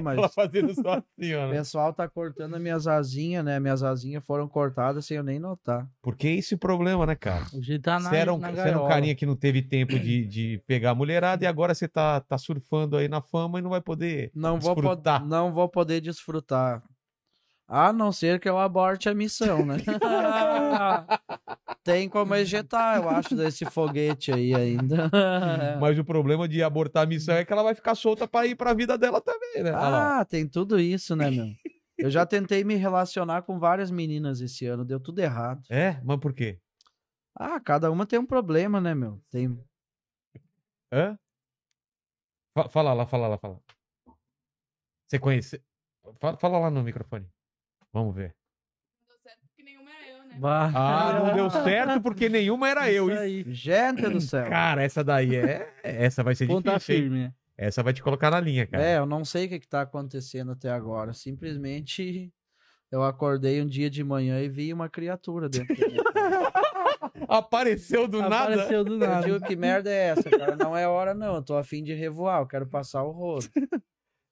[SPEAKER 3] mas
[SPEAKER 1] ela fazendo só assim, ó.
[SPEAKER 3] o
[SPEAKER 1] né?
[SPEAKER 3] pessoal tá cortando minhas asinhas, né? Minhas asinhas foram cortadas sem eu nem notar.
[SPEAKER 1] Porque é esse o problema, né, cara?
[SPEAKER 4] Hoje ele tá na,
[SPEAKER 1] Você era, um,
[SPEAKER 4] na
[SPEAKER 1] você era um
[SPEAKER 4] gaiola.
[SPEAKER 1] carinha que não teve tempo de, de pegar a mulherada e agora você tá, tá surfando aí na fama e não vai poder.
[SPEAKER 3] Não vou, po-
[SPEAKER 1] Desfrutar.
[SPEAKER 3] não vou poder desfrutar. A não ser que eu aborte a missão, né? Tem como ejetar, eu acho, desse foguete aí ainda. É.
[SPEAKER 1] Mas o problema de abortar a missão é que ela vai ficar solta pra ir pra vida dela também, né? Olha lá.
[SPEAKER 3] Ah, tem tudo isso, né, meu? Eu já tentei me relacionar com várias meninas esse ano, deu tudo errado.
[SPEAKER 1] É? Mas por quê?
[SPEAKER 3] Ah, cada uma tem um problema, né, meu? Tem...
[SPEAKER 1] Hã? Fa- Fala lá, fala lá, fala. Você conhece. Fa- Fala lá no microfone. Vamos ver.
[SPEAKER 5] deu certo porque nenhuma era eu, né?
[SPEAKER 4] Bah.
[SPEAKER 1] Ah, não deu certo porque nenhuma era eu.
[SPEAKER 4] Isso
[SPEAKER 1] hein?
[SPEAKER 4] aí.
[SPEAKER 3] Gente do céu.
[SPEAKER 1] Cara, essa daí é. Essa vai ser
[SPEAKER 4] Ponta
[SPEAKER 1] difícil. hein?
[SPEAKER 4] firme, né?
[SPEAKER 1] Essa vai te colocar na linha, cara.
[SPEAKER 3] É, eu não sei o que, que tá acontecendo até agora. Simplesmente eu acordei um dia de manhã e vi uma criatura dentro de mim.
[SPEAKER 1] Apareceu do nada.
[SPEAKER 4] Apareceu do
[SPEAKER 3] Eu
[SPEAKER 4] nada.
[SPEAKER 3] digo, que merda é essa, cara? Não é hora, não. Eu tô afim de revoar, eu quero passar o rodo.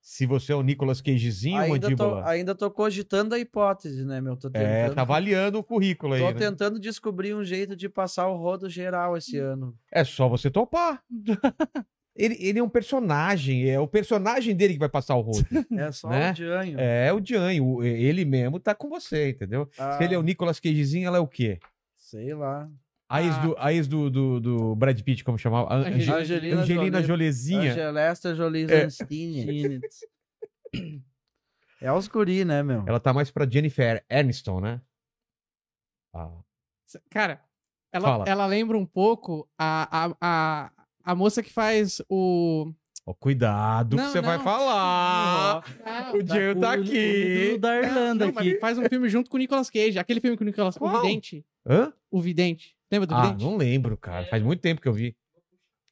[SPEAKER 1] Se você é o Nicolas Cagezinho,
[SPEAKER 3] Ainda tô,
[SPEAKER 1] mandíbula.
[SPEAKER 3] ainda tô cogitando a hipótese, né, meu? Tô
[SPEAKER 1] É,
[SPEAKER 3] tentando,
[SPEAKER 1] tá avaliando o currículo aí.
[SPEAKER 3] tô
[SPEAKER 1] né?
[SPEAKER 3] tentando descobrir um jeito de passar o rodo geral esse ano.
[SPEAKER 1] É só você topar. ele, ele é um personagem, é o personagem dele que vai passar o rosto.
[SPEAKER 3] É só
[SPEAKER 1] Né?
[SPEAKER 3] um dianho.
[SPEAKER 1] é o Jean, o- ele mesmo tá com você, entendeu?
[SPEAKER 3] Ah,
[SPEAKER 1] Se ele é o Nicolas Cagezinho, ela é o quê?
[SPEAKER 3] Sei lá.
[SPEAKER 1] A ex,
[SPEAKER 4] Ah.
[SPEAKER 1] do, a ex do, do, do Brad Pitt, como chamava? An-
[SPEAKER 4] Angelina-
[SPEAKER 1] Ange- Angelina, Jolezinha.
[SPEAKER 3] Angelesta Jolie Zanstini. É os guri, né, meu?
[SPEAKER 1] Ela tá mais pra Jennifer Aniston, né? Ah,
[SPEAKER 2] Cara,
[SPEAKER 1] Fala.
[SPEAKER 2] ela, ela lembra um pouco a, a, a, a moça que faz o.
[SPEAKER 1] ó, cuidado que
[SPEAKER 2] Não,
[SPEAKER 1] você vai
[SPEAKER 2] não.
[SPEAKER 1] falar.
[SPEAKER 2] Ah,
[SPEAKER 1] o Diego tá
[SPEAKER 4] O- o-
[SPEAKER 1] aqui.
[SPEAKER 4] o da Irlanda
[SPEAKER 2] não, mas
[SPEAKER 4] aqui.
[SPEAKER 2] faz um filme junto com o Nicolas Cage. Aquele filme com o Nicolas
[SPEAKER 1] Qual?
[SPEAKER 2] O Vidente.
[SPEAKER 1] Hã?
[SPEAKER 2] O Vidente. Lembra do
[SPEAKER 1] Ah,
[SPEAKER 2] Vidente?
[SPEAKER 1] não lembro, cara. Faz muito tempo que eu vi.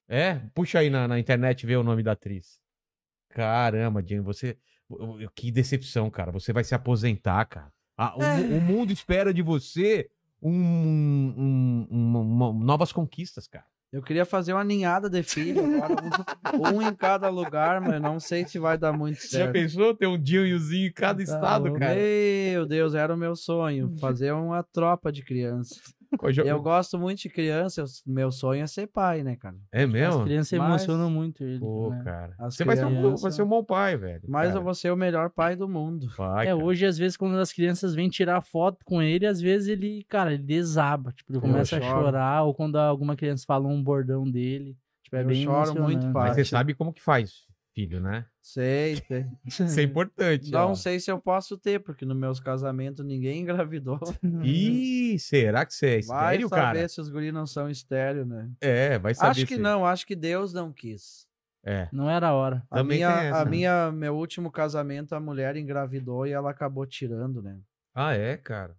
[SPEAKER 1] É? Puxa aí na, na internet e vê o nome da atriz. Caramba, Jane, você. eu- eu- Que decepção, cara. Você vai se aposentar, cara. Ah, o, mu- o mundo espera de você um, um- uma- uma- novas conquistas, cara.
[SPEAKER 3] Eu queria fazer uma ninhada de filho agora, um, um em cada lugar, mas não sei se vai dar muito
[SPEAKER 1] Você Já
[SPEAKER 3] certo.
[SPEAKER 1] pensou ter um Dinhozinho em cada
[SPEAKER 3] Tá
[SPEAKER 1] estado,
[SPEAKER 3] louco.
[SPEAKER 1] cara?
[SPEAKER 3] Meu Deus, era o meu sonho, fazer uma tropa de criança.
[SPEAKER 1] Hoje eu-
[SPEAKER 3] Eu gosto muito de criança, eu- meu sonho é ser pai, né, cara?
[SPEAKER 1] É
[SPEAKER 4] As
[SPEAKER 1] mesmo?
[SPEAKER 4] crianças se
[SPEAKER 3] Mas-
[SPEAKER 4] emocionam muito. ele,
[SPEAKER 1] Pô,
[SPEAKER 4] né?
[SPEAKER 1] cara.
[SPEAKER 3] As
[SPEAKER 1] Você vai ser, um,
[SPEAKER 3] crianças-
[SPEAKER 1] vai ser um bom pai, velho.
[SPEAKER 3] Mas
[SPEAKER 1] cara.
[SPEAKER 3] eu vou ser o melhor pai do mundo.
[SPEAKER 1] Vai,
[SPEAKER 4] É,
[SPEAKER 1] cara.
[SPEAKER 4] hoje, às vezes, quando as crianças vêm tirar foto com ele, às vezes ele, cara, ele desaba. Tipo, ele
[SPEAKER 3] Eu
[SPEAKER 4] começa a
[SPEAKER 3] choro.
[SPEAKER 4] chorar, ou quando alguma criança fala um bordão dele. Tipo, é
[SPEAKER 3] Eu
[SPEAKER 4] bem
[SPEAKER 3] choro muito
[SPEAKER 4] emocionante.
[SPEAKER 3] fácil.
[SPEAKER 1] Mas você sabe como que faz, filho, né?
[SPEAKER 3] Sei, sei.
[SPEAKER 1] Isso é importante. ó.
[SPEAKER 3] Não sei se eu posso ter, porque nos meus casamentos ninguém engravidou.
[SPEAKER 1] Ih, será que você é
[SPEAKER 3] Vai
[SPEAKER 1] estéreo,
[SPEAKER 3] saber
[SPEAKER 1] cara?
[SPEAKER 3] se os guris não são estéreo, né?
[SPEAKER 1] É, vai saber.
[SPEAKER 3] acho que
[SPEAKER 1] se-
[SPEAKER 3] não, acho que Deus não quis.
[SPEAKER 1] É.
[SPEAKER 4] Não era a hora.
[SPEAKER 3] A
[SPEAKER 1] Também
[SPEAKER 3] minha,
[SPEAKER 1] tem essa,
[SPEAKER 3] a
[SPEAKER 1] né?
[SPEAKER 3] minha, meu último casamento, a mulher engravidou e ela acabou tirando, né?
[SPEAKER 1] Ah, é, cara.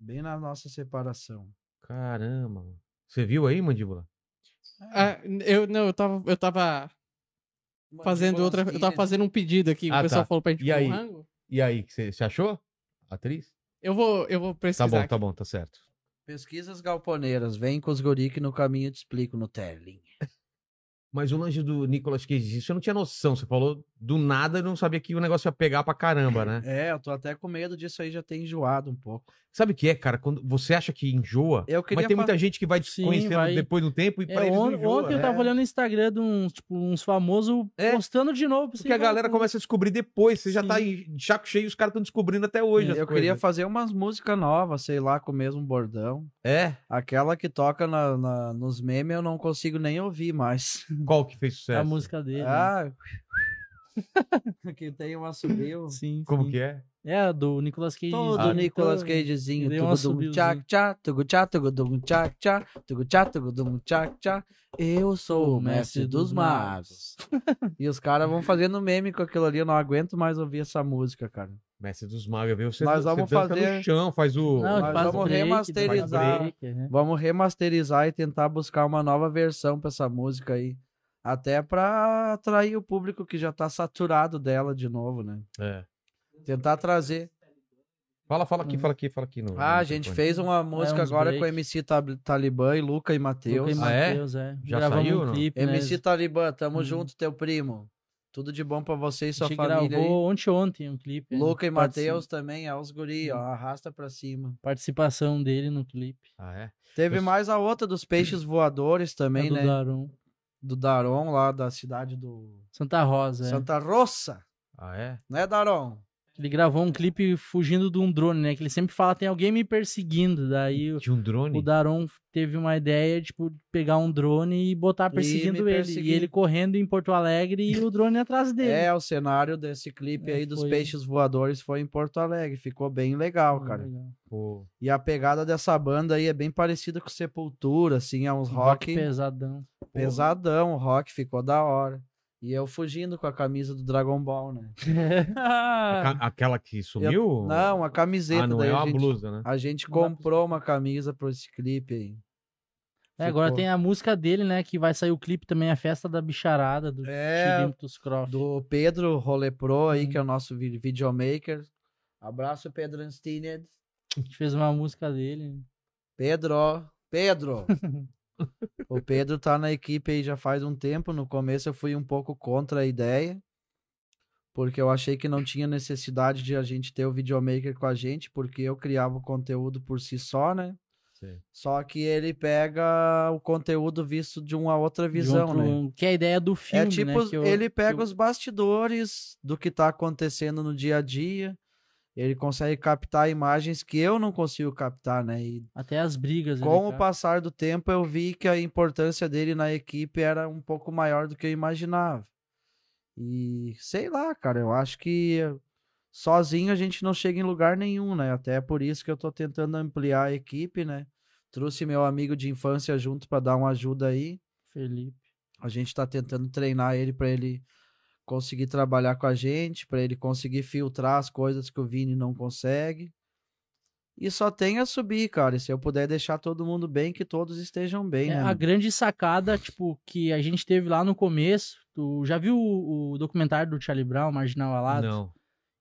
[SPEAKER 3] Bem na nossa separação.
[SPEAKER 1] Caramba. Você viu aí, mandíbula?
[SPEAKER 2] Ah, eu não, eu tava, eu tava fazendo outra, eu tava fazendo um pedido aqui,
[SPEAKER 1] Ah,
[SPEAKER 2] o pessoal
[SPEAKER 1] tá.
[SPEAKER 2] falou pra gente
[SPEAKER 1] E aí?
[SPEAKER 2] um rango.
[SPEAKER 1] E aí, que você, você achou? Atriz?
[SPEAKER 2] Eu vou, eu vou
[SPEAKER 1] Tá
[SPEAKER 2] pesquisar.
[SPEAKER 1] bom,
[SPEAKER 2] aqui.
[SPEAKER 1] tá bom, tá certo.
[SPEAKER 3] Pesquisas galponeiras, vem com os guri que no caminho eu te explico no Terling.
[SPEAKER 1] Mas o lanche do Nicolas Cage, isso eu não tinha noção. Você falou do nada, eu não sabia que o negócio ia pegar pra caramba, né?
[SPEAKER 3] É, eu tô até com medo disso aí, já ter enjoado um pouco.
[SPEAKER 1] Sabe o que é, cara? Quando você acha que enjoa,
[SPEAKER 3] Eu
[SPEAKER 1] mas
[SPEAKER 3] queria
[SPEAKER 1] tem
[SPEAKER 3] fa-
[SPEAKER 1] muita gente que vai
[SPEAKER 4] Sim,
[SPEAKER 1] conhecendo
[SPEAKER 4] vai.
[SPEAKER 1] depois do tempo e
[SPEAKER 4] É,
[SPEAKER 1] pra eles não
[SPEAKER 4] on-
[SPEAKER 1] enjoa,
[SPEAKER 4] ontem eu
[SPEAKER 1] né?
[SPEAKER 4] tava olhando no Instagram de uns, tipo, uns famosos
[SPEAKER 1] É.
[SPEAKER 4] postando de novo. assim,
[SPEAKER 1] Porque a
[SPEAKER 4] cara,
[SPEAKER 1] galera
[SPEAKER 4] pô,
[SPEAKER 1] começa a descobrir depois. Você já
[SPEAKER 4] Sim.
[SPEAKER 1] tá em- de chaco cheio e os caras estão descobrindo até hoje. as
[SPEAKER 3] É, Eu queria
[SPEAKER 1] coisas.
[SPEAKER 3] fazer umas músicas novas, sei lá, com o mesmo bordão.
[SPEAKER 1] É?
[SPEAKER 3] Aquela que toca na- na- nos memes eu não consigo nem ouvir mais.
[SPEAKER 1] Qual que fez sucesso?
[SPEAKER 4] A música dele. né?
[SPEAKER 3] Ah, que tem um assobio.
[SPEAKER 4] né? Sim,
[SPEAKER 1] Como
[SPEAKER 4] sim.
[SPEAKER 1] que é?
[SPEAKER 4] É, a do Nicolas Cage.
[SPEAKER 3] Todo
[SPEAKER 1] Ah,
[SPEAKER 3] Nicolas
[SPEAKER 4] Todo.
[SPEAKER 3] Cagezinho.
[SPEAKER 4] deu um
[SPEAKER 3] Tugudum tchac
[SPEAKER 4] assobiozinho.
[SPEAKER 3] tchá, tugu tchá, tugudum tchac tchá, tugu tchá, tugudum tchac tchá. Eu sou o mestre dos magos. E os caras vão fazendo meme com aquilo ali. Eu não aguento mais ouvir essa música, cara.
[SPEAKER 1] Mestre dos Magos, viu? Você, você
[SPEAKER 3] Nós vamos
[SPEAKER 1] dança
[SPEAKER 3] fazer-
[SPEAKER 1] no chão, faz o.
[SPEAKER 4] Não,
[SPEAKER 3] Nós
[SPEAKER 4] tipo, faz o
[SPEAKER 3] vamos
[SPEAKER 4] break,
[SPEAKER 3] remasterizar.
[SPEAKER 4] faz o break, né?
[SPEAKER 3] Vamos remasterizar e tentar buscar uma nova versão pra essa música aí. Até pra atrair o público que já tá saturado dela de novo, né?
[SPEAKER 1] É.
[SPEAKER 3] Tentar trazer.
[SPEAKER 1] Fala, fala
[SPEAKER 4] Hum.
[SPEAKER 1] aqui, fala aqui, fala aqui. No,
[SPEAKER 3] Ah,
[SPEAKER 1] no
[SPEAKER 3] a gente
[SPEAKER 1] microfone.
[SPEAKER 3] fez uma música
[SPEAKER 4] É uns
[SPEAKER 3] agora
[SPEAKER 4] break.
[SPEAKER 3] com MC Tab- Talibã e Luca e Matheus.
[SPEAKER 4] Lucas e
[SPEAKER 1] Ah, é?
[SPEAKER 4] Mateus, é.
[SPEAKER 1] Já
[SPEAKER 4] Gravamos
[SPEAKER 1] saiu,
[SPEAKER 4] um
[SPEAKER 1] não?
[SPEAKER 4] clipe, né?
[SPEAKER 3] MC Talibã, tamo
[SPEAKER 4] Hum.
[SPEAKER 3] junto, teu primo. Tudo de bom pra você e
[SPEAKER 4] A
[SPEAKER 3] sua
[SPEAKER 4] gente
[SPEAKER 3] família aí.
[SPEAKER 4] gravou ontem ontem um clipe. né?
[SPEAKER 3] Luca e
[SPEAKER 4] Partici-
[SPEAKER 3] Matheus também, é os guri,
[SPEAKER 4] Uhum.
[SPEAKER 3] ó, arrasta pra cima.
[SPEAKER 4] Participação dele no clipe.
[SPEAKER 1] Ah, é?
[SPEAKER 3] Teve
[SPEAKER 1] Eu-
[SPEAKER 3] mais a outra dos peixes voadores também,
[SPEAKER 4] É do
[SPEAKER 3] né?
[SPEAKER 4] Daron.
[SPEAKER 3] Do Daron, lá da cidade do
[SPEAKER 4] Santa Rosa. é.
[SPEAKER 3] Santa Rosa,
[SPEAKER 1] Ah, é?
[SPEAKER 3] né, Daron?
[SPEAKER 4] Ele gravou um clipe fugindo de um drone, né? Que ele sempre fala, tem alguém me perseguindo. Daí o,
[SPEAKER 1] De um drone?
[SPEAKER 4] o Daron teve uma ideia, tipo, de pegar um drone e botar
[SPEAKER 3] me
[SPEAKER 4] perseguindo ele. E
[SPEAKER 3] perseguindo.
[SPEAKER 4] ele correndo em Porto Alegre e o drone atrás dele.
[SPEAKER 3] É, o cenário desse clipe
[SPEAKER 4] É,
[SPEAKER 3] aí dos
[SPEAKER 4] foi-
[SPEAKER 3] peixes voadores foi em Porto Alegre, ficou bem legal, cara.
[SPEAKER 4] Legal.
[SPEAKER 1] Pô,
[SPEAKER 3] E a pegada dessa banda aí é bem parecida com Sepultura, assim, é uns
[SPEAKER 4] Um
[SPEAKER 3] rock,
[SPEAKER 4] pesadão.
[SPEAKER 3] pesadão, o rock ficou da hora. E eu fugindo com a camisa do Dragon Ball, né?
[SPEAKER 4] Ah.
[SPEAKER 1] aca- aquela que sumiu?
[SPEAKER 4] um
[SPEAKER 3] Não, a camiseta
[SPEAKER 1] Ah, não
[SPEAKER 3] daí
[SPEAKER 1] é
[SPEAKER 3] a
[SPEAKER 1] uma
[SPEAKER 3] gente,
[SPEAKER 1] blusa, né?
[SPEAKER 3] a gente
[SPEAKER 4] Não dá pra
[SPEAKER 3] comprou uma camisa pra esse clipe aí.
[SPEAKER 4] É, agora
[SPEAKER 3] Ficou.
[SPEAKER 4] tem a música dele, né? Que vai sair o clipe também, a festa da bicharada do
[SPEAKER 3] É,
[SPEAKER 4] Chirintos Croft.
[SPEAKER 3] do Pedro Rolepro aí,
[SPEAKER 4] Uhum.
[SPEAKER 3] que é o nosso vi- videomaker. Abraço, Pedro Anstined.
[SPEAKER 4] A gente fez uma música dele. um
[SPEAKER 3] Pedro, Pedro. o Pedro tá na equipe aí já faz um tempo. No começo eu fui um pouco contra a ideia, porque eu achei que não tinha necessidade de a gente ter o videomaker com a gente, porque eu criava o conteúdo por si só, né?
[SPEAKER 1] Sim.
[SPEAKER 3] Só que ele pega o conteúdo visto de uma outra
[SPEAKER 4] de
[SPEAKER 3] visão,
[SPEAKER 4] outro-
[SPEAKER 3] né?
[SPEAKER 4] Que é a ideia do filme,
[SPEAKER 3] é tipo,
[SPEAKER 4] né? que eu-
[SPEAKER 3] ele pega
[SPEAKER 4] que eu-
[SPEAKER 3] os bastidores do que tá acontecendo no dia a dia. Ele consegue captar imagens que eu não consigo captar, né? E
[SPEAKER 4] Até as brigas. ali,
[SPEAKER 3] com o
[SPEAKER 4] cara.
[SPEAKER 3] passar do tempo eu vi que a importância dele na equipe era um pouco maior do que eu imaginava. E sei lá, cara, eu acho que sozinho a gente não chega em lugar nenhum, né? Até por isso que eu tô tentando ampliar a equipe, né? Trouxe meu amigo de infância junto para dar uma ajuda aí.
[SPEAKER 4] Felipe.
[SPEAKER 3] A gente tá tentando treinar ele pra ele conseguir trabalhar com a gente, pra ele conseguir filtrar as coisas que o Vini não consegue. E só tem a subir, cara. E se eu puder deixar todo mundo bem, que todos estejam bem,
[SPEAKER 4] É,
[SPEAKER 3] né?
[SPEAKER 4] a
[SPEAKER 3] mano?
[SPEAKER 4] grande sacada, tipo, que a gente teve lá no começo. Tu já viu o, o documentário do Charlie Brown, Marginal Alado?
[SPEAKER 1] Não.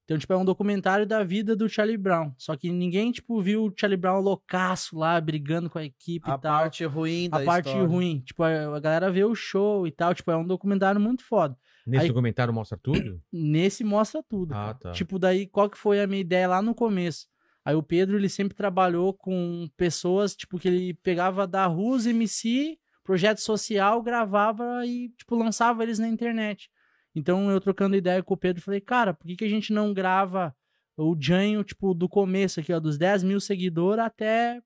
[SPEAKER 4] Então, tipo, é um documentário da vida do Charlie Brown. Só que ninguém, tipo, viu o Charlie Brown loucaço lá, brigando com a equipe
[SPEAKER 3] A
[SPEAKER 4] e tal.
[SPEAKER 3] parte ruim da
[SPEAKER 4] a parte
[SPEAKER 3] história.
[SPEAKER 4] ruim. Tipo, a, a galera vê o show e tal. Tipo, é um documentário muito foda.
[SPEAKER 1] Nesse
[SPEAKER 4] Aí-
[SPEAKER 1] documentário mostra tudo?
[SPEAKER 4] Nesse mostra tudo.
[SPEAKER 1] Ah,
[SPEAKER 4] cara.
[SPEAKER 1] tá.
[SPEAKER 4] Tipo, daí, qual que foi a minha ideia lá no começo? Aí o Pedro, ele sempre trabalhou com pessoas, tipo, que ele pegava da rua os MC, projeto social, gravava e, tipo, lançava eles na internet. Então, eu trocando ideia com o Pedro, falei, cara, por que, que a gente não grava o Janho, tipo, do começo aqui, ó, dos 10 mil seguidores até,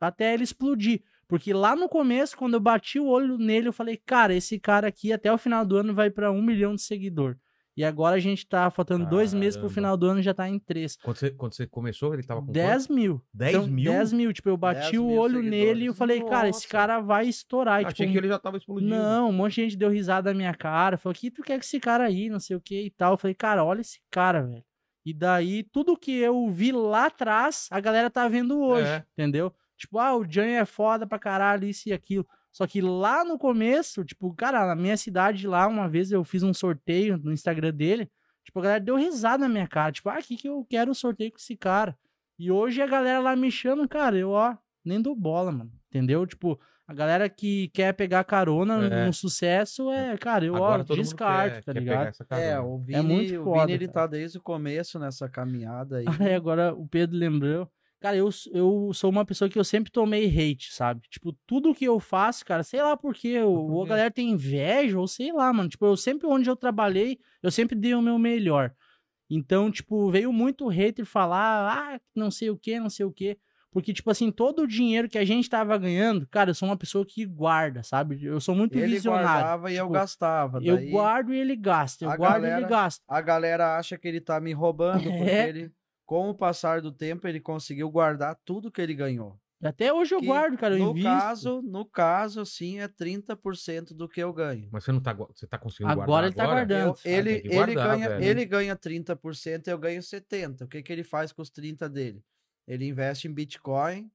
[SPEAKER 4] até ele explodir? Porque lá no começo, quando eu bati o olho nele, eu falei, cara, esse cara aqui até o final do ano vai pra um milhão de seguidor. E agora a gente tá faltando dois meses pro
[SPEAKER 1] Caramba.
[SPEAKER 4] final do ano já tá em três.
[SPEAKER 1] Quando você, quando você começou, ele tava com
[SPEAKER 4] 10 mil.
[SPEAKER 1] 10
[SPEAKER 4] Então,
[SPEAKER 1] mil?
[SPEAKER 4] 10 mil. Tipo, eu
[SPEAKER 3] 10
[SPEAKER 4] bati
[SPEAKER 3] mil
[SPEAKER 4] o olho nele e eu
[SPEAKER 3] seguidores.
[SPEAKER 4] falei, cara, esse
[SPEAKER 1] Nossa.
[SPEAKER 4] cara vai estourar. E,
[SPEAKER 1] quanto? Achei
[SPEAKER 4] tipo,
[SPEAKER 1] que ele já tava explodindo.
[SPEAKER 4] não, um monte de gente deu risada na minha cara. Falou, o que tu quer com esse cara aí? Não sei o que e tal. Eu falei, cara, olha esse cara, velho. E daí, tudo que eu vi lá atrás, a galera tá vendo hoje,
[SPEAKER 1] É.
[SPEAKER 4] entendeu? Tipo, ah, o Jan é foda pra caralho, isso e aquilo. Só que lá no começo, tipo, cara, na minha cidade lá, uma vez eu fiz um sorteio no Instagram dele. Tipo, a galera deu risada na minha cara. Tipo, ah, que que eu quero sorteio com esse cara? E hoje a galera lá me chama, cara, eu, ó, nem dou bola, mano. Entendeu? Tipo, a galera que quer pegar carona
[SPEAKER 1] É.
[SPEAKER 4] no sucesso é, cara, eu, ó,
[SPEAKER 1] Agora todo mundo
[SPEAKER 4] descarto,
[SPEAKER 1] quer-
[SPEAKER 4] tá
[SPEAKER 1] quer
[SPEAKER 4] ligado?
[SPEAKER 1] pegar essa
[SPEAKER 3] É,
[SPEAKER 1] carona.
[SPEAKER 3] o Vini,
[SPEAKER 4] muito
[SPEAKER 3] o
[SPEAKER 4] foda,
[SPEAKER 3] Vini ele
[SPEAKER 4] cara. É
[SPEAKER 3] tá desde o começo nessa caminhada aí.
[SPEAKER 4] Aí agora o Pedro lembrou. Cara, eu, eu sou uma pessoa que eu sempre tomei hate, sabe? Tipo, tudo que eu faço, cara, sei lá por quê, ou, ou a galera tem inveja, ou sei lá, mano. Tipo, eu sempre, onde eu trabalhei, eu sempre dei o meu melhor. Então, tipo, veio muito hater falar, ah, não sei o que, não sei o que. Porque, tipo assim, todo o dinheiro que a gente tava ganhando, cara, eu sou uma pessoa que guarda, sabe? Eu sou muito
[SPEAKER 3] Ele
[SPEAKER 4] visionário.
[SPEAKER 3] guardava e eu
[SPEAKER 4] Tipo,
[SPEAKER 3] gastava.
[SPEAKER 4] Eu
[SPEAKER 3] daí
[SPEAKER 4] guardo e ele gasta, eu
[SPEAKER 3] a
[SPEAKER 4] guardo e
[SPEAKER 3] galera-
[SPEAKER 4] ele gasta.
[SPEAKER 3] A galera acha que ele tá me roubando, porque
[SPEAKER 4] É.
[SPEAKER 3] ele, com o passar do tempo, ele conseguiu guardar tudo que ele ganhou.
[SPEAKER 4] Até hoje eu
[SPEAKER 3] Que,
[SPEAKER 4] guardo, cara, eu
[SPEAKER 3] no
[SPEAKER 4] invisto.
[SPEAKER 3] caso, no caso, sim, é 30% do que eu ganho.
[SPEAKER 1] Mas você não tá, gua- você tá conseguindo
[SPEAKER 4] Agora
[SPEAKER 1] guardar
[SPEAKER 4] ele tá
[SPEAKER 1] agora?
[SPEAKER 4] guardando.
[SPEAKER 3] Eu-
[SPEAKER 4] Tanto.
[SPEAKER 1] Ah,
[SPEAKER 3] ele,
[SPEAKER 1] tem que
[SPEAKER 3] ele,
[SPEAKER 1] guardar,
[SPEAKER 3] ganha,
[SPEAKER 1] velho.
[SPEAKER 3] ele ganha 30%, eu ganho 70%. O que, que ele faz com os 30% dele? Ele investe em Bitcoin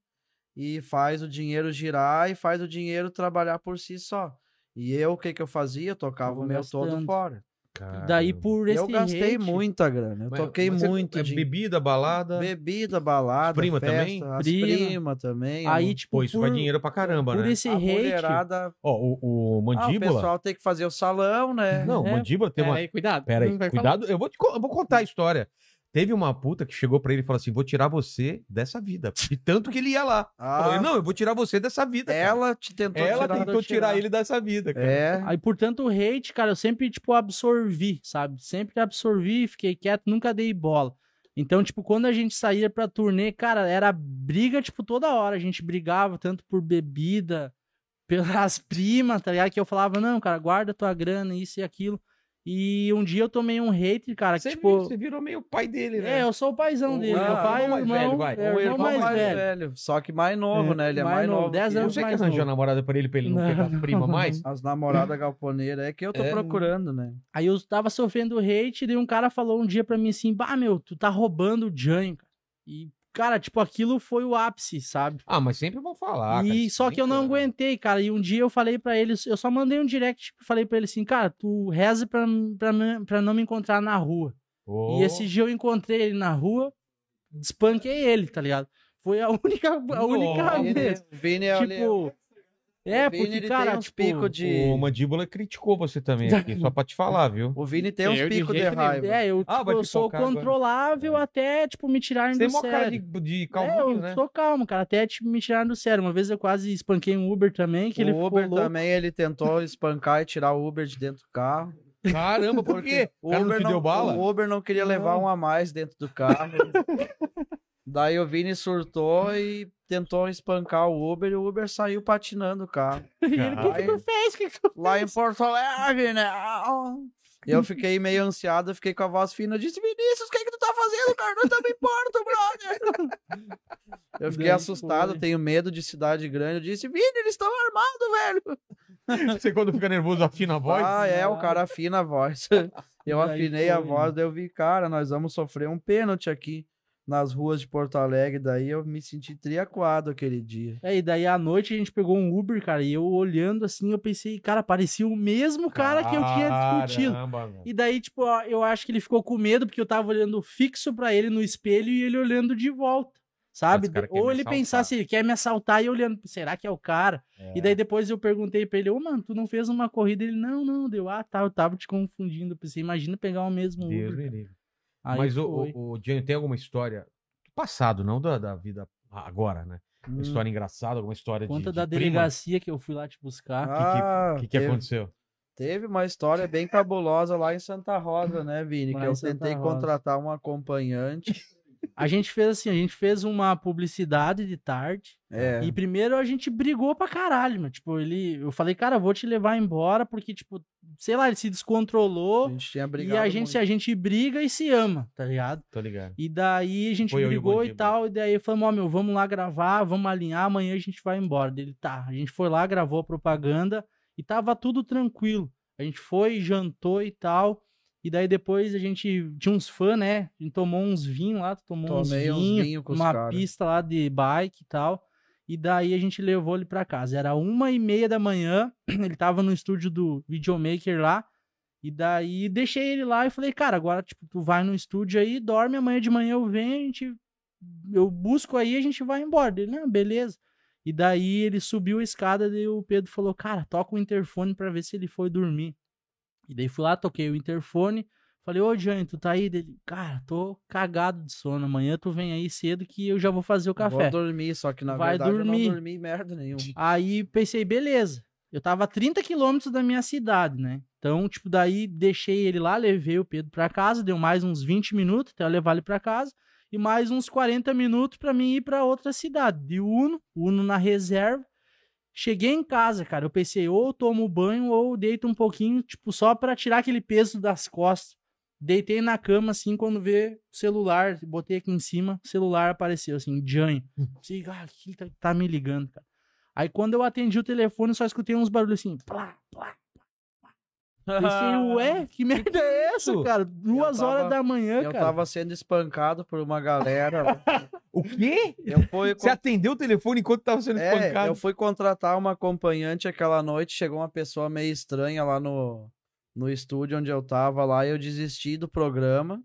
[SPEAKER 3] e faz o dinheiro girar e faz o dinheiro trabalhar por si só. E eu, o que, que eu fazia? Eu tocava
[SPEAKER 4] Tava
[SPEAKER 3] o meu todo
[SPEAKER 4] gastando.
[SPEAKER 3] fora.
[SPEAKER 4] Daí
[SPEAKER 1] Caramba.
[SPEAKER 4] por esse
[SPEAKER 3] Eu gastei
[SPEAKER 4] hate-
[SPEAKER 3] muita grana, eu
[SPEAKER 1] Mas-
[SPEAKER 3] toquei
[SPEAKER 1] mas você-
[SPEAKER 3] muito
[SPEAKER 1] é
[SPEAKER 3] dinheiro.
[SPEAKER 1] Bebida, balada.
[SPEAKER 3] Bebida, balada,
[SPEAKER 1] Prima
[SPEAKER 3] festa,
[SPEAKER 1] também?
[SPEAKER 3] as
[SPEAKER 4] Prima.
[SPEAKER 3] prima também.
[SPEAKER 4] Aí,
[SPEAKER 3] a-
[SPEAKER 4] tipo,
[SPEAKER 1] Pô, isso
[SPEAKER 4] por,
[SPEAKER 1] vai dinheiro pra caramba,
[SPEAKER 4] por
[SPEAKER 1] né?
[SPEAKER 4] esse
[SPEAKER 3] a
[SPEAKER 4] hate,
[SPEAKER 3] mulherada,
[SPEAKER 1] Ó, o, o
[SPEAKER 3] ah, o
[SPEAKER 1] Mandíbula.
[SPEAKER 3] pessoal tem que fazer o salão, né?
[SPEAKER 1] Não,
[SPEAKER 4] É,
[SPEAKER 1] Mandíbula tem uma.
[SPEAKER 2] Peraí, cuidado.
[SPEAKER 1] Pera aí,
[SPEAKER 2] Vai falar.
[SPEAKER 1] cuidado. Eu vou, te co- eu vou contar a história. Teve uma puta que chegou pra ele e falou assim: vou tirar você dessa vida. De tanto que ele ia lá. Falou,
[SPEAKER 3] Ah,
[SPEAKER 1] não, eu vou tirar você dessa vida. cara.
[SPEAKER 3] ela te tentou
[SPEAKER 1] Ela
[SPEAKER 3] tirar.
[SPEAKER 1] tentou tirar. ele dessa vida, cara.
[SPEAKER 3] É.
[SPEAKER 4] aí por tanto hate, cara, eu sempre, tipo, absorvi, sabe? Sempre absorvi, fiquei quieto, nunca dei bola. Então, tipo, quando a gente saía pra turnê, cara, era briga, tipo, toda hora. A gente brigava tanto por bebida, pelas primas, tá ligado? Que eu falava, não, cara, guarda tua grana, isso e aquilo. E um dia eu tomei um hate, cara, que,
[SPEAKER 1] Você,
[SPEAKER 4] tipo...
[SPEAKER 1] vi- você virou meio pai dele, né?
[SPEAKER 4] É, eu sou o paizão
[SPEAKER 1] O
[SPEAKER 4] dele. Meu
[SPEAKER 3] irmão
[SPEAKER 4] pai, o
[SPEAKER 1] mais
[SPEAKER 4] irmão,
[SPEAKER 1] velho, vai.
[SPEAKER 4] é, o irmão mais, velho.
[SPEAKER 3] Só que mais novo,
[SPEAKER 4] É,
[SPEAKER 3] né? Ele é
[SPEAKER 4] mais
[SPEAKER 3] mais,
[SPEAKER 4] novo,
[SPEAKER 3] novo.
[SPEAKER 4] 10
[SPEAKER 3] que eu.
[SPEAKER 4] anos
[SPEAKER 1] Você que
[SPEAKER 4] mais
[SPEAKER 1] arranjou
[SPEAKER 4] novo.
[SPEAKER 1] namorada pra ele pra ele não,
[SPEAKER 4] Não,
[SPEAKER 1] pegar
[SPEAKER 4] não.
[SPEAKER 1] prima mais?
[SPEAKER 3] As namoradas galponeiras. É que eu tô
[SPEAKER 1] É.
[SPEAKER 3] procurando, né?
[SPEAKER 4] Aí eu tava sofrendo hate, daí um cara falou um dia pra mim assim, bah, meu, tu tá roubando o Jânio, cara. E, cara, tipo, aquilo foi o ápice, sabe?
[SPEAKER 1] Ah, mas sempre vão falar. cara,
[SPEAKER 4] e
[SPEAKER 1] isso é
[SPEAKER 4] só que eu não
[SPEAKER 1] brincando.
[SPEAKER 4] aguentei, cara. E um dia eu falei pra ele, eu só mandei um direct, tipo, falei pra ele assim, cara, tu reza pra, pra, pra não me encontrar na rua.
[SPEAKER 1] Ô,
[SPEAKER 4] E esse dia eu encontrei ele na rua, despanquei ele, tá ligado? Foi a única, a única
[SPEAKER 1] Nossa.
[SPEAKER 4] vez.
[SPEAKER 3] O Vini é tipo,
[SPEAKER 4] Tipo, é,
[SPEAKER 3] o Vini,
[SPEAKER 4] porque,
[SPEAKER 3] ele
[SPEAKER 4] cara,
[SPEAKER 3] tem uns
[SPEAKER 4] tipo,
[SPEAKER 3] pico de.
[SPEAKER 1] O Mandíbula criticou você também aqui, só pra te falar, viu?
[SPEAKER 3] O Vini tem uns
[SPEAKER 2] Eu de
[SPEAKER 3] picos de,
[SPEAKER 2] jeito nenhum.
[SPEAKER 3] raiva.
[SPEAKER 4] É, eu,
[SPEAKER 1] Ah,
[SPEAKER 4] tipo,
[SPEAKER 1] vai
[SPEAKER 4] eu sou
[SPEAKER 1] pipocar agora. É.
[SPEAKER 4] controlável até, tipo, me tirarem
[SPEAKER 1] Você
[SPEAKER 4] do
[SPEAKER 1] tem uma cara de,
[SPEAKER 4] sério.
[SPEAKER 1] de
[SPEAKER 4] É, eu
[SPEAKER 1] calminho, né?
[SPEAKER 4] sou calmo, cara. Até, tipo, me tiraram do sério. Uma vez eu quase espanquei um Uber também, que ele
[SPEAKER 3] o
[SPEAKER 4] ficou
[SPEAKER 3] Uber
[SPEAKER 4] louco.
[SPEAKER 3] também, ele tentou espancar e tirar o Uber de dentro do carro.
[SPEAKER 1] Caramba, por quê? O cara não te deu bala?
[SPEAKER 3] O Uber não queria levar
[SPEAKER 4] Não.
[SPEAKER 3] um a mais dentro do carro. Daí o Vini surtou e tentou espancar o Uber e o Uber saiu patinando o carro.
[SPEAKER 4] E ele, o que que tu
[SPEAKER 3] Caralho.
[SPEAKER 4] fez? O que que tu
[SPEAKER 3] Lá em Porto Alegre, né? Ah. Eu fiquei meio ansiado, eu fiquei com a voz fina. Eu disse, Vinícius, o que, é que tu tá fazendo, cara? Nós estamos em Porto, brother. Eu fiquei
[SPEAKER 4] Daí
[SPEAKER 3] assustado,
[SPEAKER 4] foi.
[SPEAKER 3] tenho medo de cidade grande. Eu disse, Vini, eles estão armados, velho.
[SPEAKER 1] Você quando fica nervoso afina a voz?
[SPEAKER 3] ah, é, o cara afina a voz. Eu
[SPEAKER 4] Daí
[SPEAKER 3] afinei a
[SPEAKER 4] foi, né?
[SPEAKER 3] voz, daí eu vi, cara, nós vamos sofrer um pênalti aqui. nas ruas de Porto Alegre, daí eu me senti triaquado aquele dia.
[SPEAKER 4] É, e daí à noite a gente pegou um Uber, cara, e eu olhando assim, eu pensei, cara, parecia o mesmo cara que eu tinha discutido.
[SPEAKER 1] Caramba, velho.
[SPEAKER 4] E daí, tipo, ó, eu acho que ele ficou com medo porque eu tava olhando fixo pra ele no espelho e ele olhando de volta, sabe?
[SPEAKER 1] Esse cara quer
[SPEAKER 4] Ou
[SPEAKER 1] me
[SPEAKER 4] ele
[SPEAKER 1] assaltar.
[SPEAKER 4] pensasse, ele quer me assaltar e eu olhando, será que é o cara?
[SPEAKER 1] É.
[SPEAKER 4] E daí depois eu perguntei pra ele, ô mano, tu não fez uma corrida? Ele, não, não, deu, ah tá, eu tava te confundindo. Eu pensei, imagina pegar o mesmo
[SPEAKER 1] Deus
[SPEAKER 4] Uber.
[SPEAKER 1] me
[SPEAKER 4] cara.
[SPEAKER 1] livre.
[SPEAKER 4] Aí
[SPEAKER 1] né? Mas o,
[SPEAKER 4] foi.
[SPEAKER 1] o, o Jânio, tem alguma história do passado, não da, da vida agora, né? Uma
[SPEAKER 3] Hum.
[SPEAKER 1] história engraçada, alguma história de.
[SPEAKER 4] Hum. Conta
[SPEAKER 1] de
[SPEAKER 4] da É.
[SPEAKER 1] prima?
[SPEAKER 4] delegacia que eu fui lá te buscar.
[SPEAKER 1] que-
[SPEAKER 3] Ah,
[SPEAKER 1] O que, que
[SPEAKER 3] teve-
[SPEAKER 1] aconteceu?
[SPEAKER 3] Teve uma história bem cabulosa lá em Santa Rosa, né, Vini?
[SPEAKER 4] Lá
[SPEAKER 3] que
[SPEAKER 4] em
[SPEAKER 3] eu
[SPEAKER 4] Santa
[SPEAKER 3] tentei
[SPEAKER 4] Rosa.
[SPEAKER 3] contratar um acompanhante.
[SPEAKER 4] A gente fez assim, a gente fez uma publicidade de tarde.
[SPEAKER 3] É.
[SPEAKER 4] E primeiro a gente brigou pra caralho, mano. Tipo, ele. Eu falei, cara, eu vou te levar embora, porque, tipo, sei lá, ele se
[SPEAKER 3] A
[SPEAKER 4] descontrolou.
[SPEAKER 3] gente tinha
[SPEAKER 4] E
[SPEAKER 3] brigado.
[SPEAKER 4] a gente, é a gente briga e se ama, tá ligado?
[SPEAKER 1] Tô ligado.
[SPEAKER 4] E daí a gente
[SPEAKER 1] É. Foi eu e o
[SPEAKER 4] brigou e
[SPEAKER 1] Bandido.
[SPEAKER 4] tal. E daí falamos, ó, meu, vamos lá gravar, vamos alinhar, amanhã a gente vai embora. Ele tá. A gente foi lá, gravou a propaganda e tava tudo tranquilo. A gente foi, jantou e tal. E daí depois a gente tinha uns fãs, né? A gente tomou uns vinhos lá, tu tomou
[SPEAKER 3] Tomei
[SPEAKER 4] uns
[SPEAKER 3] uns
[SPEAKER 4] vinhos,
[SPEAKER 3] vinho com os
[SPEAKER 4] uma
[SPEAKER 3] caras.
[SPEAKER 4] pista lá de bike e tal. E daí a gente levou ele pra casa. Era uma e meia da manhã, ele tava no estúdio do videomaker lá. E daí deixei ele lá e falei, cara, agora tipo, tu vai no estúdio aí, dorme, amanhã de manhã eu venho, a gente, eu busco aí a gente vai embora. Ele, não, beleza. E daí ele subiu a escada e o Pedro falou, cara, toca o interfone pra ver se ele foi dormir. E daí fui lá, toquei o interfone, falei, ô Jânio, tu tá aí? Ele, cara, tô cagado de sono, amanhã tu vem aí cedo que eu já vou fazer o
[SPEAKER 3] Vou
[SPEAKER 4] um café.
[SPEAKER 3] dormir, só que na
[SPEAKER 4] Vai
[SPEAKER 3] verdade eu
[SPEAKER 4] dormir.
[SPEAKER 3] não dormi merda nenhuma.
[SPEAKER 4] Aí pensei, beleza. Eu tava a 30 quilômetros da minha cidade, né? Então, tipo, daí deixei ele lá, levei o Pedro pra casa, deu mais uns 20 minutos até eu levar ele pra casa, e mais uns 40 minutos pra mim ir pra outra cidade, de Uno, Uno na reserva. Cheguei em casa, cara, eu pensei, ou eu tomo banho ou eu deito um pouquinho, tipo, só pra tirar aquele peso das costas. Deitei na cama, assim, quando vê o celular, botei aqui em cima, o celular apareceu, assim, Jânio.
[SPEAKER 3] Hum.
[SPEAKER 4] Pensei, ah, que tá, tá me ligando, cara. Aí quando eu atendi o telefone, eu só escutei uns barulhos assim, plá, plá. Pensei, ué, que merda é essa, cara? Duas
[SPEAKER 3] tava-
[SPEAKER 4] horas da manhã,
[SPEAKER 3] Eu
[SPEAKER 4] É, cara.
[SPEAKER 3] tava sendo espancado por uma galera. lá.
[SPEAKER 1] O quê?
[SPEAKER 3] Eu fui,
[SPEAKER 1] Você atendeu o telefone enquanto tava sendo
[SPEAKER 3] É,
[SPEAKER 1] espancado?
[SPEAKER 3] eu fui contratar uma acompanhante aquela noite, chegou uma pessoa meio estranha lá no, no estúdio onde eu tava lá, e eu desisti do programa.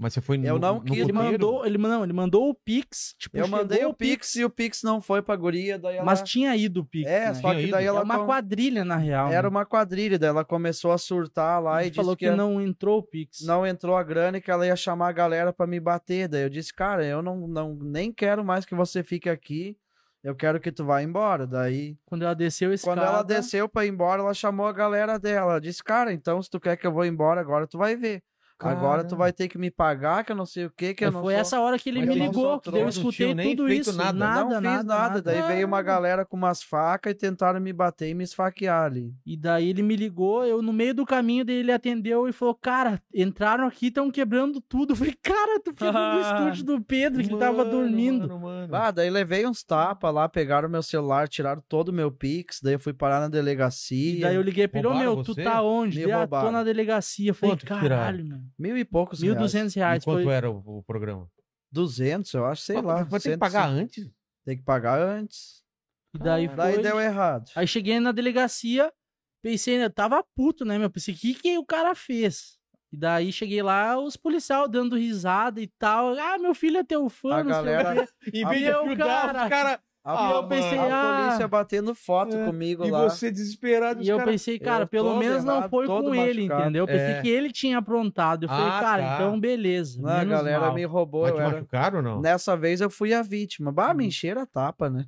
[SPEAKER 1] Mas você foi
[SPEAKER 3] Eu não quis,
[SPEAKER 4] Ele
[SPEAKER 1] roteiro?
[SPEAKER 4] mandou, ele, não, ele mandou o Pix, tipo,
[SPEAKER 3] Eu
[SPEAKER 4] chegou
[SPEAKER 3] mandei o Pix e o Pix não foi pra guria, daí ela...
[SPEAKER 4] Mas tinha ido o Pix.
[SPEAKER 3] é,
[SPEAKER 4] né?
[SPEAKER 3] só
[SPEAKER 1] Tinha
[SPEAKER 3] que
[SPEAKER 1] ido.
[SPEAKER 3] daí
[SPEAKER 4] É
[SPEAKER 3] ela...
[SPEAKER 4] uma
[SPEAKER 3] com-
[SPEAKER 4] quadrilha, na real.
[SPEAKER 3] Era
[SPEAKER 4] né?
[SPEAKER 3] uma quadrilha, daí ela começou a surtar lá e
[SPEAKER 4] Ele falou
[SPEAKER 3] disse
[SPEAKER 4] que,
[SPEAKER 3] que, a-
[SPEAKER 4] não entrou o Pix.
[SPEAKER 3] não entrou a grana e que ela ia chamar a galera pra me bater. Daí eu disse, cara, eu não, não nem quero mais que você fique aqui, eu quero que tu vá embora. Daí...
[SPEAKER 4] Quando ela desceu esse
[SPEAKER 3] Quando ela desceu pra ir embora, ela chamou a galera dela. Ela disse, cara, então se tu quer que eu vou embora agora, tu vai ver. Agora tu vai ter que me pagar, que eu não sei o que, que eu não
[SPEAKER 4] foi
[SPEAKER 3] sou-
[SPEAKER 4] essa hora que ele
[SPEAKER 3] Mas
[SPEAKER 4] me
[SPEAKER 3] eu não
[SPEAKER 4] ligou,
[SPEAKER 3] sou
[SPEAKER 4] que daí
[SPEAKER 3] trouxa,
[SPEAKER 4] eu
[SPEAKER 1] não
[SPEAKER 4] escutei
[SPEAKER 1] tinha nem
[SPEAKER 4] tudo
[SPEAKER 1] feito
[SPEAKER 4] isso.
[SPEAKER 1] nada.
[SPEAKER 4] Nada,
[SPEAKER 1] Não
[SPEAKER 4] nada,
[SPEAKER 3] não fiz nada. Daí veio uma galera com umas facas e tentaram me bater e me esfaquear ali.
[SPEAKER 4] E daí ele me ligou, eu no meio do caminho dele ele atendeu e falou: Cara, entraram aqui, estão quebrando tudo. Eu falei: Cara, tu quebrou o estúdio do Pedro, que ele tava
[SPEAKER 1] Mano,
[SPEAKER 4] dormindo.
[SPEAKER 1] mano, mano.
[SPEAKER 3] Ah, daí levei uns tapas lá, pegaram meu celular, tiraram todo o meu Pix, daí eu fui parar na
[SPEAKER 4] E
[SPEAKER 3] delegacia.
[SPEAKER 4] daí eu liguei pra ele: Ô
[SPEAKER 1] Roubaram
[SPEAKER 4] meu, tu
[SPEAKER 1] você?
[SPEAKER 4] tá onde?
[SPEAKER 3] Me
[SPEAKER 4] Daí, "Ah, tô
[SPEAKER 3] roubaram."
[SPEAKER 4] na delegacia. Eu falei:
[SPEAKER 1] Quanto que tiraram?
[SPEAKER 4] Caralho, meu.
[SPEAKER 3] Mil e poucos
[SPEAKER 4] R$
[SPEAKER 3] reais.
[SPEAKER 4] 1.200
[SPEAKER 1] E
[SPEAKER 4] reais.
[SPEAKER 1] quanto é?
[SPEAKER 4] Foi...
[SPEAKER 1] era o, o programa?
[SPEAKER 3] 200, eu acho, sei
[SPEAKER 1] Mas-
[SPEAKER 3] lá.
[SPEAKER 1] Mas tem que
[SPEAKER 3] 100,
[SPEAKER 1] pagar antes?
[SPEAKER 3] Tem que pagar antes.
[SPEAKER 4] E daí
[SPEAKER 3] Daí
[SPEAKER 4] foi.
[SPEAKER 3] deu errado.
[SPEAKER 4] Aí cheguei na delegacia, pensei, né, tava puto, né, meu? Pensei, o que, que o cara fez? E daí cheguei lá, os policial dando risada e tal. Ah, meu filho é teu fã,
[SPEAKER 3] A
[SPEAKER 4] não sei o
[SPEAKER 3] galera-
[SPEAKER 4] quê.
[SPEAKER 1] Em
[SPEAKER 3] Ah,
[SPEAKER 1] vez de
[SPEAKER 4] meu
[SPEAKER 1] ajudar,
[SPEAKER 4] cara.
[SPEAKER 1] os caras.
[SPEAKER 3] A,
[SPEAKER 1] Ah,
[SPEAKER 4] eu pensei,
[SPEAKER 1] mano.
[SPEAKER 4] ah, é,
[SPEAKER 3] a polícia batendo foto comigo
[SPEAKER 1] E
[SPEAKER 3] lá.
[SPEAKER 1] você desesperado. os
[SPEAKER 4] E eu
[SPEAKER 1] caras-
[SPEAKER 4] pensei, cara,
[SPEAKER 3] eu
[SPEAKER 4] pelo
[SPEAKER 3] todo
[SPEAKER 4] menos não
[SPEAKER 3] errado,
[SPEAKER 4] foi
[SPEAKER 3] todo
[SPEAKER 4] com ele,
[SPEAKER 3] machucado.
[SPEAKER 4] entendeu? Eu pensei
[SPEAKER 1] É.
[SPEAKER 4] que ele tinha aprontado. Eu falei,
[SPEAKER 1] Ah,
[SPEAKER 4] cara,
[SPEAKER 1] tá.
[SPEAKER 4] então beleza.
[SPEAKER 3] Não, a
[SPEAKER 4] menos
[SPEAKER 3] galera é
[SPEAKER 4] mal.
[SPEAKER 3] me roubou,
[SPEAKER 1] Mas
[SPEAKER 3] eu
[SPEAKER 1] te
[SPEAKER 3] era-
[SPEAKER 1] machucaram ou
[SPEAKER 4] Né,
[SPEAKER 1] não?
[SPEAKER 3] Nessa vez eu fui a vítima. Bah,
[SPEAKER 4] Hum.
[SPEAKER 3] me encheram a tapa, né?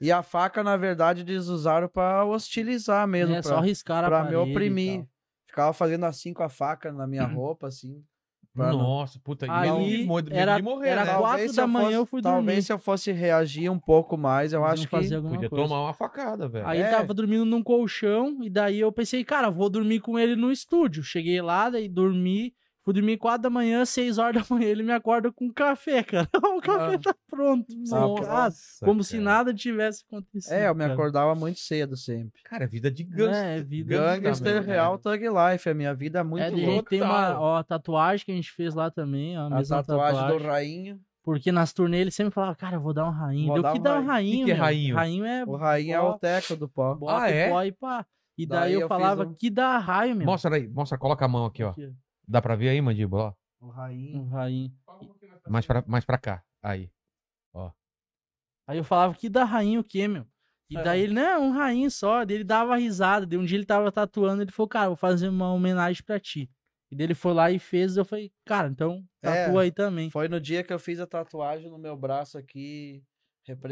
[SPEAKER 3] E a faca, na verdade, eles usaram pra hostilizar mesmo,
[SPEAKER 4] É, só
[SPEAKER 3] pra,
[SPEAKER 4] riscar a
[SPEAKER 3] pra me
[SPEAKER 4] parede e
[SPEAKER 3] oprimir.
[SPEAKER 4] tal.
[SPEAKER 3] Ficava fazendo assim com a faca na
[SPEAKER 4] Hum.
[SPEAKER 3] minha roupa, assim. pra não- É,
[SPEAKER 1] Nossa, puta. e
[SPEAKER 4] Aí
[SPEAKER 1] medo de mo- medo
[SPEAKER 4] era-
[SPEAKER 1] de morrer,
[SPEAKER 4] era
[SPEAKER 1] né?
[SPEAKER 4] quatro
[SPEAKER 3] se
[SPEAKER 4] da
[SPEAKER 3] eu
[SPEAKER 4] manhã eu fui
[SPEAKER 3] Talvez
[SPEAKER 4] dormir.
[SPEAKER 3] se eu fosse reagir um pouco mais, eu
[SPEAKER 4] Eles
[SPEAKER 3] acho
[SPEAKER 4] iam
[SPEAKER 3] que...
[SPEAKER 4] fazer alguma
[SPEAKER 1] Podia um
[SPEAKER 4] coisa.
[SPEAKER 1] tomar uma facada, velho.
[SPEAKER 4] Aí
[SPEAKER 3] É.
[SPEAKER 4] tava dormindo num colchão, e daí eu pensei, cara, vou dormir com ele no estúdio. Cheguei lá, daí dormi, Fui dormir 4 da manhã, 6 horas da manhã, ele me acorda com um café, cara. O café
[SPEAKER 3] Ah.
[SPEAKER 4] tá pronto.
[SPEAKER 3] Nossa,
[SPEAKER 4] cara, como se
[SPEAKER 1] cara.
[SPEAKER 4] nada tivesse acontecido.
[SPEAKER 3] É, eu me
[SPEAKER 4] assim, cara.
[SPEAKER 3] acordava muito cedo sempre.
[SPEAKER 1] Cara, vida de gangster.
[SPEAKER 4] É, vida.
[SPEAKER 3] Gangster
[SPEAKER 1] também, né?
[SPEAKER 3] real thug life. A minha vida é muito
[SPEAKER 4] É, de
[SPEAKER 3] louca.
[SPEAKER 4] gente tem uma
[SPEAKER 1] Total.
[SPEAKER 4] ó, tatuagem que a gente fez lá também, ó, a,
[SPEAKER 3] A
[SPEAKER 4] mesma
[SPEAKER 3] tatuagem,
[SPEAKER 4] tatuagem.
[SPEAKER 3] do rainho.
[SPEAKER 4] Porque nas turnê ele sempre falava, cara, eu vou dar um rainho.
[SPEAKER 3] Vou
[SPEAKER 4] Deu
[SPEAKER 3] dar
[SPEAKER 4] que
[SPEAKER 3] um
[SPEAKER 4] dá
[SPEAKER 1] rainho.
[SPEAKER 4] um rainho.
[SPEAKER 1] O que que é
[SPEAKER 4] meu.
[SPEAKER 1] rainho?
[SPEAKER 4] Rainho é
[SPEAKER 3] O rainho é o teco do pó.
[SPEAKER 4] bota
[SPEAKER 1] Ah, é?
[SPEAKER 4] pó e pá. E daí,
[SPEAKER 3] Daí
[SPEAKER 4] eu,
[SPEAKER 3] eu fiz
[SPEAKER 4] falava,
[SPEAKER 3] um-
[SPEAKER 4] que dá raio, meu.
[SPEAKER 1] Mostra aí, mostra, coloca a mão aqui, ó.
[SPEAKER 4] Aqui,
[SPEAKER 1] Dá pra ver aí, mandíbula? Ó.
[SPEAKER 3] O
[SPEAKER 4] ó,
[SPEAKER 3] rainho.
[SPEAKER 4] Um rainho.
[SPEAKER 1] Mais, pra, mais pra cá. Aí.
[SPEAKER 4] Aí eu falava, que dá rainho o quê, meu? E daí ele, não, um rainho só. Daí ele dava risada. Daí um dia ele tava tatuando, ele falou, cara, vou fazer uma homenagem pra ti. E daí ele foi lá e fez, eu falei, cara, então
[SPEAKER 3] É.
[SPEAKER 4] tatua aí também.
[SPEAKER 3] Foi no dia que eu fiz a tatuagem no meu braço aqui,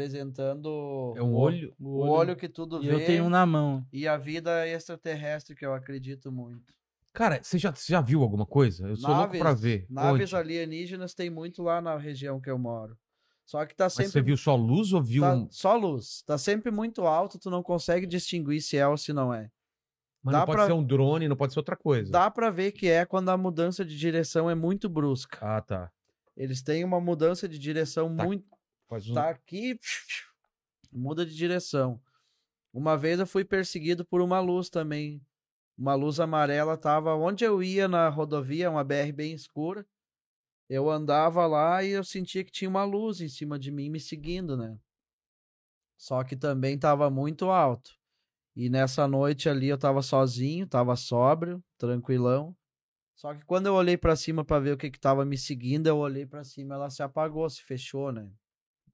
[SPEAKER 3] representando
[SPEAKER 1] É um
[SPEAKER 3] o-
[SPEAKER 1] olho.
[SPEAKER 3] O olho que tudo
[SPEAKER 4] E
[SPEAKER 3] vê
[SPEAKER 4] eu tenho um na mão.
[SPEAKER 3] e a vida extraterrestre que eu acredito muito.
[SPEAKER 1] Cara, você já, você já viu alguma coisa? Eu sou louco pra ver.
[SPEAKER 3] Naves
[SPEAKER 1] Onde?
[SPEAKER 3] alienígenas tem muito lá na região que eu moro. Só que tá
[SPEAKER 1] Mas você
[SPEAKER 3] sempre
[SPEAKER 1] viu só luz ou viu...
[SPEAKER 3] tá
[SPEAKER 1] um-
[SPEAKER 3] só luz. Tá sempre muito alto, tu não consegue distinguir se é ou se não é.
[SPEAKER 1] Mas
[SPEAKER 3] dá
[SPEAKER 1] não pode
[SPEAKER 3] pra-
[SPEAKER 1] ser um drone, não pode ser outra coisa.
[SPEAKER 3] Dá pra ver que é quando a mudança de direção é muito brusca.
[SPEAKER 1] Ah, tá.
[SPEAKER 3] Eles têm uma mudança de direção
[SPEAKER 1] Tá.
[SPEAKER 3] muito
[SPEAKER 1] Faz um...
[SPEAKER 3] tá aqui, muda de direção. Uma vez eu fui perseguido por uma luz também. Uma luz amarela tava onde eu ia na rodovia, uma BR bem escura. Eu andava lá e eu sentia que tinha uma luz em cima de mim me seguindo, né? Só que também tava muito alto. E nessa noite ali eu tava sozinho, tava sóbrio, tranquilão. Só que quando eu olhei pra cima pra ver o que que tava me seguindo, eu olhei pra cima, ela se apagou, se fechou, né?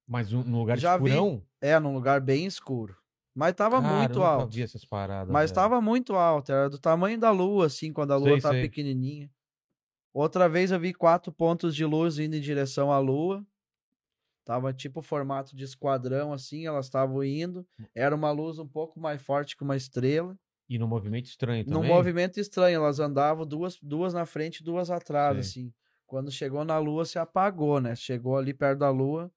[SPEAKER 1] Mas um, num lugar
[SPEAKER 3] Já vi.
[SPEAKER 1] escurão?
[SPEAKER 3] É, num lugar bem escuro. Mas tava
[SPEAKER 1] Cara, eu
[SPEAKER 3] muito
[SPEAKER 1] nunca
[SPEAKER 3] alto.
[SPEAKER 1] vi essas paradas.
[SPEAKER 3] Mas
[SPEAKER 1] velho.
[SPEAKER 3] tava muito alto. Era do tamanho da lua, assim, quando a lua
[SPEAKER 1] Sei,
[SPEAKER 3] tava
[SPEAKER 1] sei.
[SPEAKER 3] pequenininha. Outra vez eu vi quatro pontos de luz indo em direção à lua. Tava tipo formato de esquadrão, assim, elas estavam indo.
[SPEAKER 1] Hum.
[SPEAKER 3] Era uma luz um pouco mais forte que uma estrela.
[SPEAKER 1] E num movimento estranho também.
[SPEAKER 3] Num movimento estranho, elas andavam duas, duas na frente e duas atrás,
[SPEAKER 1] Sei.
[SPEAKER 3] assim. Quando chegou na lua, se apagou, né? Chegou ali perto da lua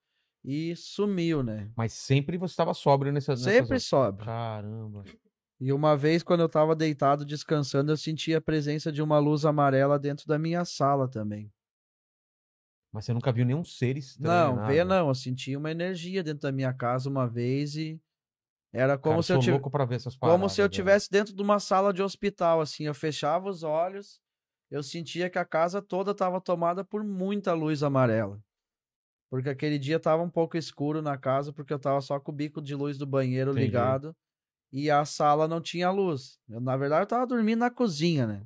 [SPEAKER 3] e sumiu, né?
[SPEAKER 1] Mas sempre você tava sóbrio nessa. nessas
[SPEAKER 3] Sempre
[SPEAKER 1] horas.
[SPEAKER 3] sobe.
[SPEAKER 1] Caramba.
[SPEAKER 3] E uma vez, quando eu tava deitado descansando, eu senti a presença de uma luz amarela dentro da minha sala também.
[SPEAKER 1] Mas você nunca viu nenhum ser estranho.
[SPEAKER 3] não,
[SPEAKER 1] nada.
[SPEAKER 3] vê não, eu senti uma energia dentro da minha casa uma vez e era como
[SPEAKER 1] Cara,
[SPEAKER 3] se eu
[SPEAKER 1] sou um
[SPEAKER 3] tivesse
[SPEAKER 1] louco pra ver essas paradas.
[SPEAKER 3] como se eu
[SPEAKER 1] velho.
[SPEAKER 3] tivesse dentro de uma sala de hospital assim, eu fechava os olhos, eu sentia que a casa toda estava tomada por muita luz amarela. Porque aquele dia tava um pouco escuro na casa porque eu tava só com o bico de luz do banheiro
[SPEAKER 1] Entendi.
[SPEAKER 3] ligado e a sala não tinha luz. Eu, na verdade, eu tava dormindo na cozinha, né?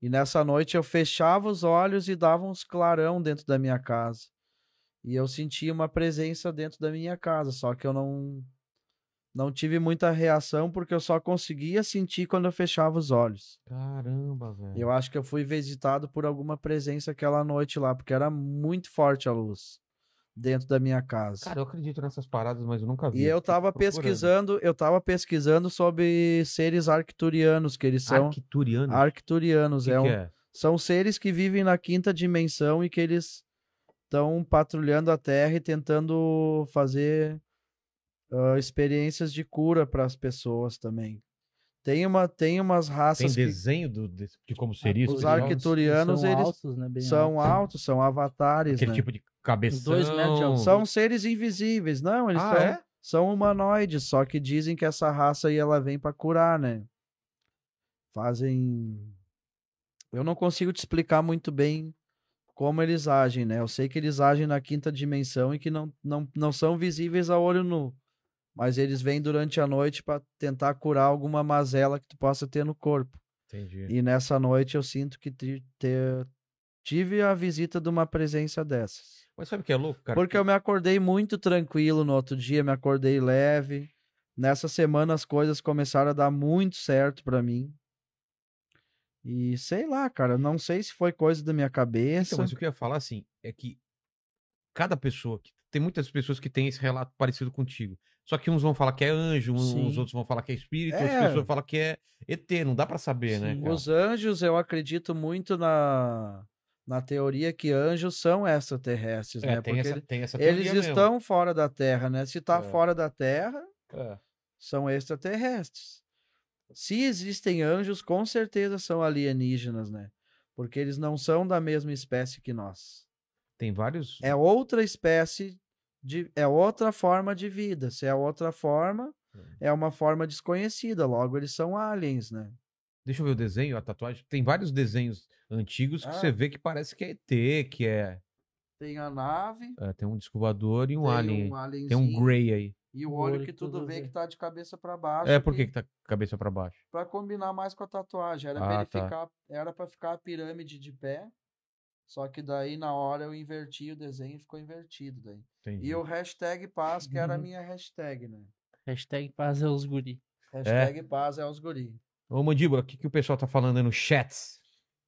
[SPEAKER 3] E nessa noite eu fechava os olhos e dava uns clarão dentro da minha casa. E eu sentia uma presença dentro da minha casa, só que eu não não tive muita reação porque eu só conseguia sentir quando eu fechava os olhos.
[SPEAKER 1] Caramba, velho.
[SPEAKER 3] Eu acho que eu fui visitado por alguma presença aquela noite lá, porque era muito forte a luz dentro da minha casa.
[SPEAKER 1] Cara, eu acredito nessas paradas, mas eu nunca vi.
[SPEAKER 3] E eu
[SPEAKER 1] Fico
[SPEAKER 3] tava
[SPEAKER 1] procurando.
[SPEAKER 3] pesquisando, eu tava pesquisando sobre seres arcturianos, que eles são
[SPEAKER 1] Arcturiano.
[SPEAKER 3] arcturianos,
[SPEAKER 1] Que
[SPEAKER 3] um é, um,
[SPEAKER 1] que é?
[SPEAKER 3] são seres que vivem na quinta dimensão e que eles estão patrulhando a Terra e tentando fazer ah, experiências de cura para as pessoas também. Tem uma tem umas
[SPEAKER 1] Tem
[SPEAKER 3] raças que É,
[SPEAKER 1] desenho do, de, de como seria
[SPEAKER 3] Os
[SPEAKER 1] isso? é
[SPEAKER 3] arquiturianos,
[SPEAKER 4] São
[SPEAKER 3] eles
[SPEAKER 4] altos, né, bem
[SPEAKER 3] são altos, são avatares,
[SPEAKER 1] Aquele
[SPEAKER 3] né?
[SPEAKER 1] tipo de cabeção.
[SPEAKER 4] Dois metros de altura.
[SPEAKER 3] São seres invisíveis, não? Eles
[SPEAKER 1] Uhum. Ah,
[SPEAKER 3] são,
[SPEAKER 1] é?
[SPEAKER 3] são humanoides, só que dizem que essa raça aí ela vem para curar, né? Fazem. Eu não consigo te explicar muito bem como eles agem, né? Eu sei que eles agem na quinta dimensão e que não, não, não são visíveis a olho nu. Mas eles vêm durante a noite para tentar curar alguma mazela que tu possa ter no corpo.
[SPEAKER 1] Entendi.
[SPEAKER 3] E nessa noite eu sinto que tri- ter- tive a visita de uma presença dessas.
[SPEAKER 1] Mas sabe o que é louco, cara?
[SPEAKER 3] Porque eu me acordei muito tranquilo no outro dia, me acordei leve. Nessa semana as coisas começaram a dar muito certo pra mim. E sei lá, cara, não sei se foi coisa da minha cabeça.
[SPEAKER 1] Então, mas o que eu ia falar, assim, é que cada pessoa, que- tem muitas pessoas que têm esse relato parecido contigo. Só que uns vão falar que é anjo, uns
[SPEAKER 4] Sim.
[SPEAKER 1] outros vão falar que é espírito,
[SPEAKER 3] É.
[SPEAKER 1] outras pessoas falam que é ET, não dá pra saber, né,
[SPEAKER 4] Sim.
[SPEAKER 1] cara?
[SPEAKER 3] Os anjos, eu acredito muito na, na teoria que anjos são extraterrestres,
[SPEAKER 1] É,
[SPEAKER 3] né?
[SPEAKER 1] tem,
[SPEAKER 3] Porque
[SPEAKER 1] essa,
[SPEAKER 3] ele-
[SPEAKER 1] tem essa teoria
[SPEAKER 3] eles
[SPEAKER 1] mesmo.
[SPEAKER 3] estão fora da Terra, né? Se tá
[SPEAKER 1] É.
[SPEAKER 3] fora da Terra,
[SPEAKER 1] É.
[SPEAKER 3] são extraterrestres. Se existem anjos, com certeza são alienígenas, né? Porque eles não são da mesma espécie que nós.
[SPEAKER 1] Tem vários.
[SPEAKER 3] É outra espécie, de, é outra forma de vida. Se é outra forma, é uma forma desconhecida. Logo, eles são aliens, né?
[SPEAKER 1] Deixa eu ver o desenho, a tatuagem. Tem vários desenhos antigos que
[SPEAKER 3] Ah.
[SPEAKER 1] você vê que parece que é ET, que é.
[SPEAKER 3] Tem a nave,
[SPEAKER 1] é, tem um descobrador e um
[SPEAKER 3] tem
[SPEAKER 1] alien.
[SPEAKER 3] um
[SPEAKER 1] aí.
[SPEAKER 3] alienzinho
[SPEAKER 1] tem um Grey aí.
[SPEAKER 3] e o olho que tudo vê que tá de cabeça para baixo.
[SPEAKER 1] É, por que que tá cabeça pra baixo?
[SPEAKER 3] Para combinar mais com a tatuagem. Era
[SPEAKER 1] Ah,
[SPEAKER 3] verificar, era para ficar a pirâmide de pé. Só que daí na hora eu inverti o desenho e ficou invertido daí.
[SPEAKER 1] Entendi.
[SPEAKER 3] E o hashtag paz, que era a minha hashtag, né?
[SPEAKER 4] Hashtag fazer os guri.
[SPEAKER 3] Hashtag paz é os guri.
[SPEAKER 1] Ô, Mandíbula, o que, que o pessoal tá falando aí no chat?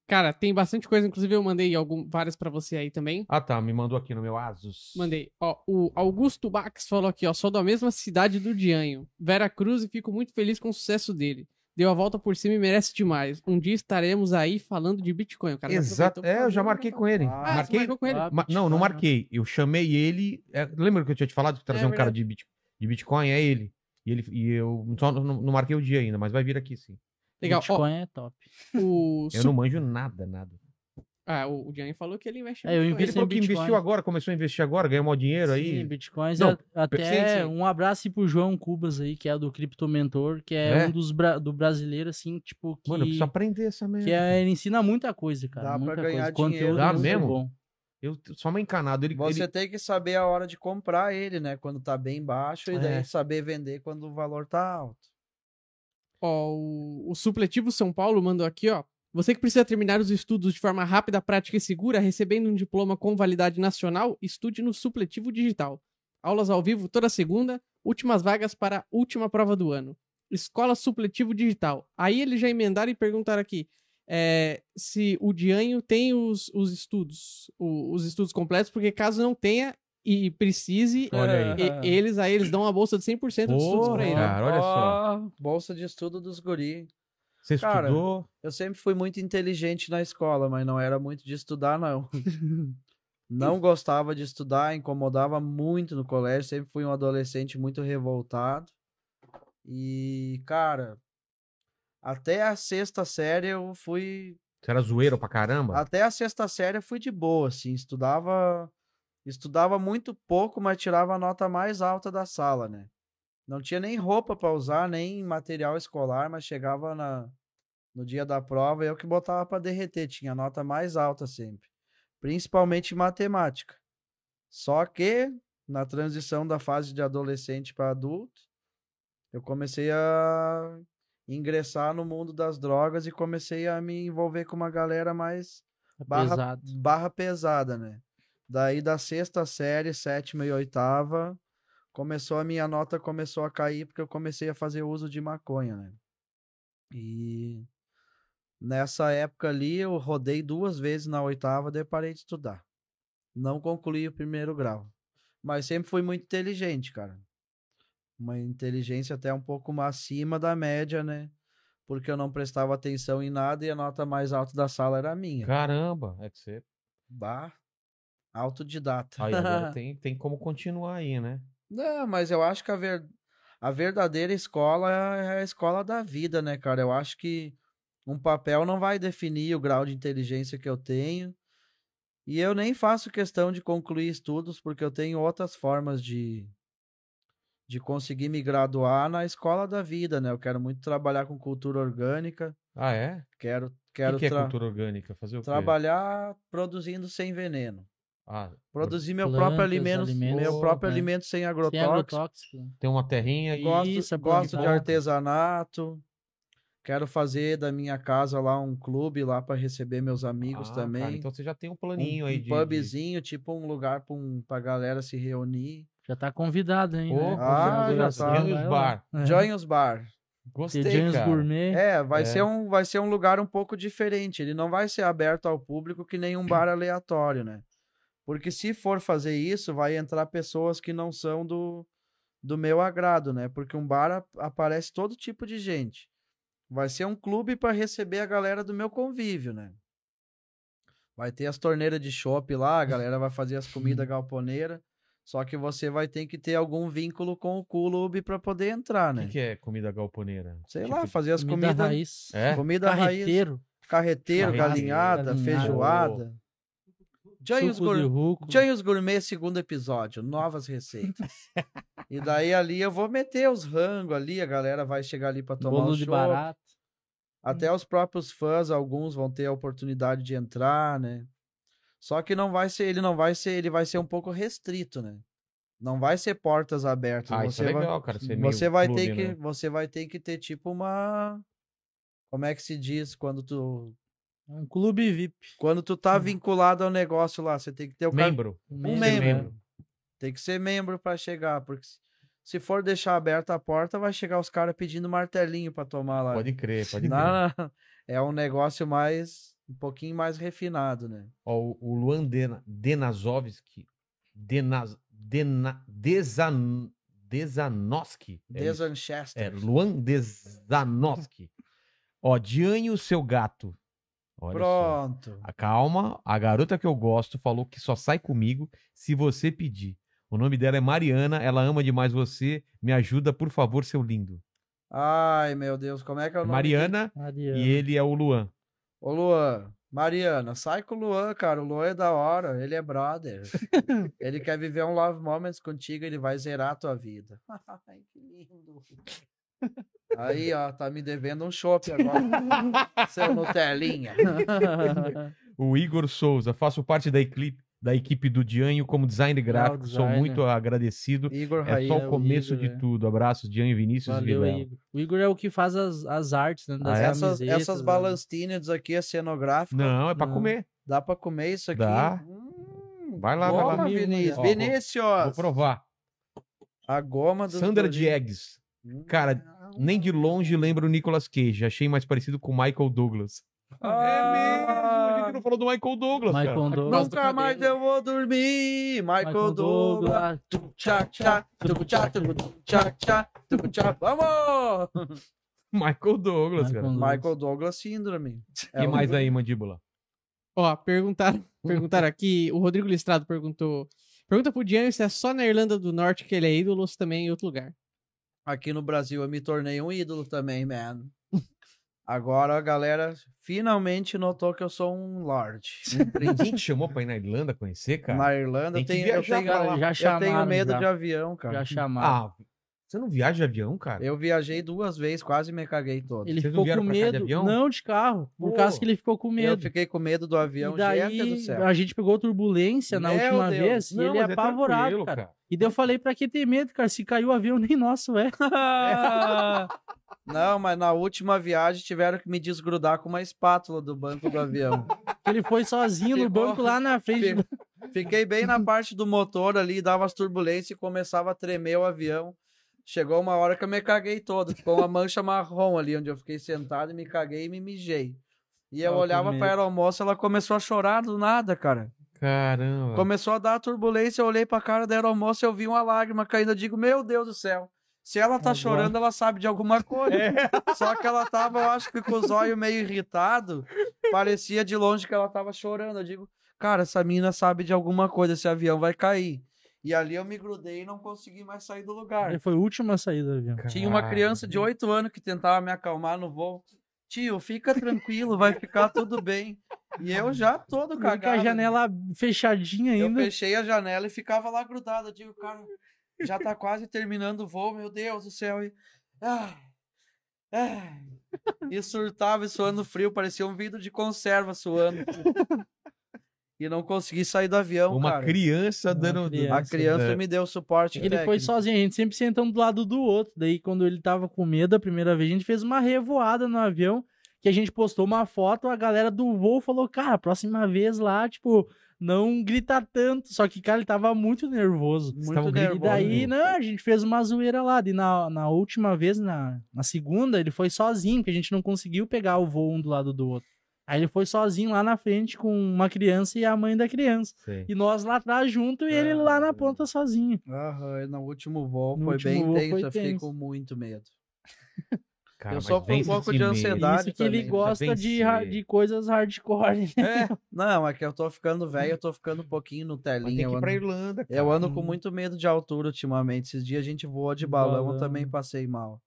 [SPEAKER 2] Cara, tem bastante coisa, inclusive eu mandei algum, várias pra você aí também.
[SPEAKER 1] Ah, tá, me mandou aqui no meu Asus.
[SPEAKER 2] Mandei. Ó, o Augusto Bax falou aqui, ó, sou da mesma cidade do Dianho, Vera Cruz, e fico muito feliz com o sucesso dele. Deu a volta por cima e merece demais. Um dia estaremos aí falando de Bitcoin. O cara já
[SPEAKER 1] Exato.
[SPEAKER 2] aproveitou pra
[SPEAKER 1] É, eu
[SPEAKER 2] fazer
[SPEAKER 1] já
[SPEAKER 2] uma
[SPEAKER 1] marquei com ele.
[SPEAKER 3] Ah,
[SPEAKER 2] Ah, você
[SPEAKER 1] marquei?
[SPEAKER 2] marcou com ele?
[SPEAKER 4] Ah,
[SPEAKER 1] Ma- não, não
[SPEAKER 4] Bitcoin, né?
[SPEAKER 1] marquei. Eu chamei ele. é, lembra que eu tinha te falado de trazer
[SPEAKER 2] É
[SPEAKER 1] um cara
[SPEAKER 2] verdade.
[SPEAKER 1] de, bit- de Bitcoin? É ele. E, ele, e eu só não, não marquei o dia ainda, mas vai vir aqui sim.
[SPEAKER 2] Legal. Ó,
[SPEAKER 4] Bitcoin é top.
[SPEAKER 2] o,
[SPEAKER 1] Eu
[SPEAKER 2] Su-
[SPEAKER 1] não manjo nada, nada.
[SPEAKER 2] Ah, o o Dianho falou que ele investe
[SPEAKER 4] É, eu
[SPEAKER 2] Bitcoin.
[SPEAKER 1] Ele
[SPEAKER 4] invisto
[SPEAKER 1] falou que
[SPEAKER 4] Bitcoin.
[SPEAKER 1] investiu agora, começou a investir agora, ganhou maior dinheiro
[SPEAKER 4] Sim,
[SPEAKER 1] aí.
[SPEAKER 4] bitcoins.
[SPEAKER 1] Não,
[SPEAKER 4] a- até
[SPEAKER 1] sim, sim.
[SPEAKER 4] um abraço aí pro João Cubas aí, que é do Cripto Mentor, que é,
[SPEAKER 1] É?
[SPEAKER 4] um dos bra- do brasileiro, assim, tipo, que,
[SPEAKER 1] Mano, eu preciso aprender essa merda.
[SPEAKER 4] que é, ele ensina muita coisa, cara.
[SPEAKER 3] Dá pra
[SPEAKER 4] muita
[SPEAKER 3] ganhar
[SPEAKER 4] coisa. Conteúdo é
[SPEAKER 3] dinheiro.
[SPEAKER 1] Dá
[SPEAKER 4] muito
[SPEAKER 1] mesmo?
[SPEAKER 4] bom.
[SPEAKER 1] Eu só me encanado. Ele,
[SPEAKER 3] Você é
[SPEAKER 1] ele-
[SPEAKER 3] tem que saber a hora de comprar ele, né? Quando tá bem baixo, e daí
[SPEAKER 1] É.
[SPEAKER 3] saber vender quando o valor tá alto.
[SPEAKER 2] Ó, o, o Supletivo São Paulo mandou aqui, ó. Você que precisa terminar os estudos de forma rápida, prática e segura, recebendo um diploma com validade nacional, estude no Supletivo Digital. Aulas ao vivo toda segunda, últimas vagas para a última prova do ano. Escola Supletivo Digital. Aí eles já emendaram e perguntaram aqui é, se o Dianho tem os, os estudos, o- os estudos completos, porque caso não tenha e precise,
[SPEAKER 1] Olha aí.
[SPEAKER 2] e- eles aí eles dão uma bolsa de 100% dos estudos
[SPEAKER 1] Porra,
[SPEAKER 2] para ele.
[SPEAKER 1] Cara, olha só.
[SPEAKER 3] né? Bolsa de estudo dos guri.
[SPEAKER 1] Você
[SPEAKER 3] Cara,
[SPEAKER 1] estudou.
[SPEAKER 3] Eu sempre fui muito inteligente na escola, mas não era muito de estudar, não. não gostava de estudar, incomodava muito no colégio, sempre fui um adolescente muito revoltado. E, cara, até a sexta série eu fui.
[SPEAKER 1] Você era zoeiro pra caramba?
[SPEAKER 3] Até a sexta série eu fui de boa, assim, estudava. Estudava muito pouco, mas tirava a nota mais alta da sala, né? Não tinha nem roupa pra usar, nem material escolar, mas chegava na, no dia da prova, eu que botava pra derreter, tinha nota mais alta sempre, principalmente em matemática. Só que na transição da fase de adolescente para adulto, eu comecei a ingressar no mundo das drogas e comecei a me envolver com uma galera mais barra,
[SPEAKER 4] Pesado.
[SPEAKER 3] barra pesada, né? Daí da sexta série, sétima e oitava, começou a minha nota começou a cair porque eu comecei a fazer uso de maconha, né? E nessa época ali eu rodei duas vezes na oitava, daí parei de estudar. Não concluí o primeiro grau. Mas sempre fui muito inteligente, cara. Uma inteligência até um pouco ma- acima da média, né? Porque eu não prestava atenção em nada e a nota mais alta da sala era a minha.
[SPEAKER 1] Caramba, é que você.
[SPEAKER 3] Bah, autodidata.
[SPEAKER 1] Aí agora tem, tem como continuar aí, né?
[SPEAKER 3] Não, mas eu acho que a, ver... a verdadeira escola é a escola da vida, né, cara? Eu acho que um papel não vai definir o grau de inteligência que eu tenho. E eu nem faço questão de concluir estudos, porque eu tenho outras formas de, de conseguir me graduar na escola da vida, né? Eu quero muito trabalhar com cultura orgânica,
[SPEAKER 1] Ah, é?
[SPEAKER 3] quero,
[SPEAKER 1] O
[SPEAKER 3] quero
[SPEAKER 1] que, que é
[SPEAKER 3] tra-
[SPEAKER 1] cultura orgânica? Fazer o quê?
[SPEAKER 3] trabalhar produzindo sem veneno.
[SPEAKER 1] Ah,
[SPEAKER 3] Produzir meu
[SPEAKER 4] Plantas,
[SPEAKER 3] próprio alimento, meu
[SPEAKER 4] alimentos,
[SPEAKER 3] próprio
[SPEAKER 4] né?
[SPEAKER 3] alimento sem
[SPEAKER 4] Sem
[SPEAKER 3] agrotóxicos.
[SPEAKER 4] agrotóxico.
[SPEAKER 1] tem uma terrinha e. Ah,
[SPEAKER 3] Gosto,
[SPEAKER 4] Isso, é bom
[SPEAKER 3] gosto de
[SPEAKER 4] demais.
[SPEAKER 3] artesanato. Quero fazer da minha casa lá um clube lá para receber meus amigos
[SPEAKER 1] Ah, cara,
[SPEAKER 3] também.
[SPEAKER 1] então você já tem um
[SPEAKER 3] um,
[SPEAKER 1] planinho aí
[SPEAKER 3] um
[SPEAKER 1] de. de-
[SPEAKER 3] pubzinho, tipo um lugar para pra galera se reunir.
[SPEAKER 4] Já tá convidado, hein?
[SPEAKER 1] Ô,
[SPEAKER 4] né?
[SPEAKER 3] Ah,
[SPEAKER 1] ah,
[SPEAKER 3] já tá.
[SPEAKER 1] Genius Bar.
[SPEAKER 4] É.
[SPEAKER 3] Joinhos Bar.
[SPEAKER 1] Gostei,
[SPEAKER 4] Tejans
[SPEAKER 1] cara.
[SPEAKER 4] Gourmet.
[SPEAKER 3] É, vai,
[SPEAKER 1] É.
[SPEAKER 3] Ser um, vai ser um lugar um pouco diferente. Ele não vai ser aberto ao público que nem um bar aleatório, né? Porque se for fazer isso, vai entrar pessoas que não são do, do meu agrado, né? Porque um bar ap- aparece todo tipo de gente. Vai ser um clube para receber a galera do meu convívio, né? Vai ter as torneiras de chopp lá, a galera vai fazer as comidas galponeira. Só que você vai ter que ter algum vínculo com o clube para poder entrar,
[SPEAKER 1] O
[SPEAKER 3] né?
[SPEAKER 1] que, que é comida galponeira?
[SPEAKER 3] Sei
[SPEAKER 1] Tipo
[SPEAKER 3] lá,
[SPEAKER 1] de-
[SPEAKER 3] fazer as
[SPEAKER 4] Comida
[SPEAKER 3] comidas.
[SPEAKER 4] raiz.
[SPEAKER 1] É?
[SPEAKER 3] Comida raiz.
[SPEAKER 4] Carreteiro.
[SPEAKER 3] Carreteiro,
[SPEAKER 1] Carreteiro,
[SPEAKER 3] galinhada,
[SPEAKER 4] galinhada.
[SPEAKER 3] feijoada. Janhos
[SPEAKER 4] Suco de
[SPEAKER 3] Gourmet,
[SPEAKER 4] ruco.
[SPEAKER 3] Janhos Gourmet, segundo episódio, novas receitas. e daí ali eu vou meter os rangos ali, a galera vai chegar ali pra tomar
[SPEAKER 4] Bolo
[SPEAKER 3] um
[SPEAKER 4] de né?
[SPEAKER 3] show.
[SPEAKER 4] barato.
[SPEAKER 3] Até os próprios fãs, alguns vão ter a oportunidade de entrar, né? Só que não vai ser, ele não vai ser, ele vai ser um pouco restrito, né? Não vai ser portas abertas.
[SPEAKER 1] Ah, isso é
[SPEAKER 3] você vai,
[SPEAKER 1] legal, cara. ser meio
[SPEAKER 3] você vai
[SPEAKER 1] clube,
[SPEAKER 3] ter que,
[SPEAKER 1] né?
[SPEAKER 3] você vai ter que ter tipo uma como é que se diz quando tu
[SPEAKER 4] É Um clube VIP.
[SPEAKER 3] quando tu tá vinculado ao negócio lá, você tem que ter o car-
[SPEAKER 1] Hum. Membro.
[SPEAKER 3] um
[SPEAKER 1] Ser
[SPEAKER 3] membro.
[SPEAKER 1] membro.
[SPEAKER 3] tem que ser membro pra chegar, porque se- se for deixar aberta a porta, vai chegar os caras pedindo martelinho pra tomar lá.
[SPEAKER 1] Pode crer, pode crer.
[SPEAKER 3] Não, não. É um negócio mais. Um pouquinho mais refinado, né?
[SPEAKER 1] Ó, o- o Luan Dena- Denazovski. Denaz, Dena, Desan, Desanoski. é isso.
[SPEAKER 3] Desanchester.
[SPEAKER 1] É, Luan Desanoski. Ó, Diane o seu gato. Olha só.
[SPEAKER 3] Pronto.
[SPEAKER 1] Ah, Calma, a garota que eu gosto falou que só sai comigo se você pedir. O nome dela é Mariana, ela ama demais você. Me ajuda, por favor, seu lindo.
[SPEAKER 3] Ai, meu Deus, como é que é o nome?
[SPEAKER 1] Mariana
[SPEAKER 4] Mariana.
[SPEAKER 1] e ele é o Luan.
[SPEAKER 3] dele? Ô, Luan. Mariana, sai com o Luan, cara. O Luan é da hora. Ele é brother. ele quer viver um Love Moments contigo. Ele vai zerar a tua vida. Ai, que lindo. Aí, ó, tá me devendo um chopp agora. seu Nutelinha.
[SPEAKER 1] O Igor Souza, faço parte da equipe, da equipe do Dianho como designer gráfico. Sou
[SPEAKER 4] designer.
[SPEAKER 1] muito agradecido.
[SPEAKER 3] Igor
[SPEAKER 1] É
[SPEAKER 3] Raí.
[SPEAKER 1] só
[SPEAKER 4] né? é
[SPEAKER 1] o
[SPEAKER 4] o
[SPEAKER 1] começo de
[SPEAKER 4] Igor, é.
[SPEAKER 1] tudo. Abraços, Dianho e Vinícius
[SPEAKER 4] Valeu,
[SPEAKER 1] Vilela.
[SPEAKER 4] Igor. O Igor é o que faz as, as artes, né? Das
[SPEAKER 1] Ah, é?
[SPEAKER 3] Essas,
[SPEAKER 4] camisetas,
[SPEAKER 3] essas
[SPEAKER 4] né?
[SPEAKER 3] balancinhas aqui, a cenográfica.
[SPEAKER 1] Não, é pra
[SPEAKER 4] Não.
[SPEAKER 1] comer.
[SPEAKER 3] Dá pra comer isso aqui?
[SPEAKER 1] Dá.
[SPEAKER 3] Hum,
[SPEAKER 1] Vai lá, vai
[SPEAKER 3] goma,
[SPEAKER 1] lá.
[SPEAKER 3] Vinícius.
[SPEAKER 1] Ó, vou-
[SPEAKER 3] Vinícius!
[SPEAKER 1] Vou provar.
[SPEAKER 3] A goma Hum. do.
[SPEAKER 1] Sandra de Eggs. Cara, nem de longe lembra o Nicolas Cage. Achei mais parecido com o Michael Douglas.
[SPEAKER 3] É
[SPEAKER 1] É
[SPEAKER 3] Ah,
[SPEAKER 1] A gente não falou do Michael Douglas, cara.
[SPEAKER 4] Michael Douglas.
[SPEAKER 2] Gosto
[SPEAKER 3] Nunca
[SPEAKER 2] do
[SPEAKER 3] mais
[SPEAKER 2] cabelo.
[SPEAKER 3] eu vou dormir. Michael,
[SPEAKER 4] Michael
[SPEAKER 3] Douglas.
[SPEAKER 4] Douglas.
[SPEAKER 3] Tchá, tchá, tucu, tchá, tucu, tchá, tchá, tucu, tchá. Vamos!
[SPEAKER 1] Michael Douglas, cara.
[SPEAKER 4] Michael
[SPEAKER 3] Michael É Douglas Síndrome. um
[SPEAKER 1] O que mais aí, mandíbula?
[SPEAKER 2] Ó, perguntaram, perguntaram aqui, o Rodrigo Listrado perguntou. Pergunta pro Dianho se é só na Irlanda do Norte que ele é ídolo ou se também em outro lugar.
[SPEAKER 3] Aqui no Brasil eu me tornei um ídolo também, man. Agora a galera finalmente notou que eu sou um lord. Um príncipe.
[SPEAKER 1] Quem te chamou pra ir na Irlanda conhecer, cara?
[SPEAKER 3] Na Irlanda
[SPEAKER 1] tem
[SPEAKER 3] eu
[SPEAKER 1] que
[SPEAKER 3] tenho,
[SPEAKER 1] viajar
[SPEAKER 3] eu tenho,
[SPEAKER 4] pra lá. Já
[SPEAKER 3] eu tenho
[SPEAKER 4] chamaram,
[SPEAKER 3] medo
[SPEAKER 4] já.
[SPEAKER 3] de avião, cara.
[SPEAKER 4] Já chamaram.
[SPEAKER 1] Ah, você não viaja de avião, cara?
[SPEAKER 3] Eu viajei duas vezes, quase me caguei todo.
[SPEAKER 4] ele
[SPEAKER 1] Vocês não
[SPEAKER 4] ficou
[SPEAKER 1] vieram
[SPEAKER 4] com
[SPEAKER 1] pra cá de
[SPEAKER 4] medo.
[SPEAKER 1] avião?
[SPEAKER 4] Não, de carro. Por
[SPEAKER 1] Pô. um
[SPEAKER 4] causa que ele ficou com
[SPEAKER 3] Eu
[SPEAKER 4] medo.
[SPEAKER 3] fiquei com medo do avião,
[SPEAKER 4] E daí,
[SPEAKER 3] gente é do céu.
[SPEAKER 4] a gente pegou turbulência na
[SPEAKER 3] Meu
[SPEAKER 4] última
[SPEAKER 3] Deus.
[SPEAKER 4] vez
[SPEAKER 1] Não,
[SPEAKER 4] e ele é
[SPEAKER 1] mas
[SPEAKER 4] apavorado,
[SPEAKER 1] tranquilo,
[SPEAKER 4] cara. E daí eu falei, pra que ter medo, cara? Se caiu o avião, nem nosso é.
[SPEAKER 3] Não, mas na última viagem tiveram que me desgrudar com uma espátula do banco do avião.
[SPEAKER 4] Ele foi sozinho no
[SPEAKER 3] Ficou-
[SPEAKER 4] banco lá na frente.
[SPEAKER 3] Fi- Fiquei bem na parte do motor ali, dava as turbulências e começava a tremer o avião. Chegou uma hora que eu me caguei todo. Ficou uma mancha marrom ali, onde eu fiquei sentado e me caguei e me mijei. E eu
[SPEAKER 4] Ah, que
[SPEAKER 3] olhava
[SPEAKER 4] medo.
[SPEAKER 3] pra aeromoça, ela começou a chorar do nada, cara.
[SPEAKER 1] Caramba.
[SPEAKER 3] Começou a dar turbulência, eu olhei pra cara da aeromoça, eu vi uma lágrima caindo, eu digo, meu Deus do céu. Se ela tá
[SPEAKER 4] Agora-
[SPEAKER 3] chorando, ela sabe de alguma coisa. Só que ela tava, eu acho que com os olhos meio irritado, parecia de longe que ela tava chorando. Eu digo, cara, essa mina sabe de alguma coisa, esse avião vai cair. E ali eu me grudei e não consegui mais sair do lugar.
[SPEAKER 4] Ele foi a última a sair do avião.
[SPEAKER 1] Caralho.
[SPEAKER 3] Tinha uma criança de 8 anos que tentava me acalmar no voo. Tio, fica tranquilo, vai ficar tudo bem. E eu já todo
[SPEAKER 4] Ele Com a
[SPEAKER 3] cagado.
[SPEAKER 4] janela
[SPEAKER 1] né?
[SPEAKER 4] fechadinha
[SPEAKER 3] Eu
[SPEAKER 4] ainda.
[SPEAKER 3] fechei a janela e ficava lá grudado. Eu digo, cara, já tá quase terminando o voo, meu Deus do céu. E, ai, ai. E surtava e suando frio, parecia um vidro de conserva suando. E não consegui sair do avião,
[SPEAKER 1] Uma
[SPEAKER 3] cara.
[SPEAKER 1] criança
[SPEAKER 4] Uma
[SPEAKER 1] dando.
[SPEAKER 4] criança.
[SPEAKER 3] A criança
[SPEAKER 1] É.
[SPEAKER 3] me deu suporte
[SPEAKER 4] Ele foi
[SPEAKER 3] técnico.
[SPEAKER 4] sozinho, a gente sempre sentando do lado do outro. Daí, quando ele tava com medo a primeira vez, a gente fez uma revoada no avião. Que a gente postou uma foto, a galera do voo falou, cara, próxima vez lá, tipo, não grita tanto. Só que, cara, ele tava muito nervoso.
[SPEAKER 1] Vocês
[SPEAKER 3] muito
[SPEAKER 1] estavam
[SPEAKER 3] nervoso.
[SPEAKER 4] E
[SPEAKER 1] gritando.
[SPEAKER 4] daí, não, a gente fez uma zoeira lá. E na, na última vez, na, na segunda, ele foi sozinho, porque a gente não conseguiu pegar o voo um do lado do outro. Aí ele foi sozinho lá na frente com uma criança e a mãe da criança.
[SPEAKER 1] Sei.
[SPEAKER 4] E nós lá atrás junto e ele lá na ponta sozinho.
[SPEAKER 3] Aham, e no último voo
[SPEAKER 4] No
[SPEAKER 3] foi
[SPEAKER 4] último
[SPEAKER 3] bem
[SPEAKER 4] voo foi
[SPEAKER 3] tenso, eu fiquei
[SPEAKER 4] tenso.
[SPEAKER 3] com muito medo.
[SPEAKER 1] Cara,
[SPEAKER 3] Eu
[SPEAKER 1] mas
[SPEAKER 3] sofro um
[SPEAKER 1] vence
[SPEAKER 3] pouco
[SPEAKER 1] esse
[SPEAKER 3] de
[SPEAKER 1] medo.
[SPEAKER 3] ansiedade.
[SPEAKER 4] Isso que ele
[SPEAKER 3] também, né?
[SPEAKER 4] gosta de,
[SPEAKER 1] Vencer.
[SPEAKER 4] har- de coisas hardcore. né?
[SPEAKER 3] Não, é que eu tô ficando velho, eu tô ficando um pouquinho no
[SPEAKER 1] Mas tem
[SPEAKER 3] telinha.
[SPEAKER 1] que
[SPEAKER 3] eu
[SPEAKER 1] ir pra
[SPEAKER 3] ando-
[SPEAKER 1] Irlanda, cara.
[SPEAKER 3] Eu ando com
[SPEAKER 4] Hum.
[SPEAKER 3] muito medo de altura ultimamente. Esses dias a gente voou de balão, eu
[SPEAKER 4] Balão.
[SPEAKER 3] também passei mal.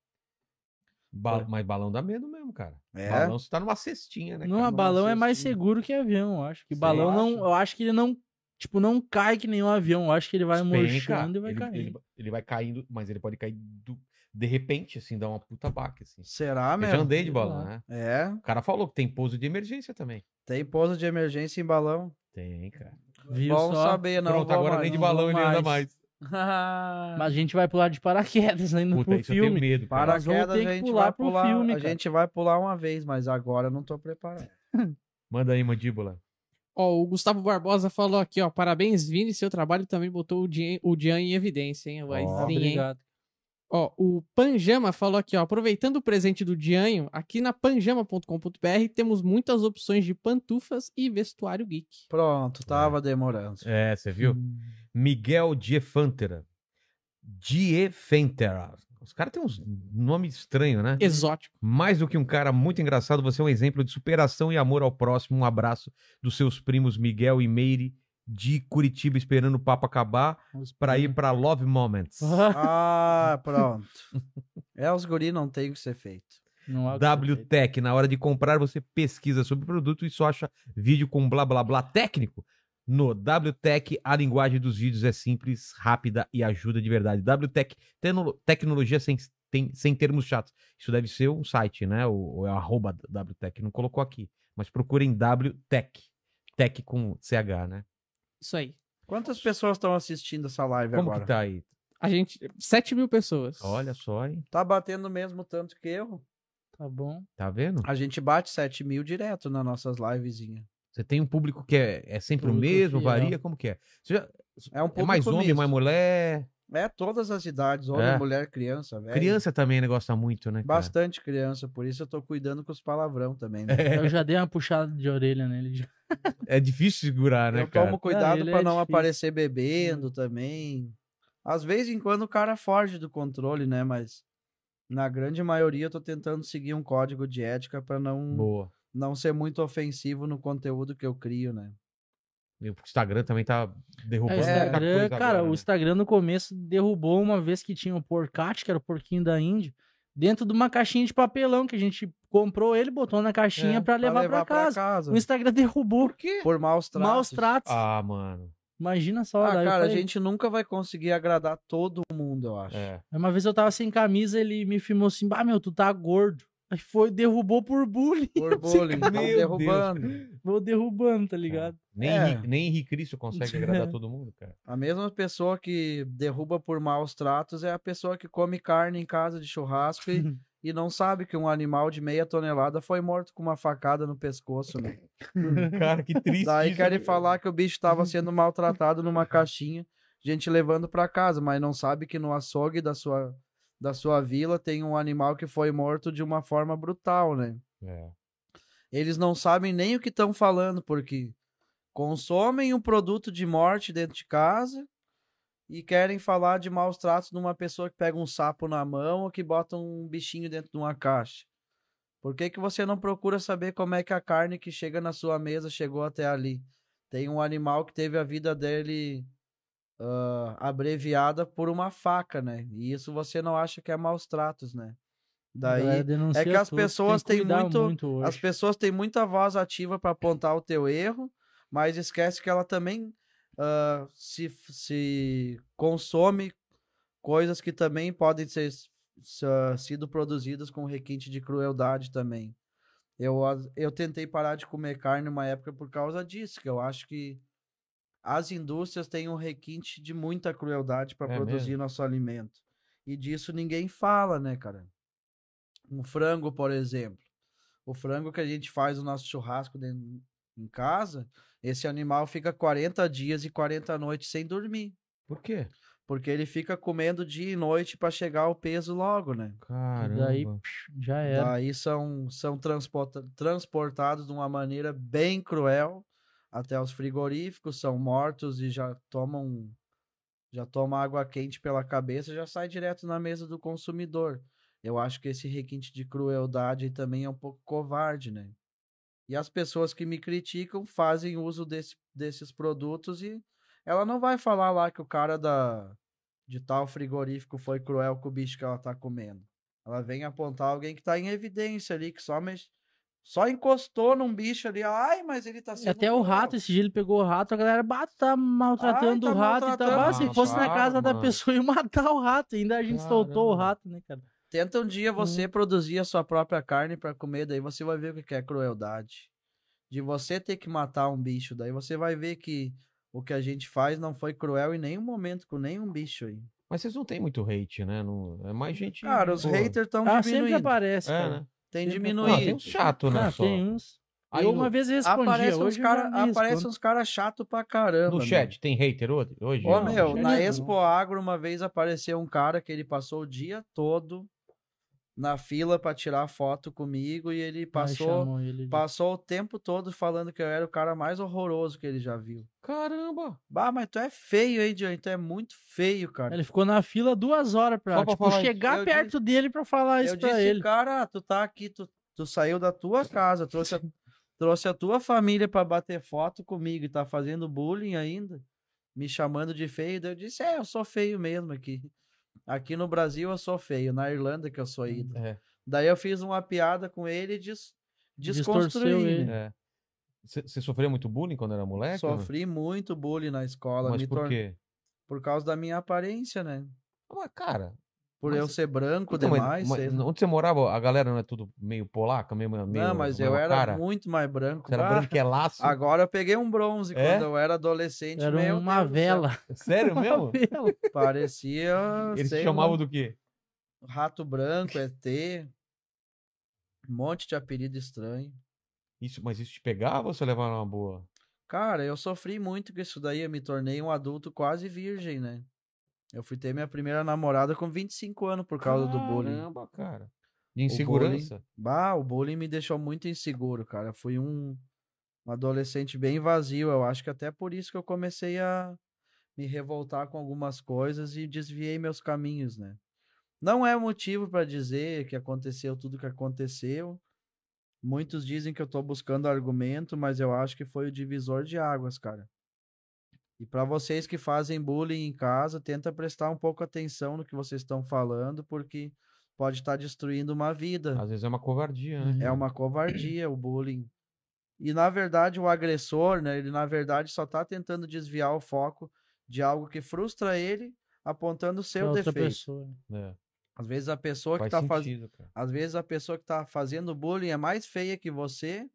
[SPEAKER 1] Ba- Mas balão dá medo mesmo, cara.
[SPEAKER 3] É?
[SPEAKER 1] Balão você tá numa cestinha, né?
[SPEAKER 4] Não,
[SPEAKER 1] cara?
[SPEAKER 4] balão é
[SPEAKER 1] Numa
[SPEAKER 4] mais
[SPEAKER 1] cestinha.
[SPEAKER 4] seguro que avião, eu acho. Que
[SPEAKER 1] Você
[SPEAKER 4] balão
[SPEAKER 1] acha?
[SPEAKER 4] não. Eu acho que ele não. Tipo, não cai que nem um avião. Eu acho que ele vai
[SPEAKER 1] Despenca,
[SPEAKER 4] murchando e vai
[SPEAKER 1] ele,
[SPEAKER 4] caindo.
[SPEAKER 1] Ele, ele vai caindo, mas ele pode cair do- de repente, assim, dar uma puta baque, assim.
[SPEAKER 3] Será,
[SPEAKER 1] Eu já
[SPEAKER 3] mesmo?
[SPEAKER 1] andei de
[SPEAKER 4] sei
[SPEAKER 1] balão,
[SPEAKER 4] lá.
[SPEAKER 1] né?
[SPEAKER 3] É,
[SPEAKER 1] O cara falou que tem pouso de emergência também.
[SPEAKER 3] tem pouso de emergência em balão.
[SPEAKER 1] Tem, cara.
[SPEAKER 4] Viu
[SPEAKER 3] Bom
[SPEAKER 4] só?
[SPEAKER 3] saber, não
[SPEAKER 1] Pronto,
[SPEAKER 3] vou
[SPEAKER 1] agora
[SPEAKER 3] mais.
[SPEAKER 1] nem de
[SPEAKER 4] não
[SPEAKER 1] balão ele
[SPEAKER 4] vou
[SPEAKER 1] anda
[SPEAKER 4] mais.
[SPEAKER 1] mais.
[SPEAKER 4] Mas a gente vai pular de paraquedas ainda
[SPEAKER 1] Puta,
[SPEAKER 4] pro
[SPEAKER 1] isso eu tenho
[SPEAKER 4] filme.
[SPEAKER 1] medo. cara.
[SPEAKER 4] Nós vamos
[SPEAKER 3] Paraquedas a
[SPEAKER 4] ter que
[SPEAKER 3] gente
[SPEAKER 4] pular
[SPEAKER 3] vai
[SPEAKER 4] pro
[SPEAKER 3] pular,
[SPEAKER 4] filme,
[SPEAKER 3] a
[SPEAKER 4] cara.
[SPEAKER 3] gente vai pular uma vez, mas agora eu não tô preparado.
[SPEAKER 1] Manda aí, mandíbula.
[SPEAKER 2] Ó, o Gustavo Barbosa falou aqui, ó. Parabéns, Vini. Seu trabalho também botou o Jean, o Jean em evidência, hein? Vai
[SPEAKER 4] Tá
[SPEAKER 1] Ó,
[SPEAKER 2] sim, hein?
[SPEAKER 4] Obrigado.
[SPEAKER 2] Ó, o Panjama falou aqui, ó. Aproveitando o presente do Dianho, aqui na panjama.com.br temos muitas opções de pantufas e vestuário geek.
[SPEAKER 3] Pronto, tava demorando.
[SPEAKER 1] É, você viu?
[SPEAKER 4] Hum.
[SPEAKER 1] Miguel Diefantera. Diefentera. Os caras têm uns nomes estranhos, né?
[SPEAKER 2] Exótico.
[SPEAKER 1] Mais do que um cara muito engraçado, você é um exemplo de superação e amor ao próximo. Um abraço dos seus primos Miguel e Meire de Curitiba, esperando o papo acabar pra
[SPEAKER 4] Hum.
[SPEAKER 1] ir pra Love Moments.
[SPEAKER 3] Ah, pronto. É, os guri não tem o que ser feito.
[SPEAKER 4] Não há o que fazer.
[SPEAKER 1] WTech, na hora de comprar, você pesquisa sobre o produto e só acha vídeo com blá blá blá técnico. No WTech, a linguagem dos vídeos é simples, rápida e ajuda de verdade. WTech, tecno- tecnologia sem, tem- sem termos chatos. Isso deve ser um site, né? Ou, ou é o arroba WTech, não colocou aqui. Mas procurem WTech. Tech com CH, né?
[SPEAKER 2] Isso aí.
[SPEAKER 3] Quantas pessoas estão assistindo essa live
[SPEAKER 1] Como
[SPEAKER 3] agora?
[SPEAKER 1] que tá aí?
[SPEAKER 2] A gente. 7 mil pessoas.
[SPEAKER 1] Olha só, hein?
[SPEAKER 3] Tá batendo o mesmo tanto que eu?
[SPEAKER 4] Tá bom.
[SPEAKER 1] Tá vendo?
[SPEAKER 3] A gente bate 7 mil direto nas nossas livezinhas.
[SPEAKER 1] Você tem um público que é, é sempre o
[SPEAKER 4] Público
[SPEAKER 1] mesmo,
[SPEAKER 4] fiel.
[SPEAKER 1] varia, como que é? Você já-
[SPEAKER 3] É um
[SPEAKER 1] é
[SPEAKER 3] pouco
[SPEAKER 1] mais homem, mais mulher?
[SPEAKER 3] É todas as idades, homem,
[SPEAKER 1] É.
[SPEAKER 3] mulher, criança, velho.
[SPEAKER 1] Criança também né, gosta muito, né? cara?
[SPEAKER 3] Bastante criança, por isso eu tô cuidando com os palavrão também. né?
[SPEAKER 4] Eu já dei uma puxada de orelha nele. já.
[SPEAKER 1] É difícil segurar, né,
[SPEAKER 3] eu
[SPEAKER 1] cara?
[SPEAKER 3] tomo cuidado
[SPEAKER 4] ele
[SPEAKER 3] pra
[SPEAKER 4] é
[SPEAKER 3] não
[SPEAKER 4] difícil.
[SPEAKER 3] aparecer bebendo também. Às vezes em quando o cara foge do controle, né? Mas na grande maioria eu tô tentando seguir um código de ética pra não,
[SPEAKER 1] Boa.
[SPEAKER 3] não ser muito ofensivo no conteúdo que eu crio, né?
[SPEAKER 1] E O Instagram também tá
[SPEAKER 4] É,
[SPEAKER 1] derrubando
[SPEAKER 4] o
[SPEAKER 1] muita
[SPEAKER 4] Instagram,
[SPEAKER 1] coisa
[SPEAKER 4] cara,
[SPEAKER 1] agora,
[SPEAKER 4] o
[SPEAKER 1] né?
[SPEAKER 4] Instagram no começo derrubou uma vez que tinha o Porcate, que era o porquinho da Índia, dentro de uma caixinha de papelão que a gente comprou ele, botou na caixinha
[SPEAKER 1] É,
[SPEAKER 4] pra levar pra, casa. O Instagram derrubou
[SPEAKER 1] Por quê?
[SPEAKER 3] Por maus tratos.
[SPEAKER 4] maus tratos.
[SPEAKER 1] Ah, mano.
[SPEAKER 4] Imagina só,
[SPEAKER 3] Ah,
[SPEAKER 4] daí eu
[SPEAKER 3] cara, a
[SPEAKER 4] falei,
[SPEAKER 3] gente nunca vai conseguir agradar todo mundo, eu acho.
[SPEAKER 1] É.
[SPEAKER 4] Aí Uma vez eu tava sem camisa, ele me filmou assim: Bah, meu, tu tá gordo. Aí foi, derrubou por bullying.
[SPEAKER 3] Por bullying, tão
[SPEAKER 1] Meu Deus.
[SPEAKER 3] tá derrubando.
[SPEAKER 4] Vou derrububando, tá ligado?
[SPEAKER 1] Nem,
[SPEAKER 3] É.
[SPEAKER 1] Henri- nem Henri Cristo consegue agradar todo mundo, cara.
[SPEAKER 3] A mesma pessoa que derruba por maus tratos é a pessoa que come carne em casa de churrasco e, e não sabe que um animal de meia tonelada foi morto com uma facada no pescoço, né?
[SPEAKER 1] Cara, que triste.
[SPEAKER 3] Daí
[SPEAKER 1] isso,
[SPEAKER 3] querem
[SPEAKER 1] né?
[SPEAKER 3] falar que o bicho estava sendo maltratado numa caixinha, gente levando para casa, mas não sabe que no açougue da sua, da sua vila tem um animal que foi morto de uma forma brutal, né?
[SPEAKER 1] É.
[SPEAKER 3] Eles não sabem nem o que estão falando, porque consomem um produto de morte dentro de casa e querem falar de maus tratos de uma pessoa que pega um sapo na mão ou que bota um bichinho dentro de uma caixa. Por que, que você não procura saber como é que a carne que chega na sua mesa chegou até ali? Tem um animal que teve a vida dele ah, abreviada por uma faca, né? E isso você não acha que é maus tratos, né? Daí
[SPEAKER 4] denuncia
[SPEAKER 3] é que as
[SPEAKER 4] tudo, tem
[SPEAKER 3] pessoas têm
[SPEAKER 4] cuidar
[SPEAKER 3] muito-
[SPEAKER 4] hoje.
[SPEAKER 3] as pessoas têm muita voz ativa para apontar o teu erro, mas esquece que ela também ah, se, se consome coisas que também podem ser s- s- ah, sido produzidas com requinte de crueldade também. Eu, as- eu tentei parar de comer carne uma época por causa disso, que eu acho que as indústrias têm um requinte de muita crueldade para
[SPEAKER 1] É
[SPEAKER 3] produzir nosso alimento. E disso ninguém fala, né, cara? Um frango, por exemplo. O frango que a gente faz o nosso churrasco dentro, em casa, esse animal fica 40 dias e 40 noites sem dormir.
[SPEAKER 1] Por quê?
[SPEAKER 3] Porque ele fica comendo dia e noite para chegar ao peso logo, né?
[SPEAKER 4] E
[SPEAKER 1] Caramba.
[SPEAKER 4] Daí psh, já era.
[SPEAKER 3] Daí Tá? são, são transporta- transportados de uma maneira bem cruel até os frigoríficos, são mortos e já tomam já toma água quente pela cabeça, e já sai direto na mesa do consumidor. Eu acho que esse requinte de crueldade aí também é um pouco covarde, né? E as pessoas que me criticam fazem uso desse, desses produtos e ela não vai falar lá que o cara da de tal frigorífico foi cruel com o bicho que ela tá comendo. Ela vem apontar alguém que tá em evidência ali, que só mex... só encostou num bicho ali. Ai, mas ele tá
[SPEAKER 4] E
[SPEAKER 3] sendo.
[SPEAKER 4] É, até o rato, esse dia ele pegou o rato, a galera bah, tu tá maltratando
[SPEAKER 3] Ai, tá
[SPEAKER 4] o rato e
[SPEAKER 3] maltratando
[SPEAKER 4] tal. Ah,
[SPEAKER 1] o
[SPEAKER 4] se
[SPEAKER 1] rato,
[SPEAKER 4] fosse na casa da
[SPEAKER 1] mano.
[SPEAKER 4] pessoa, ia matar o rato. Ainda a gente soltou o
[SPEAKER 1] Caramba.
[SPEAKER 4] rato, né, cara?
[SPEAKER 3] Tenta um dia
[SPEAKER 4] Uhum.
[SPEAKER 3] você produzir a sua própria carne pra comer, daí você vai ver o que que é crueldade. De você ter que matar um bicho, daí você vai ver que o que a gente faz não foi cruel em nenhum momento com nenhum bicho aí.
[SPEAKER 1] Mas vocês não têm muito hate, né? Não... É mais gente.
[SPEAKER 3] Cara, os
[SPEAKER 1] boa.
[SPEAKER 3] haters estão
[SPEAKER 4] Ah, sempre
[SPEAKER 3] diminuindo.
[SPEAKER 1] É,
[SPEAKER 4] aparece, cara.
[SPEAKER 1] né?
[SPEAKER 3] Tem
[SPEAKER 4] sempre
[SPEAKER 1] Não,
[SPEAKER 4] aparece.
[SPEAKER 1] tem
[SPEAKER 3] diminuído.
[SPEAKER 1] uns chato, né?
[SPEAKER 4] Ah,
[SPEAKER 1] só.
[SPEAKER 4] tem uns.
[SPEAKER 1] Aí
[SPEAKER 4] eu
[SPEAKER 1] no-
[SPEAKER 4] uma vez respondi,
[SPEAKER 3] Aparece uns
[SPEAKER 4] hoje
[SPEAKER 3] cara,
[SPEAKER 4] eu já nem
[SPEAKER 3] aparece
[SPEAKER 4] respondo.
[SPEAKER 3] uns caras chatos pra caramba.
[SPEAKER 1] No
[SPEAKER 3] meu.
[SPEAKER 1] chat, tem hater hoje? hoje
[SPEAKER 3] Ô,
[SPEAKER 1] Não.
[SPEAKER 3] meu,
[SPEAKER 4] já
[SPEAKER 3] na
[SPEAKER 4] nem-
[SPEAKER 3] Expo Agro, uma vez apareceu um cara que ele passou o dia todo na fila pra tirar foto comigo e ele
[SPEAKER 4] Ai,
[SPEAKER 3] passou,
[SPEAKER 4] chamou ele de-
[SPEAKER 3] passou o tempo todo falando que eu era o cara mais horroroso que ele já viu.
[SPEAKER 1] Caramba!
[SPEAKER 3] Bah, mas tu é feio, hein, Johnny? Tu é muito feio, cara.
[SPEAKER 4] Ele ficou na fila duas horas pra,
[SPEAKER 1] Só pra
[SPEAKER 4] tipo,
[SPEAKER 1] falar isso.
[SPEAKER 4] chegar
[SPEAKER 3] Eu
[SPEAKER 4] perto dele pra falar
[SPEAKER 3] eu
[SPEAKER 4] isso
[SPEAKER 3] disse,
[SPEAKER 4] pra ele.
[SPEAKER 3] cara, tu tá aqui, tu, tu saiu da tua casa, trouxe a, trouxe a tua família pra bater foto comigo e tá fazendo bullying ainda, me chamando de feio. Daí eu disse, é, eu sou feio mesmo aqui. Aqui no Brasil eu sou feio, na Irlanda que eu sou
[SPEAKER 4] Uhum.
[SPEAKER 3] ido.
[SPEAKER 1] É,
[SPEAKER 3] Daí eu fiz uma piada com ele e des,
[SPEAKER 4] Distorceu
[SPEAKER 3] desconstruí.
[SPEAKER 4] ele.
[SPEAKER 3] né?
[SPEAKER 1] é. Você sofreu muito bullying quando era moleque?
[SPEAKER 3] Sofri muito bullying na escola,
[SPEAKER 1] É, Mas
[SPEAKER 3] me
[SPEAKER 1] por
[SPEAKER 3] tor-
[SPEAKER 1] quê?
[SPEAKER 3] por causa da minha aparência, né?
[SPEAKER 1] Ah, mas, cara,
[SPEAKER 3] Por
[SPEAKER 1] Mas-
[SPEAKER 3] eu ser branco
[SPEAKER 1] então, mas-
[SPEAKER 3] demais.
[SPEAKER 1] mas
[SPEAKER 3] sei lá.
[SPEAKER 1] onde você morava, a galera não é tudo meio polaca, meio. meio
[SPEAKER 3] não, mas
[SPEAKER 1] meio
[SPEAKER 3] eu era
[SPEAKER 1] é cara?
[SPEAKER 3] muito mais branco. Ah,
[SPEAKER 1] Você era é
[SPEAKER 3] Bah,
[SPEAKER 1] branquelaço.
[SPEAKER 3] Agora eu peguei um bronze
[SPEAKER 1] É?
[SPEAKER 3] quando eu era adolescente.
[SPEAKER 4] Era
[SPEAKER 3] meu
[SPEAKER 4] uma
[SPEAKER 3] Deus do céu,
[SPEAKER 4] vela.
[SPEAKER 1] Sério mesmo?
[SPEAKER 4] Vela.
[SPEAKER 3] Parecia.
[SPEAKER 1] Eles te
[SPEAKER 3] sei
[SPEAKER 1] chamavam
[SPEAKER 3] lá, um
[SPEAKER 1] do quê?
[SPEAKER 3] Rato branco, ET. Um monte de apelido estranho.
[SPEAKER 1] Isso, mas isso te pegava ou você levava uma boa?
[SPEAKER 3] Cara, eu sofri muito com isso daí. Eu me tornei um adulto quase virgem, né? Eu fui ter minha primeira namorada com 25 anos por causa do bullying.
[SPEAKER 1] Caramba, cara. De insegurança.
[SPEAKER 3] Bah, o bullying me deixou muito inseguro, cara. Eu fui um, um adolescente bem vazio. Eu acho que até por isso que eu comecei a me revoltar com algumas coisas e desviei meus caminhos, né? Não é motivo para dizer que aconteceu tudo que aconteceu. Muitos dizem que eu tô buscando argumento, mas eu acho que foi o divisor de águas, cara. E para vocês que fazem bullying em casa, tenta prestar um pouco atenção no que vocês estão falando, porque pode estar destruindo uma vida.
[SPEAKER 1] Às vezes é uma covardia, né?
[SPEAKER 3] É uma covardia o bullying. E na verdade o agressor, né, ele na verdade só tá tentando desviar o foco de algo que frustra ele, apontando o
[SPEAKER 4] Pra
[SPEAKER 3] seu
[SPEAKER 4] outra
[SPEAKER 3] defeito.
[SPEAKER 4] pessoa.
[SPEAKER 1] É.
[SPEAKER 3] Às vezes a pessoa que
[SPEAKER 1] Faz
[SPEAKER 3] tá fazendo
[SPEAKER 1] sentido, cara.
[SPEAKER 3] às vezes a pessoa que está fazendo bullying é mais feia que você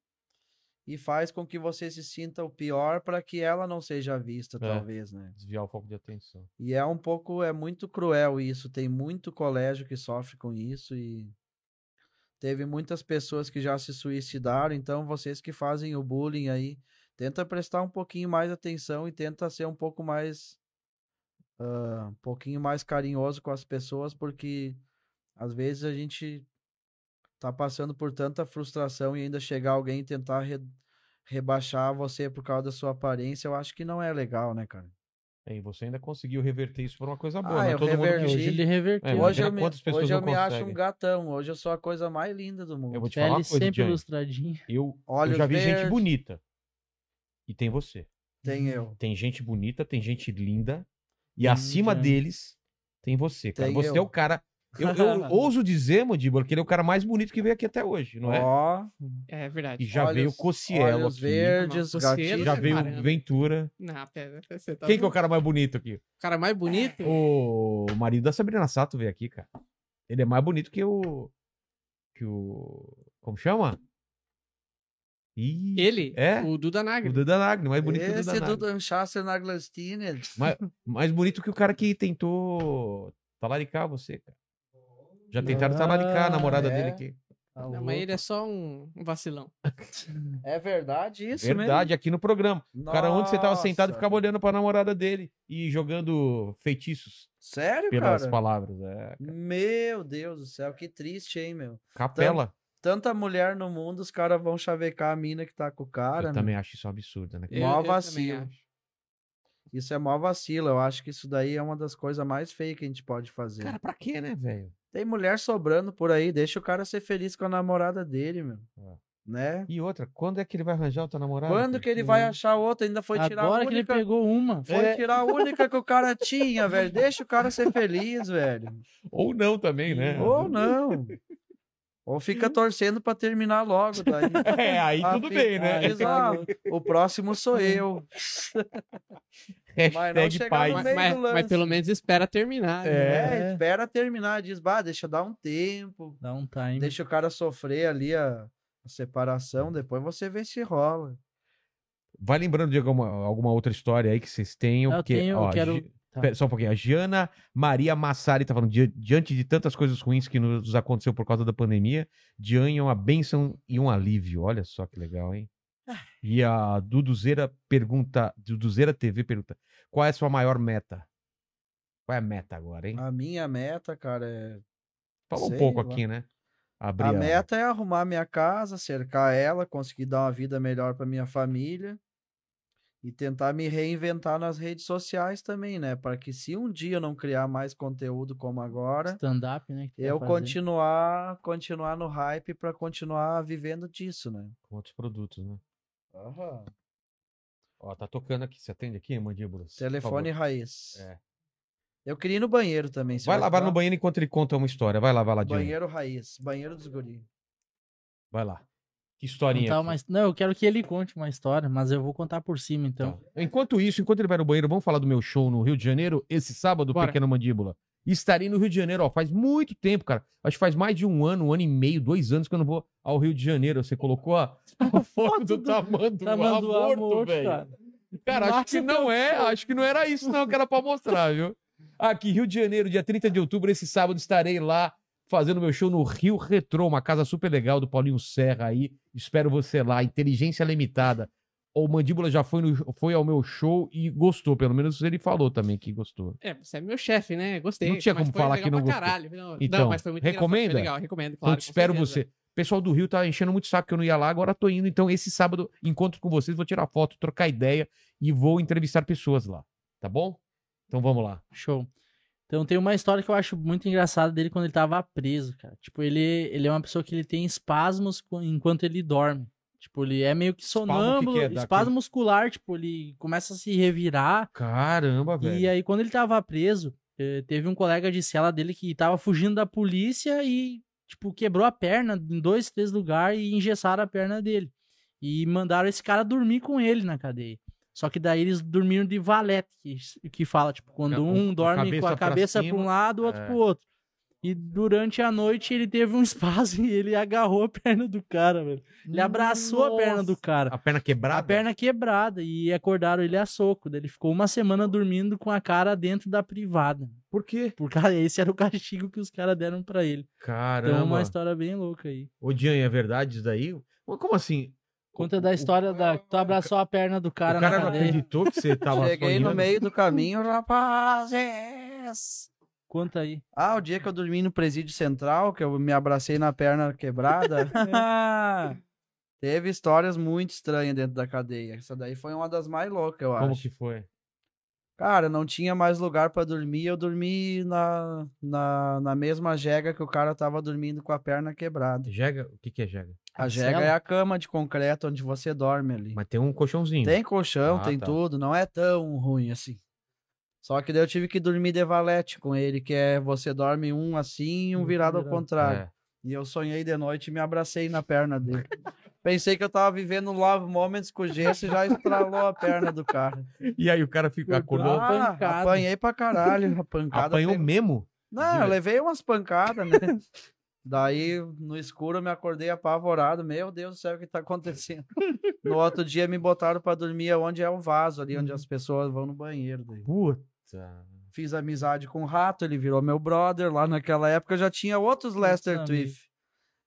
[SPEAKER 3] e faz com que você se sinta o pior para que ela não seja vista,
[SPEAKER 1] É.
[SPEAKER 3] talvez, né?
[SPEAKER 1] Desviar o foco de atenção.
[SPEAKER 3] E é um pouco, é muito cruel isso. Tem muito colégio que sofre com isso e teve muitas pessoas que já se suicidaram. Então, vocês que fazem o bullying aí, tenta prestar um pouquinho mais atenção e tenta ser um pouco mais, ah, um pouquinho mais carinhoso com as pessoas, porque às vezes a gente tá passando por tanta frustração e ainda chegar alguém e tentar re- rebaixar você por causa da sua aparência, eu acho que não é legal, né, cara?
[SPEAKER 1] É, E você ainda conseguiu reverter isso por uma coisa boa.
[SPEAKER 3] Ah,
[SPEAKER 1] né?
[SPEAKER 3] eu
[SPEAKER 1] Todo
[SPEAKER 4] É,
[SPEAKER 1] mundo
[SPEAKER 3] reverti.
[SPEAKER 1] que...
[SPEAKER 4] hoje ele reverteu.
[SPEAKER 1] É,
[SPEAKER 3] Hoje
[SPEAKER 1] imagina
[SPEAKER 3] eu, me,
[SPEAKER 1] quantas pessoas
[SPEAKER 3] hoje eu
[SPEAKER 1] não
[SPEAKER 3] me acho um
[SPEAKER 1] conseguem.
[SPEAKER 3] gatão. Hoje eu sou a coisa mais linda do mundo.
[SPEAKER 1] Eu vou te falar
[SPEAKER 4] Pele
[SPEAKER 1] uma coisa,
[SPEAKER 4] sempre
[SPEAKER 1] Johnny.
[SPEAKER 4] ilustradinha.
[SPEAKER 1] Eu, eu
[SPEAKER 3] Olhos
[SPEAKER 1] já vi gente
[SPEAKER 3] verdes.
[SPEAKER 1] bonita. E tem você.
[SPEAKER 3] Tem eu.
[SPEAKER 1] Tem gente bonita, tem gente linda. E
[SPEAKER 4] Hum,
[SPEAKER 1] acima
[SPEAKER 4] já.
[SPEAKER 1] deles, tem você, cara.
[SPEAKER 3] Tem
[SPEAKER 1] você é
[SPEAKER 3] eu.
[SPEAKER 1] o cara. Eu, eu ouso dizer, Mandíbula, que ele é o cara mais bonito que veio aqui até hoje, não é?
[SPEAKER 3] Ó,
[SPEAKER 2] É verdade.
[SPEAKER 1] E já
[SPEAKER 3] olhos-
[SPEAKER 1] veio o Cocielo
[SPEAKER 3] olhos
[SPEAKER 1] aqui.
[SPEAKER 3] verdes,
[SPEAKER 2] Não, você
[SPEAKER 3] gatilho.
[SPEAKER 1] Já
[SPEAKER 2] Ih,
[SPEAKER 1] veio
[SPEAKER 2] caramba.
[SPEAKER 1] o Ventura.
[SPEAKER 2] Não, pera, você tá É.
[SPEAKER 1] Quem que é o
[SPEAKER 2] doido.
[SPEAKER 1] cara mais bonito aqui?
[SPEAKER 2] O cara mais bonito?
[SPEAKER 1] O marido da Sabrina Sato veio aqui, cara. Ele é mais bonito que o. Que o. Como chama? Ih,
[SPEAKER 2] Ele?
[SPEAKER 1] É?
[SPEAKER 2] O Duda Nagri.
[SPEAKER 1] O Duda Nagli, mais é bonito que o
[SPEAKER 3] Esse é
[SPEAKER 1] Duda Nagli.
[SPEAKER 3] do Chasser Naglastine.
[SPEAKER 1] Mais bonito que o cara que tentou talaricar você, cara. Já tentaram
[SPEAKER 4] Ah,
[SPEAKER 1] talaricar a namorada
[SPEAKER 3] é?
[SPEAKER 1] dele aqui.
[SPEAKER 2] Não, mas ele é só um um vacilão.
[SPEAKER 3] É verdade isso
[SPEAKER 1] Verdade, aqui no programa.
[SPEAKER 3] mesmo?
[SPEAKER 1] O cara onde você tava sentado e
[SPEAKER 3] Nossa.
[SPEAKER 1] ficava olhando pra namorada dele e jogando feitiços
[SPEAKER 3] Sério,
[SPEAKER 1] pelas
[SPEAKER 3] cara? Então,
[SPEAKER 1] palavras. É,
[SPEAKER 3] Meu Deus do céu, que triste, hein, meu?
[SPEAKER 1] capela.
[SPEAKER 3] Tanta mulher no mundo, os caras vão chavecar a mina que tá com o cara.
[SPEAKER 1] Eu
[SPEAKER 3] meu.
[SPEAKER 1] também acho isso um absurdo, né? cara?
[SPEAKER 2] Eu-
[SPEAKER 3] Mó
[SPEAKER 2] eu também
[SPEAKER 3] vacilo.
[SPEAKER 2] acho.
[SPEAKER 3] Isso é mó vacilo. Eu acho que isso daí é uma das coisas mais feias que a gente pode fazer.
[SPEAKER 1] Cara, pra quê, né, velho?
[SPEAKER 3] Tem mulher sobrando por aí, deixa o cara ser feliz com a namorada dele, meu.
[SPEAKER 1] É.
[SPEAKER 3] né?
[SPEAKER 1] E outra, quando é que ele vai arranjar outra namorada?
[SPEAKER 3] Quando
[SPEAKER 1] cara?
[SPEAKER 3] que ele vai achar outra? Ainda foi tirar a
[SPEAKER 4] Agora que ele
[SPEAKER 3] única.
[SPEAKER 4] pegou uma.
[SPEAKER 3] Foi tirar a única que o cara tinha, velho. Deixa o cara ser feliz, velho.
[SPEAKER 1] Ou não também, né?
[SPEAKER 3] Ou não. Ou fica torcendo pra terminar logo. Daí.
[SPEAKER 1] É, aí
[SPEAKER 3] Ah,
[SPEAKER 1] tudo
[SPEAKER 3] fica-
[SPEAKER 1] bem, né?
[SPEAKER 3] ah, exato. O próximo sou eu. Mas não
[SPEAKER 1] Hashtag
[SPEAKER 3] chegar
[SPEAKER 1] paz.
[SPEAKER 3] no
[SPEAKER 2] Mas,
[SPEAKER 3] meio
[SPEAKER 2] mas-
[SPEAKER 3] do lance.
[SPEAKER 2] mas pelo menos espera terminar. né?
[SPEAKER 3] É,
[SPEAKER 1] É.
[SPEAKER 3] espera terminar. Diz, bah, deixa eu dar um tempo.
[SPEAKER 4] Dá um time.
[SPEAKER 3] Deixa o cara sofrer ali a, a separação. Depois você vê se rola.
[SPEAKER 1] Vai lembrando de alguma, alguma outra história aí que vocês tenham.
[SPEAKER 4] Eu
[SPEAKER 1] porque,
[SPEAKER 4] tenho, eu
[SPEAKER 1] ó,
[SPEAKER 4] quero-
[SPEAKER 1] Gi-
[SPEAKER 4] tá.
[SPEAKER 1] Pera, Só um pouquinho. A Giana Maria Massari tá falando, "Di- diante de tantas coisas ruins que nos aconteceu por causa da pandemia, Diane é uma bênção e um alívio. Olha só que legal, hein? E a Duduzeira pergunta, Duduzeira TV pergunta, qual é a sua maior meta? Qual é a meta agora, hein?
[SPEAKER 3] A minha meta, cara, é
[SPEAKER 1] Falou um
[SPEAKER 3] Ah, sei
[SPEAKER 1] pouco
[SPEAKER 3] lá.
[SPEAKER 1] aqui, né? Abrir
[SPEAKER 3] A meta é arrumar minha casa, cercar ela, conseguir dar uma vida melhor para minha família e tentar me reinventar nas redes sociais também, né? Para que se um dia eu não criar mais conteúdo como agora,
[SPEAKER 4] Stand-up, né? que
[SPEAKER 1] é
[SPEAKER 4] tu vai
[SPEAKER 3] eu
[SPEAKER 4] fazer.
[SPEAKER 3] continuar, continuar no hype para continuar vivendo disso, né?
[SPEAKER 1] com outros produtos, né? Ó, tá tocando aqui. Você atende aqui, mandíbula? Por
[SPEAKER 3] Telefone
[SPEAKER 1] favor.
[SPEAKER 3] raiz.
[SPEAKER 1] É.
[SPEAKER 3] Eu queria ir no banheiro também. se
[SPEAKER 1] Vai lavar no
[SPEAKER 3] ficar? um
[SPEAKER 1] banheiro enquanto ele conta uma história. Vai lá, vai lá, Diane.
[SPEAKER 3] Banheiro raiz, banheiro dos guri.
[SPEAKER 1] Vai lá. Que
[SPEAKER 4] Contar
[SPEAKER 1] historinha.
[SPEAKER 4] uma his- Não, eu quero que ele conte uma história, mas eu vou contar por cima, então.
[SPEAKER 1] Enquanto isso, enquanto ele vai no banheiro, vamos falar do meu show no Rio de Janeiro, esse sábado,
[SPEAKER 2] Bora.
[SPEAKER 1] Pequeno Mandíbula. Estarei no Rio de Janeiro, ó, faz muito tempo, cara. Acho que faz mais de um ano, um ano e meio, dois anos que eu não vou ao Rio de Janeiro. Você colocou a, a foto do tamanho
[SPEAKER 4] Tamanduá
[SPEAKER 1] morto,
[SPEAKER 4] morto,
[SPEAKER 1] velho.
[SPEAKER 4] tá cara.
[SPEAKER 1] Cara, acho que
[SPEAKER 4] Nossa,
[SPEAKER 1] não
[SPEAKER 4] meu
[SPEAKER 1] é,
[SPEAKER 4] Deus.
[SPEAKER 1] acho que não era isso não que era pra mostrar, viu? Aqui, Rio de Janeiro, dia 30 de outubro, esse sábado estarei lá fazendo meu show no Rio Retrô, uma casa super legal do Paulinho Serra aí. Espero você lá, Inteligência Limitada. O Mandíbula já foi, no- foi ao meu show e gostou, pelo menos ele falou também que gostou.
[SPEAKER 2] É, você é meu chefe, né? Gostei.
[SPEAKER 1] Não tinha
[SPEAKER 2] mas
[SPEAKER 1] como
[SPEAKER 2] foi
[SPEAKER 1] falar
[SPEAKER 2] legal
[SPEAKER 1] que não
[SPEAKER 2] pra
[SPEAKER 1] gostou.
[SPEAKER 2] caralho. Não,
[SPEAKER 1] Então,
[SPEAKER 2] não, mas foi muito engraçado, foi
[SPEAKER 1] recomenda?
[SPEAKER 2] legal, recomendo,
[SPEAKER 1] Então
[SPEAKER 2] claro.
[SPEAKER 1] te espero
[SPEAKER 2] com certeza.
[SPEAKER 1] você. O pessoal do Rio tá enchendo muito saco que eu não ia lá, agora tô indo. Então esse sábado encontro com vocês, vou tirar foto, trocar ideia e vou entrevistar pessoas lá, tá bom? Então vamos lá.
[SPEAKER 4] Show. Então tem uma história que eu acho muito engraçada dele quando ele tava preso, cara. Tipo, ele, ele é uma pessoa que ele tem espasmos co- enquanto ele dorme. Tipo, ele é meio que
[SPEAKER 1] Espasmo, o que
[SPEAKER 4] sonâmbulo,
[SPEAKER 1] que é?
[SPEAKER 4] espasmo,
[SPEAKER 1] Dá aquele-
[SPEAKER 4] muscular, tipo, ele começa a se revirar.
[SPEAKER 1] Caramba, velho.
[SPEAKER 4] E aí quando ele tava preso, eh, teve um colega de cela dele que tava fugindo da polícia e, tipo, quebrou a perna em dois, três lugares e engessaram a perna dele. E mandaram esse cara dormir com ele na cadeia. Só que daí eles dormiram de valete, que, que fala, tipo, quando
[SPEAKER 1] Com- com
[SPEAKER 4] um
[SPEAKER 1] a
[SPEAKER 4] dorme
[SPEAKER 1] cabeça
[SPEAKER 4] com a
[SPEAKER 1] pra
[SPEAKER 4] cabeça para
[SPEAKER 1] cima.
[SPEAKER 4] um lado, o outro
[SPEAKER 1] É.
[SPEAKER 4] pro outro. E durante a noite ele teve um espaço e ele agarrou a perna do cara, velho. Ele abraçou a perna do cara.
[SPEAKER 1] A perna quebrada?
[SPEAKER 4] A perna quebrada e acordaram ele a soco. Daí ele ficou uma semana dormindo com a cara dentro da privada.
[SPEAKER 1] Por quê?
[SPEAKER 4] Por cara, esse era o castigo que os caras deram pra ele.
[SPEAKER 1] Caramba.
[SPEAKER 4] Então, uma história bem louca aí.
[SPEAKER 1] Ô, Jean, é verdade isso daí? Mas Como assim?
[SPEAKER 4] Conta da história da que tu abraçou a perna do cara,
[SPEAKER 1] o cara
[SPEAKER 4] na
[SPEAKER 1] não
[SPEAKER 4] cadeia.
[SPEAKER 1] acreditou que você tava
[SPEAKER 3] Cheguei no
[SPEAKER 1] sonhando?
[SPEAKER 3] meio do caminho, rapazes.
[SPEAKER 4] Conta aí.
[SPEAKER 3] Ah, o dia que eu dormi no presídio central, que eu me abracei na perna quebrada. Teve histórias muito estranhas dentro da cadeia. Essa daí foi uma das mais loucas, eu
[SPEAKER 1] Como
[SPEAKER 3] acho.
[SPEAKER 1] que foi?
[SPEAKER 3] Cara, não tinha mais lugar pra dormir. Eu dormi na, na, na mesma jega que o cara tava dormindo com a perna quebrada.
[SPEAKER 1] Jega? O que que é jega?
[SPEAKER 3] A
[SPEAKER 4] A
[SPEAKER 3] jega
[SPEAKER 4] cela?
[SPEAKER 3] é a cama de concreto onde você dorme ali.
[SPEAKER 1] Mas tem um colchãozinho.
[SPEAKER 3] Tem colchão,
[SPEAKER 1] Ah,
[SPEAKER 3] tem
[SPEAKER 1] tá.
[SPEAKER 3] tudo, não é tão ruim assim. Só que daí eu tive que dormir de valete com ele, que é você dorme um assim e um
[SPEAKER 4] Um
[SPEAKER 3] virado ao
[SPEAKER 4] virado.
[SPEAKER 3] contrário.
[SPEAKER 1] Hum, É.
[SPEAKER 3] E eu sonhei de noite e me abracei na perna dele. Pensei que eu tava vivendo Love Moments com o gesso e já estralou a perna do cara.
[SPEAKER 1] E aí o cara fica, acordou.
[SPEAKER 4] Ah, pancada.
[SPEAKER 3] apanhei pra caralho. A pancada
[SPEAKER 1] Apanhou
[SPEAKER 3] pegou.
[SPEAKER 1] mesmo?
[SPEAKER 3] Não, eu levei umas pancadas, né? Daí, no escuro, eu me acordei apavorado. Meu Deus do céu, o que tá acontecendo? No outro dia, me botaram pra dormir onde é o vaso, ali onde as pessoas vão no banheiro. daí.
[SPEAKER 1] Puta.
[SPEAKER 3] Fiz amizade com o Rato, ele virou meu brother. Lá naquela época, eu já tinha outros Lester
[SPEAKER 4] amigo.
[SPEAKER 3] Twiff.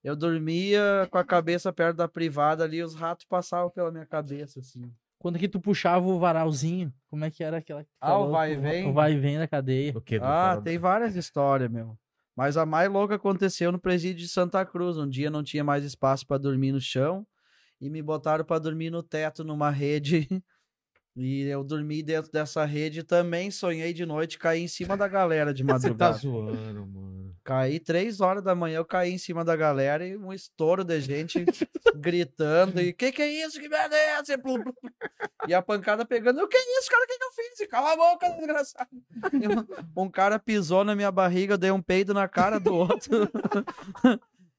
[SPEAKER 3] Eu dormia com a cabeça perto da privada ali, os ratos passavam pela minha cabeça, assim.
[SPEAKER 4] Quando que tu puxava o varalzinho? Como é que era aquela que tu
[SPEAKER 3] Ah, o vai e vem?
[SPEAKER 4] O vai e vem da cadeia.
[SPEAKER 1] O quê? Do
[SPEAKER 3] Ah,
[SPEAKER 1] farol?
[SPEAKER 3] tem várias histórias, meu. Mas a mais louca aconteceu no presídio de Santa Cruz. Um dia não tinha mais espaço para dormir no chão e me botaram para dormir no teto numa rede E eu dormi dentro dessa rede também, sonhei de noite, caí em cima da galera de
[SPEAKER 1] Você tá
[SPEAKER 3] madrugada.
[SPEAKER 1] zoando, mano.
[SPEAKER 3] Caí três horas da manhã, eu caí em cima da galera e um estouro de gente gritando. E que que é isso? Que merda é essa? E blum, blum, blum. E a pancada pegando. Eu, que é isso, cara? O que, que eu fiz? E Cala a boca, desgraçado. E um, um cara pisou na minha barriga, eu dei um peido na cara do outro.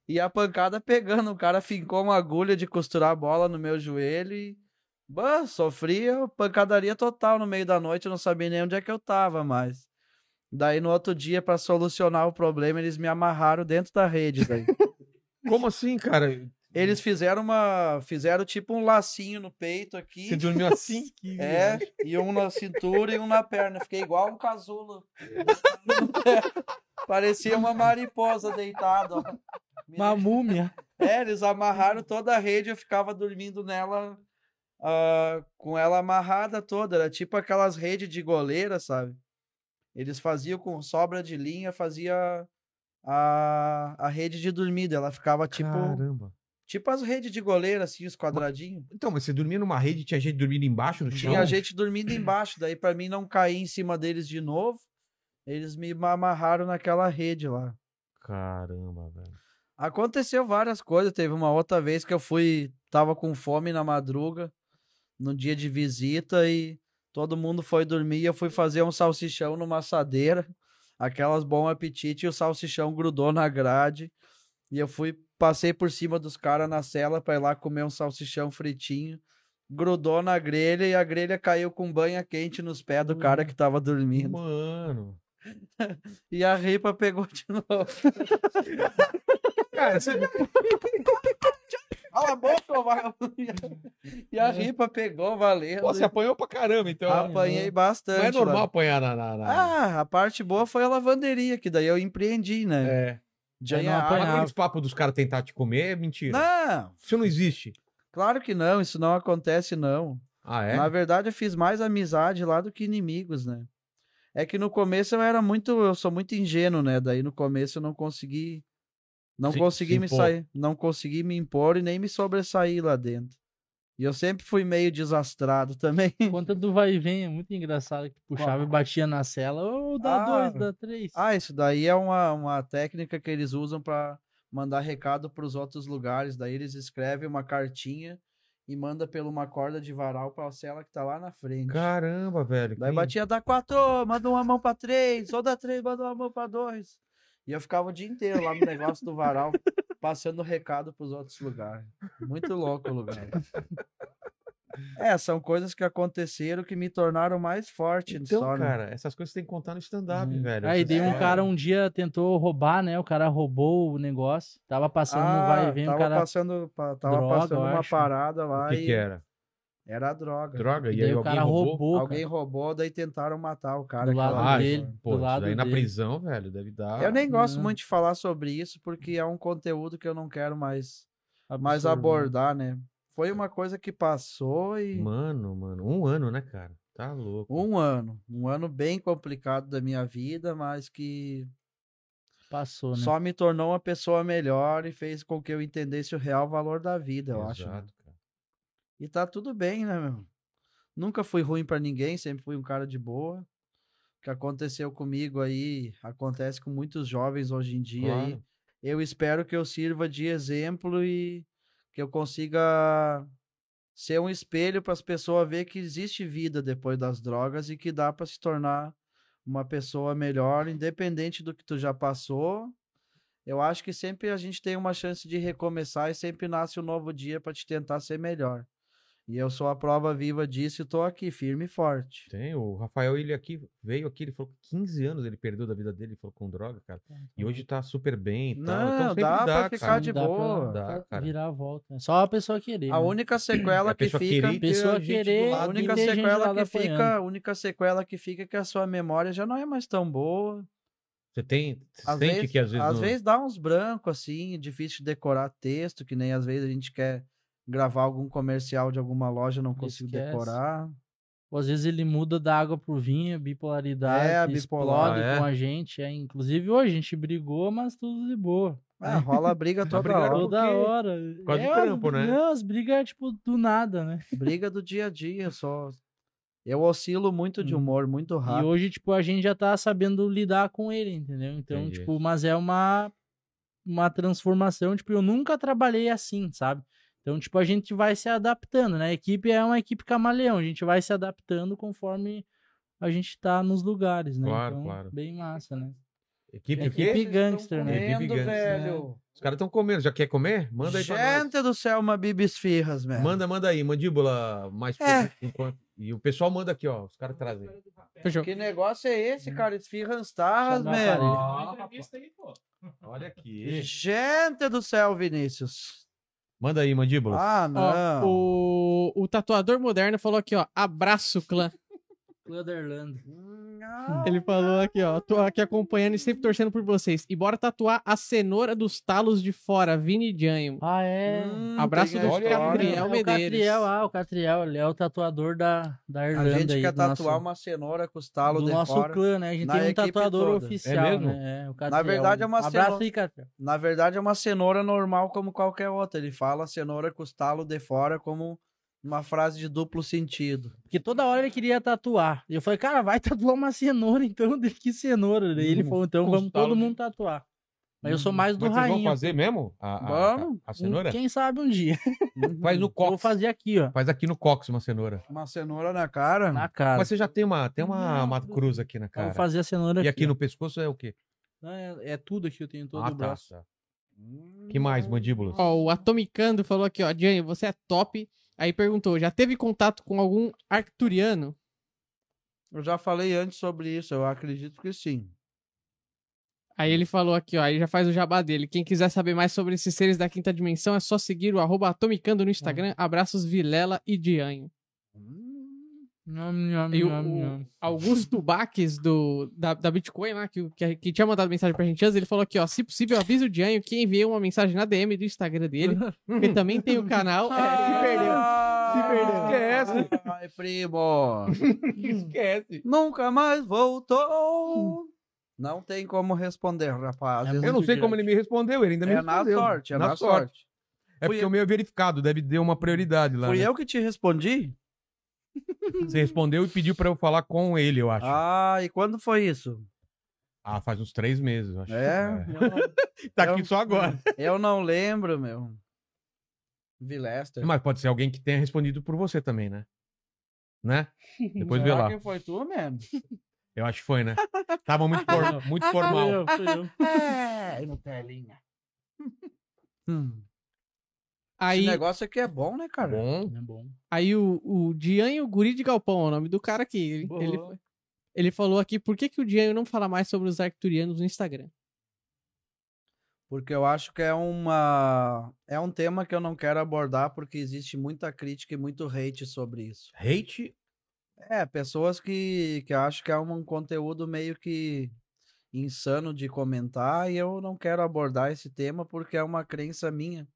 [SPEAKER 3] e a pancada pegando. O cara fincou uma agulha de costurar a bola no meu joelho e. Bah, sofria pancadaria total no meio da noite, eu não sabia nem onde é que eu tava mais. Daí no outro dia, pra solucionar o problema, eles me amarraram dentro da rede. Daí.
[SPEAKER 1] Como assim, cara?
[SPEAKER 3] eles fizeram uma. Fizeram tipo um lacinho no peito
[SPEAKER 1] Você
[SPEAKER 3] aqui.
[SPEAKER 1] dormiu assim?
[SPEAKER 3] É, e um na cintura e um na perna. Fiquei igual um casulo. Parecia uma mariposa deitada. ó. Me
[SPEAKER 4] Uma múmia.
[SPEAKER 3] é, eles amarraram toda a rede, eu ficava dormindo nela, ah, com ela amarrada toda. Era tipo aquelas redes de goleira, sabe? Eles faziam com sobra de linha, fazia a, a rede de dormida. Ela ficava tipo,
[SPEAKER 1] Caramba.
[SPEAKER 3] tipo as redes de goleira, assim, os quadradinhos.
[SPEAKER 1] Então, mas você dormia numa rede, tinha gente dormindo embaixo no chão?
[SPEAKER 3] Tinha gente dormindo embaixo, daí pra mim não cair em cima deles de novo, eles me amarraram naquela rede lá.
[SPEAKER 1] Caramba, velho.
[SPEAKER 3] Aconteceu várias coisas. Teve uma outra vez que eu fui, tava com fome na madruga, no dia de visita, e todo mundo foi dormir. E eu fui fazer um salsichão numa assadeira, aquelas bom apetite, e o salsichão grudou na grade. E eu fui, passei por cima dos caras na cela pra ir lá comer um salsichão fritinho. Grudou na grelha e a grelha caiu com banha quente nos pés do cara que tava
[SPEAKER 1] Uhum.
[SPEAKER 3] dormindo.
[SPEAKER 1] Mano.
[SPEAKER 3] E a ripa pegou de novo.
[SPEAKER 1] Cara, você...
[SPEAKER 3] Cala a boca, ô vagabundo. E a ripa pegou valendo.
[SPEAKER 1] Pô, você apanhou pra caramba, então.
[SPEAKER 3] Apanhei
[SPEAKER 1] Não
[SPEAKER 3] bastante.
[SPEAKER 1] é normal
[SPEAKER 3] lá.
[SPEAKER 1] apanhar na. na- na-
[SPEAKER 3] Ah, a parte boa foi a lavanderia, que daí eu empreendi, né?
[SPEAKER 1] é.
[SPEAKER 3] Já
[SPEAKER 4] eu não
[SPEAKER 3] ia-
[SPEAKER 1] Mas
[SPEAKER 4] apanhava.
[SPEAKER 1] aqueles papos dos caras tentar te comer é mentira.
[SPEAKER 3] Não,
[SPEAKER 1] Isso não existe.
[SPEAKER 3] claro que não, isso não acontece, não.
[SPEAKER 1] Ah, é?
[SPEAKER 3] Na verdade, eu fiz mais amizade lá do que inimigos, né? É que no começo eu era muito, eu sou muito ingênuo, né? Daí no começo eu não consegui, não
[SPEAKER 1] Se-
[SPEAKER 3] consegui
[SPEAKER 1] se
[SPEAKER 3] me
[SPEAKER 1] impor.
[SPEAKER 3] sair, não consegui me impor e nem me sobressair lá dentro. E eu sempre fui meio desastrado também.
[SPEAKER 4] Conta do vai e vem, é muito engraçado que puxava e batia na cela. Ô, dá
[SPEAKER 3] Ah.
[SPEAKER 4] dois, dá três.
[SPEAKER 3] Ah, isso daí é uma, uma técnica que eles usam para mandar recado para os outros lugares. Daí eles escrevem uma cartinha e manda por uma corda de varal para a cela que tá lá na frente.
[SPEAKER 1] Caramba, velho.
[SPEAKER 3] Daí
[SPEAKER 1] que-
[SPEAKER 3] batia, dá quatro, manda uma mão para três, ou dá três, manda uma mão para dois. E eu ficava o dia inteiro lá no negócio do varal, passando recado para os outros lugares. Muito louco o lugar. É, são coisas que aconteceram que me tornaram mais forte
[SPEAKER 1] Então,
[SPEAKER 3] só, né?
[SPEAKER 1] cara, essas coisas tem que contar no stand-up, velho.
[SPEAKER 4] Aí,
[SPEAKER 1] essas
[SPEAKER 4] daí um
[SPEAKER 1] histórias.
[SPEAKER 4] cara um dia tentou roubar, né? O cara roubou o negócio. Tava passando no
[SPEAKER 3] Ah,
[SPEAKER 4] vai e vem, o
[SPEAKER 3] tava
[SPEAKER 4] cara.
[SPEAKER 3] passando, pa- tava
[SPEAKER 4] Droga,
[SPEAKER 3] passando
[SPEAKER 4] eu
[SPEAKER 3] uma
[SPEAKER 4] acho.
[SPEAKER 3] parada
[SPEAKER 1] O
[SPEAKER 3] lá
[SPEAKER 1] que,
[SPEAKER 3] e
[SPEAKER 1] que era?
[SPEAKER 3] era a droga.
[SPEAKER 1] Droga? E,
[SPEAKER 4] daí
[SPEAKER 1] aí
[SPEAKER 4] o
[SPEAKER 1] alguém
[SPEAKER 4] cara
[SPEAKER 1] roubou?
[SPEAKER 4] roubou. cara.
[SPEAKER 3] Alguém roubou, daí tentaram matar o cara.
[SPEAKER 4] Do
[SPEAKER 3] aquela
[SPEAKER 4] lado
[SPEAKER 1] Ah,
[SPEAKER 3] vez,
[SPEAKER 4] dele.
[SPEAKER 3] né?
[SPEAKER 1] Pô,
[SPEAKER 4] Do
[SPEAKER 1] isso
[SPEAKER 4] lado
[SPEAKER 1] daí na
[SPEAKER 4] dele.
[SPEAKER 1] prisão, velho, deve dar.
[SPEAKER 3] Eu nem gosto
[SPEAKER 4] não.
[SPEAKER 3] muito de falar sobre isso, porque é um conteúdo que eu não quero mais, mais
[SPEAKER 4] Absurdo, né?
[SPEAKER 3] abordar, né? Foi uma coisa que passou e...
[SPEAKER 1] Mano, mano, um ano, né, cara? Tá louco.
[SPEAKER 3] Um ano. Um ano bem complicado da minha vida, mas que
[SPEAKER 4] Passou, né?
[SPEAKER 3] só me tornou uma pessoa melhor e fez com que eu entendesse o real valor da vida, eu acho. né?
[SPEAKER 1] Exato, cara.
[SPEAKER 3] E tá tudo bem, né, meu? Nunca fui ruim pra ninguém, sempre fui um cara de boa. O que aconteceu comigo aí, acontece com muitos jovens hoje em dia aí.
[SPEAKER 1] Claro.
[SPEAKER 3] Eu espero que eu sirva de exemplo e que eu consiga ser um espelho para as pessoas ver que existe vida depois das drogas e que dá para se tornar uma pessoa melhor, independente do que tu já passou. Eu acho que sempre a gente tem uma chance de recomeçar e sempre nasce um novo dia para te tentar ser melhor. E eu sou a prova viva disso e tô aqui firme e forte.
[SPEAKER 1] Tem, o Rafael, ele aqui veio aqui, ele falou que 15 anos ele perdeu da vida dele, ele falou com droga, cara. E hoje tá super bem. e tal.
[SPEAKER 3] Não,
[SPEAKER 1] então sempre
[SPEAKER 3] dá pra
[SPEAKER 1] dá,
[SPEAKER 3] ficar
[SPEAKER 1] cara.
[SPEAKER 3] de
[SPEAKER 4] Dá
[SPEAKER 3] boa.
[SPEAKER 4] pra-
[SPEAKER 1] Dá,
[SPEAKER 4] pra
[SPEAKER 1] cara.
[SPEAKER 4] virar a volta. né? Só a pessoa querer.
[SPEAKER 3] A
[SPEAKER 4] né?
[SPEAKER 3] única sequela
[SPEAKER 1] A
[SPEAKER 3] que
[SPEAKER 1] pessoa
[SPEAKER 3] fica é
[SPEAKER 1] querer e ter
[SPEAKER 4] Pessoa
[SPEAKER 1] gente do
[SPEAKER 4] querer,
[SPEAKER 1] lado.
[SPEAKER 3] A única
[SPEAKER 4] E tem gente lá
[SPEAKER 3] sequela que
[SPEAKER 4] apanhando.
[SPEAKER 3] fica, a única sequela que fica é que a sua memória já não é mais tão boa.
[SPEAKER 1] Você tem, você
[SPEAKER 3] Às
[SPEAKER 1] sente
[SPEAKER 3] vezes,
[SPEAKER 1] que às vezes. não-
[SPEAKER 3] vezes dá uns brancos assim, difícil de decorar texto, que nem às vezes a gente quer gravar algum comercial de alguma loja, não consigo
[SPEAKER 4] Esquece.
[SPEAKER 3] decorar.
[SPEAKER 4] Ou às vezes ele muda da água pro vinho, a bipolaridade
[SPEAKER 3] É, a bipolar,
[SPEAKER 4] explode
[SPEAKER 1] é.
[SPEAKER 4] com a gente. É. Inclusive hoje a gente brigou, mas tudo de boa.
[SPEAKER 1] É.
[SPEAKER 3] Ah, rola briga toda
[SPEAKER 1] brigar
[SPEAKER 3] hora,
[SPEAKER 1] com-
[SPEAKER 4] Toda
[SPEAKER 1] porque-
[SPEAKER 4] hora. É,
[SPEAKER 1] causa do
[SPEAKER 4] as-
[SPEAKER 1] trampo, né?
[SPEAKER 4] Não, as brigas, tipo, do nada, né?
[SPEAKER 3] briga do dia a dia, só Eu oscilo muito de
[SPEAKER 4] Hum.
[SPEAKER 3] humor, muito
[SPEAKER 4] E
[SPEAKER 3] rápido.
[SPEAKER 4] hoje, tipo, a gente já tá sabendo lidar com ele, entendeu? Então,
[SPEAKER 1] Entendi.
[SPEAKER 4] tipo, mas é uma, uma transformação, tipo, eu nunca trabalhei assim, sabe? Então, tipo, a gente vai se adaptando, né? A equipe é uma equipe camaleão, a gente vai se adaptando conforme a gente tá nos lugares, né?
[SPEAKER 1] Claro,
[SPEAKER 4] Então,
[SPEAKER 1] claro.
[SPEAKER 4] Bem massa, né?
[SPEAKER 1] Equipe o
[SPEAKER 4] Equipe
[SPEAKER 1] quê?
[SPEAKER 4] gangster, né?
[SPEAKER 1] Equipe
[SPEAKER 3] Comendo,
[SPEAKER 1] gangster.
[SPEAKER 3] velho.
[SPEAKER 1] Os caras estão comendo. Já quer comer? Manda aí pra nós.
[SPEAKER 3] É. Gente do céu, uma bibis firras, velho.
[SPEAKER 1] Manda, manda aí, mandíbula mais
[SPEAKER 3] É.
[SPEAKER 1] por enquanto. E o pessoal manda aqui, ó. Os caras trazem.
[SPEAKER 2] Fechou.
[SPEAKER 3] Que negócio é
[SPEAKER 1] Hum.
[SPEAKER 3] esse, cara? Esfirras tarras,
[SPEAKER 4] Chamar
[SPEAKER 3] velho.
[SPEAKER 4] aparelho.
[SPEAKER 1] Olha aqui.
[SPEAKER 3] Gente do céu, Vinícius.
[SPEAKER 1] Manda aí, mandíbula.
[SPEAKER 3] Ah,
[SPEAKER 2] Ó,
[SPEAKER 3] não.
[SPEAKER 2] o, o tatuador moderno falou aqui, ó. Abraço, clã.
[SPEAKER 4] Clutherland.
[SPEAKER 3] Não.
[SPEAKER 2] Ele falou aqui, ó. Tô aqui acompanhando e sempre torcendo por vocês. E bora tatuar a cenoura dos talos de fora, Vini e Janho.
[SPEAKER 4] Ah, é.
[SPEAKER 3] Hum,
[SPEAKER 2] Abraço
[SPEAKER 3] tem
[SPEAKER 2] do
[SPEAKER 3] a
[SPEAKER 1] Olha,
[SPEAKER 3] história.
[SPEAKER 2] Gabriel
[SPEAKER 4] o
[SPEAKER 2] Medeiros.
[SPEAKER 4] Catriel, ah, o Catriel, ele é o tatuador da, da
[SPEAKER 3] A
[SPEAKER 4] Irlanda
[SPEAKER 3] gente
[SPEAKER 4] aí,
[SPEAKER 3] quer
[SPEAKER 4] do nosso-
[SPEAKER 3] tatuar uma cenoura com os talos
[SPEAKER 4] do
[SPEAKER 3] de
[SPEAKER 4] nosso
[SPEAKER 3] fora.
[SPEAKER 4] clã, né? A gente
[SPEAKER 3] na
[SPEAKER 4] tem um
[SPEAKER 3] equipe
[SPEAKER 4] tatuador
[SPEAKER 3] toda.
[SPEAKER 4] oficial,
[SPEAKER 1] É mesmo?
[SPEAKER 4] né? É, o Catriel.
[SPEAKER 3] verdade, é uma
[SPEAKER 4] Abraço
[SPEAKER 3] cenoura-
[SPEAKER 4] aí, Catriel.
[SPEAKER 3] Na verdade, é uma cenoura normal como qualquer outra. Ele fala cenoura com os talos de fora como uma frase de duplo sentido.
[SPEAKER 4] Porque toda hora ele queria tatuar. E eu falei, cara, vai tatuar uma cenoura, então. Dele, Que cenoura? Daí ele falou, então
[SPEAKER 1] com
[SPEAKER 4] vamos
[SPEAKER 1] os talos
[SPEAKER 4] todo
[SPEAKER 1] de-
[SPEAKER 4] mundo tatuar. Mas eu sou mais do
[SPEAKER 1] Hum, Mas vocês vão
[SPEAKER 4] rainha.
[SPEAKER 1] fazer mesmo? A, a-
[SPEAKER 3] Vamos.
[SPEAKER 1] a- a cenoura?
[SPEAKER 4] Quem sabe um dia.
[SPEAKER 1] Faz no
[SPEAKER 4] Eu Vou
[SPEAKER 1] cox.
[SPEAKER 4] fazer aqui, ó.
[SPEAKER 1] Faz aqui no cox uma cenoura.
[SPEAKER 3] Uma cenoura na cara.
[SPEAKER 4] Na cara.
[SPEAKER 1] Mas você já tem uma, tem uma,
[SPEAKER 4] Não,
[SPEAKER 1] uma
[SPEAKER 4] tudo-
[SPEAKER 1] cruz aqui na
[SPEAKER 4] Eu Vou
[SPEAKER 1] cara.
[SPEAKER 4] fazer a cenoura
[SPEAKER 1] E aqui
[SPEAKER 4] ó.
[SPEAKER 1] no pescoço é o quê?
[SPEAKER 4] Não, É, é tudo aqui, eu tenho todo
[SPEAKER 1] ah,
[SPEAKER 4] o
[SPEAKER 1] tá,
[SPEAKER 4] braço.
[SPEAKER 1] tá. Que mais, mandíbulas?
[SPEAKER 2] Ó, o Atomicando falou aqui, ó. Janho, você é top. Aí perguntou, já teve contato com algum arcturiano?
[SPEAKER 3] Eu já falei antes sobre isso, eu acredito que sim.
[SPEAKER 2] Aí ele falou aqui, ó. Aí já faz o jabá dele. Quem quiser saber mais sobre esses seres da quinta dimensão, é só seguir o arroba Atomicando no Instagram. Abraços Vilela e Dianho.
[SPEAKER 4] Nham, nham,
[SPEAKER 2] E o,
[SPEAKER 4] nham, nham.
[SPEAKER 2] o Augusto Baques do, da, da Bitcoin, lá, que, que, que tinha mandado mensagem pra gente antes, ele falou aqui, ó, se possível, avisa o Dianho que enviei uma mensagem na DM do Instagram dele, que também tem o canal.
[SPEAKER 4] Ah,
[SPEAKER 2] É, se perdeu.
[SPEAKER 3] Se
[SPEAKER 2] perdeu.
[SPEAKER 3] Esquece. Ai, primo.
[SPEAKER 1] Esquece.
[SPEAKER 3] Nunca mais voltou. Não tem como responder, rapaz.
[SPEAKER 4] É
[SPEAKER 3] Isso
[SPEAKER 1] Eu não sei
[SPEAKER 4] Muito
[SPEAKER 1] como ele me respondeu, ele ainda me
[SPEAKER 3] É na
[SPEAKER 1] respondeu.
[SPEAKER 3] sorte, é na, sorte.
[SPEAKER 1] É
[SPEAKER 3] Fui
[SPEAKER 1] porque
[SPEAKER 3] eu-
[SPEAKER 1] o meu é verificado, deve ter uma prioridade lá.
[SPEAKER 3] Fui
[SPEAKER 1] né?
[SPEAKER 3] eu que te respondi?
[SPEAKER 1] Você respondeu e pediu pra eu falar com ele, eu acho. Ah,
[SPEAKER 3] Ah, e quando foi isso?
[SPEAKER 1] faz uns três meses, eu acho.
[SPEAKER 3] É? um
[SPEAKER 4] Eu não-
[SPEAKER 1] É. Tá aqui
[SPEAKER 3] Eu-
[SPEAKER 1] só agora.
[SPEAKER 3] Eu não lembro, meu. Vilester.
[SPEAKER 1] Mas pode ser alguém que tenha respondido por você também, né? Né? Depois vê
[SPEAKER 3] Será
[SPEAKER 1] lá.
[SPEAKER 3] que foi tu mesmo?
[SPEAKER 1] Eu acho que foi, né? Tava muito, for- muito
[SPEAKER 4] Fui
[SPEAKER 1] formal.
[SPEAKER 4] eu, fui eu.
[SPEAKER 3] É, no telinha. Hum.
[SPEAKER 2] Aí,
[SPEAKER 3] Esse negócio aqui é bom, né, cara?
[SPEAKER 1] Bom.
[SPEAKER 4] É bom.
[SPEAKER 2] aí o, o Dianho Guri de Galpão é o nome do cara aqui. Ele,
[SPEAKER 4] Boa.
[SPEAKER 2] ele, ele falou aqui, por que, que o Dianho não fala mais sobre os arcturianos no Instagram?
[SPEAKER 3] Porque eu acho que é uma é um tema que eu não quero abordar porque existe muita crítica e muito hate sobre isso.
[SPEAKER 1] Hate.
[SPEAKER 3] É, pessoas que que acham que é um conteúdo meio que insano de comentar e eu não quero abordar esse tema porque é uma crença minha.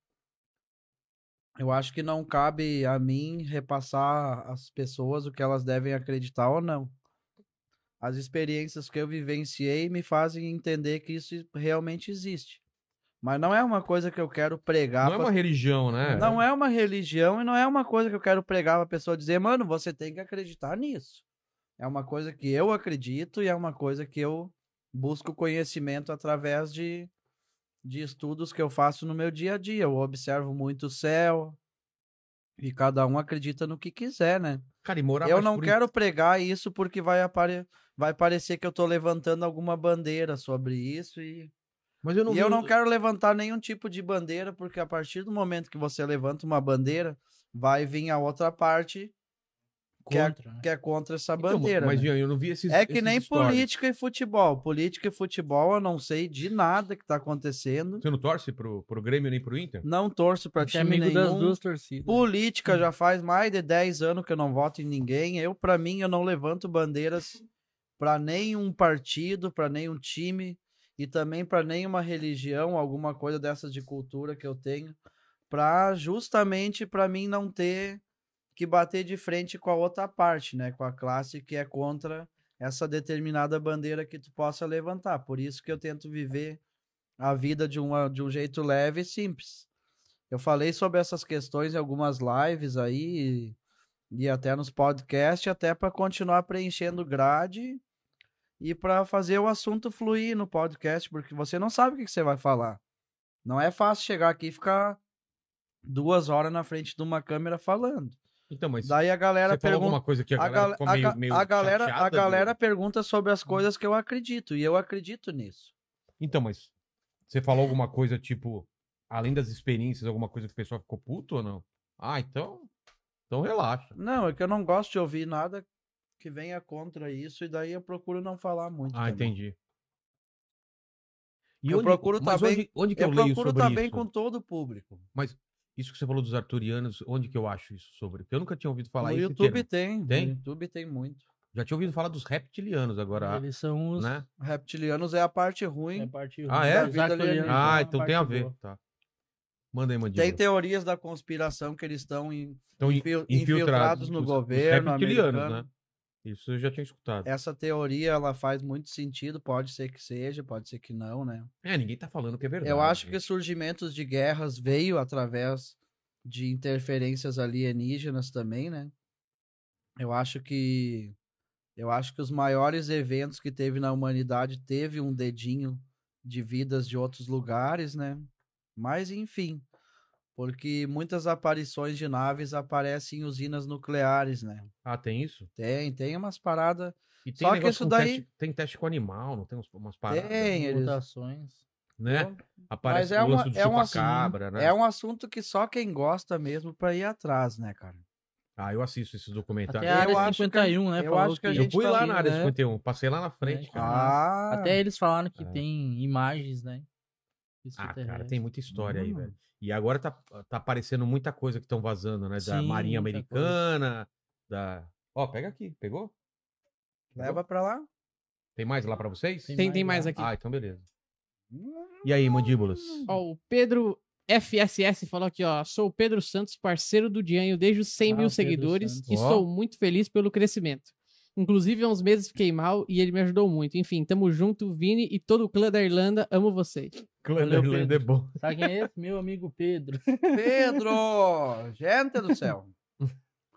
[SPEAKER 3] Eu acho que não cabe a mim repassar às pessoas o que elas devem acreditar ou não. As experiências que eu vivenciei me fazem entender que isso realmente existe. Mas não é uma coisa que eu quero pregar.
[SPEAKER 1] Não é
[SPEAKER 3] pra-
[SPEAKER 1] uma religião, né?
[SPEAKER 3] não é uma religião e não é uma coisa que eu quero pregar pra pessoa dizer, mano, você tem que acreditar nisso. É uma coisa que eu acredito e é uma coisa que eu busco conhecimento através de, de estudos que eu faço no meu dia a dia. Eu observo muito o céu e cada um acredita no que quiser, né?
[SPEAKER 1] Cara, e morar
[SPEAKER 3] Eu
[SPEAKER 1] mais
[SPEAKER 3] não
[SPEAKER 1] por-
[SPEAKER 3] quero pregar isso porque vai, apare... vai parecer que eu tô levantando alguma bandeira sobre isso e
[SPEAKER 1] Mas eu não
[SPEAKER 3] e eu
[SPEAKER 1] vi-
[SPEAKER 3] não quero levantar nenhum tipo de bandeira, porque a partir do momento que você levanta uma bandeira, vai vir a outra parte que é,
[SPEAKER 4] Contra, né?
[SPEAKER 3] que é contra essa
[SPEAKER 1] Então,
[SPEAKER 3] bandeira.
[SPEAKER 1] mas,
[SPEAKER 3] né?
[SPEAKER 1] Ian, eu não vi esses.
[SPEAKER 3] É que
[SPEAKER 1] esses
[SPEAKER 3] nem
[SPEAKER 1] stories.
[SPEAKER 3] política e futebol. Política e futebol, eu não sei de nada que tá acontecendo.
[SPEAKER 1] Você não torce pro, pro Grêmio nem pro Inter?
[SPEAKER 3] Não torço pra
[SPEAKER 4] Você é
[SPEAKER 3] time
[SPEAKER 4] amigo das
[SPEAKER 3] nenhum.
[SPEAKER 4] duas torcidas.
[SPEAKER 3] Política já faz mais de 10 anos que eu não voto em ninguém. Eu, pra mim, eu não levanto bandeiras pra nenhum partido, pra nenhum time e também pra nenhuma religião, alguma coisa dessas de cultura que eu tenho, pra justamente pra mim não ter que bater de frente com a outra parte, né, com a classe que é contra essa determinada bandeira que tu possa levantar. Por isso que eu tento viver a vida de uma de um jeito leve e simples. Eu falei sobre essas questões em algumas lives aí, E até nos podcasts, até para continuar preenchendo grade e para fazer o assunto fluir no podcast, porque você não sabe o que que você vai falar. Não é fácil chegar aqui e ficar duas horas na frente de uma câmera falando.
[SPEAKER 1] Então, mas
[SPEAKER 3] Daí a galera
[SPEAKER 1] você falou
[SPEAKER 3] pergunta.
[SPEAKER 1] alguma coisa que a
[SPEAKER 3] A,
[SPEAKER 1] galera
[SPEAKER 3] gal-
[SPEAKER 1] ficou
[SPEAKER 3] a
[SPEAKER 1] meio,
[SPEAKER 3] ga-
[SPEAKER 1] meio
[SPEAKER 3] a galera, a
[SPEAKER 1] chateada,
[SPEAKER 3] galera
[SPEAKER 1] né?
[SPEAKER 3] pergunta sobre as coisas que eu acredito, e eu acredito nisso.
[SPEAKER 1] Então, mas você falou alguma coisa, tipo, além das experiências, alguma coisa que o pessoal ficou puto ou não? Ah, então... Então relaxa.
[SPEAKER 3] Não, é que eu não gosto de ouvir nada que venha contra isso, e daí eu procuro não falar muito.
[SPEAKER 1] Ah,
[SPEAKER 3] também.
[SPEAKER 1] entendi. E
[SPEAKER 3] Eu procuro
[SPEAKER 1] mas
[SPEAKER 3] tá bem-
[SPEAKER 1] onde, onde que eu,
[SPEAKER 3] Eu
[SPEAKER 1] leio
[SPEAKER 3] procuro
[SPEAKER 1] sobre
[SPEAKER 3] estar
[SPEAKER 1] isso?
[SPEAKER 3] bem com todo o público.
[SPEAKER 1] Isso que você falou dos arturianos, onde que eu acho isso sobre? Porque eu nunca tinha ouvido falar
[SPEAKER 3] no
[SPEAKER 1] isso.
[SPEAKER 3] YouTube tem,
[SPEAKER 1] Tem?
[SPEAKER 3] No YouTube tem muito.
[SPEAKER 1] Já tinha ouvido falar dos reptilianos agora,
[SPEAKER 4] Eles são os.
[SPEAKER 1] né?
[SPEAKER 3] Reptilianos é a parte ruim.
[SPEAKER 4] É parte
[SPEAKER 1] Ah,
[SPEAKER 4] ruim
[SPEAKER 1] é?
[SPEAKER 4] da
[SPEAKER 3] Vida
[SPEAKER 4] vida
[SPEAKER 3] alienígena.
[SPEAKER 4] alienígena,
[SPEAKER 1] Ah,
[SPEAKER 4] uma
[SPEAKER 1] então tem a
[SPEAKER 4] parte
[SPEAKER 1] ver.
[SPEAKER 4] boa.
[SPEAKER 1] Tá. Manda aí, mandíbula.
[SPEAKER 3] Tem teorias da conspiração que eles estão em-
[SPEAKER 1] Estão in-
[SPEAKER 3] infil- infiltrados no
[SPEAKER 1] os- os
[SPEAKER 3] governo
[SPEAKER 1] reptilianos,
[SPEAKER 3] americano.
[SPEAKER 1] né? Isso eu já tinha escutado. É.
[SPEAKER 3] Essa teoria ela faz muito sentido, pode ser que seja, pode ser que não, né?
[SPEAKER 1] ninguém tá falando que é verdade.
[SPEAKER 3] Eu acho que
[SPEAKER 1] né?
[SPEAKER 3] os surgimentos de guerras veio através de interferências alienígenas também, né? Eu acho que eu acho que os maiores eventos que teve na humanidade teve um dedinho de vidas de outros lugares, né? Mas enfim, porque muitas aparições de naves aparecem em usinas nucleares, né?
[SPEAKER 1] Ah, tem isso?
[SPEAKER 3] Tem, tem umas paradas.
[SPEAKER 1] E tem
[SPEAKER 3] Só que
[SPEAKER 1] negócio
[SPEAKER 3] isso
[SPEAKER 1] com
[SPEAKER 3] daí-
[SPEAKER 1] teste- tem teste com animal, não tem uns- umas paradas,
[SPEAKER 3] Tem, eles-
[SPEAKER 4] Mutações.
[SPEAKER 1] né? Aparece
[SPEAKER 3] é
[SPEAKER 1] o
[SPEAKER 3] uma-
[SPEAKER 1] lance do
[SPEAKER 3] é um assunto-
[SPEAKER 1] chupacabra, né?
[SPEAKER 3] É um assunto que só quem gosta mesmo pra ir atrás, né, cara?
[SPEAKER 1] Ah, eu assisto esses
[SPEAKER 4] Até
[SPEAKER 1] documentários.
[SPEAKER 4] a
[SPEAKER 3] Eu acho
[SPEAKER 4] área
[SPEAKER 3] que-
[SPEAKER 4] 51, né?
[SPEAKER 3] eu
[SPEAKER 4] falou
[SPEAKER 3] acho que a
[SPEAKER 1] Eu
[SPEAKER 3] gente
[SPEAKER 1] fui
[SPEAKER 3] tá
[SPEAKER 1] lá
[SPEAKER 3] ali,
[SPEAKER 1] na área
[SPEAKER 4] né?
[SPEAKER 1] 51, passei lá na frente,
[SPEAKER 4] É,
[SPEAKER 1] cara.
[SPEAKER 3] Ah,
[SPEAKER 4] Até eles falaram que
[SPEAKER 1] É.
[SPEAKER 4] tem imagens, né?
[SPEAKER 1] Ah, cara,
[SPEAKER 4] extraterrestres.
[SPEAKER 1] tem muita história aí,
[SPEAKER 3] Hum.
[SPEAKER 1] velho. E agora tá, tá aparecendo muita coisa que estão vazando, né? Da
[SPEAKER 4] Sim,
[SPEAKER 1] Marinha
[SPEAKER 4] muita
[SPEAKER 1] Americana, da... Ó, pega aqui, pegou?
[SPEAKER 3] Leva pra lá.
[SPEAKER 1] Tem mais lá pra vocês?
[SPEAKER 4] Tem
[SPEAKER 2] Tem, tem mais
[SPEAKER 4] lá.
[SPEAKER 2] aqui. Hum.
[SPEAKER 1] Ah, então beleza. E aí, mandíbulas?
[SPEAKER 2] Ó, o Pedro FSS falou aqui, ó. Sou o Pedro Santos, parceiro do Dianho desde os 100
[SPEAKER 4] Ah,
[SPEAKER 2] mil
[SPEAKER 4] o Pedro
[SPEAKER 2] seguidores
[SPEAKER 4] Santos.
[SPEAKER 2] e
[SPEAKER 1] Ó.
[SPEAKER 2] sou muito feliz pelo crescimento. Inclusive, há uns meses fiquei mal e ele me ajudou muito. Enfim, tamo junto, Vini e todo o clã da Irlanda. Amo vocês.
[SPEAKER 1] Clã da
[SPEAKER 4] Valeu,
[SPEAKER 1] Irlanda é bom.
[SPEAKER 4] Sabe quem é esse? Meu amigo Pedro.
[SPEAKER 3] Pedro! Gente do céu!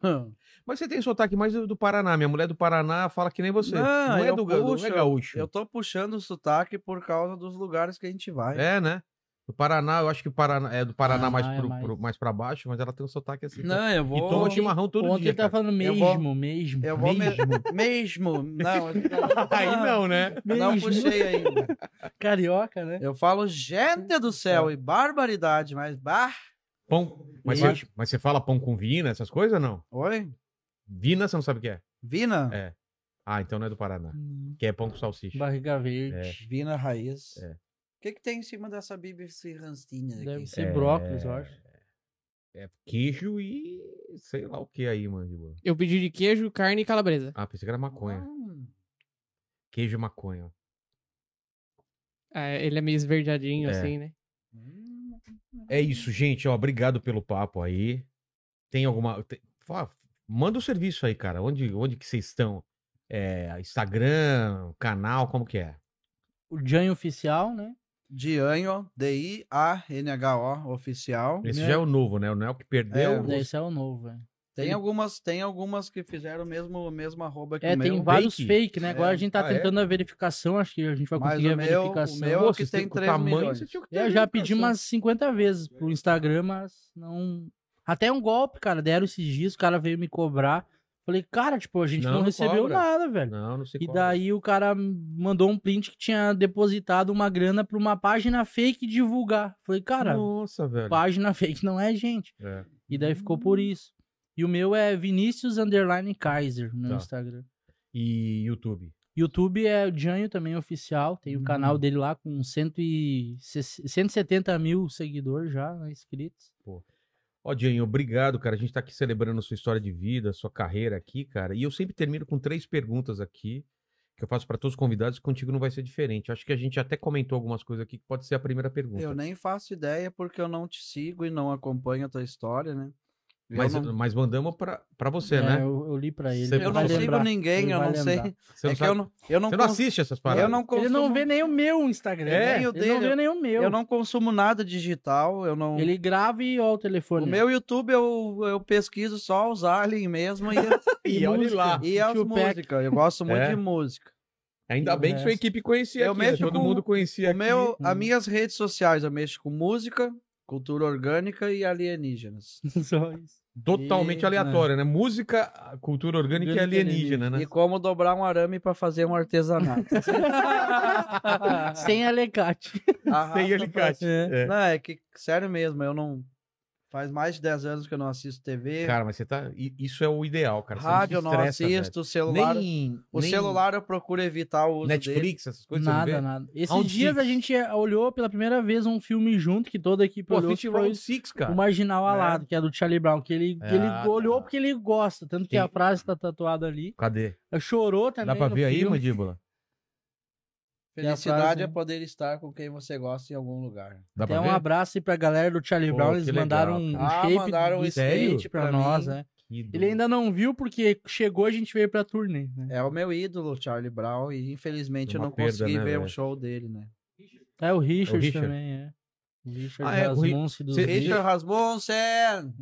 [SPEAKER 3] Hum.
[SPEAKER 1] Mas você tem sotaque mais do do Paraná. Minha mulher é do Paraná fala que nem você.
[SPEAKER 3] Não,
[SPEAKER 1] Não, é
[SPEAKER 3] eu
[SPEAKER 1] do ga- não
[SPEAKER 3] puxo,
[SPEAKER 1] é gaúcho.
[SPEAKER 3] Eu tô puxando o sotaque por causa dos lugares que a gente vai.
[SPEAKER 1] É, né? Do Paraná, eu acho que o Paraná é do Paraná
[SPEAKER 4] Ah,
[SPEAKER 1] mais,
[SPEAKER 4] é
[SPEAKER 1] pro-
[SPEAKER 4] mais.
[SPEAKER 1] pro- mais pra baixo, mas ela tem um sotaque assim. tá?
[SPEAKER 3] Não, eu vou.
[SPEAKER 1] E toma chimarrão todo
[SPEAKER 4] Ontem
[SPEAKER 1] dia.
[SPEAKER 4] ele tá
[SPEAKER 1] cara.
[SPEAKER 3] Eu
[SPEAKER 4] falando mesmo,
[SPEAKER 3] vou-
[SPEAKER 4] mesmo.
[SPEAKER 3] Eu vou me- mesmo. Não,
[SPEAKER 1] Aí não, né?
[SPEAKER 3] não, não
[SPEAKER 4] mesmo.
[SPEAKER 3] puxei ainda.
[SPEAKER 4] Carioca,
[SPEAKER 1] É.
[SPEAKER 4] né?
[SPEAKER 3] Eu falo gente do céu e barbaridade, mas bah.
[SPEAKER 1] Pão. Mas
[SPEAKER 4] Eu
[SPEAKER 1] você, mas você fala pão com vina, essas coisas ou não?
[SPEAKER 3] Oi?
[SPEAKER 1] Vina, você não sabe o que é?
[SPEAKER 3] Vina?
[SPEAKER 1] É. Ah, então não é do Paraná.
[SPEAKER 4] Hum,
[SPEAKER 1] Que é pão com salsicha.
[SPEAKER 4] Barriga verde.
[SPEAKER 3] Vina raiz.
[SPEAKER 1] É.
[SPEAKER 3] O que, que tem em cima dessa BBC rancinha aqui?
[SPEAKER 4] Deve ser
[SPEAKER 1] É.
[SPEAKER 4] brócolis, eu acho.
[SPEAKER 1] É queijo e sei lá o que aí, mandíbula.
[SPEAKER 2] Eu pedi de queijo, carne e calabresa.
[SPEAKER 1] Ah, pensei que era maconha.
[SPEAKER 3] Hum.
[SPEAKER 1] Queijo e maconha.
[SPEAKER 2] Ah, ele é meio esverdeadinho,
[SPEAKER 1] É.
[SPEAKER 2] assim, né?
[SPEAKER 3] Hum.
[SPEAKER 1] É isso, gente. Ó, obrigado pelo papo aí. Tem alguma. tem- fa- Manda o serviço aí, cara. Onde, onde que vocês estão? É, Instagram, canal, como que é?
[SPEAKER 4] O Jan oficial, né?
[SPEAKER 3] Dianho, D-I-A-N-H-O, oficial.
[SPEAKER 1] Esse
[SPEAKER 4] Né?
[SPEAKER 1] já é o novo, né? Não é o que perdeu.
[SPEAKER 3] É,
[SPEAKER 1] o-
[SPEAKER 4] Esse é o novo, velho.
[SPEAKER 3] Tem
[SPEAKER 1] Ele-
[SPEAKER 3] algumas, tem algumas que fizeram o mesmo, o mesmo arroba que
[SPEAKER 4] É,
[SPEAKER 3] o
[SPEAKER 4] tem
[SPEAKER 3] meu.
[SPEAKER 4] vários
[SPEAKER 1] Fake?
[SPEAKER 4] fake, né? Agora
[SPEAKER 3] É.
[SPEAKER 4] a gente tá
[SPEAKER 1] Ah, um é?
[SPEAKER 4] tentando a verificação, acho que a gente vai
[SPEAKER 3] Mas
[SPEAKER 4] conseguir
[SPEAKER 3] o
[SPEAKER 4] a
[SPEAKER 3] meu- o
[SPEAKER 4] verificação.
[SPEAKER 3] meu- é
[SPEAKER 1] Pô,
[SPEAKER 3] que
[SPEAKER 1] vocês
[SPEAKER 3] tem
[SPEAKER 1] têm- com
[SPEAKER 3] 3 milhões.
[SPEAKER 1] você tinha que ter assim.
[SPEAKER 4] Eu já pedi
[SPEAKER 1] verificação.
[SPEAKER 4] umas 50 vezes pro Instagram, mas não. Até um golpe, cara. Deram esses dias, o cara veio me cobrar. Falei, cara, tipo, a gente
[SPEAKER 1] Não,
[SPEAKER 4] não,
[SPEAKER 1] não
[SPEAKER 4] recebeu
[SPEAKER 1] cobra.
[SPEAKER 4] nada, velho.
[SPEAKER 1] Não, não sei
[SPEAKER 4] E
[SPEAKER 1] qual. é.
[SPEAKER 4] daí o cara mandou um print que tinha depositado uma grana pra uma página fake divulgar. Falei, cara,
[SPEAKER 1] Nossa, velho.
[SPEAKER 4] página fake não é gente.
[SPEAKER 1] É.
[SPEAKER 4] E daí ficou por isso. E o meu é Vinícius Underline Kaiser no
[SPEAKER 1] Tá.
[SPEAKER 4] Instagram.
[SPEAKER 1] E YouTube.
[SPEAKER 4] YouTube é o Janho também oficial, tem o canal dele lá com 170 mil seguidores já né, inscritos.
[SPEAKER 1] Ó, Jane, obrigado, cara. A gente tá aqui celebrando a sua história de vida, a sua carreira aqui, cara. E eu sempre termino com três perguntas aqui que eu faço pra todos os convidados. e Contigo não vai ser diferente. Acho que a gente até comentou algumas coisas aqui que pode ser a primeira pergunta.
[SPEAKER 3] Eu nem faço ideia porque eu não te sigo e não acompanho a tua história, né? Eu
[SPEAKER 1] Mas,
[SPEAKER 3] não-
[SPEAKER 1] mas mandamos pra, pra você,
[SPEAKER 4] É,
[SPEAKER 1] né?
[SPEAKER 4] Eu, eu li pra ele.
[SPEAKER 1] Você-
[SPEAKER 4] ele
[SPEAKER 3] eu
[SPEAKER 4] vai
[SPEAKER 3] não sigo
[SPEAKER 4] lembrar.
[SPEAKER 3] ninguém,
[SPEAKER 4] Ele
[SPEAKER 3] eu
[SPEAKER 4] vai
[SPEAKER 3] não sei.
[SPEAKER 4] lembrar.
[SPEAKER 1] Você não,
[SPEAKER 3] é que
[SPEAKER 1] sabe-
[SPEAKER 3] eu não, eu não,
[SPEAKER 1] você não
[SPEAKER 3] cons-
[SPEAKER 1] assiste essas paradas.
[SPEAKER 3] eu não consumo,
[SPEAKER 4] Ele não vê nem o meu Instagram.
[SPEAKER 1] É,
[SPEAKER 4] né?
[SPEAKER 3] eu
[SPEAKER 4] ele
[SPEAKER 3] tenho-
[SPEAKER 4] não vê nem o meu.
[SPEAKER 3] eu não consumo nada digital, eu não
[SPEAKER 4] Ele grava e olha o telefone.
[SPEAKER 3] O meu YouTube eu, eu pesquiso só os aliens mesmo e,
[SPEAKER 1] E olha lá.
[SPEAKER 3] e as
[SPEAKER 4] Tupac.
[SPEAKER 3] músicas. Eu gosto muito
[SPEAKER 1] É.
[SPEAKER 3] de música.
[SPEAKER 1] Ainda bem que sua equipe conhecia
[SPEAKER 3] Eu
[SPEAKER 1] aqui, né?
[SPEAKER 3] mexo
[SPEAKER 1] Todo
[SPEAKER 3] com-
[SPEAKER 1] mundo conhecia Hum.
[SPEAKER 3] O meu,
[SPEAKER 4] aqui-
[SPEAKER 3] as minhas redes sociais eu mexo com música, cultura orgânica e alienígenas.
[SPEAKER 4] Só isso.
[SPEAKER 1] totalmente
[SPEAKER 3] E-
[SPEAKER 1] aleatório, né? Música, cultura orgânica e
[SPEAKER 4] Orgânica e
[SPEAKER 1] alienígena, né?
[SPEAKER 3] E como dobrar um arame para fazer um artesanato.
[SPEAKER 4] Sem alecate.
[SPEAKER 3] Arrasta
[SPEAKER 1] Sem
[SPEAKER 3] pra-
[SPEAKER 1] alicate.
[SPEAKER 4] É.
[SPEAKER 1] É.
[SPEAKER 3] Não, é que sério mesmo, eu não faz mais de 10 anos que eu não assisto TV,
[SPEAKER 1] Cara, mas você tá. i- Isso é o ideal, cara. Você não se
[SPEAKER 3] rádio eu não
[SPEAKER 1] estressa, velho.
[SPEAKER 3] assisto, celular,
[SPEAKER 1] Nem,
[SPEAKER 3] o
[SPEAKER 1] nem
[SPEAKER 3] celular eu procuro evitar o uso dele.
[SPEAKER 1] Netflix, essas coisas. você não vê?
[SPEAKER 4] Nada, nada. Esses
[SPEAKER 1] Round
[SPEAKER 4] dias a
[SPEAKER 1] six.
[SPEAKER 4] gente eh, olhou pela primeira vez um filme junto, que toda a equipe
[SPEAKER 1] Pô,
[SPEAKER 4] olhou.
[SPEAKER 1] assiste
[SPEAKER 4] que foi
[SPEAKER 1] Round Six, cara.
[SPEAKER 4] o Marginal
[SPEAKER 1] né?
[SPEAKER 4] Alado, que é do Charlie Brown, que ele, que ele
[SPEAKER 1] Ah,
[SPEAKER 4] olhou
[SPEAKER 1] tá.
[SPEAKER 4] porque ele gosta, tanto que
[SPEAKER 1] Tem-
[SPEAKER 4] a frase tá tatuada ali.
[SPEAKER 1] Cadê?
[SPEAKER 4] Chorou
[SPEAKER 1] Dá
[SPEAKER 4] também
[SPEAKER 1] pra
[SPEAKER 4] no
[SPEAKER 1] ver aí,
[SPEAKER 4] filme.
[SPEAKER 1] mandíbula?
[SPEAKER 3] Felicidade
[SPEAKER 4] frase,
[SPEAKER 3] é
[SPEAKER 4] né?
[SPEAKER 3] poder estar com quem você gosta em algum lugar.
[SPEAKER 1] Dá
[SPEAKER 4] Até
[SPEAKER 1] pra
[SPEAKER 4] um
[SPEAKER 1] ver?
[SPEAKER 4] abraço aí pra galera do Charlie
[SPEAKER 1] Pô,
[SPEAKER 4] Brown.
[SPEAKER 1] que
[SPEAKER 4] Eles
[SPEAKER 1] legal,
[SPEAKER 4] mandaram um
[SPEAKER 1] cara.
[SPEAKER 3] Ah,
[SPEAKER 4] shape
[SPEAKER 3] mandaram um
[SPEAKER 4] do-
[SPEAKER 1] Sério?
[SPEAKER 4] skate pra,
[SPEAKER 3] pra é.
[SPEAKER 4] nós,
[SPEAKER 3] mim.
[SPEAKER 4] né?
[SPEAKER 1] Que do-
[SPEAKER 4] Ele ainda não viu porque chegou a gente veio pra turnê, né?
[SPEAKER 3] É o meu ídolo, Charlie Brown, e infelizmente eu
[SPEAKER 1] Uma
[SPEAKER 3] não
[SPEAKER 1] perda,
[SPEAKER 3] consegui
[SPEAKER 1] né,
[SPEAKER 3] ver um
[SPEAKER 1] velho?
[SPEAKER 3] show dele, né?
[SPEAKER 4] É o Richard,
[SPEAKER 1] Richard.
[SPEAKER 4] também, é. O Richard
[SPEAKER 1] Ah, é, o Ri-
[SPEAKER 4] Rasmussen dos
[SPEAKER 1] Cê-
[SPEAKER 4] Beatles.
[SPEAKER 3] Richard Rasmussen!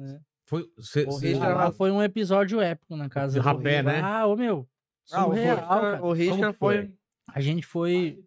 [SPEAKER 1] Foi, cê,
[SPEAKER 3] O
[SPEAKER 1] cê-
[SPEAKER 3] Richard
[SPEAKER 4] Ah, lá foi um episódio épico na casa
[SPEAKER 1] De
[SPEAKER 4] do
[SPEAKER 1] rapé,
[SPEAKER 4] Riva.
[SPEAKER 1] né?
[SPEAKER 4] Ah, é ô meu.
[SPEAKER 3] Ah, o
[SPEAKER 4] surreal,
[SPEAKER 3] Richard,
[SPEAKER 4] cara.
[SPEAKER 3] o Richard
[SPEAKER 1] Como que
[SPEAKER 3] foi...
[SPEAKER 1] foi?
[SPEAKER 4] A gente foi.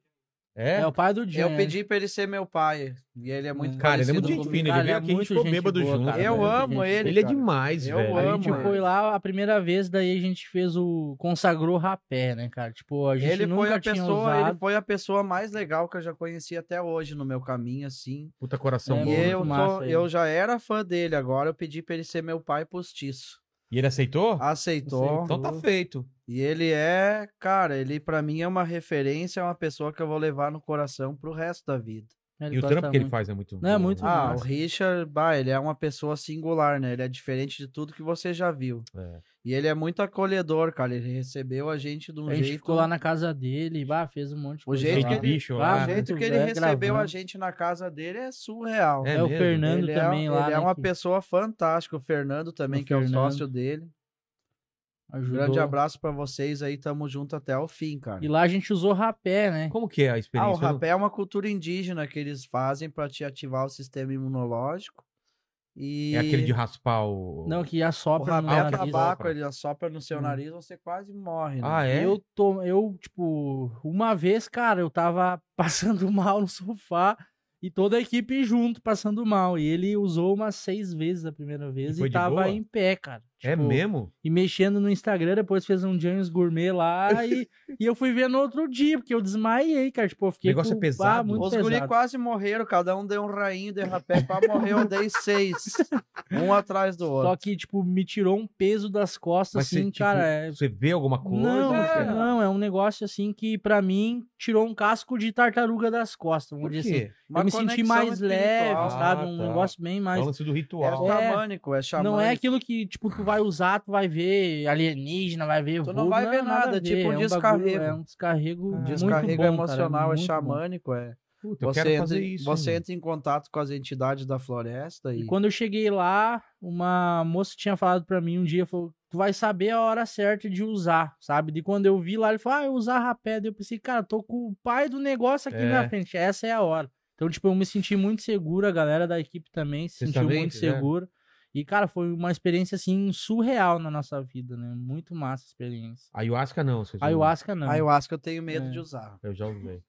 [SPEAKER 4] É,
[SPEAKER 1] É?
[SPEAKER 4] o pai do né? dia.
[SPEAKER 3] Eu pedi pra ele ser meu pai, e ele é muito
[SPEAKER 1] Cara, ele é muito
[SPEAKER 3] parecido
[SPEAKER 1] gente
[SPEAKER 3] comigo.
[SPEAKER 1] fina, ele veio aqui, a gente ficou bêbado junto.
[SPEAKER 3] Eu amo ele.
[SPEAKER 1] Ele é
[SPEAKER 3] cara.
[SPEAKER 1] demais,
[SPEAKER 3] Eu
[SPEAKER 1] velho.
[SPEAKER 4] A
[SPEAKER 3] amo
[SPEAKER 4] gente
[SPEAKER 3] ele.
[SPEAKER 4] foi lá a primeira vez, daí a gente fez o. consagrou rapé, né, cara? Tipo, a gente
[SPEAKER 3] Ele
[SPEAKER 4] nunca
[SPEAKER 3] foi a
[SPEAKER 4] tinha
[SPEAKER 3] pessoa,
[SPEAKER 4] usado.
[SPEAKER 3] ele foi a pessoa mais legal que eu já conheci até hoje no meu caminho, assim.
[SPEAKER 1] Puta coração
[SPEAKER 4] É,
[SPEAKER 1] bom. né?
[SPEAKER 3] e
[SPEAKER 4] muito
[SPEAKER 3] eu, tô-
[SPEAKER 4] massa ele.
[SPEAKER 3] eu já era fã dele, agora eu pedi pra ele ser meu pai postiço.
[SPEAKER 1] E ele aceitou?
[SPEAKER 4] Ah,
[SPEAKER 3] Aceitou.
[SPEAKER 1] então
[SPEAKER 4] uhum.
[SPEAKER 1] tá feito.
[SPEAKER 3] E ele é, cara, ele pra mim é uma referência, é uma pessoa que eu vou levar no coração pro resto da vida.
[SPEAKER 1] E o
[SPEAKER 4] gosta
[SPEAKER 1] trampo que ele
[SPEAKER 4] tá muito.
[SPEAKER 1] faz é muito bom.
[SPEAKER 4] Não, é muito
[SPEAKER 1] né?
[SPEAKER 3] Ah,
[SPEAKER 4] massa.
[SPEAKER 3] o Richard, bah, ele é uma pessoa singular, né? Ele é diferente de tudo que você já viu.
[SPEAKER 1] É.
[SPEAKER 3] E ele é muito acolhedor, cara. Ele recebeu a gente de um
[SPEAKER 4] A
[SPEAKER 3] jeito.
[SPEAKER 4] gente ficou lá na casa dele, bah, fez um monte de
[SPEAKER 3] O
[SPEAKER 4] coisa.
[SPEAKER 3] jeito
[SPEAKER 1] Peito
[SPEAKER 4] lá.
[SPEAKER 3] que
[SPEAKER 1] de
[SPEAKER 3] ele-
[SPEAKER 1] bicho
[SPEAKER 4] Ah,
[SPEAKER 1] lá.
[SPEAKER 3] O
[SPEAKER 1] né?
[SPEAKER 3] jeito
[SPEAKER 4] muito
[SPEAKER 3] que ele
[SPEAKER 4] velho,
[SPEAKER 3] recebeu
[SPEAKER 4] gravando.
[SPEAKER 3] a gente na casa dele é surreal.
[SPEAKER 1] É
[SPEAKER 4] É, o
[SPEAKER 1] mesmo.
[SPEAKER 4] Fernando
[SPEAKER 3] ele
[SPEAKER 4] também
[SPEAKER 3] é,
[SPEAKER 4] lá.
[SPEAKER 3] ele é
[SPEAKER 4] né,
[SPEAKER 3] uma
[SPEAKER 4] que
[SPEAKER 3] pessoa fantástica. O Fernando também,
[SPEAKER 4] O
[SPEAKER 3] que é o
[SPEAKER 4] Fernando.
[SPEAKER 3] sócio dele. Um
[SPEAKER 4] ajudou.
[SPEAKER 3] Grande abraço pra vocês aí. Tamo junto até o fim, cara.
[SPEAKER 4] E lá a gente usou rapé, né?
[SPEAKER 1] Como que é a
[SPEAKER 3] Ah, o
[SPEAKER 1] experiência? Eu não-
[SPEAKER 3] rapé é uma cultura indígena que eles fazem pra te ativar o sistema imunológico. E
[SPEAKER 1] É aquele de raspar o.
[SPEAKER 4] Não, que
[SPEAKER 3] o
[SPEAKER 4] assopra no
[SPEAKER 3] rapé é
[SPEAKER 4] nariz. né,
[SPEAKER 3] tabaco,
[SPEAKER 1] Sopra.
[SPEAKER 3] ele assopra no seu
[SPEAKER 4] Hum.
[SPEAKER 3] nariz, você quase morre. Né?
[SPEAKER 1] Ah, é?
[SPEAKER 4] Eu, to... eu, tipo, uma vez, cara, eu tava passando mal no sofá e toda a equipe junto passando mal. E ele usou umas seis vezes a primeira vez e,
[SPEAKER 1] foi de boa?
[SPEAKER 4] tava em pé, cara.
[SPEAKER 1] É
[SPEAKER 4] Tipo,
[SPEAKER 1] mesmo?
[SPEAKER 4] E mexendo no Instagram, depois fez um James Gourmet lá e, e eu fui ver no outro dia, porque eu desmaiei, cara. Tipo, eu fiquei.
[SPEAKER 1] Negócio é
[SPEAKER 4] com-
[SPEAKER 1] pesado.
[SPEAKER 4] Ah, muito
[SPEAKER 3] Os guri
[SPEAKER 4] pesado.
[SPEAKER 3] quase morreram, cada um deu um rainho de rapé, quase morreu, eu dei seis. Um atrás do outro.
[SPEAKER 4] Só que, tipo, me tirou um peso das costas,
[SPEAKER 1] Mas
[SPEAKER 4] assim,
[SPEAKER 1] você, tipo,
[SPEAKER 4] cara. é-
[SPEAKER 1] Você vê alguma coisa?
[SPEAKER 4] Não,
[SPEAKER 1] cara?
[SPEAKER 4] cara, não, é um negócio assim que pra mim tirou um casco de tartaruga das costas. Vamos
[SPEAKER 1] Por
[SPEAKER 4] dizer assim.
[SPEAKER 1] quê?
[SPEAKER 3] Uma
[SPEAKER 4] eu me senti
[SPEAKER 3] conexão
[SPEAKER 4] mais leve,
[SPEAKER 3] espiritual.
[SPEAKER 4] sabe? Um
[SPEAKER 1] Ah, tá.
[SPEAKER 4] negócio bem
[SPEAKER 1] É o
[SPEAKER 4] mais.
[SPEAKER 1] lance do
[SPEAKER 3] É
[SPEAKER 1] ritual.
[SPEAKER 3] xamânico, é xamânico.
[SPEAKER 4] Não é aquilo que, tipo, tu vai usar, tu vai ver alienígena, vai ver
[SPEAKER 3] Tu não
[SPEAKER 4] vulto,
[SPEAKER 3] vai ver
[SPEAKER 4] a
[SPEAKER 3] nada, é tipo
[SPEAKER 4] ver,
[SPEAKER 3] um
[SPEAKER 4] é bagulho-
[SPEAKER 3] descarrego.
[SPEAKER 4] é um descarrego.
[SPEAKER 1] Um
[SPEAKER 4] muito
[SPEAKER 3] Descarrego
[SPEAKER 4] bom,
[SPEAKER 3] emocional,
[SPEAKER 4] cara,
[SPEAKER 3] é
[SPEAKER 4] muito bom.
[SPEAKER 3] xamânico, é.
[SPEAKER 1] Puta, eu
[SPEAKER 3] Você,
[SPEAKER 1] quero
[SPEAKER 3] entra,
[SPEAKER 1] fazer isso.
[SPEAKER 3] você
[SPEAKER 1] mano.
[SPEAKER 3] entra em contato com as entidades da floresta e,
[SPEAKER 4] E quando eu cheguei lá, uma moça tinha falado pra mim um dia, falou, tu vai saber a hora certa de usar, sabe? De quando eu vi lá, ele falou, ah, eu usar rapé. Daí eu pensei, cara, tô com o pai do negócio aqui
[SPEAKER 1] É.
[SPEAKER 4] na frente, essa é a hora. Então, tipo, eu me senti muito seguro, a galera da equipe também se
[SPEAKER 1] Vocês
[SPEAKER 4] sentiu
[SPEAKER 1] também
[SPEAKER 4] muito
[SPEAKER 1] fizeram?
[SPEAKER 4] segura. E, cara, foi uma experiência, assim, surreal na nossa vida, né? Muito massa a experiência.
[SPEAKER 1] Ayahuasca não. vocês usam.
[SPEAKER 4] Ayahuasca, não.
[SPEAKER 3] ayahuasca Ah, eu tenho medo
[SPEAKER 4] É.
[SPEAKER 3] de usar.
[SPEAKER 1] Eu já usei.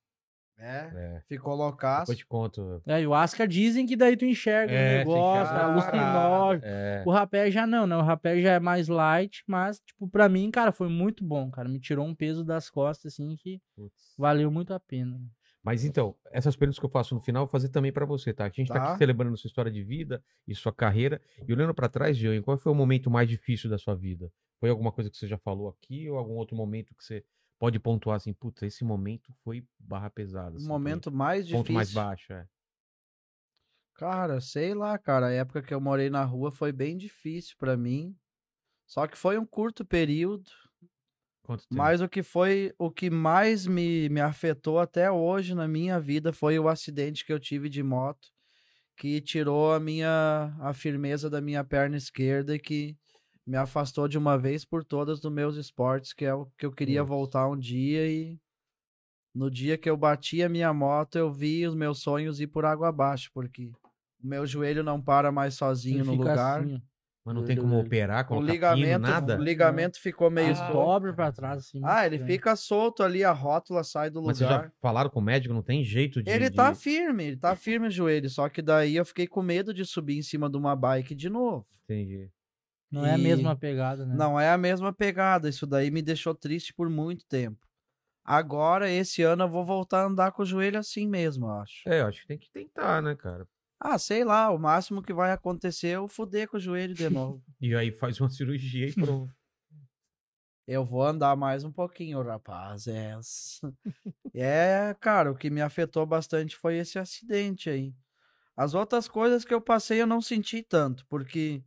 [SPEAKER 3] É,
[SPEAKER 1] É.
[SPEAKER 3] ficou loucaço.
[SPEAKER 1] Depois te conto.
[SPEAKER 4] É, ayahuasca dizem que daí tu enxerga o
[SPEAKER 1] É, você
[SPEAKER 4] negócio,
[SPEAKER 1] enxerga.
[SPEAKER 4] alucinógeno.
[SPEAKER 1] É.
[SPEAKER 4] O rapé já não, né? O rapé já é mais light, mas, tipo, pra mim, cara, foi muito bom, cara. Me tirou um peso das costas, assim, que
[SPEAKER 1] Putz.
[SPEAKER 4] valeu muito a pena.
[SPEAKER 1] Mas então, essas perguntas que eu faço no final, eu vou fazer também pra você, tá? A gente tá,
[SPEAKER 3] Tá.
[SPEAKER 1] aqui celebrando sua história de vida e sua carreira. E olhando pra trás, Jean, qual foi o momento mais difícil da sua vida? Foi alguma coisa que você já falou aqui ou algum outro momento que você pode pontuar assim, puta, esse momento foi barra pesada.
[SPEAKER 3] O
[SPEAKER 1] assim,
[SPEAKER 3] Um momento mais
[SPEAKER 1] foi ponto mais
[SPEAKER 3] difícil.
[SPEAKER 1] baixo, é.
[SPEAKER 3] Cara, sei lá, cara. A época que eu morei na rua foi bem difícil pra mim. Só que foi um curto período.
[SPEAKER 1] Quanto tempo?
[SPEAKER 3] Mas o que foi, o que mais me, me afetou até hoje na minha vida foi o acidente que eu tive de moto, que tirou a minha a firmeza da minha perna esquerda e que me afastou de uma vez por todas dos meus esportes, que é o que eu queria voltar um dia e no dia que eu bati a minha moto, eu vi os meus sonhos ir por água abaixo, porque o meu joelho não para mais sozinho
[SPEAKER 4] Ele
[SPEAKER 3] no
[SPEAKER 4] fica
[SPEAKER 3] lugar. Ah,
[SPEAKER 4] assim, ó.
[SPEAKER 1] Mas não tem como operar,
[SPEAKER 3] o
[SPEAKER 1] colocar pino,
[SPEAKER 3] ligamento,
[SPEAKER 1] nada.
[SPEAKER 3] o ligamento ficou meio
[SPEAKER 4] Meio
[SPEAKER 3] solto.
[SPEAKER 4] pobre pra trás, assim.
[SPEAKER 3] Ah,
[SPEAKER 4] muito
[SPEAKER 3] ele
[SPEAKER 4] estranho.
[SPEAKER 3] fica solto ali, a rótula sai do
[SPEAKER 1] Mas vocês
[SPEAKER 3] lugar.
[SPEAKER 1] já falaram com o médico, não tem jeito de.
[SPEAKER 3] Ele
[SPEAKER 1] de...
[SPEAKER 3] tá firme, ele tá firme o joelho, só que daí eu fiquei com medo de subir em cima de uma bike de novo.
[SPEAKER 1] Entendi.
[SPEAKER 4] Não é a
[SPEAKER 3] E-
[SPEAKER 4] mesma pegada, né?
[SPEAKER 3] Não é a mesma pegada, isso daí me deixou triste por muito tempo. Agora, esse ano, eu vou voltar a andar com o joelho assim mesmo, eu acho.
[SPEAKER 1] É, eu acho que tem que tentar, né, cara?
[SPEAKER 3] Ah, sei lá, o máximo que vai acontecer é eu foder com o joelho de novo.
[SPEAKER 1] E aí faz uma cirurgia e pronto.
[SPEAKER 3] eu vou andar mais um pouquinho, rapazes. é, cara, o que me afetou bastante foi esse acidente aí. As outras coisas que eu passei eu não senti tanto, porque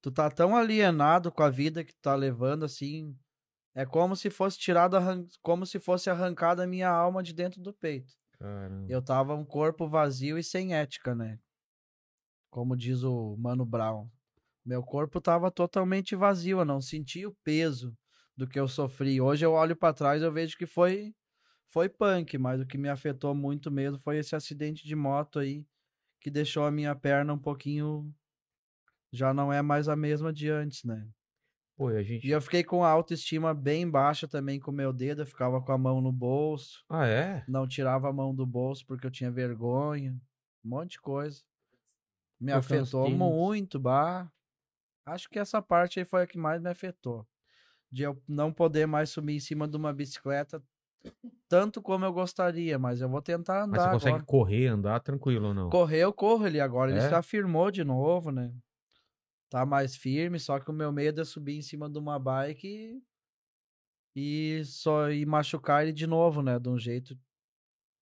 [SPEAKER 3] tu tá tão alienado com a vida que tu tá levando assim, é como se fosse tirado, arran- como se fosse arrancada a minha alma de dentro do peito.
[SPEAKER 1] Caramba.
[SPEAKER 3] Eu tava um corpo vazio e sem ética, né? Como diz o Mano Brown. Meu corpo tava totalmente vazio, eu não senti o peso do que eu sofri. Hoje eu olho pra trás eu vejo que foi foi punk, mas o que me afetou muito mesmo foi esse acidente de moto aí que deixou a minha perna um pouquinho já não é mais a mesma de antes, né?
[SPEAKER 1] Pô, e a gente.
[SPEAKER 3] E eu fiquei com a autoestima bem baixa também com o meu dedo, eu ficava com a mão no bolso
[SPEAKER 1] Ah, é?
[SPEAKER 3] não tirava a mão do bolso porque eu tinha vergonha, um monte de coisa. Me
[SPEAKER 4] Colocar os
[SPEAKER 3] afetou
[SPEAKER 4] tênis.
[SPEAKER 3] muito, bah. Acho que essa parte aí foi a que mais me afetou. De eu não poder mais subir em cima de uma bicicleta tanto como eu gostaria, mas eu vou tentar andar
[SPEAKER 1] Mas você consegue
[SPEAKER 3] agora.
[SPEAKER 1] correr, andar tranquilo ou não?
[SPEAKER 3] Correr, eu corro ele agora. Ele
[SPEAKER 1] É?
[SPEAKER 3] se afirmou de novo, né? Tá mais firme, só que o meu medo é subir em cima de uma bike e, e só e machucar ele de novo, né? De um jeito um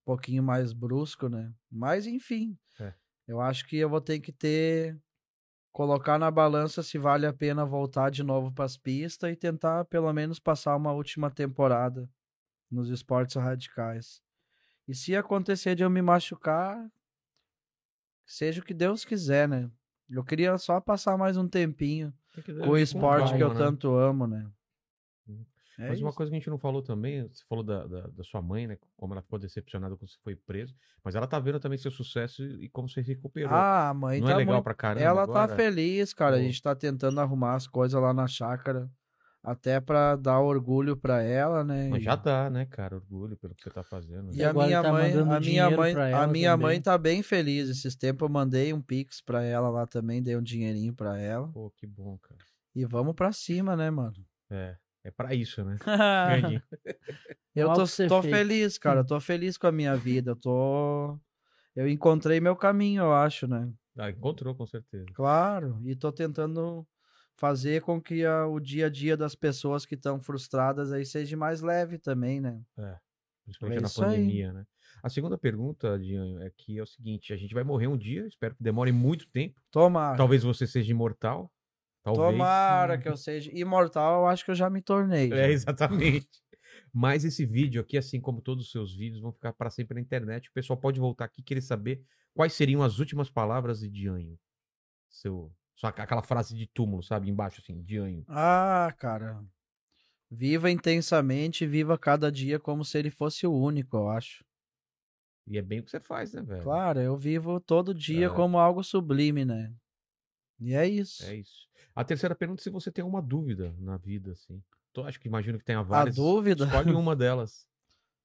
[SPEAKER 3] pouquinho mais brusco, né? Mas enfim.
[SPEAKER 1] É.
[SPEAKER 3] Eu acho que eu vou ter que ter colocar na balança se vale a pena voltar de novo para as pistas e tentar pelo menos passar uma última temporada nos esportes radicais. E se acontecer de eu me machucar, seja o que Deus quiser, né? Eu queria só passar mais um tempinho
[SPEAKER 1] Tem que
[SPEAKER 3] com o esporte que eu
[SPEAKER 1] É, calma, né?
[SPEAKER 3] tanto amo, né?
[SPEAKER 1] Hum.
[SPEAKER 3] É
[SPEAKER 1] Mas uma
[SPEAKER 3] isso.
[SPEAKER 1] coisa que a gente não falou também, você falou da, da, da sua mãe, né? Como ela ficou decepcionada quando você foi preso. Mas ela tá vendo também seu sucesso e e como você recuperou.
[SPEAKER 3] Ah, a mãe
[SPEAKER 1] não
[SPEAKER 3] tá
[SPEAKER 1] é legal
[SPEAKER 3] muito-
[SPEAKER 1] pra caramba.
[SPEAKER 3] Ela
[SPEAKER 1] agora?
[SPEAKER 3] tá feliz, cara. A
[SPEAKER 1] Pô.
[SPEAKER 3] gente tá tentando arrumar as coisas lá na chácara, até pra dar orgulho pra ela, né?
[SPEAKER 1] Mas
[SPEAKER 3] E-
[SPEAKER 1] já tá, né, cara? Orgulho pelo que você tá fazendo.
[SPEAKER 3] E
[SPEAKER 1] né?
[SPEAKER 4] É.
[SPEAKER 3] a
[SPEAKER 4] agora
[SPEAKER 3] minha
[SPEAKER 4] tá
[SPEAKER 3] mãe,
[SPEAKER 4] mandando
[SPEAKER 3] a minha
[SPEAKER 4] dinheiro
[SPEAKER 3] mãe,
[SPEAKER 4] pra
[SPEAKER 3] a
[SPEAKER 4] ela
[SPEAKER 3] minha
[SPEAKER 4] também.
[SPEAKER 3] mãe tá bem feliz. Esses tempos eu mandei um pix pra ela lá também, dei um dinheirinho pra ela.
[SPEAKER 1] Pô, que bom, cara.
[SPEAKER 3] E vamos pra cima, né, mano?
[SPEAKER 1] É, é pra isso, né?
[SPEAKER 3] Ah.
[SPEAKER 1] Grandinho.
[SPEAKER 3] Eu
[SPEAKER 4] Algo
[SPEAKER 3] tô,
[SPEAKER 4] a É um ser
[SPEAKER 3] tô
[SPEAKER 4] feito.
[SPEAKER 3] feliz, cara. Tô feliz com a minha vida. Eu tô. Eu encontrei meu caminho, eu acho, né?
[SPEAKER 1] Ah, encontrou, com certeza.
[SPEAKER 3] Claro. E tô tentando fazer com que a- o dia a dia das pessoas que estão frustradas aí seja mais leve também, né?
[SPEAKER 1] Principalmente
[SPEAKER 3] É
[SPEAKER 1] na
[SPEAKER 3] isso aí.
[SPEAKER 1] pandemia, né? A segunda pergunta, Dinho, é que é o seguinte: a gente vai morrer um dia, espero que demore muito tempo.
[SPEAKER 3] Tomara.
[SPEAKER 1] Talvez você seja imortal. Talvez.
[SPEAKER 3] Ah.
[SPEAKER 1] né?
[SPEAKER 3] Tomara que eu seja imortal, eu acho que eu já me tornei.
[SPEAKER 1] É,
[SPEAKER 3] já.
[SPEAKER 1] exatamente. Mas esse vídeo aqui, assim como todos os seus vídeos, vão ficar para sempre na internet. O pessoal pode voltar aqui e querer saber quais seriam as últimas palavras de Dianho. Seu, sua, aquela frase de túmulo, sabe? Embaixo, assim, Dianho.
[SPEAKER 3] Ah, cara. Viva intensamente, viva cada dia como se ele fosse o único, eu acho.
[SPEAKER 1] E é bem o que você faz, né, velho?
[SPEAKER 3] Claro, eu vivo todo dia
[SPEAKER 1] É.
[SPEAKER 3] como algo sublime, né? E é isso.
[SPEAKER 1] É isso. A terceira pergunta é se você tem uma dúvida na vida, assim. Tô, acho que imagino que tenha
[SPEAKER 3] A
[SPEAKER 1] várias.
[SPEAKER 3] dúvida?
[SPEAKER 1] Escolhe uma delas.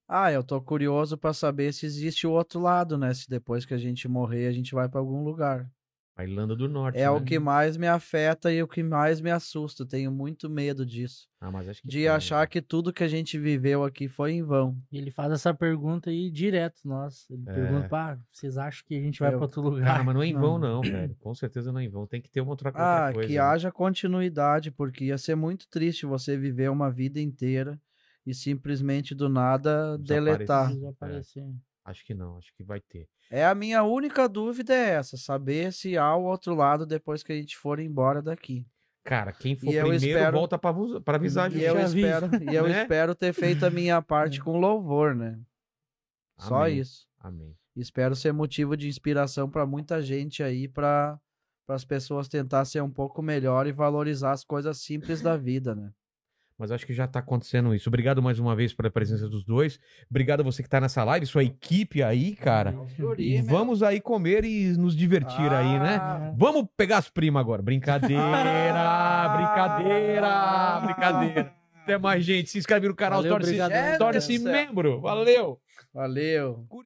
[SPEAKER 3] Ah, eu tô curioso pra saber se existe o outro lado, né? Se depois que a gente morrer, a gente vai pra algum lugar.
[SPEAKER 1] A Irlanda do Norte.
[SPEAKER 3] É
[SPEAKER 1] né?
[SPEAKER 3] o que mais me afeta e o que mais me assusta. Eu Tenho muito medo disso.
[SPEAKER 1] Ah, mas acho que
[SPEAKER 3] De
[SPEAKER 1] tem, né?
[SPEAKER 3] achar que tudo que a gente viveu aqui foi em vão.
[SPEAKER 4] E Ele faz essa pergunta aí direto, nós. Ele
[SPEAKER 1] É.
[SPEAKER 4] pergunta, pá, vocês acham que a gente vai
[SPEAKER 3] Eu-
[SPEAKER 4] pra outro
[SPEAKER 1] Cara,
[SPEAKER 4] lugar?
[SPEAKER 1] mas não é em vão, não, velho. Com certeza não é em vão. Tem que ter uma outra, outra
[SPEAKER 3] Ah,
[SPEAKER 1] coisa.
[SPEAKER 3] que
[SPEAKER 1] né?
[SPEAKER 3] haja continuidade, porque ia ser muito triste você viver uma vida inteira e simplesmente do nada deletar.
[SPEAKER 1] Desaparecer.
[SPEAKER 4] Precisa aparecer.
[SPEAKER 1] Acho que não, acho que vai ter.
[SPEAKER 3] É a minha única dúvida é essa, saber se há o outro lado depois que a gente for embora daqui.
[SPEAKER 1] Cara, quem for
[SPEAKER 3] E eu
[SPEAKER 1] primeiro
[SPEAKER 3] espero-
[SPEAKER 1] volta pra, avu- pra avisar a
[SPEAKER 3] E
[SPEAKER 1] gente.
[SPEAKER 3] eu
[SPEAKER 4] já vi, É.
[SPEAKER 3] espero, e eu
[SPEAKER 1] né?
[SPEAKER 3] espero ter feito a minha parte com louvor, né? Só
[SPEAKER 1] Amém,
[SPEAKER 3] isso.
[SPEAKER 1] Amém.
[SPEAKER 3] Espero ser motivo de inspiração para muita gente aí, para as pessoas tentar ser um pouco melhor e valorizar as coisas simples da vida, né?
[SPEAKER 1] Mas acho que já tá acontecendo isso. Obrigado mais uma vez pela presença dos dois. Obrigado a você que tá nessa live, sua equipe aí, cara. E vamos aí comer e nos divertir aí, né?
[SPEAKER 4] Ah.
[SPEAKER 1] Vamos pegar as primas agora. Brincadeira, brincadeira, brincadeira. Até mais, gente. Se inscreve no canal,
[SPEAKER 4] Valeu,
[SPEAKER 1] torne-se
[SPEAKER 4] obrigado.
[SPEAKER 1] torne-se membro. Valeu!
[SPEAKER 3] Valeu.